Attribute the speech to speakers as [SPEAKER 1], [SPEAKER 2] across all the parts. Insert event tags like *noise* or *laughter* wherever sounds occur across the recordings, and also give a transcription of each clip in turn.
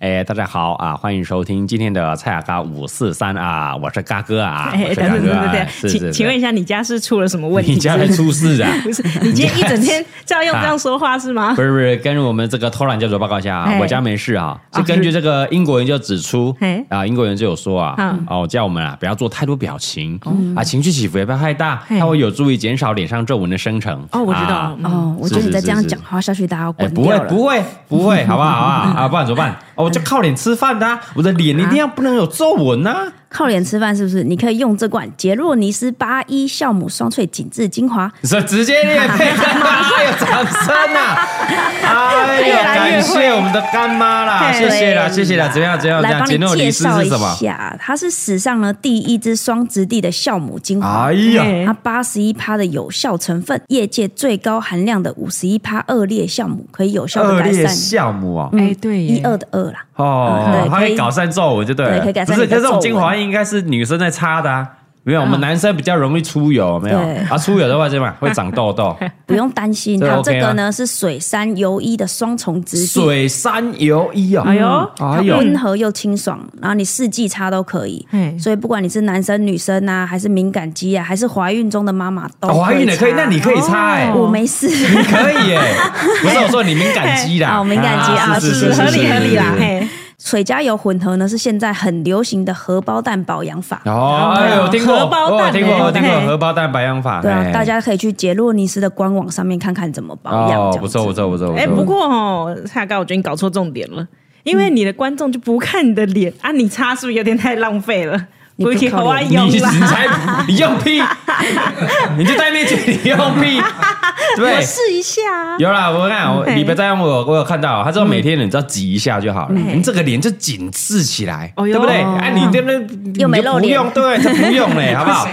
[SPEAKER 1] 哎，大家好啊，欢迎收听今天的蔡雅嘎五四三啊，我是嘎哥啊，
[SPEAKER 2] 哎，
[SPEAKER 1] 我是
[SPEAKER 2] 等
[SPEAKER 1] 嘎
[SPEAKER 2] 等
[SPEAKER 1] 哥
[SPEAKER 2] 等
[SPEAKER 1] 啊
[SPEAKER 2] 等，
[SPEAKER 1] 是
[SPEAKER 2] 请
[SPEAKER 1] 是
[SPEAKER 2] 请问一
[SPEAKER 1] 下，
[SPEAKER 2] 下，你家是出了什么问题？
[SPEAKER 1] 你家
[SPEAKER 2] 是
[SPEAKER 1] 的
[SPEAKER 2] 不是
[SPEAKER 1] 出事啊？
[SPEAKER 2] *laughs* 不是你今天一整
[SPEAKER 1] *laughs*
[SPEAKER 2] 天这样用这样说话是吗
[SPEAKER 1] 不？是不是，跟我们这个偷懒教主报告一下啊，
[SPEAKER 2] 哎
[SPEAKER 1] 我家没事啊。
[SPEAKER 2] 哦
[SPEAKER 1] 是根据这
[SPEAKER 2] 是
[SPEAKER 1] 个英国研究指出
[SPEAKER 2] 哎，
[SPEAKER 1] 啊，英国研究有说啊
[SPEAKER 2] 嗯，哦
[SPEAKER 1] 哦，叫我们啊不要做太多表情
[SPEAKER 3] 哦
[SPEAKER 1] 啊，情绪起伏也不要太大，
[SPEAKER 2] 嘿
[SPEAKER 1] 它会有助于减少脸上皱纹的生成。
[SPEAKER 2] 哎哦，我知
[SPEAKER 1] 啊
[SPEAKER 2] 道，嗯
[SPEAKER 3] 哦，我觉得你再这样讲话下去，大家要
[SPEAKER 1] 哎，
[SPEAKER 3] 关
[SPEAKER 1] 不
[SPEAKER 3] 掉
[SPEAKER 1] 会
[SPEAKER 3] 了。
[SPEAKER 1] 不会不会，好不好？好不好？啊，不然怎么办？哦，我就靠脸吃饭的啊，我的脸一定要不能有皱纹啊呐。
[SPEAKER 3] 靠脸吃饭是不是？你可以用这罐杰洛尼斯八一酵母双萃紧致精华，
[SPEAKER 1] 是直接列配
[SPEAKER 3] *laughs*
[SPEAKER 1] 干妈，哎呦，掌声呐、啊！哎
[SPEAKER 3] 越
[SPEAKER 1] 呀，
[SPEAKER 3] 来
[SPEAKER 1] 感
[SPEAKER 3] 越会
[SPEAKER 1] 谢我们的干妈啦，谢
[SPEAKER 2] 对
[SPEAKER 1] 谢啦，谢谢啦，怎么样怎么样？怎么
[SPEAKER 3] 来
[SPEAKER 1] 样
[SPEAKER 3] 帮
[SPEAKER 1] 杰诺
[SPEAKER 3] 你
[SPEAKER 1] 尼
[SPEAKER 3] 介
[SPEAKER 1] 斯
[SPEAKER 3] 绍
[SPEAKER 1] 是
[SPEAKER 3] 一
[SPEAKER 1] 什么？
[SPEAKER 3] 下，它是史上呢第一支双质地的酵母精华。
[SPEAKER 1] 哎呀，
[SPEAKER 2] 哎
[SPEAKER 3] 它八十一趴的有效成分，业界最高含量的五十一趴二裂酵母，可以有效的
[SPEAKER 1] 恶
[SPEAKER 3] 改
[SPEAKER 1] 劣
[SPEAKER 3] 善
[SPEAKER 1] 酵母哦，
[SPEAKER 2] 哎，对耶，
[SPEAKER 3] 一二的二啦。
[SPEAKER 1] 哦
[SPEAKER 3] 对，
[SPEAKER 1] 它
[SPEAKER 3] 可
[SPEAKER 1] 会
[SPEAKER 3] 以
[SPEAKER 1] 改善皱纹就对了，
[SPEAKER 3] 对可以改善
[SPEAKER 1] 不是，
[SPEAKER 3] 你的
[SPEAKER 1] 可是这种精
[SPEAKER 3] 皱
[SPEAKER 1] 华
[SPEAKER 3] 纹嗯
[SPEAKER 1] 应该是女生在擦的、啊。没有，我们男生比较容易出油，没有
[SPEAKER 3] 对
[SPEAKER 1] 啊？出油的话，怎么样会长痘
[SPEAKER 3] *laughs*
[SPEAKER 1] 痘？
[SPEAKER 3] 不用担心，
[SPEAKER 1] 这
[SPEAKER 3] 它
[SPEAKER 1] OK 啊
[SPEAKER 3] 这
[SPEAKER 1] 吗
[SPEAKER 3] 个呢是水山油一的双重质地，
[SPEAKER 1] 水山油衣哦，
[SPEAKER 2] 哎呦
[SPEAKER 1] 哎
[SPEAKER 3] 它
[SPEAKER 1] 呦，
[SPEAKER 3] 温和又清爽，然后你四季擦都可以
[SPEAKER 2] 嘿，
[SPEAKER 3] 所以不管你是男生女生啊，还是敏感肌啊，还是怀孕中的妈妈都
[SPEAKER 1] 哦怀孕的可以，
[SPEAKER 3] 擦
[SPEAKER 1] 那你可以擦哎、
[SPEAKER 3] 我没事， *laughs*
[SPEAKER 1] 你可以耶、不是我说你敏感肌
[SPEAKER 2] *laughs*
[SPEAKER 1] 啦，
[SPEAKER 3] 哦敏感肌啊
[SPEAKER 1] 是
[SPEAKER 3] 是
[SPEAKER 1] 是
[SPEAKER 3] 是
[SPEAKER 1] 是
[SPEAKER 2] 合
[SPEAKER 1] 是
[SPEAKER 2] 理
[SPEAKER 1] 是
[SPEAKER 2] 合理啦
[SPEAKER 1] 是，是
[SPEAKER 2] 嘿，
[SPEAKER 3] 水加油混合呢是现在很流行的荷包蛋保养法，
[SPEAKER 1] 哦，哎呦，听过，
[SPEAKER 2] 荷包蛋
[SPEAKER 1] 我有听过，
[SPEAKER 2] 哎
[SPEAKER 1] 我有听过
[SPEAKER 2] 嘿
[SPEAKER 1] 荷包蛋白养法，
[SPEAKER 3] 对啊
[SPEAKER 1] 哎，
[SPEAKER 3] 大家可以去杰洛尼斯的官网上面看看怎么保养，
[SPEAKER 1] 哦
[SPEAKER 3] 这，样
[SPEAKER 1] 不错，
[SPEAKER 3] 子
[SPEAKER 1] 不错，不错，
[SPEAKER 2] 哎，
[SPEAKER 1] 错
[SPEAKER 2] 不过哦，夏哥，我觉得你搞错重点了，因为你的观众就不看你的脸啊，你擦是不是有点太浪费了？
[SPEAKER 3] 你不
[SPEAKER 2] 回去
[SPEAKER 3] 靠
[SPEAKER 2] 我
[SPEAKER 3] 脸
[SPEAKER 2] 用
[SPEAKER 1] 你你
[SPEAKER 2] 啦，
[SPEAKER 1] 才你用
[SPEAKER 2] *laughs*
[SPEAKER 1] 屁，你就戴面具，你用屁，
[SPEAKER 2] 我
[SPEAKER 1] 对。
[SPEAKER 2] 试一下啊。
[SPEAKER 1] 有啦，我看我
[SPEAKER 2] 嘿
[SPEAKER 1] 你别再用我，我有看到，他说每天你只要挤一下就好了，
[SPEAKER 2] 嗯
[SPEAKER 1] 你这个脸就紧致起来，
[SPEAKER 2] 哦
[SPEAKER 1] 对
[SPEAKER 2] 哟
[SPEAKER 1] 不对？哎，你这边
[SPEAKER 3] 又没露脸
[SPEAKER 1] 不用，对，这不用嘞，好不
[SPEAKER 2] *laughs*
[SPEAKER 1] 好？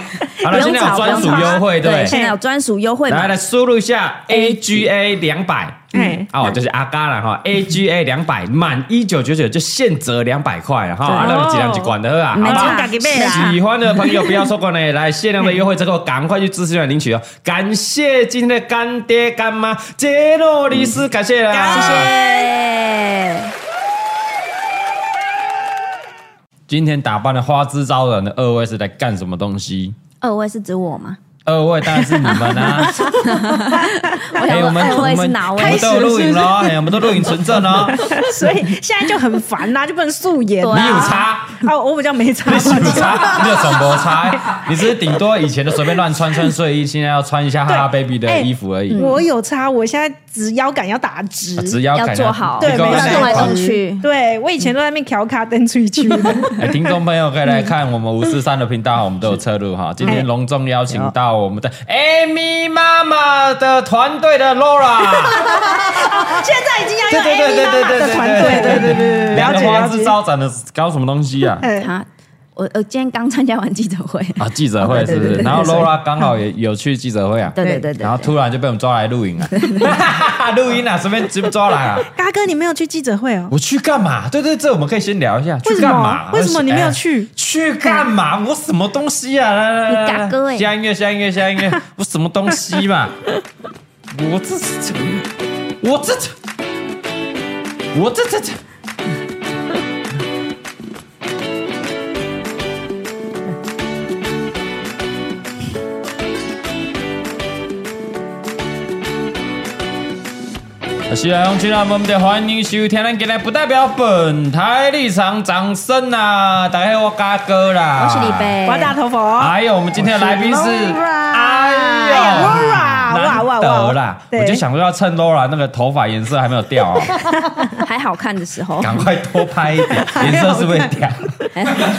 [SPEAKER 1] 好了，
[SPEAKER 3] 不
[SPEAKER 1] 现
[SPEAKER 3] 用
[SPEAKER 1] 在有
[SPEAKER 3] 找，不
[SPEAKER 1] 专
[SPEAKER 3] 用
[SPEAKER 1] 属
[SPEAKER 3] 找
[SPEAKER 1] 优惠，对
[SPEAKER 3] 对，，现在有专属优惠
[SPEAKER 1] 来
[SPEAKER 3] 嘛，
[SPEAKER 1] 来，输入一下 A G A 两百，嗯
[SPEAKER 2] 哎，
[SPEAKER 1] 哦，就是阿嘎了哈，A G A 两百满一九九九就现折两百块了哈，
[SPEAKER 3] 对
[SPEAKER 1] 啊，那几两几管的啊，好
[SPEAKER 3] 没
[SPEAKER 1] 吧
[SPEAKER 3] 错？
[SPEAKER 2] 打给妹
[SPEAKER 3] 没
[SPEAKER 2] 啦
[SPEAKER 3] 错
[SPEAKER 1] 喜欢的朋友不要错过呢，来限量的优惠折扣，赶快去资讯栏领取哦！感谢今天的干爹干妈杰诺里斯，感谢啦，
[SPEAKER 3] 谢谢。
[SPEAKER 1] 今天打扮的花枝招展的二位是在干什么东西？
[SPEAKER 3] 二位是指我吗？
[SPEAKER 1] 二位当然是你们啊！
[SPEAKER 3] 我想
[SPEAKER 1] 哎
[SPEAKER 3] 说二位是哪
[SPEAKER 1] 我
[SPEAKER 3] 位？
[SPEAKER 1] 们都有录影
[SPEAKER 2] 是
[SPEAKER 1] 喽，哎我们都录影存证哦。
[SPEAKER 2] *laughs* 所以现在就很烦呐，就不能素颜
[SPEAKER 3] 对
[SPEAKER 2] 啊。
[SPEAKER 3] 啊
[SPEAKER 1] 你有差？
[SPEAKER 2] 哦，我比较没擦
[SPEAKER 1] 你。是不差，你有什么差？你只是顶多以前的随便乱穿穿睡衣，现在要穿一下哈哈 baby 的衣服而已。
[SPEAKER 2] 我有擦，我现在直腰杆要打直
[SPEAKER 1] 啊。只要
[SPEAKER 3] 要
[SPEAKER 1] 改
[SPEAKER 3] 做好
[SPEAKER 1] 听众
[SPEAKER 2] 对
[SPEAKER 1] 朋友
[SPEAKER 2] 没错
[SPEAKER 3] 动来动
[SPEAKER 2] 没
[SPEAKER 3] 去。
[SPEAKER 2] 对我以前都在那边调卡登出去的，
[SPEAKER 1] 哎，听众朋友可以来看我们五四三的频道，我们都有侧录哈。今天隆重邀请到我们的 Amy 妈妈的团队的 Laura，
[SPEAKER 2] 现在已经要用 Amy 妈妈的团队，对对对对，了
[SPEAKER 1] 两个
[SPEAKER 2] 解
[SPEAKER 1] 花
[SPEAKER 2] 了
[SPEAKER 1] 枝
[SPEAKER 2] 解。
[SPEAKER 1] 招展的搞什么东西啊？
[SPEAKER 2] 哎
[SPEAKER 3] 啊，我我今天刚参加完记者会，
[SPEAKER 1] 啊，记者会是不
[SPEAKER 2] 对对
[SPEAKER 1] 是？
[SPEAKER 2] 对对
[SPEAKER 1] 然后 Laura 刚好也有去记者会啊，
[SPEAKER 3] 对对对对
[SPEAKER 1] 然后突然就被我们抓来录影
[SPEAKER 2] *laughs*
[SPEAKER 1] 啊，录音啊，随便就抓来啊。
[SPEAKER 2] 嘎哥，你没有去记者会哦？
[SPEAKER 1] 我去干嘛？对对，这我们可以先聊一下。
[SPEAKER 2] 为
[SPEAKER 1] 去
[SPEAKER 2] 什么
[SPEAKER 1] 干嘛？
[SPEAKER 2] 为什么你没有
[SPEAKER 1] 哎
[SPEAKER 2] 去哎
[SPEAKER 1] 去干嘛？我什么东西啊？来来来来，
[SPEAKER 3] 你嘎哥欸
[SPEAKER 1] 下音乐，下音乐，下音乐！我什么东西嘛？我这这，我这这，我这这这。是啊，乡亲啊，我们得欢迎收听，咱今天不代表本台立场，掌声啊！大家好，我嘎哥啦，
[SPEAKER 3] 我是李。贝，
[SPEAKER 2] 我要大头佛，
[SPEAKER 1] 哎呦，我们今天的来宾是，
[SPEAKER 2] Laura
[SPEAKER 1] 哎
[SPEAKER 2] 哎呀
[SPEAKER 1] 呦，
[SPEAKER 2] 哇哇哇
[SPEAKER 1] 难
[SPEAKER 2] 哇
[SPEAKER 1] 得啦！
[SPEAKER 2] 对
[SPEAKER 1] 我就想说要趁 Laura 那个头发颜色还没有掉啊，
[SPEAKER 3] 还好看的时
[SPEAKER 1] *laughs*
[SPEAKER 3] 候，哎
[SPEAKER 1] 赶快多拍一点，颜色是不是会掉？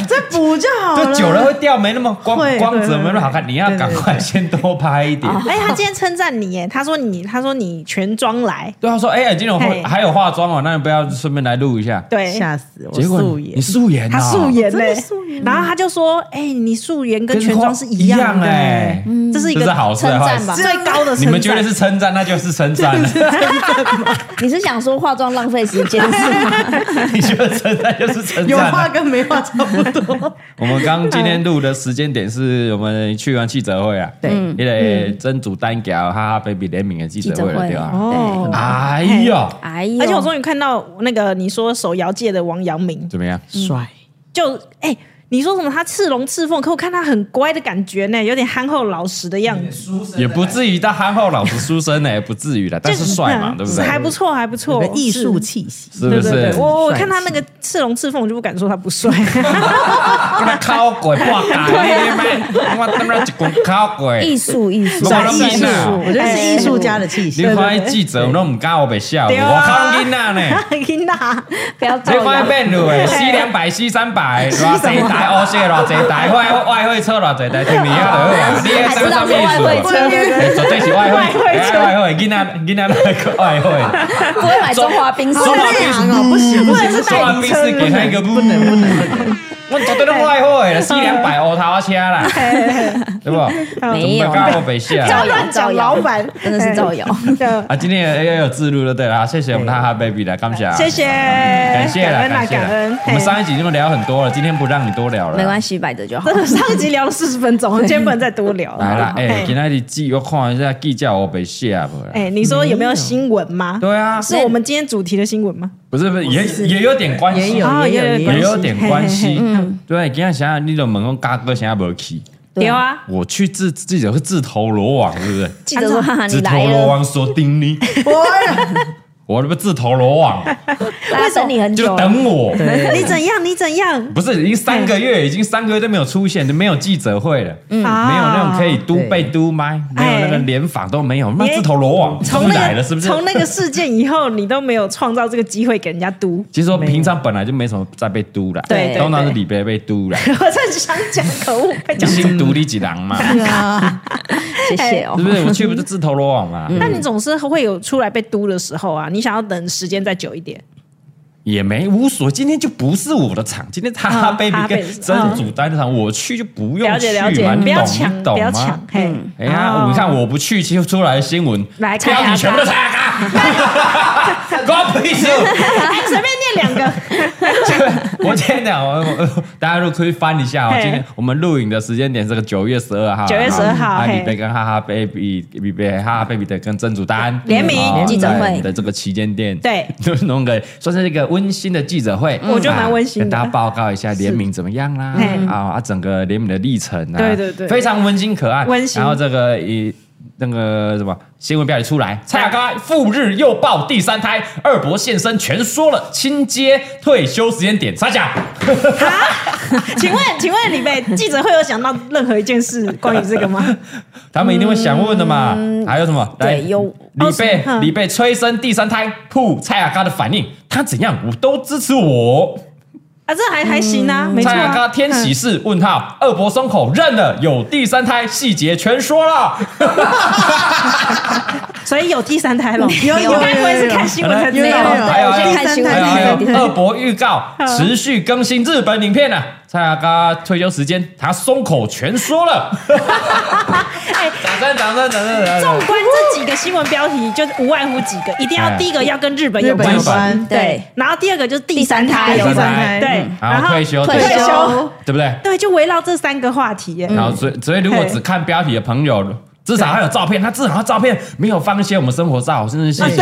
[SPEAKER 2] 再补就好了。
[SPEAKER 1] 就久了会掉，没那么光
[SPEAKER 2] 会会
[SPEAKER 1] 光泽，没那么好看。
[SPEAKER 2] 会
[SPEAKER 1] 你要赶快先多拍一点。
[SPEAKER 2] 哎，他今天称赞你耶，他说你，他说你全妆来，
[SPEAKER 1] 对啊，说哎，今天我
[SPEAKER 2] 嘿
[SPEAKER 1] 还有化妆哦，那你不要顺便来录一下。
[SPEAKER 2] 对，
[SPEAKER 4] 吓死我！
[SPEAKER 1] 结果
[SPEAKER 4] 素
[SPEAKER 1] 你
[SPEAKER 4] 颜，
[SPEAKER 1] 素颜啊，
[SPEAKER 2] 他素颜
[SPEAKER 4] 真的
[SPEAKER 2] 嘞
[SPEAKER 4] 素颜，
[SPEAKER 2] 然后他就说：“哎，你素颜跟
[SPEAKER 1] 跟
[SPEAKER 2] 全妆是一
[SPEAKER 1] 一样
[SPEAKER 2] 的
[SPEAKER 1] 哎，
[SPEAKER 2] 这是一
[SPEAKER 1] 这
[SPEAKER 2] 个
[SPEAKER 1] 是好事
[SPEAKER 3] 称
[SPEAKER 1] 还
[SPEAKER 3] 赞
[SPEAKER 1] 是
[SPEAKER 3] 吧
[SPEAKER 1] 坏事？
[SPEAKER 2] 最高的称
[SPEAKER 1] 你
[SPEAKER 2] 赞。”
[SPEAKER 1] 们觉得是称赞，那就是称赞了。
[SPEAKER 3] 你是想说化妆浪费时间是吗？
[SPEAKER 1] *laughs* 你觉得称赞就是称
[SPEAKER 4] 有
[SPEAKER 1] 赞
[SPEAKER 4] 话
[SPEAKER 1] 了。
[SPEAKER 4] 跟没话差不 *laughs* 多。
[SPEAKER 1] 我们刚今天录的时间点是我们去完记者会啊，
[SPEAKER 4] 对嗯
[SPEAKER 1] 因为真主单脚哈哈 baby 联名的记者会了，对啊吧？
[SPEAKER 3] 哦，
[SPEAKER 1] 哎呦，
[SPEAKER 3] 哎呦，
[SPEAKER 2] 而且我终于看到那个你说手摇界的王阳明，
[SPEAKER 1] 怎么样？
[SPEAKER 4] 帅，
[SPEAKER 2] 就哎、你说什么他赤龙赤凤，可我看他很乖的感觉呢，有点憨厚老实的样子，
[SPEAKER 1] 也不至于到憨厚老实书生呢，也不至于了，但是帅嘛，对不对？
[SPEAKER 2] 还不错，还不错
[SPEAKER 4] 有个，艺术
[SPEAKER 2] 是。
[SPEAKER 4] 气 *laughs* 息，
[SPEAKER 1] 是
[SPEAKER 2] 对
[SPEAKER 1] 不
[SPEAKER 2] 对
[SPEAKER 1] 是
[SPEAKER 2] 对，？我我
[SPEAKER 4] 帅气
[SPEAKER 2] 看他那个赤龙赤凤，我就不敢说他不帅。
[SPEAKER 1] 跟 *laughs* 他靠鬼挂改，我他妈一滚靠鬼 *laughs*
[SPEAKER 3] 艺。术艺术，
[SPEAKER 1] 帅气
[SPEAKER 3] 艺术哎
[SPEAKER 1] 啊
[SPEAKER 4] 我觉得是艺术家的气
[SPEAKER 1] 你
[SPEAKER 4] 息。
[SPEAKER 1] 看记者都唔敢我白笑，我
[SPEAKER 2] 对啊
[SPEAKER 1] 靠囡仔 *laughs* 呢。
[SPEAKER 2] 琳娜，
[SPEAKER 3] 不要
[SPEAKER 1] 你
[SPEAKER 3] 照
[SPEAKER 1] 看
[SPEAKER 3] 样。
[SPEAKER 1] 变路 *laughs* 诶，C 两百、C 三 *laughs* 百，偌济台乌色，偌济台外外汇车，偌 *laughs* 济台听你啊，好啊，你迄什么意思？绝对哎是外汇，外汇，囡仔囡仔那个外 *laughs* 汇，
[SPEAKER 3] 不会买中华冰室，嗯
[SPEAKER 1] 中华冰
[SPEAKER 4] 娘哦，不行不行，
[SPEAKER 1] 说完冰室给他一个不能不能，我绝对啊拢外汇啦，C 两百乌头车啦，对
[SPEAKER 2] *laughs*
[SPEAKER 1] 不？
[SPEAKER 3] 没有
[SPEAKER 1] 干我北下
[SPEAKER 3] 造
[SPEAKER 2] 不要
[SPEAKER 3] 谣
[SPEAKER 2] 乱
[SPEAKER 3] 造
[SPEAKER 2] 讲
[SPEAKER 3] 谣
[SPEAKER 2] 老板
[SPEAKER 3] 真的是造谣。
[SPEAKER 1] 啊，今天也有自录了，对啦，谢谢我们哈哈 baby 啦，感谢，啊
[SPEAKER 2] *laughs* 谢谢，
[SPEAKER 1] 感
[SPEAKER 2] 感
[SPEAKER 1] 谢啦，
[SPEAKER 2] 恩啊
[SPEAKER 1] 感谢
[SPEAKER 2] 感
[SPEAKER 1] 啦
[SPEAKER 2] 恩。，
[SPEAKER 1] 我们上
[SPEAKER 2] 嘿
[SPEAKER 1] 一集就聊很多了，今天不让你多聊了，
[SPEAKER 3] 没关系，摆着就好。
[SPEAKER 2] 真的上一集聊了四十分钟，今天不能再多聊了。
[SPEAKER 1] 来啦，哎、
[SPEAKER 2] 嘿
[SPEAKER 1] 今仔日记我看一下记者我被下无啦。
[SPEAKER 2] 哎，你说有没有新闻吗？
[SPEAKER 1] 对啊，
[SPEAKER 2] 哦是我们今天主题的新闻吗？
[SPEAKER 1] 不是不是，也也有点关系，
[SPEAKER 4] 也有
[SPEAKER 2] 哦
[SPEAKER 4] 也有
[SPEAKER 1] 也
[SPEAKER 2] 也有
[SPEAKER 1] 有
[SPEAKER 2] 关系
[SPEAKER 1] 点关系。
[SPEAKER 2] 嗯
[SPEAKER 1] 对，今仔想想，你都问讲嘎哥现在无去，
[SPEAKER 2] 有啊，
[SPEAKER 1] 我去自记者会自投罗网，是不
[SPEAKER 2] *laughs*
[SPEAKER 1] 是？
[SPEAKER 3] 记者说：“哈
[SPEAKER 2] 啊
[SPEAKER 3] 哈，你
[SPEAKER 1] 自
[SPEAKER 3] 来
[SPEAKER 1] 投罗
[SPEAKER 3] 了，
[SPEAKER 1] 网锁定你，我他妈自投罗
[SPEAKER 2] *laughs*
[SPEAKER 1] 网，
[SPEAKER 3] 大家等你很久
[SPEAKER 1] 就
[SPEAKER 3] 了。
[SPEAKER 1] 等我。
[SPEAKER 2] 你怎样？你怎样？
[SPEAKER 1] 不是，已经三个月，已经三个月都没有出现，没有记者会了，没有
[SPEAKER 2] 啊
[SPEAKER 1] 那种可以嘟背嘟麦，没有那个
[SPEAKER 2] 哎
[SPEAKER 1] 联访都没有，那
[SPEAKER 2] 哎
[SPEAKER 1] 自投罗网出
[SPEAKER 2] 从
[SPEAKER 1] 来
[SPEAKER 2] 那个
[SPEAKER 1] 了，是不是？。
[SPEAKER 2] 从那个事件以后，你都没有创造这个机会给人家读
[SPEAKER 1] 其实我平常本来就没什么在被嘟啦，
[SPEAKER 2] 对对
[SPEAKER 1] 通常是李白被嘟啦，
[SPEAKER 2] *laughs* 我真想讲，可恶，快 *laughs* 讲！
[SPEAKER 1] 新独立几郎嘛，
[SPEAKER 2] *laughs*
[SPEAKER 1] 是
[SPEAKER 4] 啊
[SPEAKER 3] 谢谢哦
[SPEAKER 1] 不。是？我去不是自投罗网嘛？
[SPEAKER 2] 但你总是会有出来被嘟的时候啊，你想要等时间再久一点。
[SPEAKER 1] 也没无所谓，今天就不是我的场，今天哈哈
[SPEAKER 2] 嗯
[SPEAKER 1] baby
[SPEAKER 2] 哈
[SPEAKER 1] 跟
[SPEAKER 2] ，baby
[SPEAKER 1] 真主单的场，我去就不用
[SPEAKER 2] 了
[SPEAKER 1] 去
[SPEAKER 2] 解了解
[SPEAKER 1] 嘛，，你
[SPEAKER 2] 不要
[SPEAKER 1] 懂
[SPEAKER 2] 抢
[SPEAKER 1] 你，
[SPEAKER 2] 不要
[SPEAKER 1] 懂
[SPEAKER 2] 抢
[SPEAKER 1] 吗，？
[SPEAKER 2] 嘿，
[SPEAKER 1] 哎呀，
[SPEAKER 2] 哦
[SPEAKER 1] 你看我不去，其实出来的新闻，
[SPEAKER 2] 来看
[SPEAKER 1] 标
[SPEAKER 2] 一下
[SPEAKER 1] 题全部都是哈
[SPEAKER 2] *laughs*
[SPEAKER 1] 哈，关我屁事！ *laughs*
[SPEAKER 2] 哎，随便念两个。
[SPEAKER 1] 我今天讲，我我大家如果可以翻一下哦，
[SPEAKER 2] 嘿
[SPEAKER 1] 今天我们录影的时间点是个九月十二号，
[SPEAKER 2] 9月12号
[SPEAKER 1] 啊，
[SPEAKER 2] 嘿
[SPEAKER 1] 李贝跟哈哈 baby，李贝哈哈 baby 的跟曾祖丹
[SPEAKER 2] 联名
[SPEAKER 1] 哦
[SPEAKER 3] 记者会
[SPEAKER 1] 在我们的这个旗舰店，
[SPEAKER 2] 对，
[SPEAKER 1] *laughs* 就是弄个算是一个温馨的记者会，
[SPEAKER 2] 嗯我觉得蛮温馨的
[SPEAKER 1] 啊跟大家报告一下联名怎么样啦
[SPEAKER 2] 是嘿，
[SPEAKER 1] 啊啊，整个联名的历程啊，
[SPEAKER 2] 对对对
[SPEAKER 1] 非常温馨可爱，
[SPEAKER 2] 温馨
[SPEAKER 1] 然后这个一。那个什么新闻标题出来，蔡雅刚赴日又抱第三胎，二伯现身全说了，亲接退休时间点，啥讲？
[SPEAKER 2] 请问，请问李贝，记者会有想到任何一件事关于这
[SPEAKER 1] *laughs*
[SPEAKER 2] 个吗？
[SPEAKER 1] 他们一定会想问的嘛。还有什么？来，
[SPEAKER 3] 对有
[SPEAKER 1] 李
[SPEAKER 2] 嗯哦
[SPEAKER 1] 贝
[SPEAKER 2] 是，嗯
[SPEAKER 1] 李贝催生第三胎，噗，蔡雅嘎的反应，他怎样我都支持我。
[SPEAKER 2] 啊，这还还行啊，没
[SPEAKER 1] 嗯
[SPEAKER 2] 错
[SPEAKER 1] 蔡雅嘎
[SPEAKER 2] 啊。
[SPEAKER 1] 天喜事？问号，二伯松口认了，有第三胎，细节全说了。
[SPEAKER 2] 嗯所以有第三胎了，
[SPEAKER 1] *laughs*
[SPEAKER 4] 有有
[SPEAKER 2] 我该不会是看新闻才知
[SPEAKER 4] 有有
[SPEAKER 2] 道
[SPEAKER 4] 有
[SPEAKER 2] 吧？
[SPEAKER 1] 还有
[SPEAKER 3] 我
[SPEAKER 1] 还
[SPEAKER 3] 先
[SPEAKER 1] 有
[SPEAKER 3] 看新
[SPEAKER 4] 还
[SPEAKER 1] 还
[SPEAKER 3] 闻
[SPEAKER 1] 有还
[SPEAKER 4] 有
[SPEAKER 1] 有，哎二伯预告持续更新日本影片呢、啊。蔡雅嘎退休时间，他松口全说
[SPEAKER 2] *laughs*
[SPEAKER 1] 了。
[SPEAKER 2] 哎
[SPEAKER 1] 掌声，掌声，掌声，掌
[SPEAKER 2] 纵
[SPEAKER 1] 声！
[SPEAKER 2] 观这几个新闻标题，就是无外乎几个，一定要
[SPEAKER 1] 哎
[SPEAKER 2] 第一个要跟日本
[SPEAKER 4] 日
[SPEAKER 2] 有
[SPEAKER 4] 本
[SPEAKER 2] 关
[SPEAKER 4] 有
[SPEAKER 2] 系，
[SPEAKER 4] 关，
[SPEAKER 3] 对，
[SPEAKER 2] 然后第二个就是第三胎
[SPEAKER 3] 第
[SPEAKER 2] 有
[SPEAKER 4] 三
[SPEAKER 2] 关，
[SPEAKER 4] 胎
[SPEAKER 2] 对
[SPEAKER 4] 嗯，
[SPEAKER 1] 然后退休，嗯
[SPEAKER 3] 退
[SPEAKER 2] 退休
[SPEAKER 3] 休，
[SPEAKER 1] 对不对？
[SPEAKER 2] 对，就围绕这三个话题耶。
[SPEAKER 1] 然后所以所以如果只看标题的朋友，至少还有照片，他至少他照片没有放一些我们生活照，甚至
[SPEAKER 2] 啊
[SPEAKER 1] 是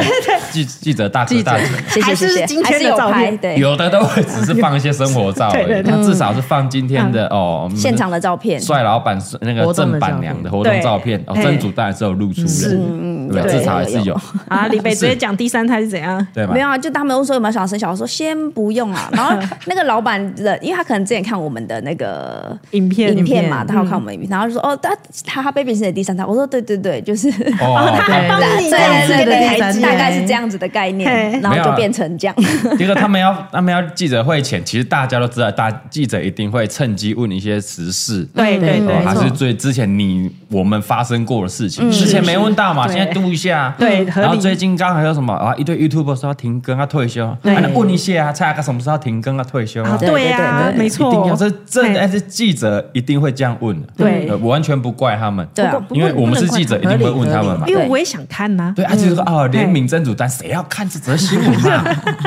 [SPEAKER 1] 记记者大哥
[SPEAKER 4] 记者
[SPEAKER 1] 大姐，
[SPEAKER 3] 谢谢
[SPEAKER 2] 还
[SPEAKER 3] 谢
[SPEAKER 2] 是
[SPEAKER 3] 谢，
[SPEAKER 2] 今
[SPEAKER 3] 还
[SPEAKER 2] 天
[SPEAKER 3] 是
[SPEAKER 2] 的
[SPEAKER 3] 有
[SPEAKER 2] 照片
[SPEAKER 3] 拍对
[SPEAKER 1] 有的都会只是放一些生活照而已，
[SPEAKER 2] 对对对嗯
[SPEAKER 1] 他至少是放今天的哦，我们
[SPEAKER 3] 现场的照片，
[SPEAKER 1] 帅老板那个郑板娘的活动照片，哦，
[SPEAKER 2] 对
[SPEAKER 1] 真主当然是有露出的，
[SPEAKER 3] 嗯，
[SPEAKER 1] 对吧，
[SPEAKER 3] 对
[SPEAKER 1] 至少还是有，
[SPEAKER 2] 啊，李北直接讲第三胎是怎样？
[SPEAKER 1] 对吧
[SPEAKER 3] 没？有啊，就他们问说有没有想生小孩，我说先不用啊。然后那个老板的，因为他可能之前看我们的那个
[SPEAKER 2] 影片
[SPEAKER 3] 影片嘛，
[SPEAKER 2] 影片
[SPEAKER 3] 他有看我们影片，然后就说哦，他他他 baby 是你的第三胎，我说对对对，就是。
[SPEAKER 2] *laughs*
[SPEAKER 1] 哦，
[SPEAKER 2] 他还帮
[SPEAKER 3] 对
[SPEAKER 2] 你这样
[SPEAKER 3] 对
[SPEAKER 2] 子
[SPEAKER 3] 对
[SPEAKER 2] 给你
[SPEAKER 3] 对
[SPEAKER 2] 台
[SPEAKER 3] 对，
[SPEAKER 2] 阶
[SPEAKER 3] 大概是这样子的概
[SPEAKER 2] 嘿
[SPEAKER 3] 念，然后
[SPEAKER 1] 没有
[SPEAKER 3] 就
[SPEAKER 1] 啊
[SPEAKER 3] 变成这样。
[SPEAKER 1] 这个他们要他们要记者会前，其实大家都知道，大记者一定会趁机问一些时事。
[SPEAKER 2] 对对
[SPEAKER 1] 哦
[SPEAKER 2] 对，
[SPEAKER 1] 还
[SPEAKER 2] 没
[SPEAKER 1] 是
[SPEAKER 2] 错嗯
[SPEAKER 1] 最之前你我们发生过的事情，之前没问到嘛，
[SPEAKER 2] 是
[SPEAKER 1] 现在嘟一下。
[SPEAKER 2] 对合理
[SPEAKER 1] 然后最近刚好有什么啊？一堆 YouTube 说要停更，要退休，啊
[SPEAKER 2] 对
[SPEAKER 1] 那问一下啊，蔡阿嘎什么时候要停更，要退休啊
[SPEAKER 2] 啊？对呀
[SPEAKER 3] 对对，对
[SPEAKER 2] 没
[SPEAKER 1] 一定
[SPEAKER 2] 错
[SPEAKER 1] 要，这这
[SPEAKER 2] 嘿
[SPEAKER 1] 哎，这记者一定会这样问的。
[SPEAKER 2] 对
[SPEAKER 1] 呃我完全不怪他们，
[SPEAKER 3] 对啊
[SPEAKER 1] 因为我们是记者，一定会问他们嘛。
[SPEAKER 2] 因为我也想看呐，
[SPEAKER 1] 对，啊，就是说
[SPEAKER 2] 嗯
[SPEAKER 1] 哦，联名真主单，谁要看这则新闻
[SPEAKER 2] *laughs*
[SPEAKER 1] 嘛？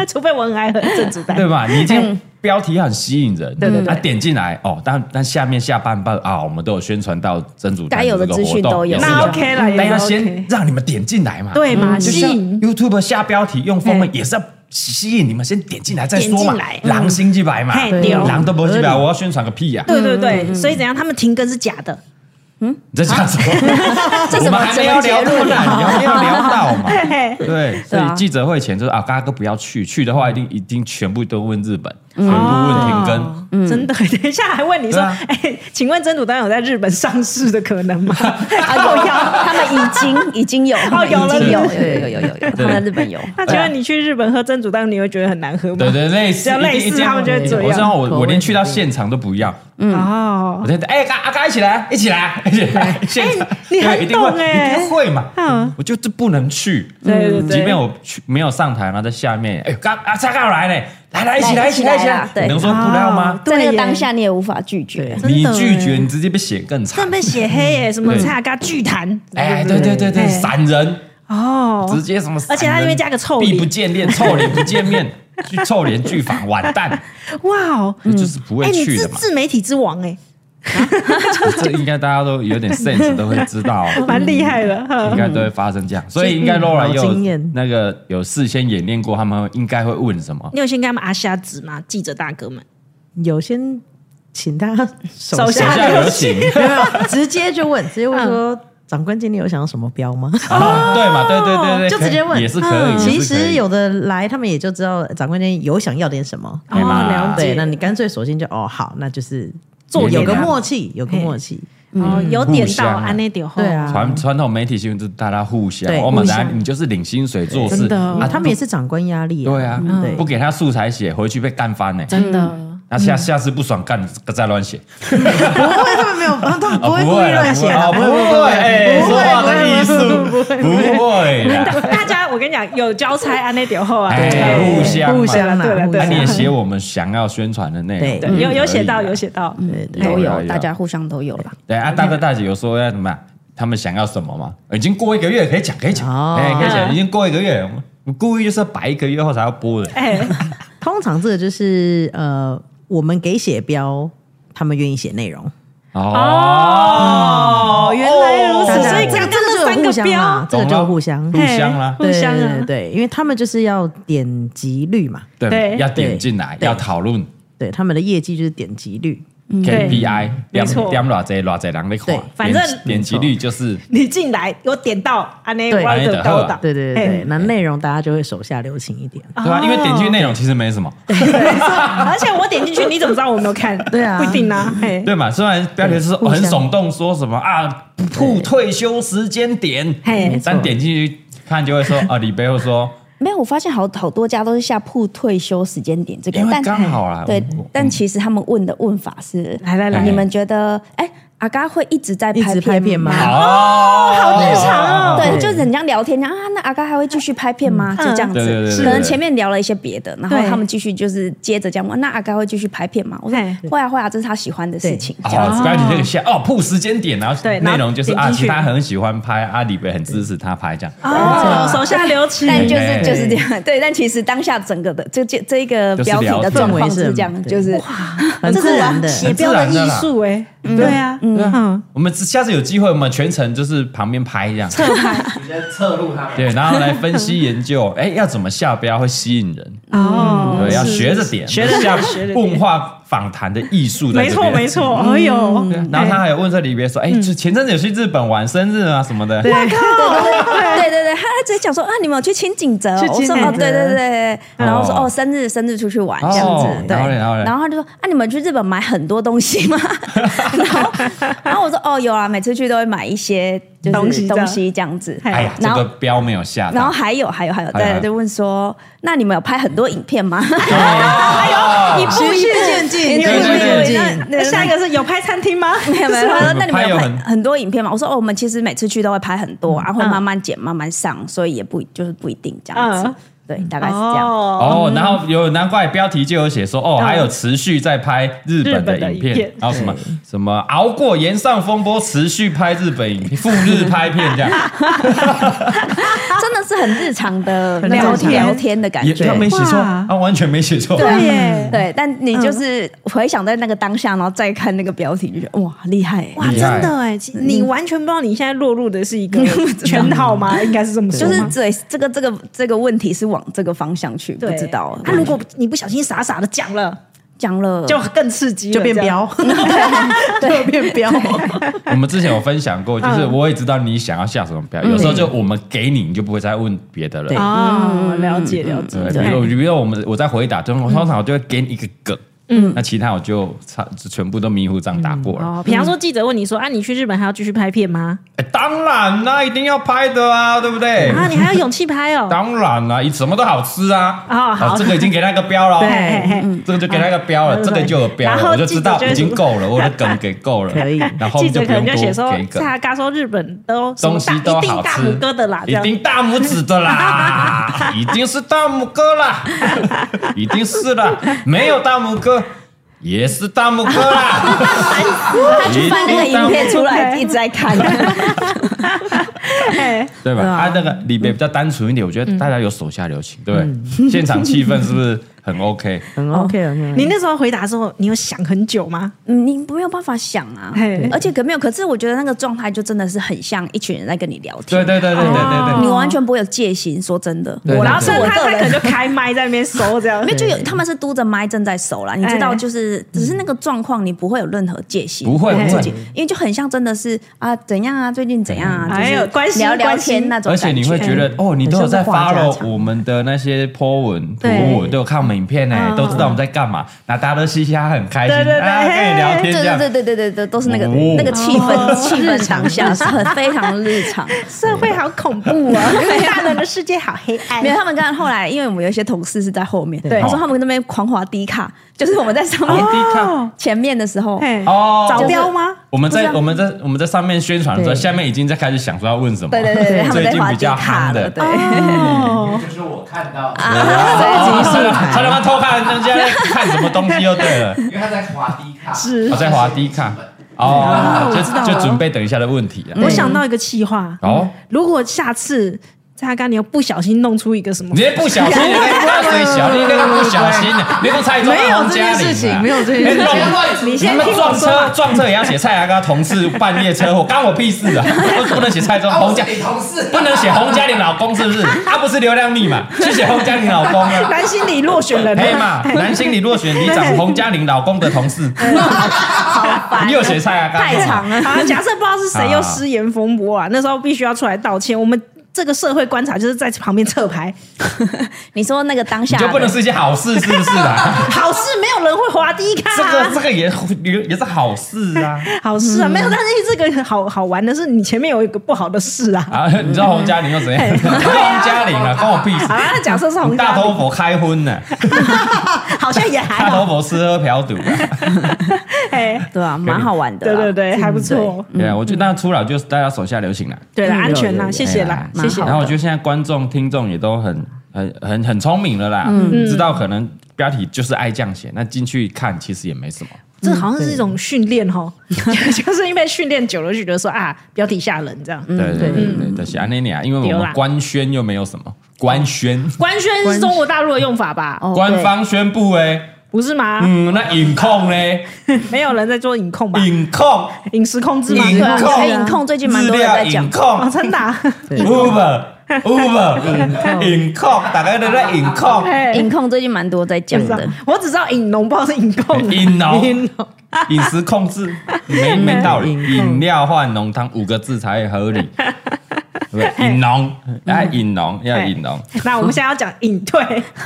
[SPEAKER 2] 除非我很爱很郑主丹，
[SPEAKER 1] 对吧？你已经标题很吸引人，
[SPEAKER 2] 对对对
[SPEAKER 1] 啊，点进来哦，但但下面下半半啊，我们都有宣传到真主
[SPEAKER 3] 该有的资讯都有
[SPEAKER 2] 那
[SPEAKER 3] 是
[SPEAKER 2] OK 了，
[SPEAKER 1] 嗯但
[SPEAKER 2] 也
[SPEAKER 1] 要
[SPEAKER 2] 是
[SPEAKER 1] 先
[SPEAKER 2] OK，
[SPEAKER 1] 让你们点进来嘛，嗯
[SPEAKER 2] 对嘛，
[SPEAKER 1] 就
[SPEAKER 2] 吸
[SPEAKER 1] 像
[SPEAKER 2] 引
[SPEAKER 1] YouTube 下标题用封面
[SPEAKER 2] 嘿
[SPEAKER 1] 也是要吸引你们先点进来再说
[SPEAKER 2] 点
[SPEAKER 1] 嘛
[SPEAKER 2] 进来，嗯
[SPEAKER 1] 狼心几百嘛
[SPEAKER 2] 嘿对，
[SPEAKER 1] 狼都不几百，我要宣传个屁呀！
[SPEAKER 2] 对对对，所以怎样？他们停更是假的，
[SPEAKER 1] 你在讲什么？
[SPEAKER 2] *laughs*
[SPEAKER 3] 这
[SPEAKER 1] 我
[SPEAKER 3] 什
[SPEAKER 1] 们
[SPEAKER 3] 么
[SPEAKER 1] 还
[SPEAKER 3] 什
[SPEAKER 1] 没有
[SPEAKER 3] 么结
[SPEAKER 1] 聊到
[SPEAKER 3] 论
[SPEAKER 1] 呢，
[SPEAKER 3] 啊？
[SPEAKER 1] 你还没有聊到嘛？
[SPEAKER 2] 嘿
[SPEAKER 1] 对，所
[SPEAKER 3] 对
[SPEAKER 1] 以
[SPEAKER 3] 啊
[SPEAKER 1] 记者会前就是啊，大家都不要去，去的话一定一定全部都问日本，
[SPEAKER 2] 嗯
[SPEAKER 1] 全部问停更。
[SPEAKER 2] 更，真的。 *laughs* 等一下还问你
[SPEAKER 1] 嗯对
[SPEAKER 2] 说
[SPEAKER 1] 啊，
[SPEAKER 2] 哎，请问真主丹有在日本上市的可
[SPEAKER 1] *laughs*
[SPEAKER 2] 能吗？
[SPEAKER 3] 啊有，他们已经已经有，他们已
[SPEAKER 2] 有了
[SPEAKER 3] 经有
[SPEAKER 2] 是
[SPEAKER 3] 有有有有有有，他们在日本有。
[SPEAKER 2] 那请问你去日本喝珍珠蛋，你会觉得很难喝吗？
[SPEAKER 1] 对对，类似
[SPEAKER 2] 只要类似
[SPEAKER 1] 一定一定
[SPEAKER 2] 他们就会这样
[SPEAKER 1] 我知道，我
[SPEAKER 4] 口
[SPEAKER 1] 我
[SPEAKER 4] 味
[SPEAKER 1] 连去到现场都不要，
[SPEAKER 2] 哦
[SPEAKER 1] 我，在哎，嘎啊嘎，一起来，一起来，一起来， *laughs* 现场
[SPEAKER 2] 哎你很
[SPEAKER 1] 对一定会
[SPEAKER 2] 懂欸
[SPEAKER 1] 一定会嘛
[SPEAKER 2] 嗯，
[SPEAKER 1] 我就这不能去，
[SPEAKER 2] 对对对
[SPEAKER 1] 嗯即便我去没有上台，然后在下面，哎，嘎啊，嘎嘎来嘞，来来，一起
[SPEAKER 3] 来
[SPEAKER 1] 来，一起来，
[SPEAKER 3] 一
[SPEAKER 1] 一
[SPEAKER 3] 起
[SPEAKER 1] 起
[SPEAKER 3] 来
[SPEAKER 1] 来
[SPEAKER 3] 啦，对
[SPEAKER 1] 你能说不要吗
[SPEAKER 2] 哦？
[SPEAKER 3] 在那
[SPEAKER 2] 对耶
[SPEAKER 3] 个当下，你也无法拒绝。
[SPEAKER 2] 真的
[SPEAKER 1] 你
[SPEAKER 2] 欸
[SPEAKER 1] 拒绝，你直接被写更惨
[SPEAKER 2] 真。被写黑耶，什么
[SPEAKER 1] 对
[SPEAKER 2] 蔡嘎巨坛，
[SPEAKER 1] 哎，嗯对对对对，
[SPEAKER 2] 哎
[SPEAKER 1] 闪人，
[SPEAKER 2] 哦，
[SPEAKER 1] 直接什么闪人，
[SPEAKER 2] 而且他因为加个臭
[SPEAKER 1] 必
[SPEAKER 2] 脸
[SPEAKER 1] 不见面，臭脸不见面，去臭脸拒访，完蛋，
[SPEAKER 2] 哇哦，
[SPEAKER 1] 就是不哎会
[SPEAKER 2] 哎，你
[SPEAKER 1] 去
[SPEAKER 2] 自
[SPEAKER 1] 的嘛。嗯
[SPEAKER 2] 自媒体之王哎，
[SPEAKER 1] 这应该大家都有点 sense，都会知道，
[SPEAKER 2] 蛮厉害的，
[SPEAKER 1] 应
[SPEAKER 2] 呵
[SPEAKER 1] 该都会发生这样，所以应该 Laura
[SPEAKER 4] 嗯好经
[SPEAKER 1] 有
[SPEAKER 4] 验
[SPEAKER 1] 那个有事先演练过，他们应该会问什么。
[SPEAKER 2] 你有先跟他们阿瞎子吗？记者大哥们，
[SPEAKER 4] 有先请他
[SPEAKER 2] 手
[SPEAKER 4] 手
[SPEAKER 1] 手
[SPEAKER 4] 下
[SPEAKER 1] 下
[SPEAKER 2] 下，
[SPEAKER 1] 留情，
[SPEAKER 4] 没有没有 *laughs* 直接就问，直接问说。长官今天有想要什么标吗？
[SPEAKER 1] *laughs* 啊对嘛？对对对对，
[SPEAKER 4] 就
[SPEAKER 1] 可以
[SPEAKER 4] 直接问嗯
[SPEAKER 1] 也是可以。
[SPEAKER 4] 其
[SPEAKER 1] *laughs* 也是可以
[SPEAKER 4] 实有的来，他们也就知道长官今天有想要点什么。
[SPEAKER 2] 哦
[SPEAKER 1] 啊对嘛
[SPEAKER 2] 了解
[SPEAKER 4] 对，那你干脆索性就哦好，那就是
[SPEAKER 2] 做
[SPEAKER 4] 有
[SPEAKER 2] 给
[SPEAKER 4] 个
[SPEAKER 2] 他
[SPEAKER 4] 默契，有个默契。
[SPEAKER 2] 哦，有点
[SPEAKER 1] 互
[SPEAKER 2] 到
[SPEAKER 1] 相啊
[SPEAKER 2] 安内丢后，
[SPEAKER 4] 嗯对啊
[SPEAKER 1] 传传统媒体新闻就是大家互相，
[SPEAKER 4] 对
[SPEAKER 1] 我们
[SPEAKER 4] 互
[SPEAKER 1] 来
[SPEAKER 4] 相
[SPEAKER 1] 你就是领薪水做事
[SPEAKER 2] 真的
[SPEAKER 1] 啊，
[SPEAKER 4] 他们也是长官压力、
[SPEAKER 1] 对啊
[SPEAKER 4] 嗯对，，
[SPEAKER 1] 不给他素材写，回去被干翻呢。
[SPEAKER 2] 真的，
[SPEAKER 1] 那下下次不爽干，再乱写。
[SPEAKER 4] 不会，他们没有，他们不会
[SPEAKER 1] 啊
[SPEAKER 4] 故意乱写
[SPEAKER 1] 啊
[SPEAKER 4] 的，
[SPEAKER 1] 不会，哎，
[SPEAKER 4] 不
[SPEAKER 1] 说
[SPEAKER 4] 会
[SPEAKER 1] 话的艺术，不会啦。
[SPEAKER 2] *laughs* 大家我跟你讲，有交差安内丢后啊，
[SPEAKER 1] 哎
[SPEAKER 2] 对
[SPEAKER 1] 互相啊嘛
[SPEAKER 4] 互相啦
[SPEAKER 2] 对了对
[SPEAKER 1] 那
[SPEAKER 2] 了
[SPEAKER 1] 你也写我们想要宣传的内
[SPEAKER 4] 对
[SPEAKER 1] 容，
[SPEAKER 2] 对有有写到
[SPEAKER 1] 可以啦
[SPEAKER 2] 有。写到，
[SPEAKER 4] 对对
[SPEAKER 3] 都
[SPEAKER 1] 有有
[SPEAKER 3] 有，
[SPEAKER 1] 有
[SPEAKER 3] 大家互相都有啦。
[SPEAKER 1] 对啊，大哥大姐有说要怎么样，他们想要什么吗？已经过一个月可以讲，可以讲，
[SPEAKER 4] 哦
[SPEAKER 1] 哎，可以讲，
[SPEAKER 2] 嗯
[SPEAKER 1] 已经过一个月，我故意就是要摆一个月后才要播的。
[SPEAKER 2] 哎，
[SPEAKER 4] 通常这个就是呃，我们给写标，他们愿意写内容。
[SPEAKER 2] 哦，原来如此，
[SPEAKER 4] 大家
[SPEAKER 2] 所以
[SPEAKER 4] 这
[SPEAKER 2] 刚
[SPEAKER 4] 个
[SPEAKER 2] 刚
[SPEAKER 4] 这个就
[SPEAKER 2] 那
[SPEAKER 4] 有
[SPEAKER 2] 三
[SPEAKER 4] 互
[SPEAKER 2] 个
[SPEAKER 4] 相
[SPEAKER 2] 标
[SPEAKER 4] 啦，，这个就有互相
[SPEAKER 1] 懂了。互相啦
[SPEAKER 2] 嘿互相
[SPEAKER 4] 对
[SPEAKER 2] 啊
[SPEAKER 4] 对，对，因为他们就是要点击率嘛，
[SPEAKER 1] 对，
[SPEAKER 2] 对
[SPEAKER 1] 要点进来，
[SPEAKER 4] 对
[SPEAKER 1] 要讨论
[SPEAKER 4] 对，他们的业绩就是点击率。
[SPEAKER 1] KPI，
[SPEAKER 2] 没
[SPEAKER 1] 点
[SPEAKER 2] 错
[SPEAKER 1] 点偌济偌济人在看
[SPEAKER 4] 对
[SPEAKER 1] 点，
[SPEAKER 2] 反正
[SPEAKER 1] 点击率就是
[SPEAKER 2] 你进来有点到安内，
[SPEAKER 4] 对
[SPEAKER 2] 我就到到，
[SPEAKER 4] 对对对
[SPEAKER 2] 嘿
[SPEAKER 4] 对，那内容大家就会手下留情一点。
[SPEAKER 1] 对
[SPEAKER 2] 哦
[SPEAKER 1] 啊，因为点进去内容其实没什么，
[SPEAKER 2] 而且我点进去，你怎么知道我没有看？
[SPEAKER 4] 对啊
[SPEAKER 2] 不一定啊。嘿，
[SPEAKER 1] 对嘛？虽然标题是
[SPEAKER 4] 对互
[SPEAKER 1] 很
[SPEAKER 4] 相
[SPEAKER 1] 耸动，说什么啊，铺退休时间点嗯
[SPEAKER 2] 嘿没，
[SPEAKER 1] 但点进去看就会说啊，李贝会
[SPEAKER 2] *laughs*
[SPEAKER 1] 说
[SPEAKER 3] 没有，我发现好好多家都是下铺退休时间点这个
[SPEAKER 1] 因，为
[SPEAKER 3] 但
[SPEAKER 1] 刚好啦
[SPEAKER 3] 对
[SPEAKER 1] 我我，嗯
[SPEAKER 3] 但其实他们问的问法是：
[SPEAKER 2] 来来来
[SPEAKER 3] 你们觉得，哎，阿嘎会一直在
[SPEAKER 4] 一直拍片吗
[SPEAKER 3] 吗？
[SPEAKER 1] 哦，好日常
[SPEAKER 3] 对，就是人家聊天，然后啊，那阿嘎还会继续拍片吗？就这样
[SPEAKER 1] 对对对
[SPEAKER 3] 子，
[SPEAKER 1] 对
[SPEAKER 3] 可能前面聊了一些别的，然后
[SPEAKER 2] 对
[SPEAKER 3] 他们继续就是接着这样问，那阿嘎会继续拍片吗？我说
[SPEAKER 2] 对
[SPEAKER 3] 会啊会啊，这是他喜欢的事情。这样
[SPEAKER 1] 哦，标题这个下哦，铺时间点，然后
[SPEAKER 2] 对然后
[SPEAKER 1] 内容就是啊，
[SPEAKER 2] 点进
[SPEAKER 1] 其
[SPEAKER 2] 去
[SPEAKER 1] 实他很喜欢拍，啊，李贝很支持他拍这样，
[SPEAKER 2] 哦，手下留情，
[SPEAKER 3] 但就
[SPEAKER 1] 哎
[SPEAKER 3] 是就是这样，对。但其实当下整个的这这这一个标题的状况是这样，就
[SPEAKER 4] 就
[SPEAKER 3] 是是
[SPEAKER 4] 很自然的
[SPEAKER 2] 这是写标的艺术哎，对啊，嗯，
[SPEAKER 1] 我们下次有机会，我们全程就是旁边拍这样，
[SPEAKER 2] 侧拍
[SPEAKER 1] *laughs* 对，然后来分析研究，哎，要怎么下标会吸引人，
[SPEAKER 2] 哦，
[SPEAKER 1] 对，要
[SPEAKER 2] 是
[SPEAKER 1] 学着点，
[SPEAKER 2] 学着点
[SPEAKER 1] 下
[SPEAKER 2] 学着点
[SPEAKER 1] 问话访谈的艺术在
[SPEAKER 2] 没
[SPEAKER 1] 这
[SPEAKER 2] 错
[SPEAKER 1] 边。
[SPEAKER 2] 没错，哎呦
[SPEAKER 1] 对啊，然后他还有问这离别说，哎，就前阵子有去日本玩生日啊什么的，对
[SPEAKER 2] *laughs*
[SPEAKER 3] 对对对，他直接讲说啊，你们有去清景泽哦？
[SPEAKER 4] 去
[SPEAKER 3] 我
[SPEAKER 4] 清
[SPEAKER 3] 说
[SPEAKER 4] 景
[SPEAKER 3] 哦，
[SPEAKER 4] 泽
[SPEAKER 3] 对对对，然后说
[SPEAKER 1] 哦
[SPEAKER 3] 哦，生日生日出去玩
[SPEAKER 1] 哦
[SPEAKER 3] 这样子，对。
[SPEAKER 1] 然后嘞然后嘞
[SPEAKER 3] 然后他就说啊，你们去日本买很多东西吗？ *laughs* 然后然后我说哦，有啊，每次去都会买一些就是
[SPEAKER 2] 东西这样
[SPEAKER 3] 东西这样子。
[SPEAKER 1] 哎呀，这
[SPEAKER 3] 然后
[SPEAKER 1] 个标没有下
[SPEAKER 3] 然
[SPEAKER 1] *laughs*
[SPEAKER 3] 后
[SPEAKER 1] 到。
[SPEAKER 3] 还有还有还有，
[SPEAKER 1] 还有还
[SPEAKER 3] 对，
[SPEAKER 1] 有
[SPEAKER 3] 就问说那你们有拍很多影片吗？ *laughs*
[SPEAKER 1] 还
[SPEAKER 3] 一步
[SPEAKER 4] 循序渐进，
[SPEAKER 3] 一步
[SPEAKER 4] 循
[SPEAKER 3] 一
[SPEAKER 4] 序
[SPEAKER 3] 步
[SPEAKER 4] 渐
[SPEAKER 3] 一步
[SPEAKER 4] 进。
[SPEAKER 3] 那
[SPEAKER 2] 那
[SPEAKER 3] 下
[SPEAKER 2] 下
[SPEAKER 3] 一
[SPEAKER 2] 一
[SPEAKER 3] 个
[SPEAKER 2] 个是有拍餐厅吗？
[SPEAKER 3] 没有没有，他说那你们
[SPEAKER 1] 拍
[SPEAKER 3] 有
[SPEAKER 1] 有
[SPEAKER 3] 拍
[SPEAKER 1] 很
[SPEAKER 3] 很多影片吗？我说哦，我们其实每次去都会拍很多，然后
[SPEAKER 2] 嗯
[SPEAKER 3] 慢慢剪慢慢上，所以也不就是不一定这样子
[SPEAKER 2] 嗯，
[SPEAKER 3] 对，大概是这样。
[SPEAKER 1] 哦，然后有难怪标题就有写说，哦，
[SPEAKER 2] 嗯
[SPEAKER 1] 还有持续在拍日本的影
[SPEAKER 2] 日本的影
[SPEAKER 1] 片
[SPEAKER 2] 片，
[SPEAKER 1] 然后什么什么熬过延上风波，持续拍日本影片，赴日拍片这样，
[SPEAKER 3] *laughs* 真的是很日常的
[SPEAKER 4] 很日常
[SPEAKER 3] 聊天聊天的感
[SPEAKER 1] 也
[SPEAKER 3] 觉
[SPEAKER 1] 他。没写错，
[SPEAKER 2] 哇
[SPEAKER 1] 他完全没写错，
[SPEAKER 3] 对
[SPEAKER 2] 耶
[SPEAKER 3] 对，嗯但你就是回想在那个当下，然后再看那个标题，就觉得哇，厉害欸耶！
[SPEAKER 2] 哇，
[SPEAKER 1] 厉
[SPEAKER 2] 真
[SPEAKER 1] 害
[SPEAKER 2] 的哎，其
[SPEAKER 1] 嗯
[SPEAKER 2] 你完全不知道你现在落入的是一
[SPEAKER 1] *laughs*
[SPEAKER 2] 个圈套吗？应该是这么说
[SPEAKER 3] 就是
[SPEAKER 2] 吗。
[SPEAKER 3] 这这个这个这个问题是往这个方向去，不
[SPEAKER 2] 对
[SPEAKER 3] 知道
[SPEAKER 2] 他如果你不小心傻傻的讲了，
[SPEAKER 3] 讲了
[SPEAKER 2] 就更刺激了，
[SPEAKER 4] 就变
[SPEAKER 2] 这样。
[SPEAKER 4] 标，就变标，
[SPEAKER 2] *laughs*
[SPEAKER 1] 我们之前有分享过，
[SPEAKER 2] 嗯
[SPEAKER 1] 就是我也知道你想要下什么标，有时候就我们给你，你就不会再问别的了。
[SPEAKER 2] 哦，
[SPEAKER 1] 嗯
[SPEAKER 2] 了解了解。
[SPEAKER 1] 对，比如比如我们我在回答，就通常我就会给你一个梗，嗯，那其他我就差全部都迷糊这样打过了。
[SPEAKER 2] 哦，比方说记者问你说：“啊，你去日本还要继续拍片吗
[SPEAKER 1] 哎当然啦，一定要拍的啊，对不？”对？
[SPEAKER 2] 啊，你还有勇气拍哦。
[SPEAKER 1] 当然啦，你什么都好吃啊。
[SPEAKER 2] 哦好
[SPEAKER 1] 啊这个已经给他一个标了哦，
[SPEAKER 2] 嘿嘿嘿
[SPEAKER 1] 这个就给他一个标了，
[SPEAKER 2] 嗯
[SPEAKER 1] 这个就有标
[SPEAKER 2] 然
[SPEAKER 1] 了，
[SPEAKER 2] 后
[SPEAKER 1] 我就知道
[SPEAKER 2] 记者就
[SPEAKER 1] 已
[SPEAKER 2] 会
[SPEAKER 1] 经够了，我的梗给够了，
[SPEAKER 4] 可以
[SPEAKER 1] 然后
[SPEAKER 2] 记
[SPEAKER 1] 就不
[SPEAKER 2] 者 *laughs* 可能
[SPEAKER 1] 用
[SPEAKER 2] 就写说
[SPEAKER 1] 多给：“梗。
[SPEAKER 2] 萨嘎说日本都什
[SPEAKER 1] 东
[SPEAKER 2] 么大
[SPEAKER 1] 西都
[SPEAKER 2] 一定
[SPEAKER 1] 好
[SPEAKER 2] 大
[SPEAKER 1] 吃，
[SPEAKER 2] 拇哥的啦，这
[SPEAKER 1] 一
[SPEAKER 2] 样
[SPEAKER 1] 定大拇指的
[SPEAKER 2] *laughs*
[SPEAKER 1] 啦，一定是大拇哥啦，一定是啦，没有大拇哥也是大拇哥
[SPEAKER 2] *laughs*
[SPEAKER 1] 啦。
[SPEAKER 3] 他去翻那个影片出来，一直在看。 *laughs*
[SPEAKER 1] 对吧？啊，那个里面比较单纯一点，我觉得大家有手下留情，对不
[SPEAKER 2] 嗯
[SPEAKER 1] 对？现场气氛是不是很
[SPEAKER 2] *laughs*
[SPEAKER 1] OK？
[SPEAKER 4] 很 OK OK。
[SPEAKER 2] 你那时候回答的时候，你有想很久吗？
[SPEAKER 3] 嗯，你没有办法想啊
[SPEAKER 2] 嘿，
[SPEAKER 3] 而且可没有，可是我觉得那个状态就真的是很像一群人在跟你聊
[SPEAKER 1] 对
[SPEAKER 3] 天，
[SPEAKER 1] 对对对对对
[SPEAKER 2] 哦
[SPEAKER 1] 对
[SPEAKER 3] 你完全不会有戒心。说真的，
[SPEAKER 1] 对
[SPEAKER 3] 我
[SPEAKER 2] 然后
[SPEAKER 3] 是
[SPEAKER 2] 甚
[SPEAKER 3] 我
[SPEAKER 2] 至他
[SPEAKER 3] 个
[SPEAKER 2] 他可
[SPEAKER 3] 人
[SPEAKER 2] 能就开麦在那边搜这样，
[SPEAKER 3] 因为就有他们是嘟着麦正在手啦，你知道，
[SPEAKER 2] 哎
[SPEAKER 3] 就是只是那个状况，你不会有任何戒心，
[SPEAKER 1] 不会
[SPEAKER 3] 对
[SPEAKER 1] 不会
[SPEAKER 3] 自己，因为就很像真的是啊，怎样啊，最近怎样啊，就是
[SPEAKER 2] 哎呦关心
[SPEAKER 3] 聊聊
[SPEAKER 2] 关心
[SPEAKER 3] 天那种
[SPEAKER 1] 而
[SPEAKER 3] 感
[SPEAKER 1] 且
[SPEAKER 3] 觉，
[SPEAKER 1] 你会觉得哦，你都有在
[SPEAKER 4] 很像在话家
[SPEAKER 1] follow
[SPEAKER 4] 常
[SPEAKER 1] 我们的那些 po 文、图
[SPEAKER 2] 对嗯
[SPEAKER 1] 文，都有看我们影片呢，都知道我们在干嘛，那大家都嘻嘻哈哈很开心，
[SPEAKER 2] 对对对
[SPEAKER 1] 啊，跟你聊天
[SPEAKER 3] 对
[SPEAKER 1] 这
[SPEAKER 3] 嗯对
[SPEAKER 1] 样，
[SPEAKER 3] 对对对对对，都是那个
[SPEAKER 1] 哦
[SPEAKER 3] 那个气氛
[SPEAKER 2] 哦哎
[SPEAKER 3] 气氛当下是
[SPEAKER 2] *laughs*
[SPEAKER 3] 很非常日常。
[SPEAKER 2] 社会好恐怖
[SPEAKER 3] *laughs*
[SPEAKER 2] 啊！因为大人的世界好黑暗
[SPEAKER 3] 没有，他们刚后来，因为我们有一些同事是在后面，
[SPEAKER 2] 对
[SPEAKER 3] 他说他们那边狂滑低卡，就是我们在上面
[SPEAKER 1] 低卡
[SPEAKER 3] 前面的时候，
[SPEAKER 2] 嘿
[SPEAKER 1] 哦
[SPEAKER 2] 哦找
[SPEAKER 3] 就是
[SPEAKER 1] *laughs*
[SPEAKER 2] 标吗？
[SPEAKER 1] 我们
[SPEAKER 3] 不
[SPEAKER 1] 在
[SPEAKER 3] 是啊
[SPEAKER 1] 我们在我们在上面宣传的时候，
[SPEAKER 4] 对
[SPEAKER 1] 下面已经在开始想说要问什么。
[SPEAKER 3] 对对对对，他们
[SPEAKER 1] 最
[SPEAKER 3] 在
[SPEAKER 1] 近
[SPEAKER 3] 滑
[SPEAKER 1] 比
[SPEAKER 3] 低
[SPEAKER 1] 较
[SPEAKER 3] 卡
[SPEAKER 1] 夯
[SPEAKER 3] 了，
[SPEAKER 1] 的，
[SPEAKER 3] 对，
[SPEAKER 2] 哦
[SPEAKER 3] *laughs*
[SPEAKER 5] 就是我看到，
[SPEAKER 1] 啊，是他他妈偷看人家在看什么东西就对了，
[SPEAKER 5] 因为他在滑低卡，
[SPEAKER 2] 是
[SPEAKER 1] 我在滑低看哦，就就准备等一下的问题啊。
[SPEAKER 2] 我想到一个气话
[SPEAKER 1] 哦，
[SPEAKER 2] 如果下次蔡刚你又不小心弄出一个什么
[SPEAKER 1] 你，那不小心，你那大
[SPEAKER 4] *laughs*
[SPEAKER 1] 嘴小，你那个不小心，你那个蔡宗
[SPEAKER 4] 没有这
[SPEAKER 1] 家
[SPEAKER 4] 件事情，没
[SPEAKER 1] 里。啊
[SPEAKER 4] 有这件事情。
[SPEAKER 5] 你
[SPEAKER 1] 你们撞车撞车也要写蔡阿刚同事半夜车祸，干我屁事啊！不不能写
[SPEAKER 5] *laughs*
[SPEAKER 1] 蔡宗洪家，
[SPEAKER 5] 啊你同事
[SPEAKER 1] 不能写洪嘉玲老公是不是？他不是流量密码，去写洪嘉玲老公
[SPEAKER 2] *laughs*
[SPEAKER 4] *laughs*
[SPEAKER 1] 啊！
[SPEAKER 2] 男心理落选人
[SPEAKER 1] 黑
[SPEAKER 2] 啊，
[SPEAKER 1] 嘛，男心理落选里长洪嘉玲老公的同
[SPEAKER 4] *laughs*
[SPEAKER 1] 事，
[SPEAKER 3] 好烦
[SPEAKER 1] 你有写蔡啊？刚刚
[SPEAKER 3] 太长了。
[SPEAKER 2] 啊，假设不知道是谁又失言风波啊，那时候必须要出来道歉。我们这个社会观察就是在旁边侧
[SPEAKER 3] *laughs*
[SPEAKER 2] 拍，
[SPEAKER 3] 你说那个当
[SPEAKER 1] 你
[SPEAKER 3] 下
[SPEAKER 1] 就不能是一件好事，是不是
[SPEAKER 4] *laughs*
[SPEAKER 1] 啦？
[SPEAKER 2] 好事没有人会滑低卡
[SPEAKER 1] 这
[SPEAKER 2] 啊，
[SPEAKER 1] 个这个也也也是好事啊！
[SPEAKER 2] 好事啊，
[SPEAKER 3] 嗯
[SPEAKER 2] 没有。但是这个好好玩的是，你前面有一个不好的事啊。
[SPEAKER 1] 啊，你知道洪嘉玲又怎
[SPEAKER 2] *laughs*
[SPEAKER 1] 样？你知道洪嘉玲啊，关我屁事！
[SPEAKER 2] 好啦，那假设是红
[SPEAKER 1] 你大头佛开荤呢，
[SPEAKER 2] 好像也还
[SPEAKER 1] 大头
[SPEAKER 2] 好，
[SPEAKER 1] 佛吃喝嫖赌啊。
[SPEAKER 2] 哎，
[SPEAKER 3] 对啊，蛮好玩的
[SPEAKER 2] 对
[SPEAKER 3] 啦，
[SPEAKER 2] 对
[SPEAKER 1] 嗯
[SPEAKER 2] 对，还不错，
[SPEAKER 1] 对啊，我觉得那出来就是大家手下留情啦。
[SPEAKER 2] 对了，
[SPEAKER 4] 嗯
[SPEAKER 2] 安全
[SPEAKER 4] 有有
[SPEAKER 2] 啦，
[SPEAKER 4] 有
[SPEAKER 2] 谢谢
[SPEAKER 1] 哎
[SPEAKER 2] 啦
[SPEAKER 1] 呀，
[SPEAKER 2] 谢谢
[SPEAKER 3] 好。的
[SPEAKER 1] 然后我觉得现在观众、听众也都很、很、很、很聪明了啦，
[SPEAKER 2] 嗯
[SPEAKER 1] 知道可能标题就是爱这样写，那进去看其实也没什么。
[SPEAKER 2] 这好像是一种训练哈， *laughs* 就是因为训练久了就觉得说啊，标题吓人这样。
[SPEAKER 1] 对对对对对，是安内尼啊，因为我
[SPEAKER 2] 嗯对啦哦
[SPEAKER 1] 们官宣又没有什么官宣，
[SPEAKER 2] 官宣是中国大陆的用法吧？
[SPEAKER 3] 哦，
[SPEAKER 1] 官方宣布哎，
[SPEAKER 2] 不是吗？
[SPEAKER 1] 嗯，那影控嘞，
[SPEAKER 2] 没有人在做影控吧？
[SPEAKER 1] 影控，
[SPEAKER 2] 饮食控制吗？
[SPEAKER 1] 影
[SPEAKER 3] 对
[SPEAKER 2] 对啊
[SPEAKER 3] 啊，
[SPEAKER 1] 控
[SPEAKER 3] 哎影控最近蛮
[SPEAKER 1] 资
[SPEAKER 3] 多人
[SPEAKER 1] 料
[SPEAKER 3] 在讲
[SPEAKER 1] 影，控
[SPEAKER 2] 哦，真的啊
[SPEAKER 1] ，Uber
[SPEAKER 4] *laughs*
[SPEAKER 1] Uber 影控，大家都在影控，
[SPEAKER 3] 影控最近蛮多在讲的，
[SPEAKER 2] 我只知道饮农，不知道是饮控啊。
[SPEAKER 1] 饮浓
[SPEAKER 4] 浓
[SPEAKER 1] 哦饮食控制没没道理，
[SPEAKER 4] 饮哦控
[SPEAKER 1] 饮料换浓汤五个字才合
[SPEAKER 4] *laughs*
[SPEAKER 1] 理，对不对饮浓要饮浓要饮浓，
[SPEAKER 2] *laughs* 那我们现在要讲隐退，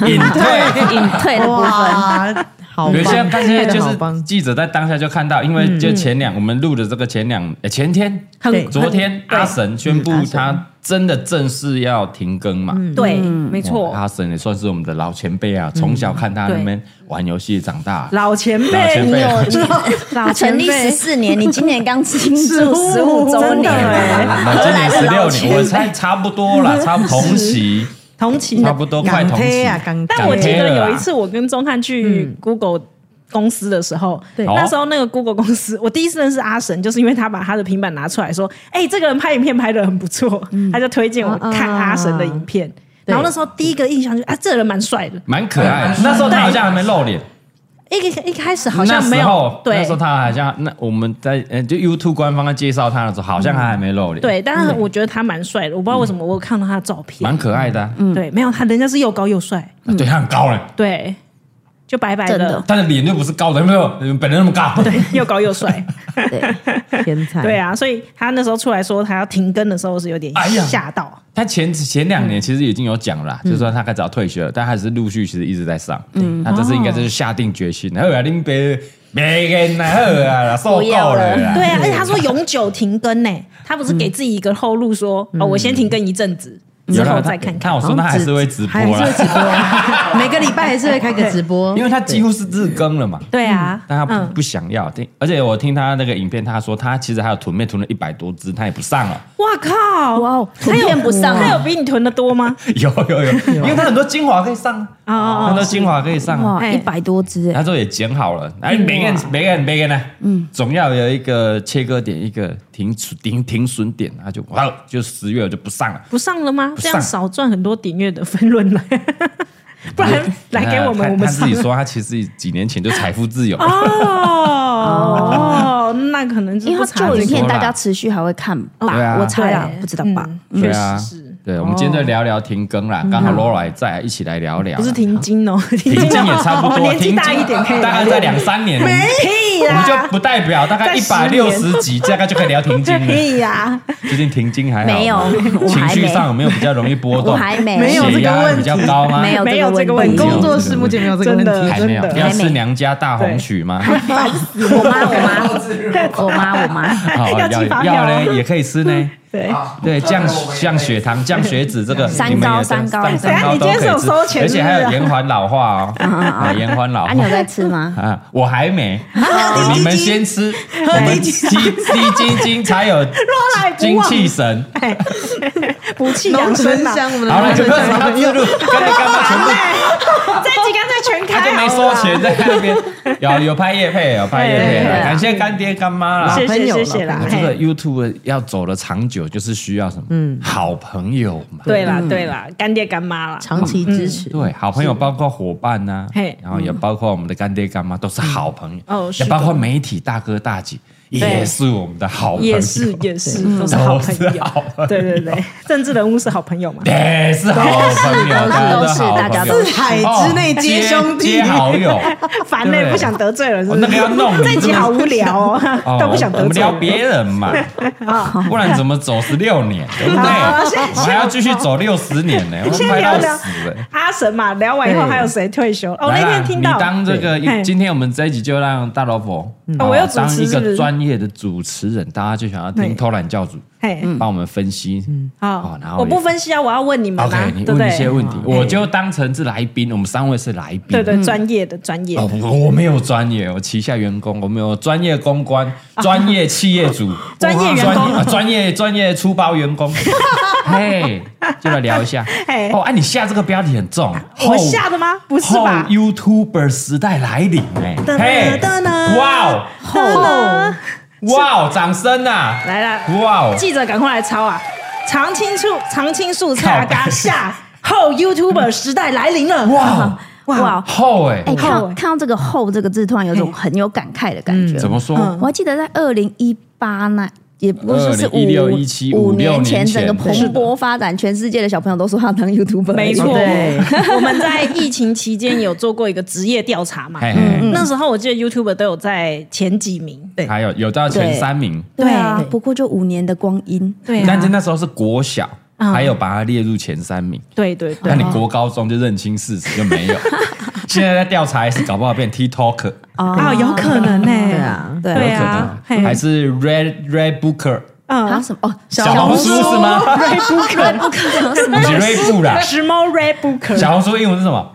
[SPEAKER 1] 隐
[SPEAKER 4] *laughs*
[SPEAKER 1] 退。
[SPEAKER 3] 隐退
[SPEAKER 2] 哦
[SPEAKER 3] 的部分。
[SPEAKER 4] 哇，好
[SPEAKER 1] 有
[SPEAKER 4] 棒，
[SPEAKER 1] 些但
[SPEAKER 4] 配
[SPEAKER 1] 是
[SPEAKER 4] 得
[SPEAKER 1] 就
[SPEAKER 4] 好嗯
[SPEAKER 1] 是
[SPEAKER 4] 棒，
[SPEAKER 1] 记者在当下就看到，因为就前两我们录的这个前两诶前天
[SPEAKER 4] 对
[SPEAKER 2] 很
[SPEAKER 1] 昨天
[SPEAKER 2] 对
[SPEAKER 1] 阿神宣布
[SPEAKER 4] 嗯阿神嗯
[SPEAKER 1] 他真的正式要停更嘛，
[SPEAKER 2] 对，
[SPEAKER 1] 嗯
[SPEAKER 2] 没错
[SPEAKER 1] 哇，阿神也算是我们的老前辈啊，从小看他那边玩游戏长大，
[SPEAKER 2] 老前
[SPEAKER 1] 老
[SPEAKER 2] 辈
[SPEAKER 1] 前，
[SPEAKER 3] 你
[SPEAKER 1] 辈
[SPEAKER 3] 有你
[SPEAKER 2] 老前
[SPEAKER 3] 成立
[SPEAKER 2] 辈
[SPEAKER 3] 十四年，你今年刚庆祝
[SPEAKER 2] 15
[SPEAKER 3] 十五周
[SPEAKER 2] 真的
[SPEAKER 3] 年，
[SPEAKER 2] 哎
[SPEAKER 1] 那今年
[SPEAKER 3] 荷
[SPEAKER 1] 十
[SPEAKER 3] 兰的
[SPEAKER 1] 六
[SPEAKER 3] 老
[SPEAKER 1] 年，
[SPEAKER 3] 前
[SPEAKER 1] 我猜差不多啦，差不多同期，
[SPEAKER 2] 同期
[SPEAKER 1] 差不多快
[SPEAKER 4] 港
[SPEAKER 1] 同期
[SPEAKER 4] 推。啊，港
[SPEAKER 2] 但我
[SPEAKER 1] 港
[SPEAKER 2] 记
[SPEAKER 1] 贴
[SPEAKER 2] 得
[SPEAKER 1] 了啊
[SPEAKER 2] 有一次，我跟钟汉
[SPEAKER 3] 嗯
[SPEAKER 2] 去 Google 公司的时候，
[SPEAKER 4] 对
[SPEAKER 2] 那时候那个 Google 公司，我第一次认识阿神，就是因为他把他的平板拿出来说：“哎、这个人拍影片拍的很不错。
[SPEAKER 3] 嗯
[SPEAKER 2] 他就推荐我
[SPEAKER 3] 啊
[SPEAKER 2] 看阿神的影片。然后那时候第一个印象就是，啊，这人蛮帅的。
[SPEAKER 1] 蛮可爱的，那时候他好像还没露脸，
[SPEAKER 2] 一个一开始好
[SPEAKER 1] 那
[SPEAKER 2] 像没
[SPEAKER 1] 时
[SPEAKER 2] 有
[SPEAKER 1] 候，
[SPEAKER 2] 对
[SPEAKER 1] 那时候他好像那我们在呃就 YouTube 官方在介绍他的时候，好像他还没露脸，，
[SPEAKER 2] 对，但是我觉得他蛮帅的，我不知道为什么我有看到他的照片，
[SPEAKER 1] 嗯蛮可爱的啊，
[SPEAKER 2] 对，没有他，人家是又高又帅，
[SPEAKER 1] 啊对他很高嘞，
[SPEAKER 2] 对，就白白
[SPEAKER 3] 真的
[SPEAKER 1] 但是脸又不是高的，有没有本人那么高，对，
[SPEAKER 2] *laughs* 又高又帅，
[SPEAKER 4] 天才，
[SPEAKER 2] 对啊，所以他那时候出来说他要停更的时候是有点
[SPEAKER 1] 哎呀
[SPEAKER 2] 吓到，
[SPEAKER 1] 他前前两年其实已经有讲了啦，就是说他该早退休了，但还是陆续其实一直在上。嗯那这次应该就是下定决心，好啊，恁别别跟啦，好啊啦，受够了啦。
[SPEAKER 2] 对啊，而且他说永久停更呢、 *laughs* 他不是给自己一个后路说，哦，我先停更一阵子，之
[SPEAKER 1] 有啦
[SPEAKER 2] 后
[SPEAKER 1] 他
[SPEAKER 2] 再看看。
[SPEAKER 1] 看我说他哦还是会直播
[SPEAKER 4] 还是会直
[SPEAKER 1] 啦，
[SPEAKER 4] 播 *laughs* 啊，每个礼拜还是会开个直播，
[SPEAKER 1] 因为他几乎是日更了嘛。
[SPEAKER 2] 对啊，
[SPEAKER 1] 但他
[SPEAKER 2] 嗯
[SPEAKER 1] 不不想要听，而且我听他那个影片，他说他其实还有囤妹囤了一百多只，他也不上哦了。
[SPEAKER 2] 哇靠，
[SPEAKER 3] 哇哦，图片不上
[SPEAKER 2] 他有
[SPEAKER 3] 了，
[SPEAKER 2] 比你囤的多吗？
[SPEAKER 1] 有有有，因为他很多精华可以上啊，
[SPEAKER 2] 哦哦
[SPEAKER 1] 很多精华可以上啊。
[SPEAKER 3] 哇，
[SPEAKER 2] 哎
[SPEAKER 3] 一百多只哎，
[SPEAKER 1] 他说也剪好了，哎，每个人每个人每个人呢，嗯，总要有一个切割点，一个停损停停损点，他就哇，就十月我就不上了。
[SPEAKER 2] 不上了吗？
[SPEAKER 1] 不
[SPEAKER 2] 这
[SPEAKER 1] 上
[SPEAKER 2] 样少赚很多点阅的分
[SPEAKER 1] *laughs*
[SPEAKER 2] 论了，不然来给我
[SPEAKER 1] 他
[SPEAKER 2] 们，我们
[SPEAKER 1] 他自
[SPEAKER 2] 上
[SPEAKER 1] 己。说，他其实几年前就财富自由，
[SPEAKER 2] 哦，哦那可能是
[SPEAKER 3] 因为
[SPEAKER 2] 不
[SPEAKER 3] 它
[SPEAKER 2] 查
[SPEAKER 3] 旧
[SPEAKER 2] 这
[SPEAKER 3] 影
[SPEAKER 2] 个
[SPEAKER 3] 片大家持续还会看
[SPEAKER 1] 对啊
[SPEAKER 3] 吧，我猜啦
[SPEAKER 2] 对，
[SPEAKER 3] 不知道吧？
[SPEAKER 2] 嗯
[SPEAKER 1] 对
[SPEAKER 2] 确
[SPEAKER 1] 啊
[SPEAKER 2] 实是，
[SPEAKER 1] 对，我们今天就聊聊停更啦，刚好 Laura 也在，一起来聊聊啦。
[SPEAKER 2] 嗯不是停经哦， *laughs* 停
[SPEAKER 1] 停
[SPEAKER 2] 经
[SPEAKER 1] 经也差不
[SPEAKER 2] 我
[SPEAKER 1] 多，
[SPEAKER 2] *laughs* 年纪
[SPEAKER 1] 停
[SPEAKER 2] 大
[SPEAKER 1] 经
[SPEAKER 2] 一点可以
[SPEAKER 1] 大概在两三年，没
[SPEAKER 2] 屁
[SPEAKER 1] 我们
[SPEAKER 2] 啦，
[SPEAKER 1] 就不代表大概
[SPEAKER 2] 在
[SPEAKER 1] 一
[SPEAKER 2] 十
[SPEAKER 1] 百六十
[SPEAKER 2] 年
[SPEAKER 1] 集，大概就可以聊停经
[SPEAKER 2] *laughs*
[SPEAKER 1] 了。
[SPEAKER 2] 屁呀，
[SPEAKER 1] 最近停经还好吗
[SPEAKER 3] 没有我
[SPEAKER 1] 情
[SPEAKER 3] 还
[SPEAKER 1] 绪
[SPEAKER 3] 没
[SPEAKER 1] 上有没有比较容易波
[SPEAKER 3] 我
[SPEAKER 1] 动？
[SPEAKER 3] 还没
[SPEAKER 4] 没有这
[SPEAKER 1] 血
[SPEAKER 4] 个
[SPEAKER 1] 压
[SPEAKER 4] 问
[SPEAKER 1] 比
[SPEAKER 4] 题
[SPEAKER 1] 较高吗？
[SPEAKER 3] 没有
[SPEAKER 2] 没有
[SPEAKER 3] 这
[SPEAKER 2] 这
[SPEAKER 3] 个
[SPEAKER 2] 个
[SPEAKER 3] 问
[SPEAKER 2] 问
[SPEAKER 3] 题
[SPEAKER 1] 哦
[SPEAKER 3] 哦
[SPEAKER 2] 题，哦
[SPEAKER 1] *laughs*
[SPEAKER 4] 工作室目前没有这个问
[SPEAKER 2] 真
[SPEAKER 4] 题
[SPEAKER 2] 的，
[SPEAKER 1] 还没有，
[SPEAKER 2] 真
[SPEAKER 1] 要是娘家大红曲吗？
[SPEAKER 3] 我妈我
[SPEAKER 1] *laughs*
[SPEAKER 3] 妈我妈我妈，
[SPEAKER 1] 好，
[SPEAKER 2] *laughs* 要
[SPEAKER 1] 哦要
[SPEAKER 2] 寄发票
[SPEAKER 1] 要呢，也可以吃
[SPEAKER 2] *laughs*
[SPEAKER 1] 呢。
[SPEAKER 2] 对。
[SPEAKER 5] 好
[SPEAKER 1] 对，降
[SPEAKER 5] 那我们也
[SPEAKER 1] 降血糖、降血脂，这个
[SPEAKER 3] 三
[SPEAKER 1] 你们
[SPEAKER 3] 高
[SPEAKER 1] 也
[SPEAKER 3] 三高
[SPEAKER 1] 三
[SPEAKER 3] 三
[SPEAKER 1] 三高
[SPEAKER 2] 高
[SPEAKER 1] 都可
[SPEAKER 2] *laughs* 你今天是有
[SPEAKER 1] 以吃
[SPEAKER 2] 收钱
[SPEAKER 1] 而且还
[SPEAKER 2] 是
[SPEAKER 1] 有
[SPEAKER 2] 不是
[SPEAKER 1] 延缓老化
[SPEAKER 2] *laughs*
[SPEAKER 1] 哦，啊延缓老
[SPEAKER 3] 啊，你有
[SPEAKER 1] 化
[SPEAKER 3] 在吃吗？
[SPEAKER 1] 啊，我还没，
[SPEAKER 2] 啊
[SPEAKER 1] 你们先吃，我们低低金金才
[SPEAKER 2] *laughs*
[SPEAKER 1] 有
[SPEAKER 2] 来不
[SPEAKER 1] 精
[SPEAKER 2] 忘
[SPEAKER 1] 气神。
[SPEAKER 2] 哎， *laughs* 补气
[SPEAKER 4] 农
[SPEAKER 2] 养
[SPEAKER 4] 村
[SPEAKER 2] 生啊呐、
[SPEAKER 4] 香，我们的
[SPEAKER 1] 好了，
[SPEAKER 4] 农
[SPEAKER 1] 就
[SPEAKER 4] 村
[SPEAKER 1] 不要让
[SPEAKER 4] 香
[SPEAKER 1] 他自入，干嘛干嘛全部
[SPEAKER 2] 这一集干脆全
[SPEAKER 1] 他
[SPEAKER 2] 开
[SPEAKER 1] 就没
[SPEAKER 2] 好了
[SPEAKER 1] 收
[SPEAKER 2] 啦
[SPEAKER 1] 钱在那边，有有拍夜配，有拍夜配
[SPEAKER 3] 对对
[SPEAKER 1] 啦，
[SPEAKER 3] 对
[SPEAKER 1] 感谢干爹干妈啦，
[SPEAKER 2] 谢
[SPEAKER 4] 老朋
[SPEAKER 2] 谢
[SPEAKER 4] 友
[SPEAKER 2] 谢谢
[SPEAKER 4] 老
[SPEAKER 2] 啦
[SPEAKER 1] 我，
[SPEAKER 2] 嘿
[SPEAKER 1] 啊这个 YouTube 要走的长久，就是需要什么？嗯，好朋友嘛。
[SPEAKER 2] 对
[SPEAKER 4] 嗯
[SPEAKER 2] 啦对啦，干爹干妈啦，
[SPEAKER 4] 长期支持，
[SPEAKER 1] 嗯对，好朋友包括伙伴呐、
[SPEAKER 2] 嘿嗯
[SPEAKER 1] 然后也包括我们的干爹干妈，都是好朋友。
[SPEAKER 2] 哦是
[SPEAKER 1] 也
[SPEAKER 2] 的
[SPEAKER 1] 包括媒体大哥大姐，也是我们的好朋友，
[SPEAKER 2] 也是也是
[SPEAKER 4] 嗯
[SPEAKER 2] 都是好
[SPEAKER 1] 都
[SPEAKER 2] 朋
[SPEAKER 1] 是 *laughs*
[SPEAKER 2] 友，
[SPEAKER 1] 好朋友，
[SPEAKER 2] 对对对，政治人物是好朋友嘛，
[SPEAKER 1] 也是好朋友，
[SPEAKER 3] 都是
[SPEAKER 1] 大家
[SPEAKER 3] 大家
[SPEAKER 1] 都
[SPEAKER 3] 都
[SPEAKER 1] 是
[SPEAKER 3] 是
[SPEAKER 4] 海之内皆兄弟
[SPEAKER 1] 皆好
[SPEAKER 2] *laughs*
[SPEAKER 1] 友。
[SPEAKER 2] 烦嘞、
[SPEAKER 1] 对
[SPEAKER 2] 不想得罪人，是不
[SPEAKER 1] 哦
[SPEAKER 2] 是？
[SPEAKER 1] 那个要弄你
[SPEAKER 2] 这一集好无
[SPEAKER 1] *laughs*
[SPEAKER 2] 聊哦， *laughs*
[SPEAKER 1] 哦
[SPEAKER 2] 都不想
[SPEAKER 1] 我
[SPEAKER 2] 得
[SPEAKER 1] 们
[SPEAKER 2] 罪哦
[SPEAKER 1] 聊
[SPEAKER 2] 人。
[SPEAKER 1] 别人嘛，
[SPEAKER 2] *laughs*
[SPEAKER 1] 不然怎么走十六年，对不对？我还要继续走六十年呢，我
[SPEAKER 2] 先
[SPEAKER 1] 拍
[SPEAKER 2] 聊
[SPEAKER 1] 到
[SPEAKER 2] 聊
[SPEAKER 1] 死了。
[SPEAKER 2] 阿神嘛，聊完以后还有谁退休？哦，
[SPEAKER 1] 来
[SPEAKER 2] 那
[SPEAKER 1] 啦
[SPEAKER 2] 天听到
[SPEAKER 1] 你当这个
[SPEAKER 2] 对，
[SPEAKER 1] 今天我们这一集就让大老婆，好啊
[SPEAKER 2] 哦我有主持
[SPEAKER 1] 当一
[SPEAKER 2] 是不
[SPEAKER 1] 个
[SPEAKER 2] 是
[SPEAKER 1] 专业的主持人，大家就想要听
[SPEAKER 2] 对
[SPEAKER 1] 偷懒教主
[SPEAKER 2] 嘿，
[SPEAKER 4] 嗯
[SPEAKER 1] 帮我们分析。
[SPEAKER 2] 好
[SPEAKER 1] 哦然，后
[SPEAKER 2] 我
[SPEAKER 1] 也
[SPEAKER 2] 不分析啊，我要问你们
[SPEAKER 1] OK，
[SPEAKER 2] 啊，
[SPEAKER 1] 你
[SPEAKER 2] 对不
[SPEAKER 1] 问一些
[SPEAKER 2] 对？
[SPEAKER 1] 问题，我就当成是来宾，我们三位是来宾。
[SPEAKER 2] 对对，
[SPEAKER 4] 嗯
[SPEAKER 2] 专业的专业
[SPEAKER 1] 哦，
[SPEAKER 2] 的，
[SPEAKER 1] 我没有专业，我旗下员工，我们有专业公
[SPEAKER 2] *laughs*
[SPEAKER 1] 关、专业企业主、
[SPEAKER 2] 专业员工
[SPEAKER 1] 专啊专业专业出包员
[SPEAKER 2] *laughs*
[SPEAKER 1] 工。嘿，就来聊一下
[SPEAKER 2] 嘿。
[SPEAKER 1] 哦，哎，你下这个标题很重，
[SPEAKER 2] 我
[SPEAKER 1] 后
[SPEAKER 2] 吓的吗？不是
[SPEAKER 1] 后
[SPEAKER 2] 吧？
[SPEAKER 1] YouTuber 时代来临哎、
[SPEAKER 2] 噔
[SPEAKER 1] 嘿，
[SPEAKER 2] 噔噔
[SPEAKER 1] 哇哦，
[SPEAKER 2] 后
[SPEAKER 1] 哇哦，掌声呐、
[SPEAKER 2] 来了，
[SPEAKER 1] 哇哦，
[SPEAKER 2] 记者赶快来抄啊！常青树，常青树菜啊，
[SPEAKER 1] 靠
[SPEAKER 2] 嘎下后 YouTuber 时代来临了！
[SPEAKER 1] 哇
[SPEAKER 3] 哇，
[SPEAKER 1] 后哎、
[SPEAKER 3] 哎，看
[SPEAKER 2] 后
[SPEAKER 3] 到
[SPEAKER 2] 哎
[SPEAKER 3] 看到这个后这个字，突然有种很有感慨的感觉。
[SPEAKER 1] 嗯怎么说？
[SPEAKER 2] 嗯
[SPEAKER 3] 我还记得在二零一八那也不是是
[SPEAKER 1] 2016 17
[SPEAKER 3] 五
[SPEAKER 1] 56
[SPEAKER 3] 年
[SPEAKER 1] 年前
[SPEAKER 3] 整个蓬勃发展，全世界的小朋友都说他当 YouTuber，啊
[SPEAKER 2] 没错
[SPEAKER 4] 对，
[SPEAKER 2] *laughs* 我们在疫情期间有做过一个职业调查嘛，嗯
[SPEAKER 1] 嘿嗯嘿，
[SPEAKER 2] 那时候我记得 YouTube 都有在前几名，
[SPEAKER 4] 对
[SPEAKER 1] 还有有到前三名，
[SPEAKER 3] 对啊
[SPEAKER 4] 对，
[SPEAKER 3] 不过就五年的光阴，
[SPEAKER 2] 对啊嗯
[SPEAKER 1] 但是那时候是国小，还有把它列入前三名。
[SPEAKER 2] 对对对
[SPEAKER 1] 那，你国高中就认清事实就
[SPEAKER 2] *laughs*
[SPEAKER 1] 没有，现在在调查也是搞不好变 TikTok，
[SPEAKER 2] 啊，有可能呢，
[SPEAKER 4] 对，啊，
[SPEAKER 3] 对
[SPEAKER 2] 对
[SPEAKER 1] 有可能
[SPEAKER 2] 啊，嘿
[SPEAKER 1] 还是 Red Red Booker
[SPEAKER 3] 啊
[SPEAKER 2] 嗯，
[SPEAKER 3] 什么哦，
[SPEAKER 1] 小红书是吗？
[SPEAKER 2] *laughs*
[SPEAKER 3] 不可不可什么
[SPEAKER 1] 不？是 Red b o o 啦，
[SPEAKER 2] 时髦 Red Booker，
[SPEAKER 1] 小红书英文是什么？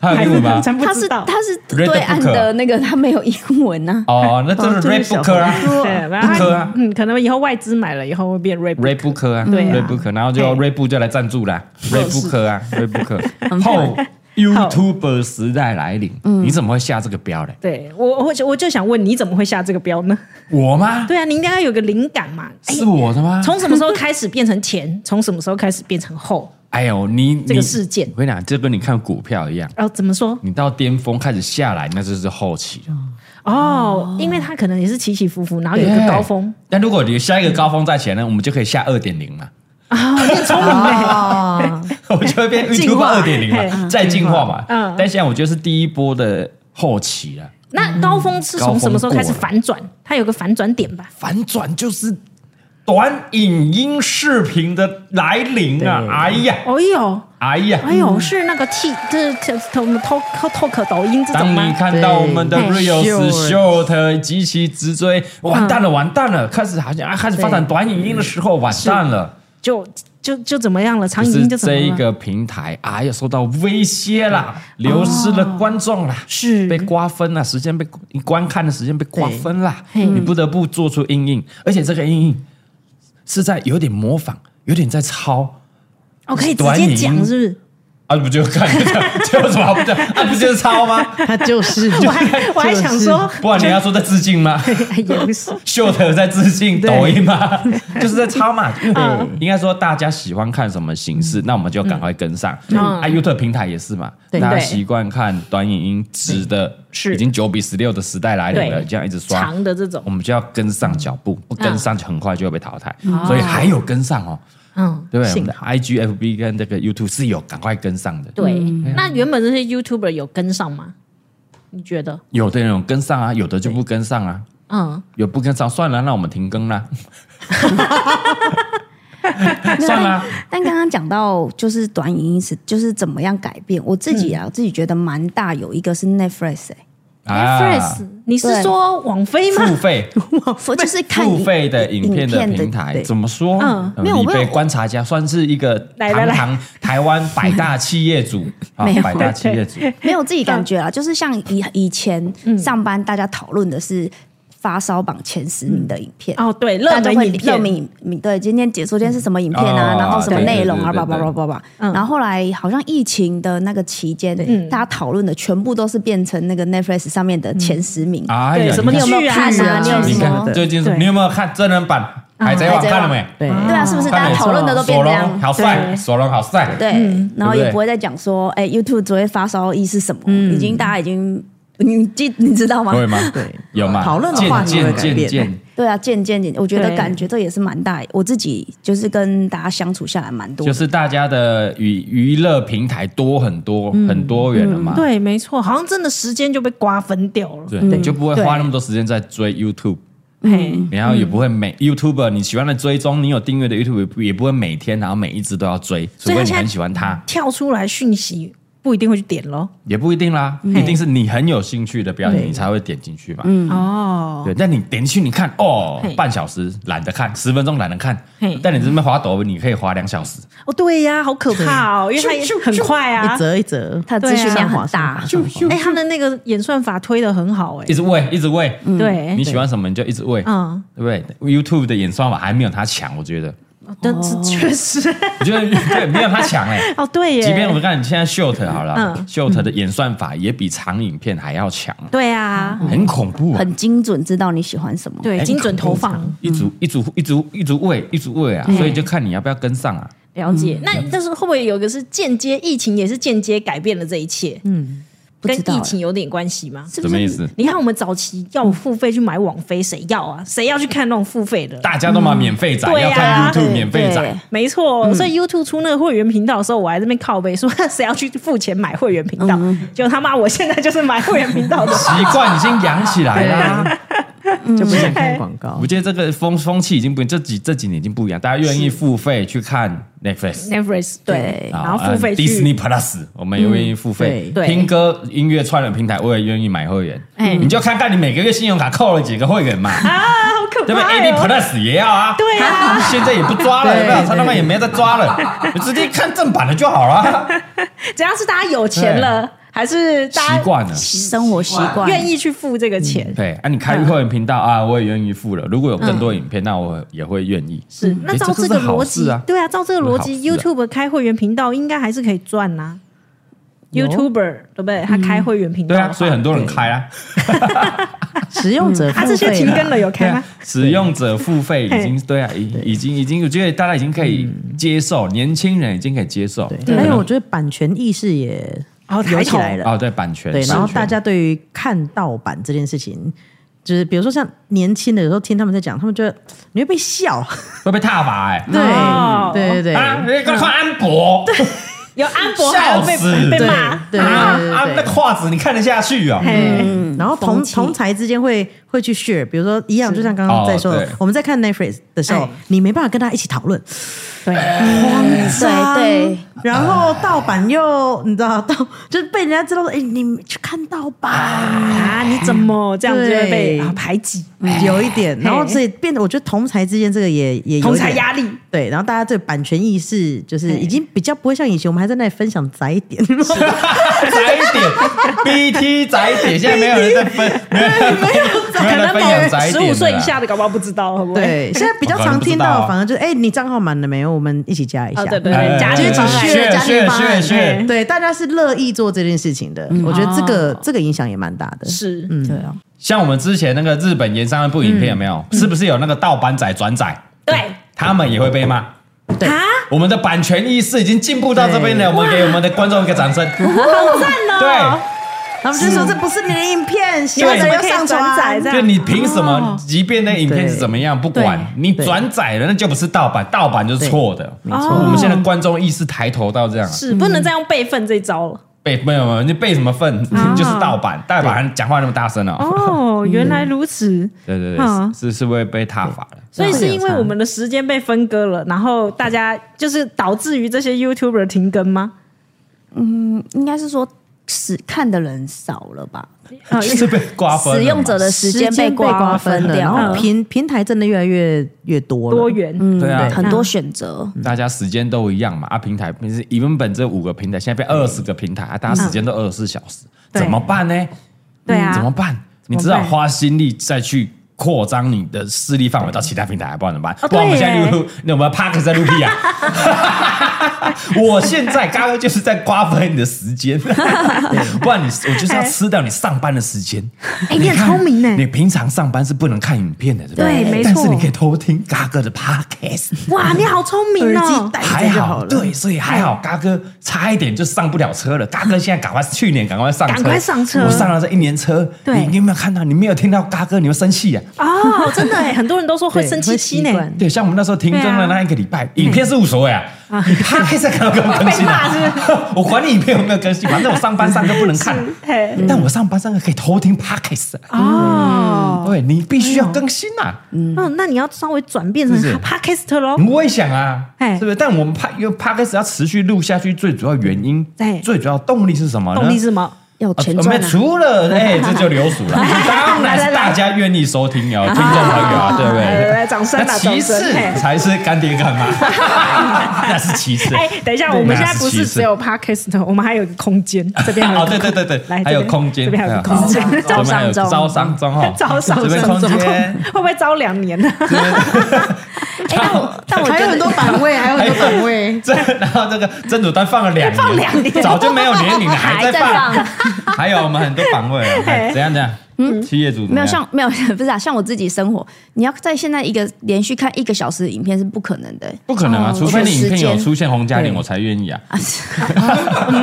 [SPEAKER 1] 还有英文吗？
[SPEAKER 2] 真不
[SPEAKER 3] 他
[SPEAKER 2] 知
[SPEAKER 3] 是
[SPEAKER 2] 道，
[SPEAKER 3] 他是
[SPEAKER 1] Red
[SPEAKER 3] 对岸
[SPEAKER 1] Booker
[SPEAKER 3] 的那个，他没有英文啊呐。
[SPEAKER 1] 哦，那这是 Red Booker 啊
[SPEAKER 2] 对，然后
[SPEAKER 1] ，Booker
[SPEAKER 2] 他
[SPEAKER 1] 啊
[SPEAKER 2] 嗯，可能以后外资买了以后会变 Red
[SPEAKER 1] ，Red Booker 啊
[SPEAKER 2] 对啊哦
[SPEAKER 1] ，Red Booker，然后就 Red Book 就来赞助啦，Red Booker 啊，Red
[SPEAKER 2] *laughs*
[SPEAKER 1] Booker 后 YouTuber 时代来临，
[SPEAKER 2] 嗯
[SPEAKER 1] 你怎么会下这个标嘞？
[SPEAKER 2] 对我，我就我就想问，你怎么会下这个标呢？
[SPEAKER 1] 我吗？
[SPEAKER 2] 对啊，你应该要有个灵感嘛。哎
[SPEAKER 1] 是我的吗？
[SPEAKER 2] 从什么时候开始变成前？从什么时候开始变成后？
[SPEAKER 1] 哎呦，你
[SPEAKER 2] 这个
[SPEAKER 1] 你
[SPEAKER 2] 事件
[SPEAKER 1] 我跟你讲，这跟你看股票一样，
[SPEAKER 2] 哦，怎么说？
[SPEAKER 1] 你到巅峰开始下来，那就是后期了。
[SPEAKER 2] 哦，因为它可能也是起起伏伏，然后啊有一个高峰。
[SPEAKER 1] 对。但如果你下一个高峰在前呢，我们就可以下二点零嘛，
[SPEAKER 4] 哦，
[SPEAKER 1] *laughs* 我就会变
[SPEAKER 4] 进
[SPEAKER 1] YouTube
[SPEAKER 4] 化
[SPEAKER 1] 二点零嘛，再进化嘛。
[SPEAKER 2] 嗯
[SPEAKER 1] 但现在我觉得是第一波的后期了，
[SPEAKER 2] 那高峰是从什么时候开始反转？它有个反转点吧？
[SPEAKER 1] 反转就是短影音视频的来临啊！哎呀，
[SPEAKER 2] 哎呦，
[SPEAKER 1] 哎呀，
[SPEAKER 2] 哎呦，是那个 T，这这什么 Talk Talk 抖音这种
[SPEAKER 1] 当你
[SPEAKER 2] 吗？
[SPEAKER 1] 看到我们的
[SPEAKER 4] 对
[SPEAKER 1] reels、
[SPEAKER 4] Short
[SPEAKER 1] short 及其直追，完蛋了，完蛋了，开始好像啊，开始发展短影音的时候，完蛋了，
[SPEAKER 2] 就就就怎么样了？长
[SPEAKER 1] 就
[SPEAKER 2] 影音
[SPEAKER 1] 是
[SPEAKER 2] 就怎么
[SPEAKER 1] 这
[SPEAKER 2] 样
[SPEAKER 1] 一
[SPEAKER 2] 了？哦
[SPEAKER 1] 个平台，哎呀，受到威胁啦，流失了观众啦，
[SPEAKER 2] 是
[SPEAKER 1] 被瓜分了，时间被你观看的时间被瓜分啦，
[SPEAKER 2] 对
[SPEAKER 1] 你不得不做出阴影，而且这个阴影是在有点模仿，有点在抄。
[SPEAKER 2] 哦，可以直
[SPEAKER 1] 短影
[SPEAKER 2] 接
[SPEAKER 1] 音
[SPEAKER 2] 讲是不是？啊
[SPEAKER 1] 啊，不就看 *laughs* 这有什么好不对？啊，不就是抄吗？
[SPEAKER 4] 他 *laughs* 就是，
[SPEAKER 2] 我还我还想说，
[SPEAKER 1] 不然你要说在致敬吗？
[SPEAKER 2] *laughs* 也不是，
[SPEAKER 1] 秀特在致敬抖音嘛，
[SPEAKER 2] *laughs*
[SPEAKER 1] 就是在抄嘛。
[SPEAKER 2] 嗯
[SPEAKER 1] 应该说大家喜欢看什么形式，那我们就赶快跟上。啊，YouTube 平台也是嘛，
[SPEAKER 4] 对
[SPEAKER 1] 大家
[SPEAKER 2] 嗯对
[SPEAKER 1] 习惯看短影音直的，
[SPEAKER 2] 是
[SPEAKER 1] 已经九比十六的时代来临了，
[SPEAKER 2] 对
[SPEAKER 1] 这样一直刷
[SPEAKER 2] 长，的嗯这种
[SPEAKER 1] 我，们就要跟上脚步，不跟上就很快就会被淘汰。
[SPEAKER 2] 哦
[SPEAKER 1] 所以还有跟上哦，
[SPEAKER 2] 嗯，
[SPEAKER 1] 对不对？我
[SPEAKER 4] 幸
[SPEAKER 1] 们的 IGFB 跟这个 YouTube 是有赶快跟上的，
[SPEAKER 2] 对，那原本这些 YouTuber 有跟上吗？你觉得？
[SPEAKER 1] 有的人有跟上啊，有的就不跟上啊。
[SPEAKER 2] 嗯，
[SPEAKER 1] 有不跟上，算了，那我们停更啦。哦算了，
[SPEAKER 3] 但刚刚讲到就是短影音是就是怎么样改变，我自己啊，我
[SPEAKER 1] 嗯
[SPEAKER 3] 自己觉得蛮大有一个是 Netflix，哎
[SPEAKER 1] 啊，
[SPEAKER 2] 你是
[SPEAKER 3] 对
[SPEAKER 2] 说网飞吗？
[SPEAKER 1] 付费
[SPEAKER 3] 就是 *laughs* 看
[SPEAKER 1] 付费的影片的
[SPEAKER 3] 影
[SPEAKER 1] 平台
[SPEAKER 3] 对
[SPEAKER 1] 怎么说？
[SPEAKER 2] 嗯
[SPEAKER 1] 呃
[SPEAKER 3] 没有
[SPEAKER 1] 你
[SPEAKER 3] 我
[SPEAKER 1] 被
[SPEAKER 3] 有
[SPEAKER 1] 观察家，算是一个
[SPEAKER 2] 来来
[SPEAKER 1] 堂
[SPEAKER 2] 来
[SPEAKER 1] 堂台湾百大企业主啊
[SPEAKER 3] *laughs* 没，有
[SPEAKER 1] 百大企业主
[SPEAKER 3] 没有自己感觉啊，就是像以以前
[SPEAKER 2] 嗯
[SPEAKER 3] 上班大家讨论的是发烧榜前十名的影片。
[SPEAKER 2] 哦，对，热
[SPEAKER 3] 大家会
[SPEAKER 2] 门影
[SPEAKER 3] 热
[SPEAKER 2] 片，
[SPEAKER 3] 门影对，今天解说今天是什么影片啊，
[SPEAKER 1] 哦
[SPEAKER 3] 然后什么
[SPEAKER 1] 对
[SPEAKER 3] 内容
[SPEAKER 1] 对
[SPEAKER 3] 啊，
[SPEAKER 1] 对
[SPEAKER 3] 叭
[SPEAKER 1] 对
[SPEAKER 3] 叭叭叭叭。
[SPEAKER 2] 嗯
[SPEAKER 3] 然后后来好像疫情的那个期间，大家讨论的全部都是变成那个 Netflix 上面
[SPEAKER 2] 嗯
[SPEAKER 3] 的前十名。
[SPEAKER 1] 哎
[SPEAKER 2] 对
[SPEAKER 1] 呀，
[SPEAKER 2] 什么
[SPEAKER 1] 你
[SPEAKER 3] 你
[SPEAKER 1] 看
[SPEAKER 3] 有没
[SPEAKER 2] 剧
[SPEAKER 3] 有
[SPEAKER 2] 啊
[SPEAKER 3] 看
[SPEAKER 4] 剧
[SPEAKER 3] 啊？
[SPEAKER 4] 啊
[SPEAKER 3] 你有
[SPEAKER 1] 你
[SPEAKER 3] 什么啊
[SPEAKER 1] 看？最近
[SPEAKER 2] 对
[SPEAKER 1] 你有没有看真人版《海贼王》？
[SPEAKER 3] 海贼
[SPEAKER 1] 看
[SPEAKER 3] 王
[SPEAKER 1] 了没？
[SPEAKER 4] *laughs* 对，
[SPEAKER 3] 对啊，是不是大
[SPEAKER 1] 看
[SPEAKER 3] 家
[SPEAKER 1] 没
[SPEAKER 3] 讨论的都变
[SPEAKER 1] 索
[SPEAKER 3] 这
[SPEAKER 1] 隆
[SPEAKER 3] 样？
[SPEAKER 1] 好帅，索隆好帅，
[SPEAKER 3] 对，
[SPEAKER 2] 嗯
[SPEAKER 3] 然后
[SPEAKER 1] 对不嗯
[SPEAKER 3] 也
[SPEAKER 1] 对
[SPEAKER 3] 不会再讲说，哎，YouTube 昨天发烧意是什么？已经大家已经，你记你知道吗？
[SPEAKER 1] 会吗？
[SPEAKER 4] 对
[SPEAKER 1] 有吗？
[SPEAKER 4] 讨论的话题
[SPEAKER 1] 渐
[SPEAKER 4] 会改
[SPEAKER 1] 渐渐
[SPEAKER 4] 变
[SPEAKER 1] 渐
[SPEAKER 3] 对啊，渐渐渐，我觉
[SPEAKER 2] 对
[SPEAKER 3] 得感觉这也是蛮大，我自己就是跟大家相处下来蛮多
[SPEAKER 1] 就
[SPEAKER 3] 的，
[SPEAKER 1] 是大家的娱娱乐平台多很多、
[SPEAKER 3] 嗯
[SPEAKER 1] 很多元了嘛，
[SPEAKER 2] 对，没错，好像真的时间就被瓜分掉了。
[SPEAKER 1] 对，
[SPEAKER 3] 嗯
[SPEAKER 1] 你就不会花那么多时间在追 YouTube，
[SPEAKER 2] 嘿，
[SPEAKER 1] 然后也不会每 YouTuber 你喜欢的追踪，你有订阅的 YouTube 也不会每天然后每一只都要追，除非
[SPEAKER 2] 以他
[SPEAKER 1] 你
[SPEAKER 2] 现在
[SPEAKER 1] 很喜欢它，
[SPEAKER 2] 跳出来讯息不一定会去点咯。
[SPEAKER 1] 也不一定啦，
[SPEAKER 2] 嗯
[SPEAKER 1] 一定是你很有兴趣的表演你才会点进去吧。
[SPEAKER 3] 嗯
[SPEAKER 2] 哦，
[SPEAKER 1] 对，但你点进去你看哦
[SPEAKER 2] 嘿，
[SPEAKER 1] 半小时懒得看，十分钟懒得看
[SPEAKER 2] 嘿，
[SPEAKER 1] 但你这边滑抖，你可以滑两小时。
[SPEAKER 2] 哦，对呀，好可怕哦，因为它也很快啊
[SPEAKER 4] 一。折一折，
[SPEAKER 3] 它的资讯量很大。
[SPEAKER 4] 上滑上滑
[SPEAKER 2] 哎，他的那个演算法推的很好，哎
[SPEAKER 1] 一，直喂，一直喂，
[SPEAKER 2] 嗯
[SPEAKER 3] 嗯
[SPEAKER 2] 对
[SPEAKER 1] 你，喜欢什么你就一直喂，
[SPEAKER 2] 嗯，
[SPEAKER 1] 对不对？YouTube 的演算法还没有它强，我觉得，
[SPEAKER 3] 哦
[SPEAKER 2] 但是确实，
[SPEAKER 1] 我觉得 *laughs* 对没有它强哎、
[SPEAKER 2] *laughs* 哦， *laughs* 对耶，
[SPEAKER 1] 即便我们看你现在 Short 好了、
[SPEAKER 2] 嗯
[SPEAKER 1] s h o r t 的演算法也比长影片还要强，
[SPEAKER 2] 对啊，
[SPEAKER 1] 很恐怖、啊，
[SPEAKER 3] 很精准，知道你喜欢什么。
[SPEAKER 2] 对，
[SPEAKER 1] 很
[SPEAKER 2] 精准投
[SPEAKER 1] 恐怖
[SPEAKER 2] 放。嗯
[SPEAKER 1] 一组一组一组一组喂一组喂啊，所以就看你要不要跟上啊。
[SPEAKER 2] 了解，那但是会不会有一个是间接疫情，也是间接改变了这一切？嗯，
[SPEAKER 3] 不
[SPEAKER 2] 跟
[SPEAKER 3] 知道
[SPEAKER 2] 疫
[SPEAKER 3] 欸
[SPEAKER 2] 情有点关系吗？
[SPEAKER 3] 是不
[SPEAKER 1] 什
[SPEAKER 3] 是
[SPEAKER 1] 么意思？
[SPEAKER 2] 你看我们早期要付费去买网飞，谁要啊？谁要去看那种付费的？
[SPEAKER 1] 大家都嘛免费仔，
[SPEAKER 2] 对啊
[SPEAKER 1] 要看
[SPEAKER 3] 对
[SPEAKER 1] YouTube 免费仔，
[SPEAKER 2] 没错，所以 YouTube 出那个会员频道的时候，我还在那边靠背说 *laughs* 谁要去付钱买会员频道，结果他妈我现在就是买会员频道的，
[SPEAKER 1] 习惯已经养起来啦。
[SPEAKER 4] 就不想看广告
[SPEAKER 1] 我。觉得这个风风气已经不一样，这几这几年已经不一样，大家愿意付费去看 Netflix。啊
[SPEAKER 2] Netflix 对，
[SPEAKER 3] 对
[SPEAKER 2] 然后付费去
[SPEAKER 1] Disney Plus，我们也愿意付费
[SPEAKER 4] 嗯
[SPEAKER 2] 对
[SPEAKER 1] 听歌、音乐串流平台，我也愿意买会员。
[SPEAKER 2] 哎
[SPEAKER 1] 你就看看你每个月信用卡扣了几个会员
[SPEAKER 2] *laughs*
[SPEAKER 1] 嘛，
[SPEAKER 2] 啊，好可
[SPEAKER 1] 对不对
[SPEAKER 2] 怕
[SPEAKER 1] ？AB
[SPEAKER 2] 哦！
[SPEAKER 1] Plus 也要啊，
[SPEAKER 2] 对啊，
[SPEAKER 1] *laughs* 现在也不抓了，有
[SPEAKER 4] 对
[SPEAKER 1] 没有？
[SPEAKER 4] 对
[SPEAKER 1] 他他妈也没再抓了，你直接看正版的就好
[SPEAKER 4] *laughs*
[SPEAKER 1] 了。
[SPEAKER 2] 只要是大家有钱了，还是大
[SPEAKER 1] 习
[SPEAKER 2] 家
[SPEAKER 1] 惯了，
[SPEAKER 3] 生活习惯，
[SPEAKER 2] 愿意去付这个钱，
[SPEAKER 1] 对啊，你开会员频道
[SPEAKER 4] 嗯
[SPEAKER 1] 啊，我也愿意付了。如果有更多影片，那我也会愿意。
[SPEAKER 2] 是那
[SPEAKER 1] 哎
[SPEAKER 2] 照
[SPEAKER 1] 这
[SPEAKER 2] 这
[SPEAKER 1] 这
[SPEAKER 2] 个
[SPEAKER 1] 是好
[SPEAKER 2] 逻
[SPEAKER 1] 事
[SPEAKER 2] 辑
[SPEAKER 1] 啊，
[SPEAKER 2] 对啊，照这个逻辑
[SPEAKER 1] 这是好事
[SPEAKER 2] ，YouTube 开会员频道应该还是可以赚呐。
[SPEAKER 4] 有
[SPEAKER 2] YouTuber 对不对？他开会员频道
[SPEAKER 1] 对
[SPEAKER 2] 的话，
[SPEAKER 1] 啊，所以很多人开啊，
[SPEAKER 4] 使用
[SPEAKER 1] 嗯
[SPEAKER 4] 者
[SPEAKER 2] *laughs* 他
[SPEAKER 4] 付
[SPEAKER 2] 这些
[SPEAKER 4] 费
[SPEAKER 2] 停更
[SPEAKER 4] 啦，
[SPEAKER 2] 了有
[SPEAKER 1] 对
[SPEAKER 2] 开
[SPEAKER 1] 啊
[SPEAKER 2] 吗？，
[SPEAKER 1] 使用者付费已经对啊，已已经已经，我觉得大家已经可以接受，年轻人已经可以接受。
[SPEAKER 4] 嗯对，还有我觉得版权意识也
[SPEAKER 2] 哦抬
[SPEAKER 4] 有
[SPEAKER 2] 头
[SPEAKER 4] 起来了。
[SPEAKER 1] 哦，对版权，
[SPEAKER 4] 对，然后
[SPEAKER 1] 版权
[SPEAKER 4] 大家对于看盗版这件事情，就是比如说像年轻的，有时候听他们在讲，他们觉得你会被笑，
[SPEAKER 1] 会被踏伐哎。
[SPEAKER 4] 对、
[SPEAKER 2] 哦
[SPEAKER 4] 对对对。
[SPEAKER 1] 啊！你快看安博，
[SPEAKER 2] 有安博还
[SPEAKER 1] 笑
[SPEAKER 2] 有被
[SPEAKER 1] 死！
[SPEAKER 2] 被
[SPEAKER 4] 对
[SPEAKER 2] 骂，
[SPEAKER 4] 对对嗯
[SPEAKER 1] 啊
[SPEAKER 4] 对
[SPEAKER 1] 啊
[SPEAKER 4] 对！
[SPEAKER 1] 那胯子你看得下去哦？
[SPEAKER 2] 嘿，
[SPEAKER 4] 然后同
[SPEAKER 3] 风气
[SPEAKER 4] 同才之间会会去 share，比如说一样，就像刚
[SPEAKER 1] 哦
[SPEAKER 4] 刚在说的
[SPEAKER 1] 对，
[SPEAKER 4] 我们在看 Netflix 的时候
[SPEAKER 2] 啊哎，
[SPEAKER 4] 你没办法跟他一起讨论，
[SPEAKER 2] 对，
[SPEAKER 3] 对对，
[SPEAKER 4] 然后盗版又你知道盗， *laughs* 就是被人家知道说，哎，你去看盗版，
[SPEAKER 2] 啊，你怎么这样就会被
[SPEAKER 4] 对
[SPEAKER 2] 啊排挤？
[SPEAKER 4] 有一点，然后所以变得我觉得同才之间这个也也
[SPEAKER 2] 哎
[SPEAKER 4] 有
[SPEAKER 2] 同
[SPEAKER 4] 一
[SPEAKER 2] 才
[SPEAKER 4] 点
[SPEAKER 2] 压力，
[SPEAKER 4] 对，然后大家对版权意识就是已经比较不会像以前，我们还在那里分享窄一点，
[SPEAKER 1] 窄一点，BT 窄一点，现在没有人在分，没有人没有
[SPEAKER 2] 可
[SPEAKER 1] 人在
[SPEAKER 2] 能
[SPEAKER 1] 分享
[SPEAKER 2] 某
[SPEAKER 1] 窄一
[SPEAKER 2] 十
[SPEAKER 1] 点
[SPEAKER 2] 五
[SPEAKER 1] 的
[SPEAKER 2] 岁以
[SPEAKER 1] 啦
[SPEAKER 2] 下的搞不好不知道，会不会？
[SPEAKER 4] 对，现在比较常听
[SPEAKER 1] 我可能不知道
[SPEAKER 4] 到
[SPEAKER 1] 啊
[SPEAKER 4] 反而就是哎，你账号满了没有？我们一起加一下
[SPEAKER 2] 哦，，对对
[SPEAKER 1] 哎
[SPEAKER 2] 对，家庭
[SPEAKER 4] 哎
[SPEAKER 2] 方
[SPEAKER 4] 哎
[SPEAKER 2] 案
[SPEAKER 4] 哎
[SPEAKER 1] 是
[SPEAKER 4] 家庭方案
[SPEAKER 1] 是是
[SPEAKER 2] 哎
[SPEAKER 4] 对，嗯哦大家是乐意做这件事情的，我觉得这个、这个影响也蛮大的。
[SPEAKER 2] 是，
[SPEAKER 3] 对啊，
[SPEAKER 1] 像我们之前那个日本演上那部影片有没有？是不是有那个盗版仔转仔？
[SPEAKER 2] 对
[SPEAKER 1] 他们也会被骂。
[SPEAKER 4] 对
[SPEAKER 2] 啊，
[SPEAKER 1] 我们的版权意识已经进步到这边了，我们给我们的观众一个掌声。
[SPEAKER 2] 哦
[SPEAKER 1] 对，
[SPEAKER 4] 他们就说这不是你的影片，
[SPEAKER 2] 你
[SPEAKER 4] 现
[SPEAKER 2] 为什
[SPEAKER 4] 在
[SPEAKER 2] 么
[SPEAKER 4] 要
[SPEAKER 2] 可以
[SPEAKER 4] 上
[SPEAKER 2] 转
[SPEAKER 4] 传
[SPEAKER 2] 载这
[SPEAKER 1] 就
[SPEAKER 2] 样？
[SPEAKER 1] 你凭什么？即便那影片是怎么样，不管你
[SPEAKER 4] 对
[SPEAKER 1] 转载了，那就不是盗版，盗版就是错的。
[SPEAKER 4] 没错
[SPEAKER 1] 我们现在观众意识抬头到这样啊，
[SPEAKER 2] 是不能再用备份这一招了。
[SPEAKER 1] 被没有没有，你被什么份
[SPEAKER 3] 啊
[SPEAKER 1] *laughs* 就是盗版，盗版讲话那么大声哦。
[SPEAKER 2] 哦，原来如此，
[SPEAKER 1] 对对
[SPEAKER 2] 嗯
[SPEAKER 1] 对，是是会被踏伐的。
[SPEAKER 3] *laughs*
[SPEAKER 2] 所以是因为我们的时间被分割了，然后大家就是导致于这些 YouTuber 停更吗？
[SPEAKER 3] 应该是说使看的人少了吧，
[SPEAKER 2] 啊，
[SPEAKER 1] 是被瓜分了嘛
[SPEAKER 3] 使用者的时间被瓜分
[SPEAKER 4] 了，然
[SPEAKER 3] 掉
[SPEAKER 4] 后
[SPEAKER 3] 了，嗯
[SPEAKER 4] 平平台真的越来越越多了。
[SPEAKER 2] 多元，
[SPEAKER 1] 对啊，
[SPEAKER 3] 很多选择，
[SPEAKER 2] 嗯
[SPEAKER 1] 大家时间都一样嘛啊，平台平时原本这五个平台，现在变二十个平台啊，大家时间都二十四小时，
[SPEAKER 2] 嗯对
[SPEAKER 1] 怎么办呢？嗯
[SPEAKER 2] 对啊
[SPEAKER 1] 怎么办？你只好花心力再去扩张你的势力范围到其他平台，不然怎么办？
[SPEAKER 2] 哦
[SPEAKER 1] 不然我们
[SPEAKER 2] 对
[SPEAKER 1] 现在
[SPEAKER 2] 耶
[SPEAKER 1] 录，那我们 Park 在录屁
[SPEAKER 2] *laughs*
[SPEAKER 1] 啊！我现在刚刚就是在瓜分你的时
[SPEAKER 2] *laughs*
[SPEAKER 1] 间，不然你我就是要吃掉你上班的时间。
[SPEAKER 2] 哎你很
[SPEAKER 1] 看
[SPEAKER 2] 聪明呢
[SPEAKER 1] 你平常上班是不能看影片的，对不
[SPEAKER 2] 对没
[SPEAKER 1] 但是
[SPEAKER 2] 错
[SPEAKER 1] 你可以偷听嘎哥的 Podcast。
[SPEAKER 2] 哇，你好聪明
[SPEAKER 4] 耳机
[SPEAKER 2] 哦！
[SPEAKER 4] 戴
[SPEAKER 1] 还
[SPEAKER 4] 着就好
[SPEAKER 1] 好，
[SPEAKER 4] 了。
[SPEAKER 1] 对，所以还好，嘎哥差一点就上不了车了。嘎哥现在赶快，去年赶快上车，
[SPEAKER 2] 赶快上车
[SPEAKER 1] 我上了这一年车，
[SPEAKER 2] 对
[SPEAKER 1] 你你有没有看到？你没有听到嘎哥，你会生气啊？
[SPEAKER 2] 哦，真的哎，很多人都说会
[SPEAKER 4] 对
[SPEAKER 2] 生气
[SPEAKER 4] 会习
[SPEAKER 2] 气呢，
[SPEAKER 4] 惯
[SPEAKER 1] 对，像我们那时候停更
[SPEAKER 2] 对
[SPEAKER 1] 的
[SPEAKER 2] 啊
[SPEAKER 1] 那一个礼拜，影片是无所谓啊，你他可以再看到更更新
[SPEAKER 2] *laughs*
[SPEAKER 1] 啊，我管你影片有没有更新，反正我上班上课不能看，嗯
[SPEAKER 2] 嘿，
[SPEAKER 1] 但我上班上课可以偷听 podcast 啊。
[SPEAKER 2] 哦，
[SPEAKER 1] 对你必须要更新啊！
[SPEAKER 2] 嗯，那你要稍微转变成
[SPEAKER 1] 是
[SPEAKER 2] podcast 喽。
[SPEAKER 1] 我也想啊，
[SPEAKER 2] 哎
[SPEAKER 1] 是不是？但我们怕，因为 podcast 要持续录下去，最主要原因
[SPEAKER 2] 对，
[SPEAKER 1] 最主要动力是什么呢？
[SPEAKER 2] 动力是什么？
[SPEAKER 3] 要
[SPEAKER 1] 啊
[SPEAKER 3] 钱
[SPEAKER 1] 我
[SPEAKER 3] 赚
[SPEAKER 1] 们
[SPEAKER 3] 啊，
[SPEAKER 1] 除了哎，这就流俗了，当然是大家愿意收听哦，听众朋友啊，对不
[SPEAKER 2] 来来
[SPEAKER 1] 对？
[SPEAKER 2] 来，掌声
[SPEAKER 1] 那
[SPEAKER 2] 啦，
[SPEAKER 1] 其
[SPEAKER 2] 掌声！
[SPEAKER 1] 次
[SPEAKER 2] 嘿
[SPEAKER 1] 才是干爹干妈，那是其次。
[SPEAKER 2] 哎，等一下，我们现在不
[SPEAKER 1] 那
[SPEAKER 2] 是
[SPEAKER 1] 其次
[SPEAKER 2] 只有 podcast，我们还有一个空间，
[SPEAKER 1] *laughs*
[SPEAKER 2] 这边还有
[SPEAKER 1] 哦，
[SPEAKER 2] 一
[SPEAKER 1] 对
[SPEAKER 2] 个
[SPEAKER 1] 对
[SPEAKER 2] 空
[SPEAKER 1] 对对，
[SPEAKER 2] 来
[SPEAKER 1] 还有
[SPEAKER 2] 这边
[SPEAKER 1] 空间，
[SPEAKER 2] 这边还有一个空间
[SPEAKER 1] 对啊
[SPEAKER 3] 招商
[SPEAKER 1] 这边还有
[SPEAKER 3] 中
[SPEAKER 1] 招商中哈，
[SPEAKER 2] *laughs* 招商
[SPEAKER 1] 这边空
[SPEAKER 2] 中哎
[SPEAKER 1] 间，
[SPEAKER 2] 会不会招两年呢？
[SPEAKER 1] *laughs*
[SPEAKER 3] 哎，但我但我
[SPEAKER 4] 还
[SPEAKER 3] 觉
[SPEAKER 4] 有很
[SPEAKER 3] 得
[SPEAKER 4] 多版位，还有很多版位。
[SPEAKER 1] 这然后这个甄主丹放了两
[SPEAKER 2] 放两年
[SPEAKER 1] 早就没有年龄了，还
[SPEAKER 3] 还在
[SPEAKER 1] 在
[SPEAKER 3] 放
[SPEAKER 1] *laughs* 放。还有我们很多访问，哎怎样怎样？嗯，企业主怎么
[SPEAKER 3] 没
[SPEAKER 1] 样
[SPEAKER 3] 有像没有不是啊，像我自己生活，你要在现在一个连续看一个小时的影片是不可能的、
[SPEAKER 1] 不可能啊，
[SPEAKER 3] 哦
[SPEAKER 1] 除非你影片
[SPEAKER 3] 有
[SPEAKER 1] 有
[SPEAKER 3] 时间
[SPEAKER 1] 出现洪嘉玲，我才愿意啊。
[SPEAKER 2] 嗯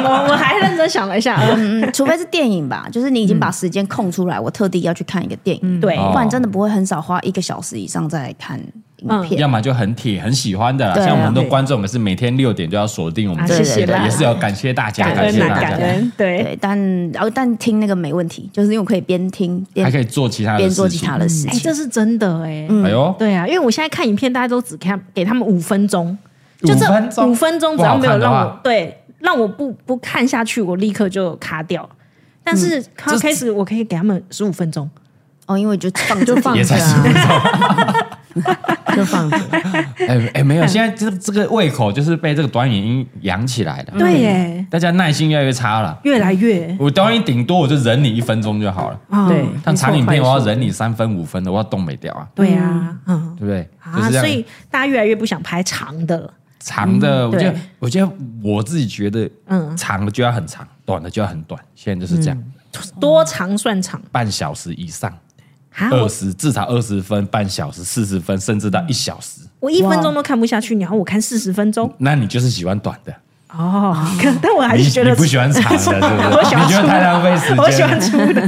[SPEAKER 2] 我我还认真想了一下，
[SPEAKER 3] 嗯， *laughs* 嗯除非是电影吧，就是你已经把时间空出来，我特地要去看一个电影，
[SPEAKER 2] 对
[SPEAKER 1] 哦
[SPEAKER 3] 不然真的不会很少花一个小时以上在看影片。
[SPEAKER 1] 要么就很铁、很喜欢的啦，
[SPEAKER 3] 对啊
[SPEAKER 1] 像我们很多观众也是每天六点就要锁定我们
[SPEAKER 2] 啊
[SPEAKER 1] 这个
[SPEAKER 3] 谢
[SPEAKER 1] 节
[SPEAKER 3] 谢
[SPEAKER 1] 目
[SPEAKER 3] 啦
[SPEAKER 1] 也是要感谢大家，
[SPEAKER 2] 感
[SPEAKER 1] 感谢
[SPEAKER 2] 恩啊，
[SPEAKER 1] 大
[SPEAKER 2] 感
[SPEAKER 1] 家，
[SPEAKER 2] 恩，对，
[SPEAKER 3] 对，但然后但听那个没问题，就是因为我可以边听
[SPEAKER 1] 还可以
[SPEAKER 3] 边
[SPEAKER 1] 做其他的
[SPEAKER 3] 边
[SPEAKER 1] 事
[SPEAKER 3] 做其
[SPEAKER 1] 情
[SPEAKER 3] 他。的事
[SPEAKER 2] 哎，
[SPEAKER 3] 情。
[SPEAKER 2] 这是真的哎，
[SPEAKER 1] 哎呦，
[SPEAKER 2] 对啊，因为我现在看影片，大家都只看给他们五分钟，就
[SPEAKER 1] 五分
[SPEAKER 2] 这
[SPEAKER 1] 钟
[SPEAKER 2] 五分钟，只要没有让
[SPEAKER 1] 不好看啊的
[SPEAKER 2] 我
[SPEAKER 1] 话
[SPEAKER 2] 对让我不不看下去，我立刻就卡掉。但
[SPEAKER 1] 嗯
[SPEAKER 2] 是刚开始我可以给他们十五分钟，
[SPEAKER 3] 哦，因为就放
[SPEAKER 4] 就
[SPEAKER 3] 就
[SPEAKER 4] 放
[SPEAKER 1] 也
[SPEAKER 4] 着
[SPEAKER 1] 才十分
[SPEAKER 4] 啊，
[SPEAKER 1] 钟。
[SPEAKER 4] *laughs* 就放着。
[SPEAKER 1] *laughs* 哎哎，没有，现在这这个胃口就是被这个短影音养起来的，
[SPEAKER 2] 对耶，
[SPEAKER 1] 大家耐心越来越差了。
[SPEAKER 2] 越来越
[SPEAKER 1] 我短影顶多我就忍你一分钟就好了，
[SPEAKER 2] 啊
[SPEAKER 4] 对
[SPEAKER 1] 像长影片我哦要
[SPEAKER 4] 快速
[SPEAKER 1] 忍你三分五分的，我要动没掉啊，
[SPEAKER 2] 对啊
[SPEAKER 1] 对不对？就
[SPEAKER 2] 啊，
[SPEAKER 1] 是这
[SPEAKER 2] 所
[SPEAKER 1] 样。
[SPEAKER 2] 以大家越来越不想拍长的了，
[SPEAKER 1] 长的，我
[SPEAKER 2] 对
[SPEAKER 1] 觉得，我觉得我自己觉得，
[SPEAKER 2] 嗯
[SPEAKER 1] 嗯，长的就要很长，短的就要很短，现在就是这样。嗯
[SPEAKER 2] 多长算长
[SPEAKER 1] 半小时以上，
[SPEAKER 2] 啊？
[SPEAKER 1] 二
[SPEAKER 2] 我
[SPEAKER 1] 十至少二十分，半小时、四十分，甚至到一小时，
[SPEAKER 2] 我一分钟都看不下去，你要我看四十分钟
[SPEAKER 1] 那你就是喜欢短的，
[SPEAKER 2] 哦，可 *laughs* 但我还
[SPEAKER 1] 你
[SPEAKER 2] 是觉
[SPEAKER 1] 你
[SPEAKER 2] 得
[SPEAKER 1] 不喜欢长的，是不
[SPEAKER 2] *laughs* 我
[SPEAKER 1] 是？
[SPEAKER 2] 喜欢
[SPEAKER 1] 你觉得太浪费时间了？
[SPEAKER 2] 我喜
[SPEAKER 1] *laughs*
[SPEAKER 2] 欢粗的，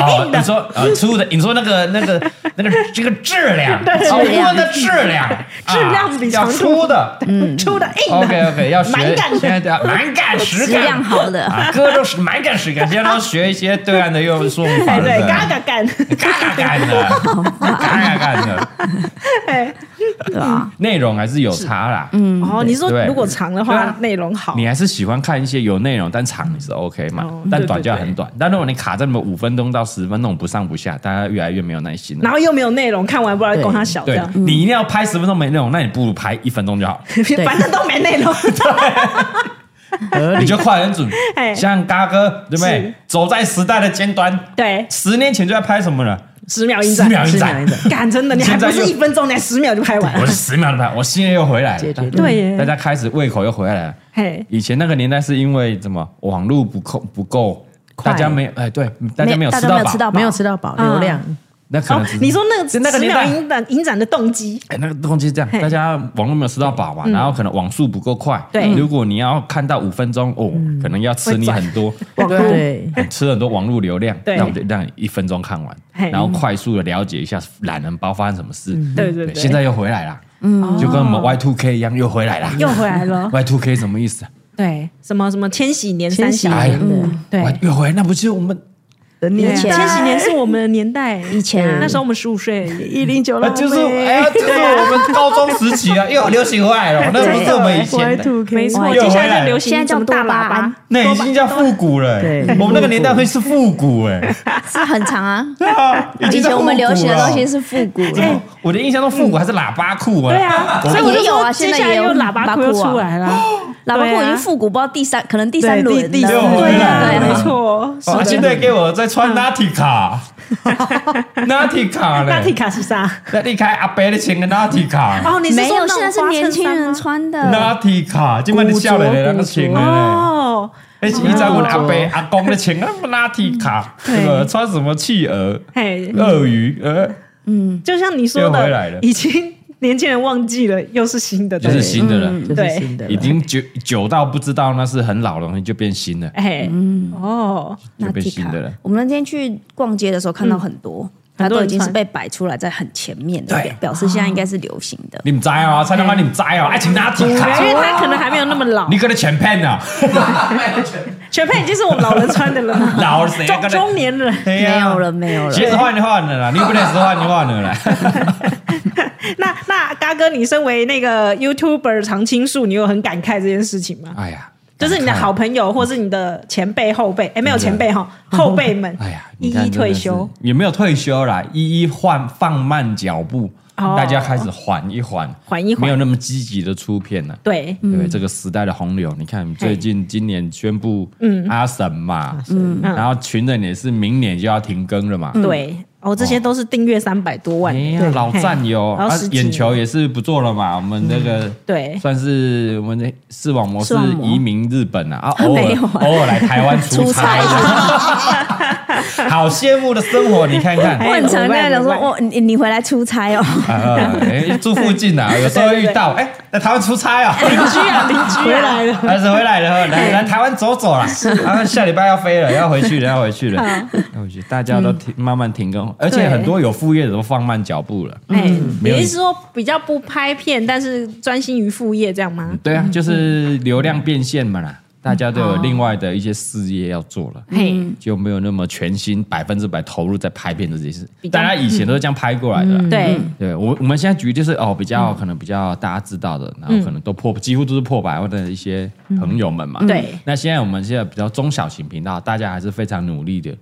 [SPEAKER 1] 哦，你说呃粗的，你说那个那个那个这个质
[SPEAKER 2] *laughs*
[SPEAKER 1] 量，超
[SPEAKER 3] 质量
[SPEAKER 1] 过的质量，
[SPEAKER 2] 质量比
[SPEAKER 1] 啊
[SPEAKER 2] 长
[SPEAKER 1] 要
[SPEAKER 2] 度
[SPEAKER 1] 粗的
[SPEAKER 2] 粗的 *laughs* 硬的
[SPEAKER 1] ，OK
[SPEAKER 2] *laughs*
[SPEAKER 1] OK，要学
[SPEAKER 2] 蛮干的
[SPEAKER 1] 现在都要蛮干实
[SPEAKER 3] 质
[SPEAKER 1] 干，
[SPEAKER 3] 量好的。
[SPEAKER 1] 啊，哥都是蛮敢实干，现在都学一些对岸的用说法
[SPEAKER 2] 哎，
[SPEAKER 1] 了，
[SPEAKER 2] *laughs* 对，
[SPEAKER 1] 不
[SPEAKER 2] 嘎嘎干，
[SPEAKER 1] *laughs* 嘎嘎
[SPEAKER 2] *laughs*
[SPEAKER 1] 干的，嘎嘎干的，对
[SPEAKER 3] 啊，
[SPEAKER 1] 内容还是有差啦，嗯，
[SPEAKER 2] 哦，你说
[SPEAKER 1] 对
[SPEAKER 2] 如果长的
[SPEAKER 1] 对
[SPEAKER 2] 话
[SPEAKER 1] 啊，
[SPEAKER 2] 内容好
[SPEAKER 1] 你还是喜欢看一些有内容但长你是 OK 嘛
[SPEAKER 2] 哦，
[SPEAKER 1] 但
[SPEAKER 2] 对
[SPEAKER 1] 短
[SPEAKER 2] 对
[SPEAKER 1] 就要
[SPEAKER 2] 对
[SPEAKER 1] 很短，但如果你卡在那么五分钟到十分钟不上不下，大家越来越没有耐心了
[SPEAKER 2] 然。后又没有内容，看完不知道供他小这
[SPEAKER 1] 对
[SPEAKER 2] 样，嗯
[SPEAKER 1] 你一定要拍十分钟没内容，那你不如拍一分钟就好
[SPEAKER 2] *laughs*
[SPEAKER 1] 了。
[SPEAKER 2] 反正都没内
[SPEAKER 1] *laughs*
[SPEAKER 2] 容。
[SPEAKER 1] 你就快很准
[SPEAKER 2] 哎。
[SPEAKER 1] 像嘎哥对不对
[SPEAKER 2] 是？
[SPEAKER 1] 走在时代的尖端，
[SPEAKER 2] 对，
[SPEAKER 1] 十年前就在拍什么了？
[SPEAKER 2] 十秒一
[SPEAKER 1] 十
[SPEAKER 2] 战，
[SPEAKER 1] 秒一
[SPEAKER 4] 十秒
[SPEAKER 1] 盏
[SPEAKER 4] 一，盏
[SPEAKER 2] 干真的，你还
[SPEAKER 1] 现在
[SPEAKER 2] 不
[SPEAKER 1] 又
[SPEAKER 2] 是一分钟，你还十秒就拍完
[SPEAKER 1] *laughs* 我
[SPEAKER 2] 了。
[SPEAKER 1] 是十秒的拍，我心又回来
[SPEAKER 4] 解
[SPEAKER 1] 了
[SPEAKER 4] 决。
[SPEAKER 2] 对
[SPEAKER 1] 大
[SPEAKER 2] 耶，
[SPEAKER 1] 家开始胃口又回来了。
[SPEAKER 2] 嘿，
[SPEAKER 1] 以前那个年代是因为什么？网络不控不够，
[SPEAKER 4] 快
[SPEAKER 1] 大家没哎对， *laughs* 大家没有
[SPEAKER 3] 大
[SPEAKER 1] 吃
[SPEAKER 3] 家
[SPEAKER 1] 到
[SPEAKER 3] 没有
[SPEAKER 1] 饱
[SPEAKER 3] 吃，到饱，
[SPEAKER 4] 没有吃到饱，流量
[SPEAKER 1] 那可
[SPEAKER 2] 哦
[SPEAKER 1] 能只，
[SPEAKER 2] 你说那个
[SPEAKER 1] 是那个
[SPEAKER 2] 十
[SPEAKER 1] 年
[SPEAKER 2] 秒
[SPEAKER 1] 代。
[SPEAKER 2] 影展影展的动机，
[SPEAKER 1] 哎，那个东西是这样，
[SPEAKER 2] 嘿嗯
[SPEAKER 1] 大家网络没有吃到饱嘛，然后可能网速不够快。嗯
[SPEAKER 2] 对嗯
[SPEAKER 1] 如果你要看到五分钟哦，可能要吃你很多， *laughs* 嗯
[SPEAKER 4] 网络对
[SPEAKER 1] 吃很多网络流量，
[SPEAKER 2] 对
[SPEAKER 1] 那我们就让你一分钟看完，
[SPEAKER 2] 嘿嗯
[SPEAKER 1] 然后快速的了解一下懒人包发生什么事。
[SPEAKER 2] 对对对嗯哦
[SPEAKER 1] 现在又回来啦，就跟我们 Y two K 一样又回来啦。
[SPEAKER 2] 又回来了。
[SPEAKER 1] *laughs* Y two K 什么意思啊？
[SPEAKER 2] 对，什么什么千禧年三
[SPEAKER 4] 千禧
[SPEAKER 2] 小，
[SPEAKER 1] 哎呀
[SPEAKER 4] 年的
[SPEAKER 2] 对，
[SPEAKER 1] 哇又回来，那不是我们
[SPEAKER 4] 的
[SPEAKER 2] 对
[SPEAKER 4] 年
[SPEAKER 2] 啊
[SPEAKER 3] 以前
[SPEAKER 2] 千禧年是我们的年代，
[SPEAKER 3] 以前啊
[SPEAKER 2] 那时候我们十五岁，
[SPEAKER 4] 一零九
[SPEAKER 1] 啊，
[SPEAKER 4] 了，
[SPEAKER 1] 就是哎呀，就是我们高中时期啊，又流行回来
[SPEAKER 2] *laughs*
[SPEAKER 1] 了，那不是我们以前
[SPEAKER 4] Y
[SPEAKER 1] 的，
[SPEAKER 4] two K，
[SPEAKER 2] 没错，
[SPEAKER 1] 又
[SPEAKER 2] 接
[SPEAKER 1] 回
[SPEAKER 2] 下
[SPEAKER 1] 来
[SPEAKER 2] 来
[SPEAKER 1] 了
[SPEAKER 2] 就流行
[SPEAKER 3] 现在叫
[SPEAKER 2] 什么大
[SPEAKER 3] 多巴
[SPEAKER 2] 喇叭
[SPEAKER 3] 胺，
[SPEAKER 1] 那已经叫复古了。哎
[SPEAKER 4] 对
[SPEAKER 1] 我们那个年代会是复古哎，
[SPEAKER 3] 是很
[SPEAKER 1] *laughs*
[SPEAKER 3] 长 *laughs* 啊。
[SPEAKER 1] 对啊，已
[SPEAKER 3] 以
[SPEAKER 1] 经在
[SPEAKER 3] 前我们
[SPEAKER 1] 复古
[SPEAKER 3] 流行的
[SPEAKER 1] 了
[SPEAKER 3] 东西是复古了，
[SPEAKER 1] 哦我的印象中复古还是喇叭裤啊。
[SPEAKER 2] 对啊，所以我就
[SPEAKER 3] 也有
[SPEAKER 2] 说
[SPEAKER 3] 哎啊
[SPEAKER 2] 接
[SPEAKER 3] 现在
[SPEAKER 2] 下来
[SPEAKER 3] 也有
[SPEAKER 2] 又喇叭裤又出来了，
[SPEAKER 3] 喇叭
[SPEAKER 2] 对
[SPEAKER 3] 裤
[SPEAKER 2] 啊
[SPEAKER 3] 已经复古，不知道第三可能第三轮了，
[SPEAKER 4] 对第第四
[SPEAKER 1] 又
[SPEAKER 4] 轮哦
[SPEAKER 1] 回
[SPEAKER 2] 对
[SPEAKER 1] 来
[SPEAKER 2] 啊，
[SPEAKER 1] 了
[SPEAKER 2] 没。错，是
[SPEAKER 1] 啊，
[SPEAKER 2] 的
[SPEAKER 1] 现在给我在穿 Nautica，Nautica
[SPEAKER 2] 那
[SPEAKER 1] 嘞
[SPEAKER 2] 蒂卡是啥？
[SPEAKER 1] ，Nautica 阿伯的穿个 Nautica。
[SPEAKER 2] 哦，你
[SPEAKER 3] 没有，现在是年轻人穿的，
[SPEAKER 1] Nautica，今晚你笑了嘞，那个穿的嘞，
[SPEAKER 2] 哦，
[SPEAKER 1] 哎，以前我阿伯阿公的穿那个 Nautica，
[SPEAKER 2] 对
[SPEAKER 1] 这个穿什么企鹅、
[SPEAKER 2] 嘿，
[SPEAKER 1] 鳄鱼，呃，
[SPEAKER 2] 就像你说
[SPEAKER 1] 又回来了
[SPEAKER 2] 的，已经年轻人忘记了，又是新的
[SPEAKER 1] 就
[SPEAKER 2] 东
[SPEAKER 1] 是
[SPEAKER 2] 西，
[SPEAKER 1] 新的了，
[SPEAKER 4] 就是新的了，
[SPEAKER 1] 已经久久到不知道那是很老的东西，就变新了，
[SPEAKER 2] 哎，
[SPEAKER 3] 嗯
[SPEAKER 2] 哦，
[SPEAKER 1] 就变
[SPEAKER 3] Nautica
[SPEAKER 1] 新的了。
[SPEAKER 3] 我们那天去逛街的时候看到很多，
[SPEAKER 2] 嗯
[SPEAKER 3] 它
[SPEAKER 2] 多
[SPEAKER 3] 都
[SPEAKER 2] 人
[SPEAKER 3] 已经是
[SPEAKER 2] 穿
[SPEAKER 3] 被摆出来在很前面的，
[SPEAKER 1] 对
[SPEAKER 3] 表表示现在应该是流行的。
[SPEAKER 1] 你们摘哦，蔡老板，你们摘哦，爱情 Nautica，
[SPEAKER 2] 因为他可能还没有那么老
[SPEAKER 1] 你，可能全啊骗了，
[SPEAKER 2] 全配已经是我们老人穿的了嘛，
[SPEAKER 1] *laughs* 老谁啊
[SPEAKER 2] 中中年人。
[SPEAKER 1] 没
[SPEAKER 3] 没有了，没有了。
[SPEAKER 1] 鞋子换就换了啦，你不能是换就换了啦。
[SPEAKER 2] 那那嘎哥，你身为那个 YouTuber 常青树，你有很感慨这件事情吗？
[SPEAKER 1] *laughs* 哎呀，
[SPEAKER 2] 就是你的好朋友，或是你的前辈后辈，哎，没有前辈哈，后辈们，
[SPEAKER 1] 嗯 *laughs* 哎呀，
[SPEAKER 2] 一
[SPEAKER 1] 你看
[SPEAKER 2] 一退休，，
[SPEAKER 1] 也没有退休啦，一一换放慢脚步，
[SPEAKER 2] 哦
[SPEAKER 1] 大家开始缓一缓，
[SPEAKER 2] 缓一缓嗯
[SPEAKER 1] 没有那么积极的出片了。
[SPEAKER 2] 对，
[SPEAKER 1] 对不对这个时代的洪流，你看最近今年宣布
[SPEAKER 2] 嗯
[SPEAKER 1] 阿神嘛，嗯，然后群人也是明年就要停更了嘛，
[SPEAKER 2] 对，哦，这些都是订阅三百多万
[SPEAKER 1] 嗯哎
[SPEAKER 2] 的，
[SPEAKER 1] 呀，老战友，
[SPEAKER 2] 然
[SPEAKER 1] 啊
[SPEAKER 2] 后十，几
[SPEAKER 1] 眼球也是不做了嘛。我们那个
[SPEAKER 2] 对
[SPEAKER 1] 算是我们的视网膜是
[SPEAKER 3] 视网膜
[SPEAKER 1] 移民日本啊，啊，偶
[SPEAKER 3] 没
[SPEAKER 1] 尔
[SPEAKER 3] 有啊
[SPEAKER 1] 偶尔来台湾出
[SPEAKER 3] 出差
[SPEAKER 1] 差， *laughs* 好羡慕的生活，你看看。
[SPEAKER 3] 我很常跟他讲说，
[SPEAKER 2] 哎我
[SPEAKER 3] 哦，你你回来出差
[SPEAKER 1] *laughs*
[SPEAKER 3] 哦，
[SPEAKER 1] 啊，哎住附近啊，有时候会遇到，哎，那台湾出差 *laughs* 啊，
[SPEAKER 2] 邻居啊，邻居回来 *laughs* 了，
[SPEAKER 1] 儿子回来了，哦来来台湾走走啦，然后下礼拜要飞了，要回去了，要回去了，要回去，大家都停慢慢停更，而且
[SPEAKER 3] 对
[SPEAKER 1] 很多有副业的都放慢脚步了。
[SPEAKER 2] 哎，
[SPEAKER 1] 没有
[SPEAKER 2] 你是说比较不拍片，但是专心于副业这样吗？
[SPEAKER 1] 对啊，就是流量变现嘛啦，大家都有另外的一些事业要做了。
[SPEAKER 2] 嘿，
[SPEAKER 1] 就没有那么全心百分之百投入在拍片这件事
[SPEAKER 2] 比，较嗯
[SPEAKER 1] 大家以前都是这样拍过来的啦。
[SPEAKER 2] 对，嗯
[SPEAKER 1] 对我我们现在举例就是哦，比较可能比较大家知道的，然后可能都破几乎都是破百万的一些朋友们嘛。
[SPEAKER 2] 嗯对，
[SPEAKER 1] 那现在我们现在比较中小型频道，大家还是非常努力的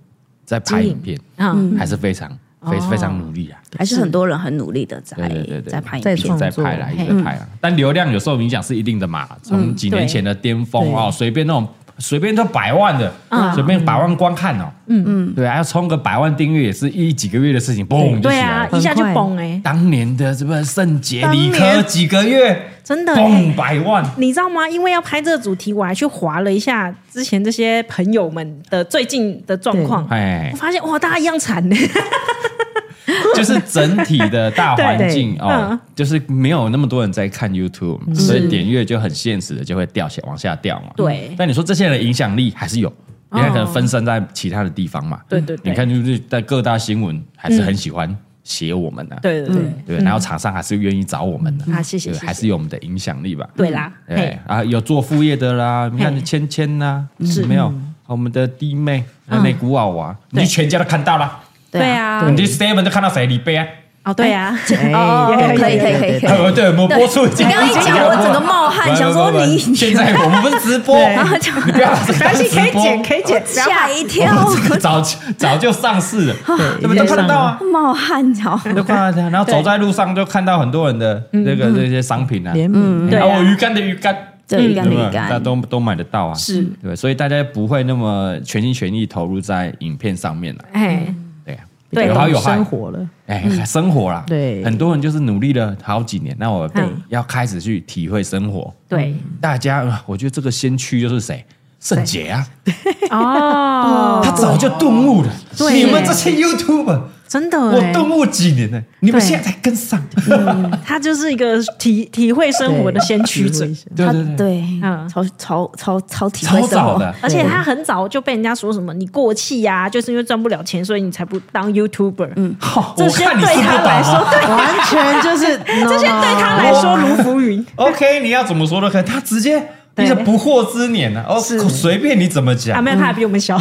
[SPEAKER 1] 在拍影片，
[SPEAKER 2] 嗯，哦
[SPEAKER 1] 还是非常非非常努力啊。
[SPEAKER 3] 还是很多人很努力的在
[SPEAKER 1] 对对对对，
[SPEAKER 3] 在拍影
[SPEAKER 4] 在
[SPEAKER 3] 片。
[SPEAKER 4] 创
[SPEAKER 1] 在
[SPEAKER 4] 作
[SPEAKER 1] 拍啦，一直在拍啦。
[SPEAKER 2] 嗯
[SPEAKER 1] 但流量有时候影响是一定的嘛，从几年前的巅峰
[SPEAKER 2] 嗯
[SPEAKER 4] 对
[SPEAKER 1] 哦，随便那种随便都百万的，随便百万观看哦，嗯嗯，对啊，要冲个百万订阅也是一几个月的事情，嘣嗯就起
[SPEAKER 2] 对
[SPEAKER 1] 来
[SPEAKER 2] 啊，
[SPEAKER 1] 了。
[SPEAKER 2] 一下就崩哎，
[SPEAKER 1] 当年的什么圣杰、
[SPEAKER 2] 当
[SPEAKER 1] 理
[SPEAKER 2] 年
[SPEAKER 1] 科几个月，
[SPEAKER 2] 真的哎
[SPEAKER 1] 嘣百万，
[SPEAKER 2] 你知道吗？因为要拍这个主题，我还去划了一下之前这些朋友们的最近的状况，
[SPEAKER 1] 哎
[SPEAKER 2] 我，发现哇，大家一样惨呢。
[SPEAKER 1] *laughs* 就是整体的大环境
[SPEAKER 2] 对
[SPEAKER 1] 哦
[SPEAKER 2] 嗯，
[SPEAKER 1] 就是没有那么多人在看 YouTube，所以点阅就很现实的就会掉下往下掉嘛。
[SPEAKER 2] 对
[SPEAKER 1] 但你说这些人的影响力还是有，因为可能分散在其他的地方嘛。
[SPEAKER 2] 对对对
[SPEAKER 1] 你看就是在各大新闻还是很喜欢写我们的、
[SPEAKER 2] 对对对，
[SPEAKER 1] 对，然后厂商还是愿意找我们的、
[SPEAKER 2] 啊谢谢
[SPEAKER 1] 对
[SPEAKER 2] 谢谢
[SPEAKER 1] 还是有我们的影响力吧。
[SPEAKER 2] 对啦，
[SPEAKER 1] 对
[SPEAKER 2] 嘿，
[SPEAKER 1] 啊，有做副业的啦，你看芊芊呐，有没
[SPEAKER 2] 嗯
[SPEAKER 1] 有？我们的弟妹那内古娃娃，你去全家都看到了，
[SPEAKER 3] 对啊，
[SPEAKER 2] 啊
[SPEAKER 1] 你去 Seven 都看到谁？李贝啊，
[SPEAKER 2] 哦对啊，
[SPEAKER 4] 哎
[SPEAKER 3] 哦
[SPEAKER 4] 对
[SPEAKER 3] 可以
[SPEAKER 4] 对
[SPEAKER 3] 可以
[SPEAKER 4] 对
[SPEAKER 1] *laughs*
[SPEAKER 3] 可以
[SPEAKER 4] 对
[SPEAKER 1] 哦，对，我们播出已
[SPEAKER 3] 你
[SPEAKER 1] 经
[SPEAKER 3] 刚刚一讲，我整个冒汗，想说你
[SPEAKER 1] 现
[SPEAKER 3] *laughs*
[SPEAKER 1] 在我们不是直播， *laughs* 你不要把这个直播，
[SPEAKER 2] 以剪
[SPEAKER 3] 吓一跳，
[SPEAKER 1] 早早就上市
[SPEAKER 3] *laughs*
[SPEAKER 1] 了，对不对？看得到啊。
[SPEAKER 3] 冒汗脚。
[SPEAKER 1] 就看到它，然后走在路上就看到很多人的那个这些商品啊，
[SPEAKER 4] 联
[SPEAKER 1] 然
[SPEAKER 4] 名
[SPEAKER 2] 对啊嗯
[SPEAKER 1] 后鱼竿的鱼竿，
[SPEAKER 3] 嗯对鱼竿的
[SPEAKER 1] 对吧
[SPEAKER 3] 鱼
[SPEAKER 1] 大
[SPEAKER 3] 竿
[SPEAKER 1] 家都都买得到啊，是对，所以大家不会那么全心全意投入在影片上面了，
[SPEAKER 2] 哎，
[SPEAKER 1] 对呀，
[SPEAKER 2] 对
[SPEAKER 1] 有好有坏
[SPEAKER 4] 生，活了，
[SPEAKER 1] 哎，
[SPEAKER 3] 嗯
[SPEAKER 1] 生活啦，
[SPEAKER 4] 对
[SPEAKER 1] 很多人就是努力了好几年，那我
[SPEAKER 2] 对
[SPEAKER 1] 要开始去体会生活，
[SPEAKER 2] 对，
[SPEAKER 1] 大家，呃我觉得这个先驱就是谁？圣杰啊，
[SPEAKER 2] 哦，
[SPEAKER 1] 他早就顿悟了。
[SPEAKER 2] 对
[SPEAKER 1] 你们这些 YouTube，
[SPEAKER 2] 真的
[SPEAKER 1] 我
[SPEAKER 2] 哎，
[SPEAKER 1] 顿悟几年了，你们
[SPEAKER 2] 对
[SPEAKER 1] 现在才跟上。
[SPEAKER 2] 他就是一个体体会生活的先驱者，
[SPEAKER 1] 对对对，
[SPEAKER 3] 对，
[SPEAKER 2] 嗯
[SPEAKER 3] 超超超超体会
[SPEAKER 1] 超
[SPEAKER 3] 生
[SPEAKER 1] 早
[SPEAKER 3] 活。 *laughs*
[SPEAKER 1] 的，
[SPEAKER 2] 而且他很早就被人家说什么你过气呀、就是因为赚不了钱，所以你才不当 YouTuber。嗯，
[SPEAKER 1] 好，
[SPEAKER 2] 这
[SPEAKER 1] 我
[SPEAKER 2] 些
[SPEAKER 1] 看你
[SPEAKER 2] 对
[SPEAKER 1] 是不
[SPEAKER 2] 他
[SPEAKER 1] 懂
[SPEAKER 2] 来
[SPEAKER 1] 啊 *laughs*
[SPEAKER 2] 说，。对
[SPEAKER 4] 完
[SPEAKER 2] *laughs*
[SPEAKER 4] 全就是这
[SPEAKER 2] 这些对他来说如浮云。
[SPEAKER 1] OK，你要怎么说都可以，他直接
[SPEAKER 2] 对
[SPEAKER 1] 一个不惑之年呢。哦，随便你怎么
[SPEAKER 2] 啊，
[SPEAKER 1] 讲
[SPEAKER 2] 没，有，他还比我们小。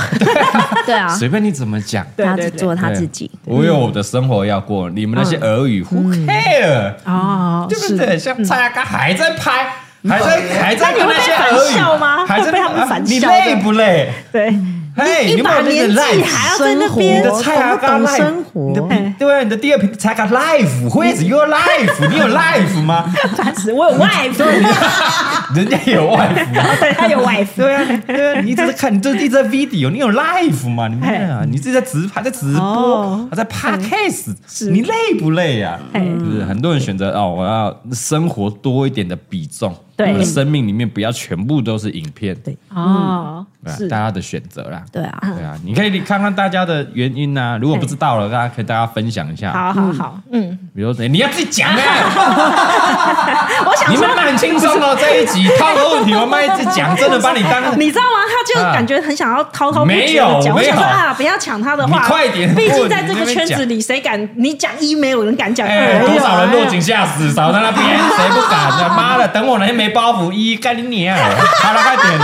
[SPEAKER 3] 对啊，
[SPEAKER 1] 随便你怎么讲。
[SPEAKER 2] 对
[SPEAKER 3] 他
[SPEAKER 2] 对
[SPEAKER 3] 只
[SPEAKER 2] 对。
[SPEAKER 3] 做他自己。
[SPEAKER 1] 我有我的生活要过，你们那些俄语 Who care？
[SPEAKER 2] 嗯哦，嗯
[SPEAKER 1] 对不对？像蔡阿刚还在拍，还
[SPEAKER 5] 对
[SPEAKER 1] 在还在跟那些
[SPEAKER 2] 那你
[SPEAKER 1] 俄
[SPEAKER 2] 会被
[SPEAKER 1] 语
[SPEAKER 2] 反笑吗
[SPEAKER 1] 还在
[SPEAKER 2] 会被他们
[SPEAKER 1] 啊
[SPEAKER 2] 反
[SPEAKER 1] 你
[SPEAKER 2] 笑
[SPEAKER 1] 累
[SPEAKER 2] 的
[SPEAKER 1] 不累？
[SPEAKER 2] *laughs* 对，
[SPEAKER 1] 嘿，你
[SPEAKER 2] 一
[SPEAKER 1] 有没
[SPEAKER 2] 把
[SPEAKER 1] 有那
[SPEAKER 2] 年
[SPEAKER 1] 个
[SPEAKER 2] 纪
[SPEAKER 1] life？
[SPEAKER 2] 还要在那边
[SPEAKER 1] 你的菜啊，
[SPEAKER 4] 懂不懂
[SPEAKER 1] 刚 life，
[SPEAKER 4] 生活
[SPEAKER 1] 你的
[SPEAKER 2] 哎
[SPEAKER 1] 对啊，你的第二瓶才刚 life，会是 your
[SPEAKER 2] *laughs*
[SPEAKER 1] life，你有 life 吗？
[SPEAKER 2] 烦死！我有 wife，
[SPEAKER 1] 人家也有 life
[SPEAKER 2] *laughs*
[SPEAKER 1] 吗？
[SPEAKER 2] 对他有 wife，
[SPEAKER 1] 对啊，对啊，你一直在看，你这一直在 video，你有 life 吗？你们啊，你自己在直拍，在直播
[SPEAKER 2] 哦，
[SPEAKER 1] 还在 podcast，你累不累啊呀？
[SPEAKER 2] 哎
[SPEAKER 1] 是不是很多人选择哦，我要生活多一点的比重，
[SPEAKER 2] 对
[SPEAKER 1] 我的生命里面不要全部都是影片，对
[SPEAKER 2] 哦，
[SPEAKER 1] 啊
[SPEAKER 2] 是
[SPEAKER 1] 大家的选择啦。
[SPEAKER 3] 对啊，
[SPEAKER 1] 对啊，你可以看看大家的原因呐、如果不知道了，大家可以大家分享一下。
[SPEAKER 2] 好好好，嗯，
[SPEAKER 1] 比如说，哎你要自己讲啊，
[SPEAKER 2] 我想
[SPEAKER 1] 你
[SPEAKER 2] 说
[SPEAKER 1] 们。蛮轻松哦，这一集套个问题，我们一直讲，真的把你当
[SPEAKER 2] *laughs* 你知道吗？他就感觉很想要滔滔不绝的
[SPEAKER 1] 没有
[SPEAKER 2] 讲，我想
[SPEAKER 1] 没有
[SPEAKER 2] 说啊，不要抢他的
[SPEAKER 1] 你
[SPEAKER 2] 话，
[SPEAKER 1] 快点
[SPEAKER 2] 毕
[SPEAKER 1] 过
[SPEAKER 2] 竟
[SPEAKER 1] 你
[SPEAKER 2] 在这
[SPEAKER 1] 那
[SPEAKER 2] 个
[SPEAKER 1] 边
[SPEAKER 2] 圈
[SPEAKER 1] 讲
[SPEAKER 2] 子里，谁敢你讲一，没有人敢讲
[SPEAKER 1] 哎、
[SPEAKER 2] 二。
[SPEAKER 1] 多少人落井下石，少在那边，谁不敢啊？妈的，等我哪天没包袱，一一干你娘！啊好了，快点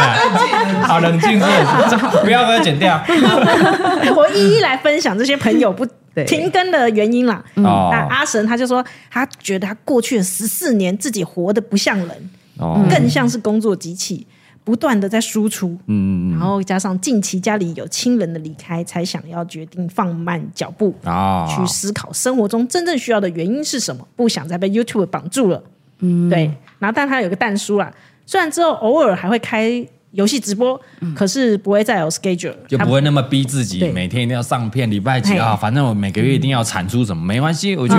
[SPEAKER 1] 了，好冷静，是不是不要给它剪掉。
[SPEAKER 2] 我 *laughs* 一一来分享这些朋友不
[SPEAKER 4] 对
[SPEAKER 2] 停更的原因啦。
[SPEAKER 1] 哦
[SPEAKER 2] 那阿神他就说，他觉得他过去的十四年自己活得不像人，
[SPEAKER 1] 哦，
[SPEAKER 2] 更像是工作机器，不断的在输出。然
[SPEAKER 1] 嗯，
[SPEAKER 2] 后加上近期家里有亲人的离开，才想要决定放慢脚步，
[SPEAKER 1] 啊、
[SPEAKER 2] 去思考生活中真正需要的原因是什么，不想再被 YouTube 绑住了。嗯，对。然后，但他有个蛋叔啦，虽然之后偶尔还会开游戏直播，可是不会再有 schedule，
[SPEAKER 1] 嗯就
[SPEAKER 2] 他
[SPEAKER 1] 不会那么逼自己，
[SPEAKER 2] 对
[SPEAKER 1] 每天一定要上片，礼拜几
[SPEAKER 2] 嘿
[SPEAKER 1] 啊，反正我每个月一定要产出什么，没关系，我就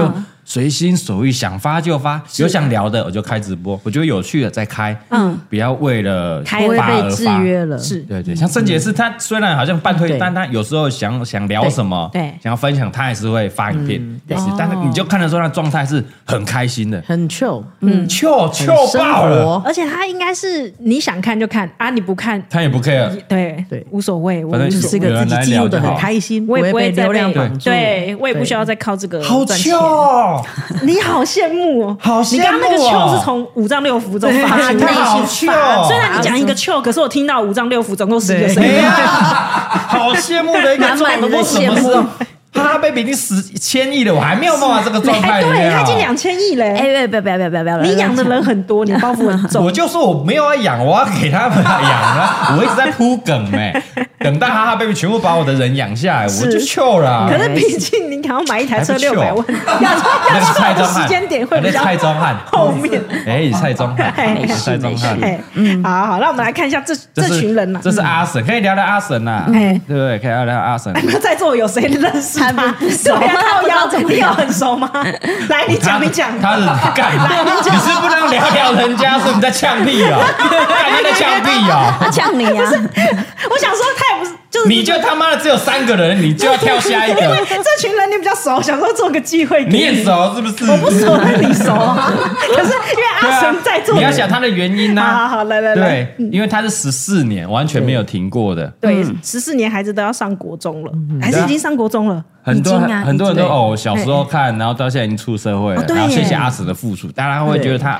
[SPEAKER 1] 随心所欲，想发就发，有想聊的我就开直播，我觉得有趣的再开，嗯，不要为了
[SPEAKER 2] 开
[SPEAKER 4] 不会
[SPEAKER 1] 发而
[SPEAKER 4] 被制
[SPEAKER 1] 发。
[SPEAKER 4] 约了。
[SPEAKER 2] 是
[SPEAKER 1] 对对，像郑姐是她虽然好像半推，
[SPEAKER 4] 对
[SPEAKER 1] 但她有时候想想聊什么，
[SPEAKER 2] 对对
[SPEAKER 1] 想要分享，她还是会发影片，也是，但是你就看得出她的状态是很开心的，
[SPEAKER 4] 很 chill，
[SPEAKER 1] 嗯，糗糗
[SPEAKER 4] 生
[SPEAKER 1] 爆了，
[SPEAKER 4] 活
[SPEAKER 2] 而且他应该是你想看就看啊，你不看，
[SPEAKER 1] 她也不 care，
[SPEAKER 2] 对
[SPEAKER 4] 对
[SPEAKER 2] 无所谓，我
[SPEAKER 1] 反正
[SPEAKER 2] 就
[SPEAKER 4] 就是是
[SPEAKER 2] 一
[SPEAKER 4] 一
[SPEAKER 2] 个自
[SPEAKER 4] 个自
[SPEAKER 2] 己，
[SPEAKER 4] 己记录的很开心，
[SPEAKER 2] 我也
[SPEAKER 4] 不
[SPEAKER 2] 不
[SPEAKER 4] 会
[SPEAKER 2] 会
[SPEAKER 4] 被
[SPEAKER 2] 再
[SPEAKER 4] 流量
[SPEAKER 2] 被
[SPEAKER 4] 绑住，
[SPEAKER 2] 对我也不需要再靠这个
[SPEAKER 1] 好
[SPEAKER 2] 赚钱
[SPEAKER 1] 糗。哦，
[SPEAKER 2] 你好羡慕哦，
[SPEAKER 1] 好羡慕哦
[SPEAKER 2] 你刚刚那个糗是从五脏六腑中发出
[SPEAKER 1] 她好
[SPEAKER 2] 的。
[SPEAKER 1] 糗哦，
[SPEAKER 2] 虽然你讲一个糗，可是我听到五脏六腑总共十一个声
[SPEAKER 1] 哎
[SPEAKER 2] 音。
[SPEAKER 1] 呀， *laughs* 好羡慕的一个状态，我什么时候？哈贝比已经十千亿了，我还没有办法这个状态
[SPEAKER 2] 哎，
[SPEAKER 1] 里
[SPEAKER 2] 对，
[SPEAKER 1] 面
[SPEAKER 2] 他
[SPEAKER 1] 啊
[SPEAKER 2] 已经两千亿嘞。
[SPEAKER 3] 哎，不要不要不要不要不要！
[SPEAKER 2] 你养的人很多，你包袱很
[SPEAKER 1] 我
[SPEAKER 2] 重。
[SPEAKER 1] 就说我没有要
[SPEAKER 2] *laughs*
[SPEAKER 1] 养，我要给他们养了。我一直在铺梗哎、等到哈哈 baby 全部把我的人养下来，我就糗了、啊
[SPEAKER 2] 可。是毕竟你可能要买一台车
[SPEAKER 1] 还不
[SPEAKER 2] 六
[SPEAKER 1] 糗
[SPEAKER 2] 百万， *laughs* 要
[SPEAKER 1] 那 *laughs*
[SPEAKER 2] 要
[SPEAKER 1] 是蔡
[SPEAKER 2] 到
[SPEAKER 1] 宗
[SPEAKER 2] 的
[SPEAKER 1] 翰，
[SPEAKER 2] 时间点会
[SPEAKER 1] 那
[SPEAKER 2] 比
[SPEAKER 1] 是
[SPEAKER 2] 较
[SPEAKER 1] 蔡宗翰，
[SPEAKER 2] 后面。
[SPEAKER 1] 哎，蔡宗
[SPEAKER 2] *laughs*
[SPEAKER 1] 翰，
[SPEAKER 2] 没事
[SPEAKER 1] 蔡宗翰，
[SPEAKER 2] 哎，好好，那我们来看一下这这
[SPEAKER 1] 是
[SPEAKER 2] 群人啊呐， *laughs*
[SPEAKER 1] 这是阿神，可以聊聊阿神呐，
[SPEAKER 2] 哎
[SPEAKER 1] 对不对？可以聊聊阿神。
[SPEAKER 2] 那在座有谁认识他？对啊，他有邀你有很熟 *laughs* 吗？来，你讲，你讲。
[SPEAKER 1] 哦他是干，你是不能聊聊人家，说你在呛屁
[SPEAKER 2] *laughs*
[SPEAKER 1] 哦，干他在呛屁哦。
[SPEAKER 3] 他呛你啊！
[SPEAKER 2] 我想说，他也不是，就是
[SPEAKER 1] 你就他妈的只有三个人，你就要跳下一
[SPEAKER 2] 因为
[SPEAKER 1] 个，
[SPEAKER 2] 这群人你比较熟，想说做个机会给
[SPEAKER 1] 你也熟是不是？
[SPEAKER 2] 我不熟，但你熟
[SPEAKER 1] *laughs*
[SPEAKER 2] 啊。可是因为
[SPEAKER 1] 对
[SPEAKER 2] 阿
[SPEAKER 1] 啊
[SPEAKER 2] 神在，做，
[SPEAKER 1] 你要想他的原因呢、
[SPEAKER 2] 好啊好好来来来
[SPEAKER 1] 对，
[SPEAKER 2] 嗯
[SPEAKER 1] 因为他是十四年完全没有停过的，
[SPEAKER 2] 对，十四年孩子都要上国中了，还
[SPEAKER 1] 啊
[SPEAKER 2] 是已经上国中了？
[SPEAKER 1] 很多、
[SPEAKER 3] 已经啊
[SPEAKER 1] 很多人都
[SPEAKER 3] 已经
[SPEAKER 1] 哦，小时候看，然后到现在已经出社会了，
[SPEAKER 2] 哦对耶
[SPEAKER 1] 然后谢谢阿史的付出，当然会觉得他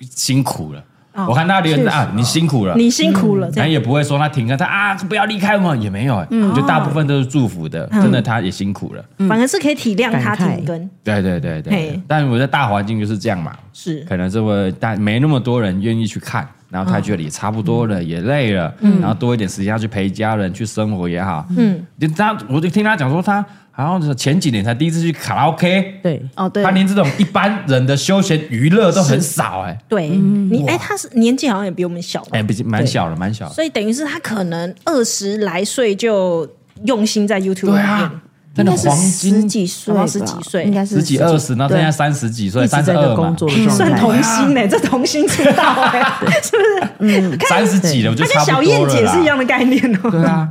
[SPEAKER 1] 辛苦了。
[SPEAKER 2] 哦
[SPEAKER 1] 我看他留言
[SPEAKER 2] 确实
[SPEAKER 1] 啊，你辛苦了。
[SPEAKER 2] 你辛苦了，这
[SPEAKER 1] 然后
[SPEAKER 2] 样
[SPEAKER 1] 也不会说他停课，他啊不要离开我们也没有哎，
[SPEAKER 3] 嗯
[SPEAKER 1] 我觉得大部分都是祝福的，真的他也辛苦了，
[SPEAKER 2] 反而是可以体谅他
[SPEAKER 4] 感慨
[SPEAKER 2] 停更，
[SPEAKER 1] 对对对对
[SPEAKER 2] 嘿。
[SPEAKER 1] 但我觉得大环境就是这样嘛，
[SPEAKER 2] 是
[SPEAKER 1] 可能是会但没那么多人愿意去看，然后他觉得也差不多
[SPEAKER 3] 嗯
[SPEAKER 1] 了，也累了，然后多一点时间要去陪家人去生活也好，嗯，就他我就听他讲说他好像是前几年才第一次去卡拉 OK，
[SPEAKER 4] 对
[SPEAKER 3] 哦，对
[SPEAKER 1] 他，连这种一般人的休闲娱乐都很少哎、
[SPEAKER 2] 对你哎，他是年纪好像也比我们小吧，
[SPEAKER 1] 哎，毕竟蛮小了，蛮小了，
[SPEAKER 2] 所以等于是他可能二十来岁就用心在 YouTube
[SPEAKER 1] 对
[SPEAKER 2] 里面，
[SPEAKER 1] 啊，真
[SPEAKER 3] 应
[SPEAKER 1] 的
[SPEAKER 3] 该是
[SPEAKER 1] 黄
[SPEAKER 3] 十
[SPEAKER 1] 金
[SPEAKER 3] 几岁
[SPEAKER 2] 好
[SPEAKER 3] 吧，
[SPEAKER 2] 像十几岁
[SPEAKER 3] 应该是
[SPEAKER 1] 十几二十，然后
[SPEAKER 3] 对
[SPEAKER 1] 现在三十几岁，
[SPEAKER 4] 一
[SPEAKER 1] 三
[SPEAKER 4] 直
[SPEAKER 1] 十
[SPEAKER 4] 在一
[SPEAKER 1] 二
[SPEAKER 4] 个
[SPEAKER 1] 嘛
[SPEAKER 4] 工，作的状
[SPEAKER 2] 算
[SPEAKER 4] *laughs* 态。
[SPEAKER 2] 童星呢，这童星出道
[SPEAKER 1] *laughs*
[SPEAKER 2] 哎，是不是？
[SPEAKER 1] 三十几了，我觉得嗯差
[SPEAKER 2] 他跟小
[SPEAKER 1] 不多
[SPEAKER 2] 燕
[SPEAKER 1] 了
[SPEAKER 2] 姐是一
[SPEAKER 1] 啦。
[SPEAKER 2] 样的概念哦。
[SPEAKER 1] 对
[SPEAKER 2] *laughs*
[SPEAKER 1] 啊，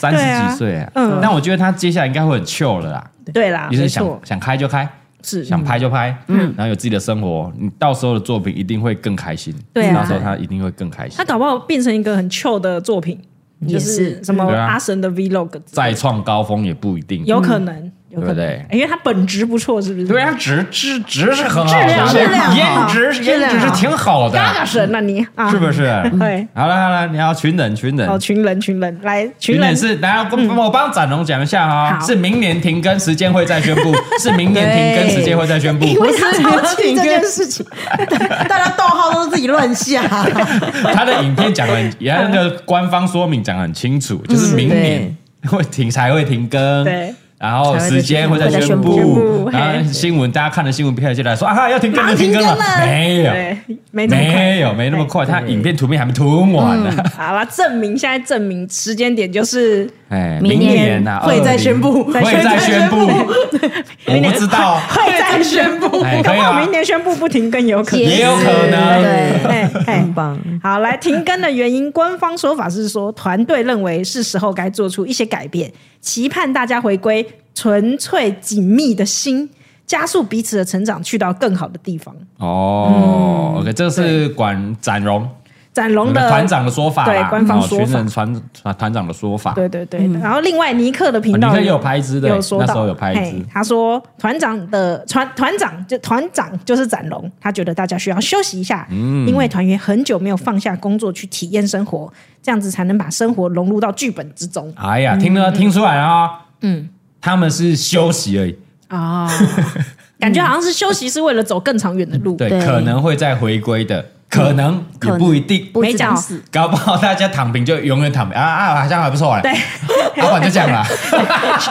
[SPEAKER 1] 三十几岁啊，
[SPEAKER 2] 嗯
[SPEAKER 1] 但我觉得他接下来应该会很 chill 了啦，
[SPEAKER 2] 对啦，
[SPEAKER 1] 你是
[SPEAKER 2] 没
[SPEAKER 1] 想
[SPEAKER 2] 错，嗯
[SPEAKER 1] 想开就开，
[SPEAKER 2] 是
[SPEAKER 1] 想拍就拍，嗯，然后有自己的生活，你到时候的作品一定会更开心。
[SPEAKER 2] 对啊
[SPEAKER 1] 到时候他一定会更开心
[SPEAKER 2] 他，搞不好变成一个很 chill 的作品，就
[SPEAKER 3] 也
[SPEAKER 2] 是
[SPEAKER 3] 是
[SPEAKER 2] 什么
[SPEAKER 1] 对啊
[SPEAKER 2] 阿神的 Vlog，
[SPEAKER 1] 再创高峰也不一定。
[SPEAKER 2] 有可能，有可
[SPEAKER 1] 嗯对不
[SPEAKER 2] 能哎
[SPEAKER 1] 对，
[SPEAKER 2] 因为他本质不错，是不是？
[SPEAKER 1] 对啊，值值值是很好
[SPEAKER 2] 质量
[SPEAKER 1] 的，
[SPEAKER 2] 质量
[SPEAKER 1] 颜值颜值是挺好
[SPEAKER 2] 嘎嘎
[SPEAKER 1] 的，
[SPEAKER 2] 神啊你啊，
[SPEAKER 1] 是不是？
[SPEAKER 2] 对，
[SPEAKER 1] 好了好了，你要群人群人
[SPEAKER 2] 哦，。群人群人来，群
[SPEAKER 1] 群
[SPEAKER 2] 人
[SPEAKER 1] 人是，来我我帮展龙讲一下哈，
[SPEAKER 2] 好
[SPEAKER 1] 是明年停更时间会再宣布，是明年停更时间会再宣布，
[SPEAKER 2] 因为他超气
[SPEAKER 4] 停
[SPEAKER 2] 这
[SPEAKER 4] 更
[SPEAKER 2] 件事情， *laughs*
[SPEAKER 4] 大家逗号都是自己乱下，
[SPEAKER 1] 他的影片讲的，也那个官方说明讲得很清楚，
[SPEAKER 3] 嗯
[SPEAKER 1] 就是明年 *laughs* 会停才会停更，
[SPEAKER 2] 对，
[SPEAKER 1] 然后时间会再宣
[SPEAKER 3] 才会再宣
[SPEAKER 1] 布
[SPEAKER 2] 布，
[SPEAKER 1] 然后新闻大家看了新闻片就来说啊要停更了，
[SPEAKER 3] 马上
[SPEAKER 1] 停
[SPEAKER 3] 停
[SPEAKER 1] 更
[SPEAKER 3] 更
[SPEAKER 1] 了，
[SPEAKER 3] 了
[SPEAKER 1] 没有。
[SPEAKER 2] 对，没这么快。
[SPEAKER 1] 啊
[SPEAKER 2] 嗯哎
[SPEAKER 1] 没有，没那么快，他影片图片还没涂完呢。
[SPEAKER 2] 好啦，证明现在证明时间点就是
[SPEAKER 1] *laughs* 哎，
[SPEAKER 3] 明年
[SPEAKER 1] 年呐，
[SPEAKER 4] 会再
[SPEAKER 1] 20
[SPEAKER 4] 宣布
[SPEAKER 1] 会再宣布，我不知道，
[SPEAKER 2] 会再宣布，
[SPEAKER 1] 哎
[SPEAKER 2] 搞
[SPEAKER 1] 可以
[SPEAKER 2] 不
[SPEAKER 1] 啊
[SPEAKER 2] 好明年宣布不停更也有可能。
[SPEAKER 1] 也有可能
[SPEAKER 3] 对，
[SPEAKER 2] 哎哎
[SPEAKER 4] 很，棒。
[SPEAKER 2] 好，来停更的原因，官方说法是说，团队认为是时候该做出一些改变，期盼大家回归纯粹紧密的心，加速彼此的成长，去到更好的地方。
[SPEAKER 1] 哦，OK，这是管展荣
[SPEAKER 2] 展
[SPEAKER 1] 我
[SPEAKER 2] 龙
[SPEAKER 1] 们
[SPEAKER 2] 嗯的
[SPEAKER 1] 的团，长的说法啦，
[SPEAKER 2] 对官方
[SPEAKER 1] 哦
[SPEAKER 2] 说法
[SPEAKER 1] 群人团团团长的说法，
[SPEAKER 2] 对对对。然后另外尼克的频
[SPEAKER 1] 嗯哦
[SPEAKER 2] 道
[SPEAKER 1] 尼克也有拍一支的
[SPEAKER 2] 有说到
[SPEAKER 1] 那时候有拍一支
[SPEAKER 2] 嘿他说团长的团团长就团长就是展龙，他觉得大家需要休息一下，
[SPEAKER 1] 嗯
[SPEAKER 2] 因为团员很久没有放下工作去体验生活，这样子才能把生活融入到剧本之中
[SPEAKER 1] 哎呀，听得听出来了啊，嗯，他们是休息而已，
[SPEAKER 2] 啊。感觉好像是休息是为了走更长远的路，
[SPEAKER 1] 嗯对，
[SPEAKER 3] 对
[SPEAKER 1] 可能会再回归的，可能
[SPEAKER 2] 嗯
[SPEAKER 1] 也不一定，
[SPEAKER 3] 不
[SPEAKER 2] 没
[SPEAKER 3] 知
[SPEAKER 2] 讲
[SPEAKER 3] 道
[SPEAKER 2] 死
[SPEAKER 1] 搞不好大家躺平就永远躺平啊啊，好像还不错嘞，老板就这
[SPEAKER 2] *laughs*
[SPEAKER 1] 样啦，，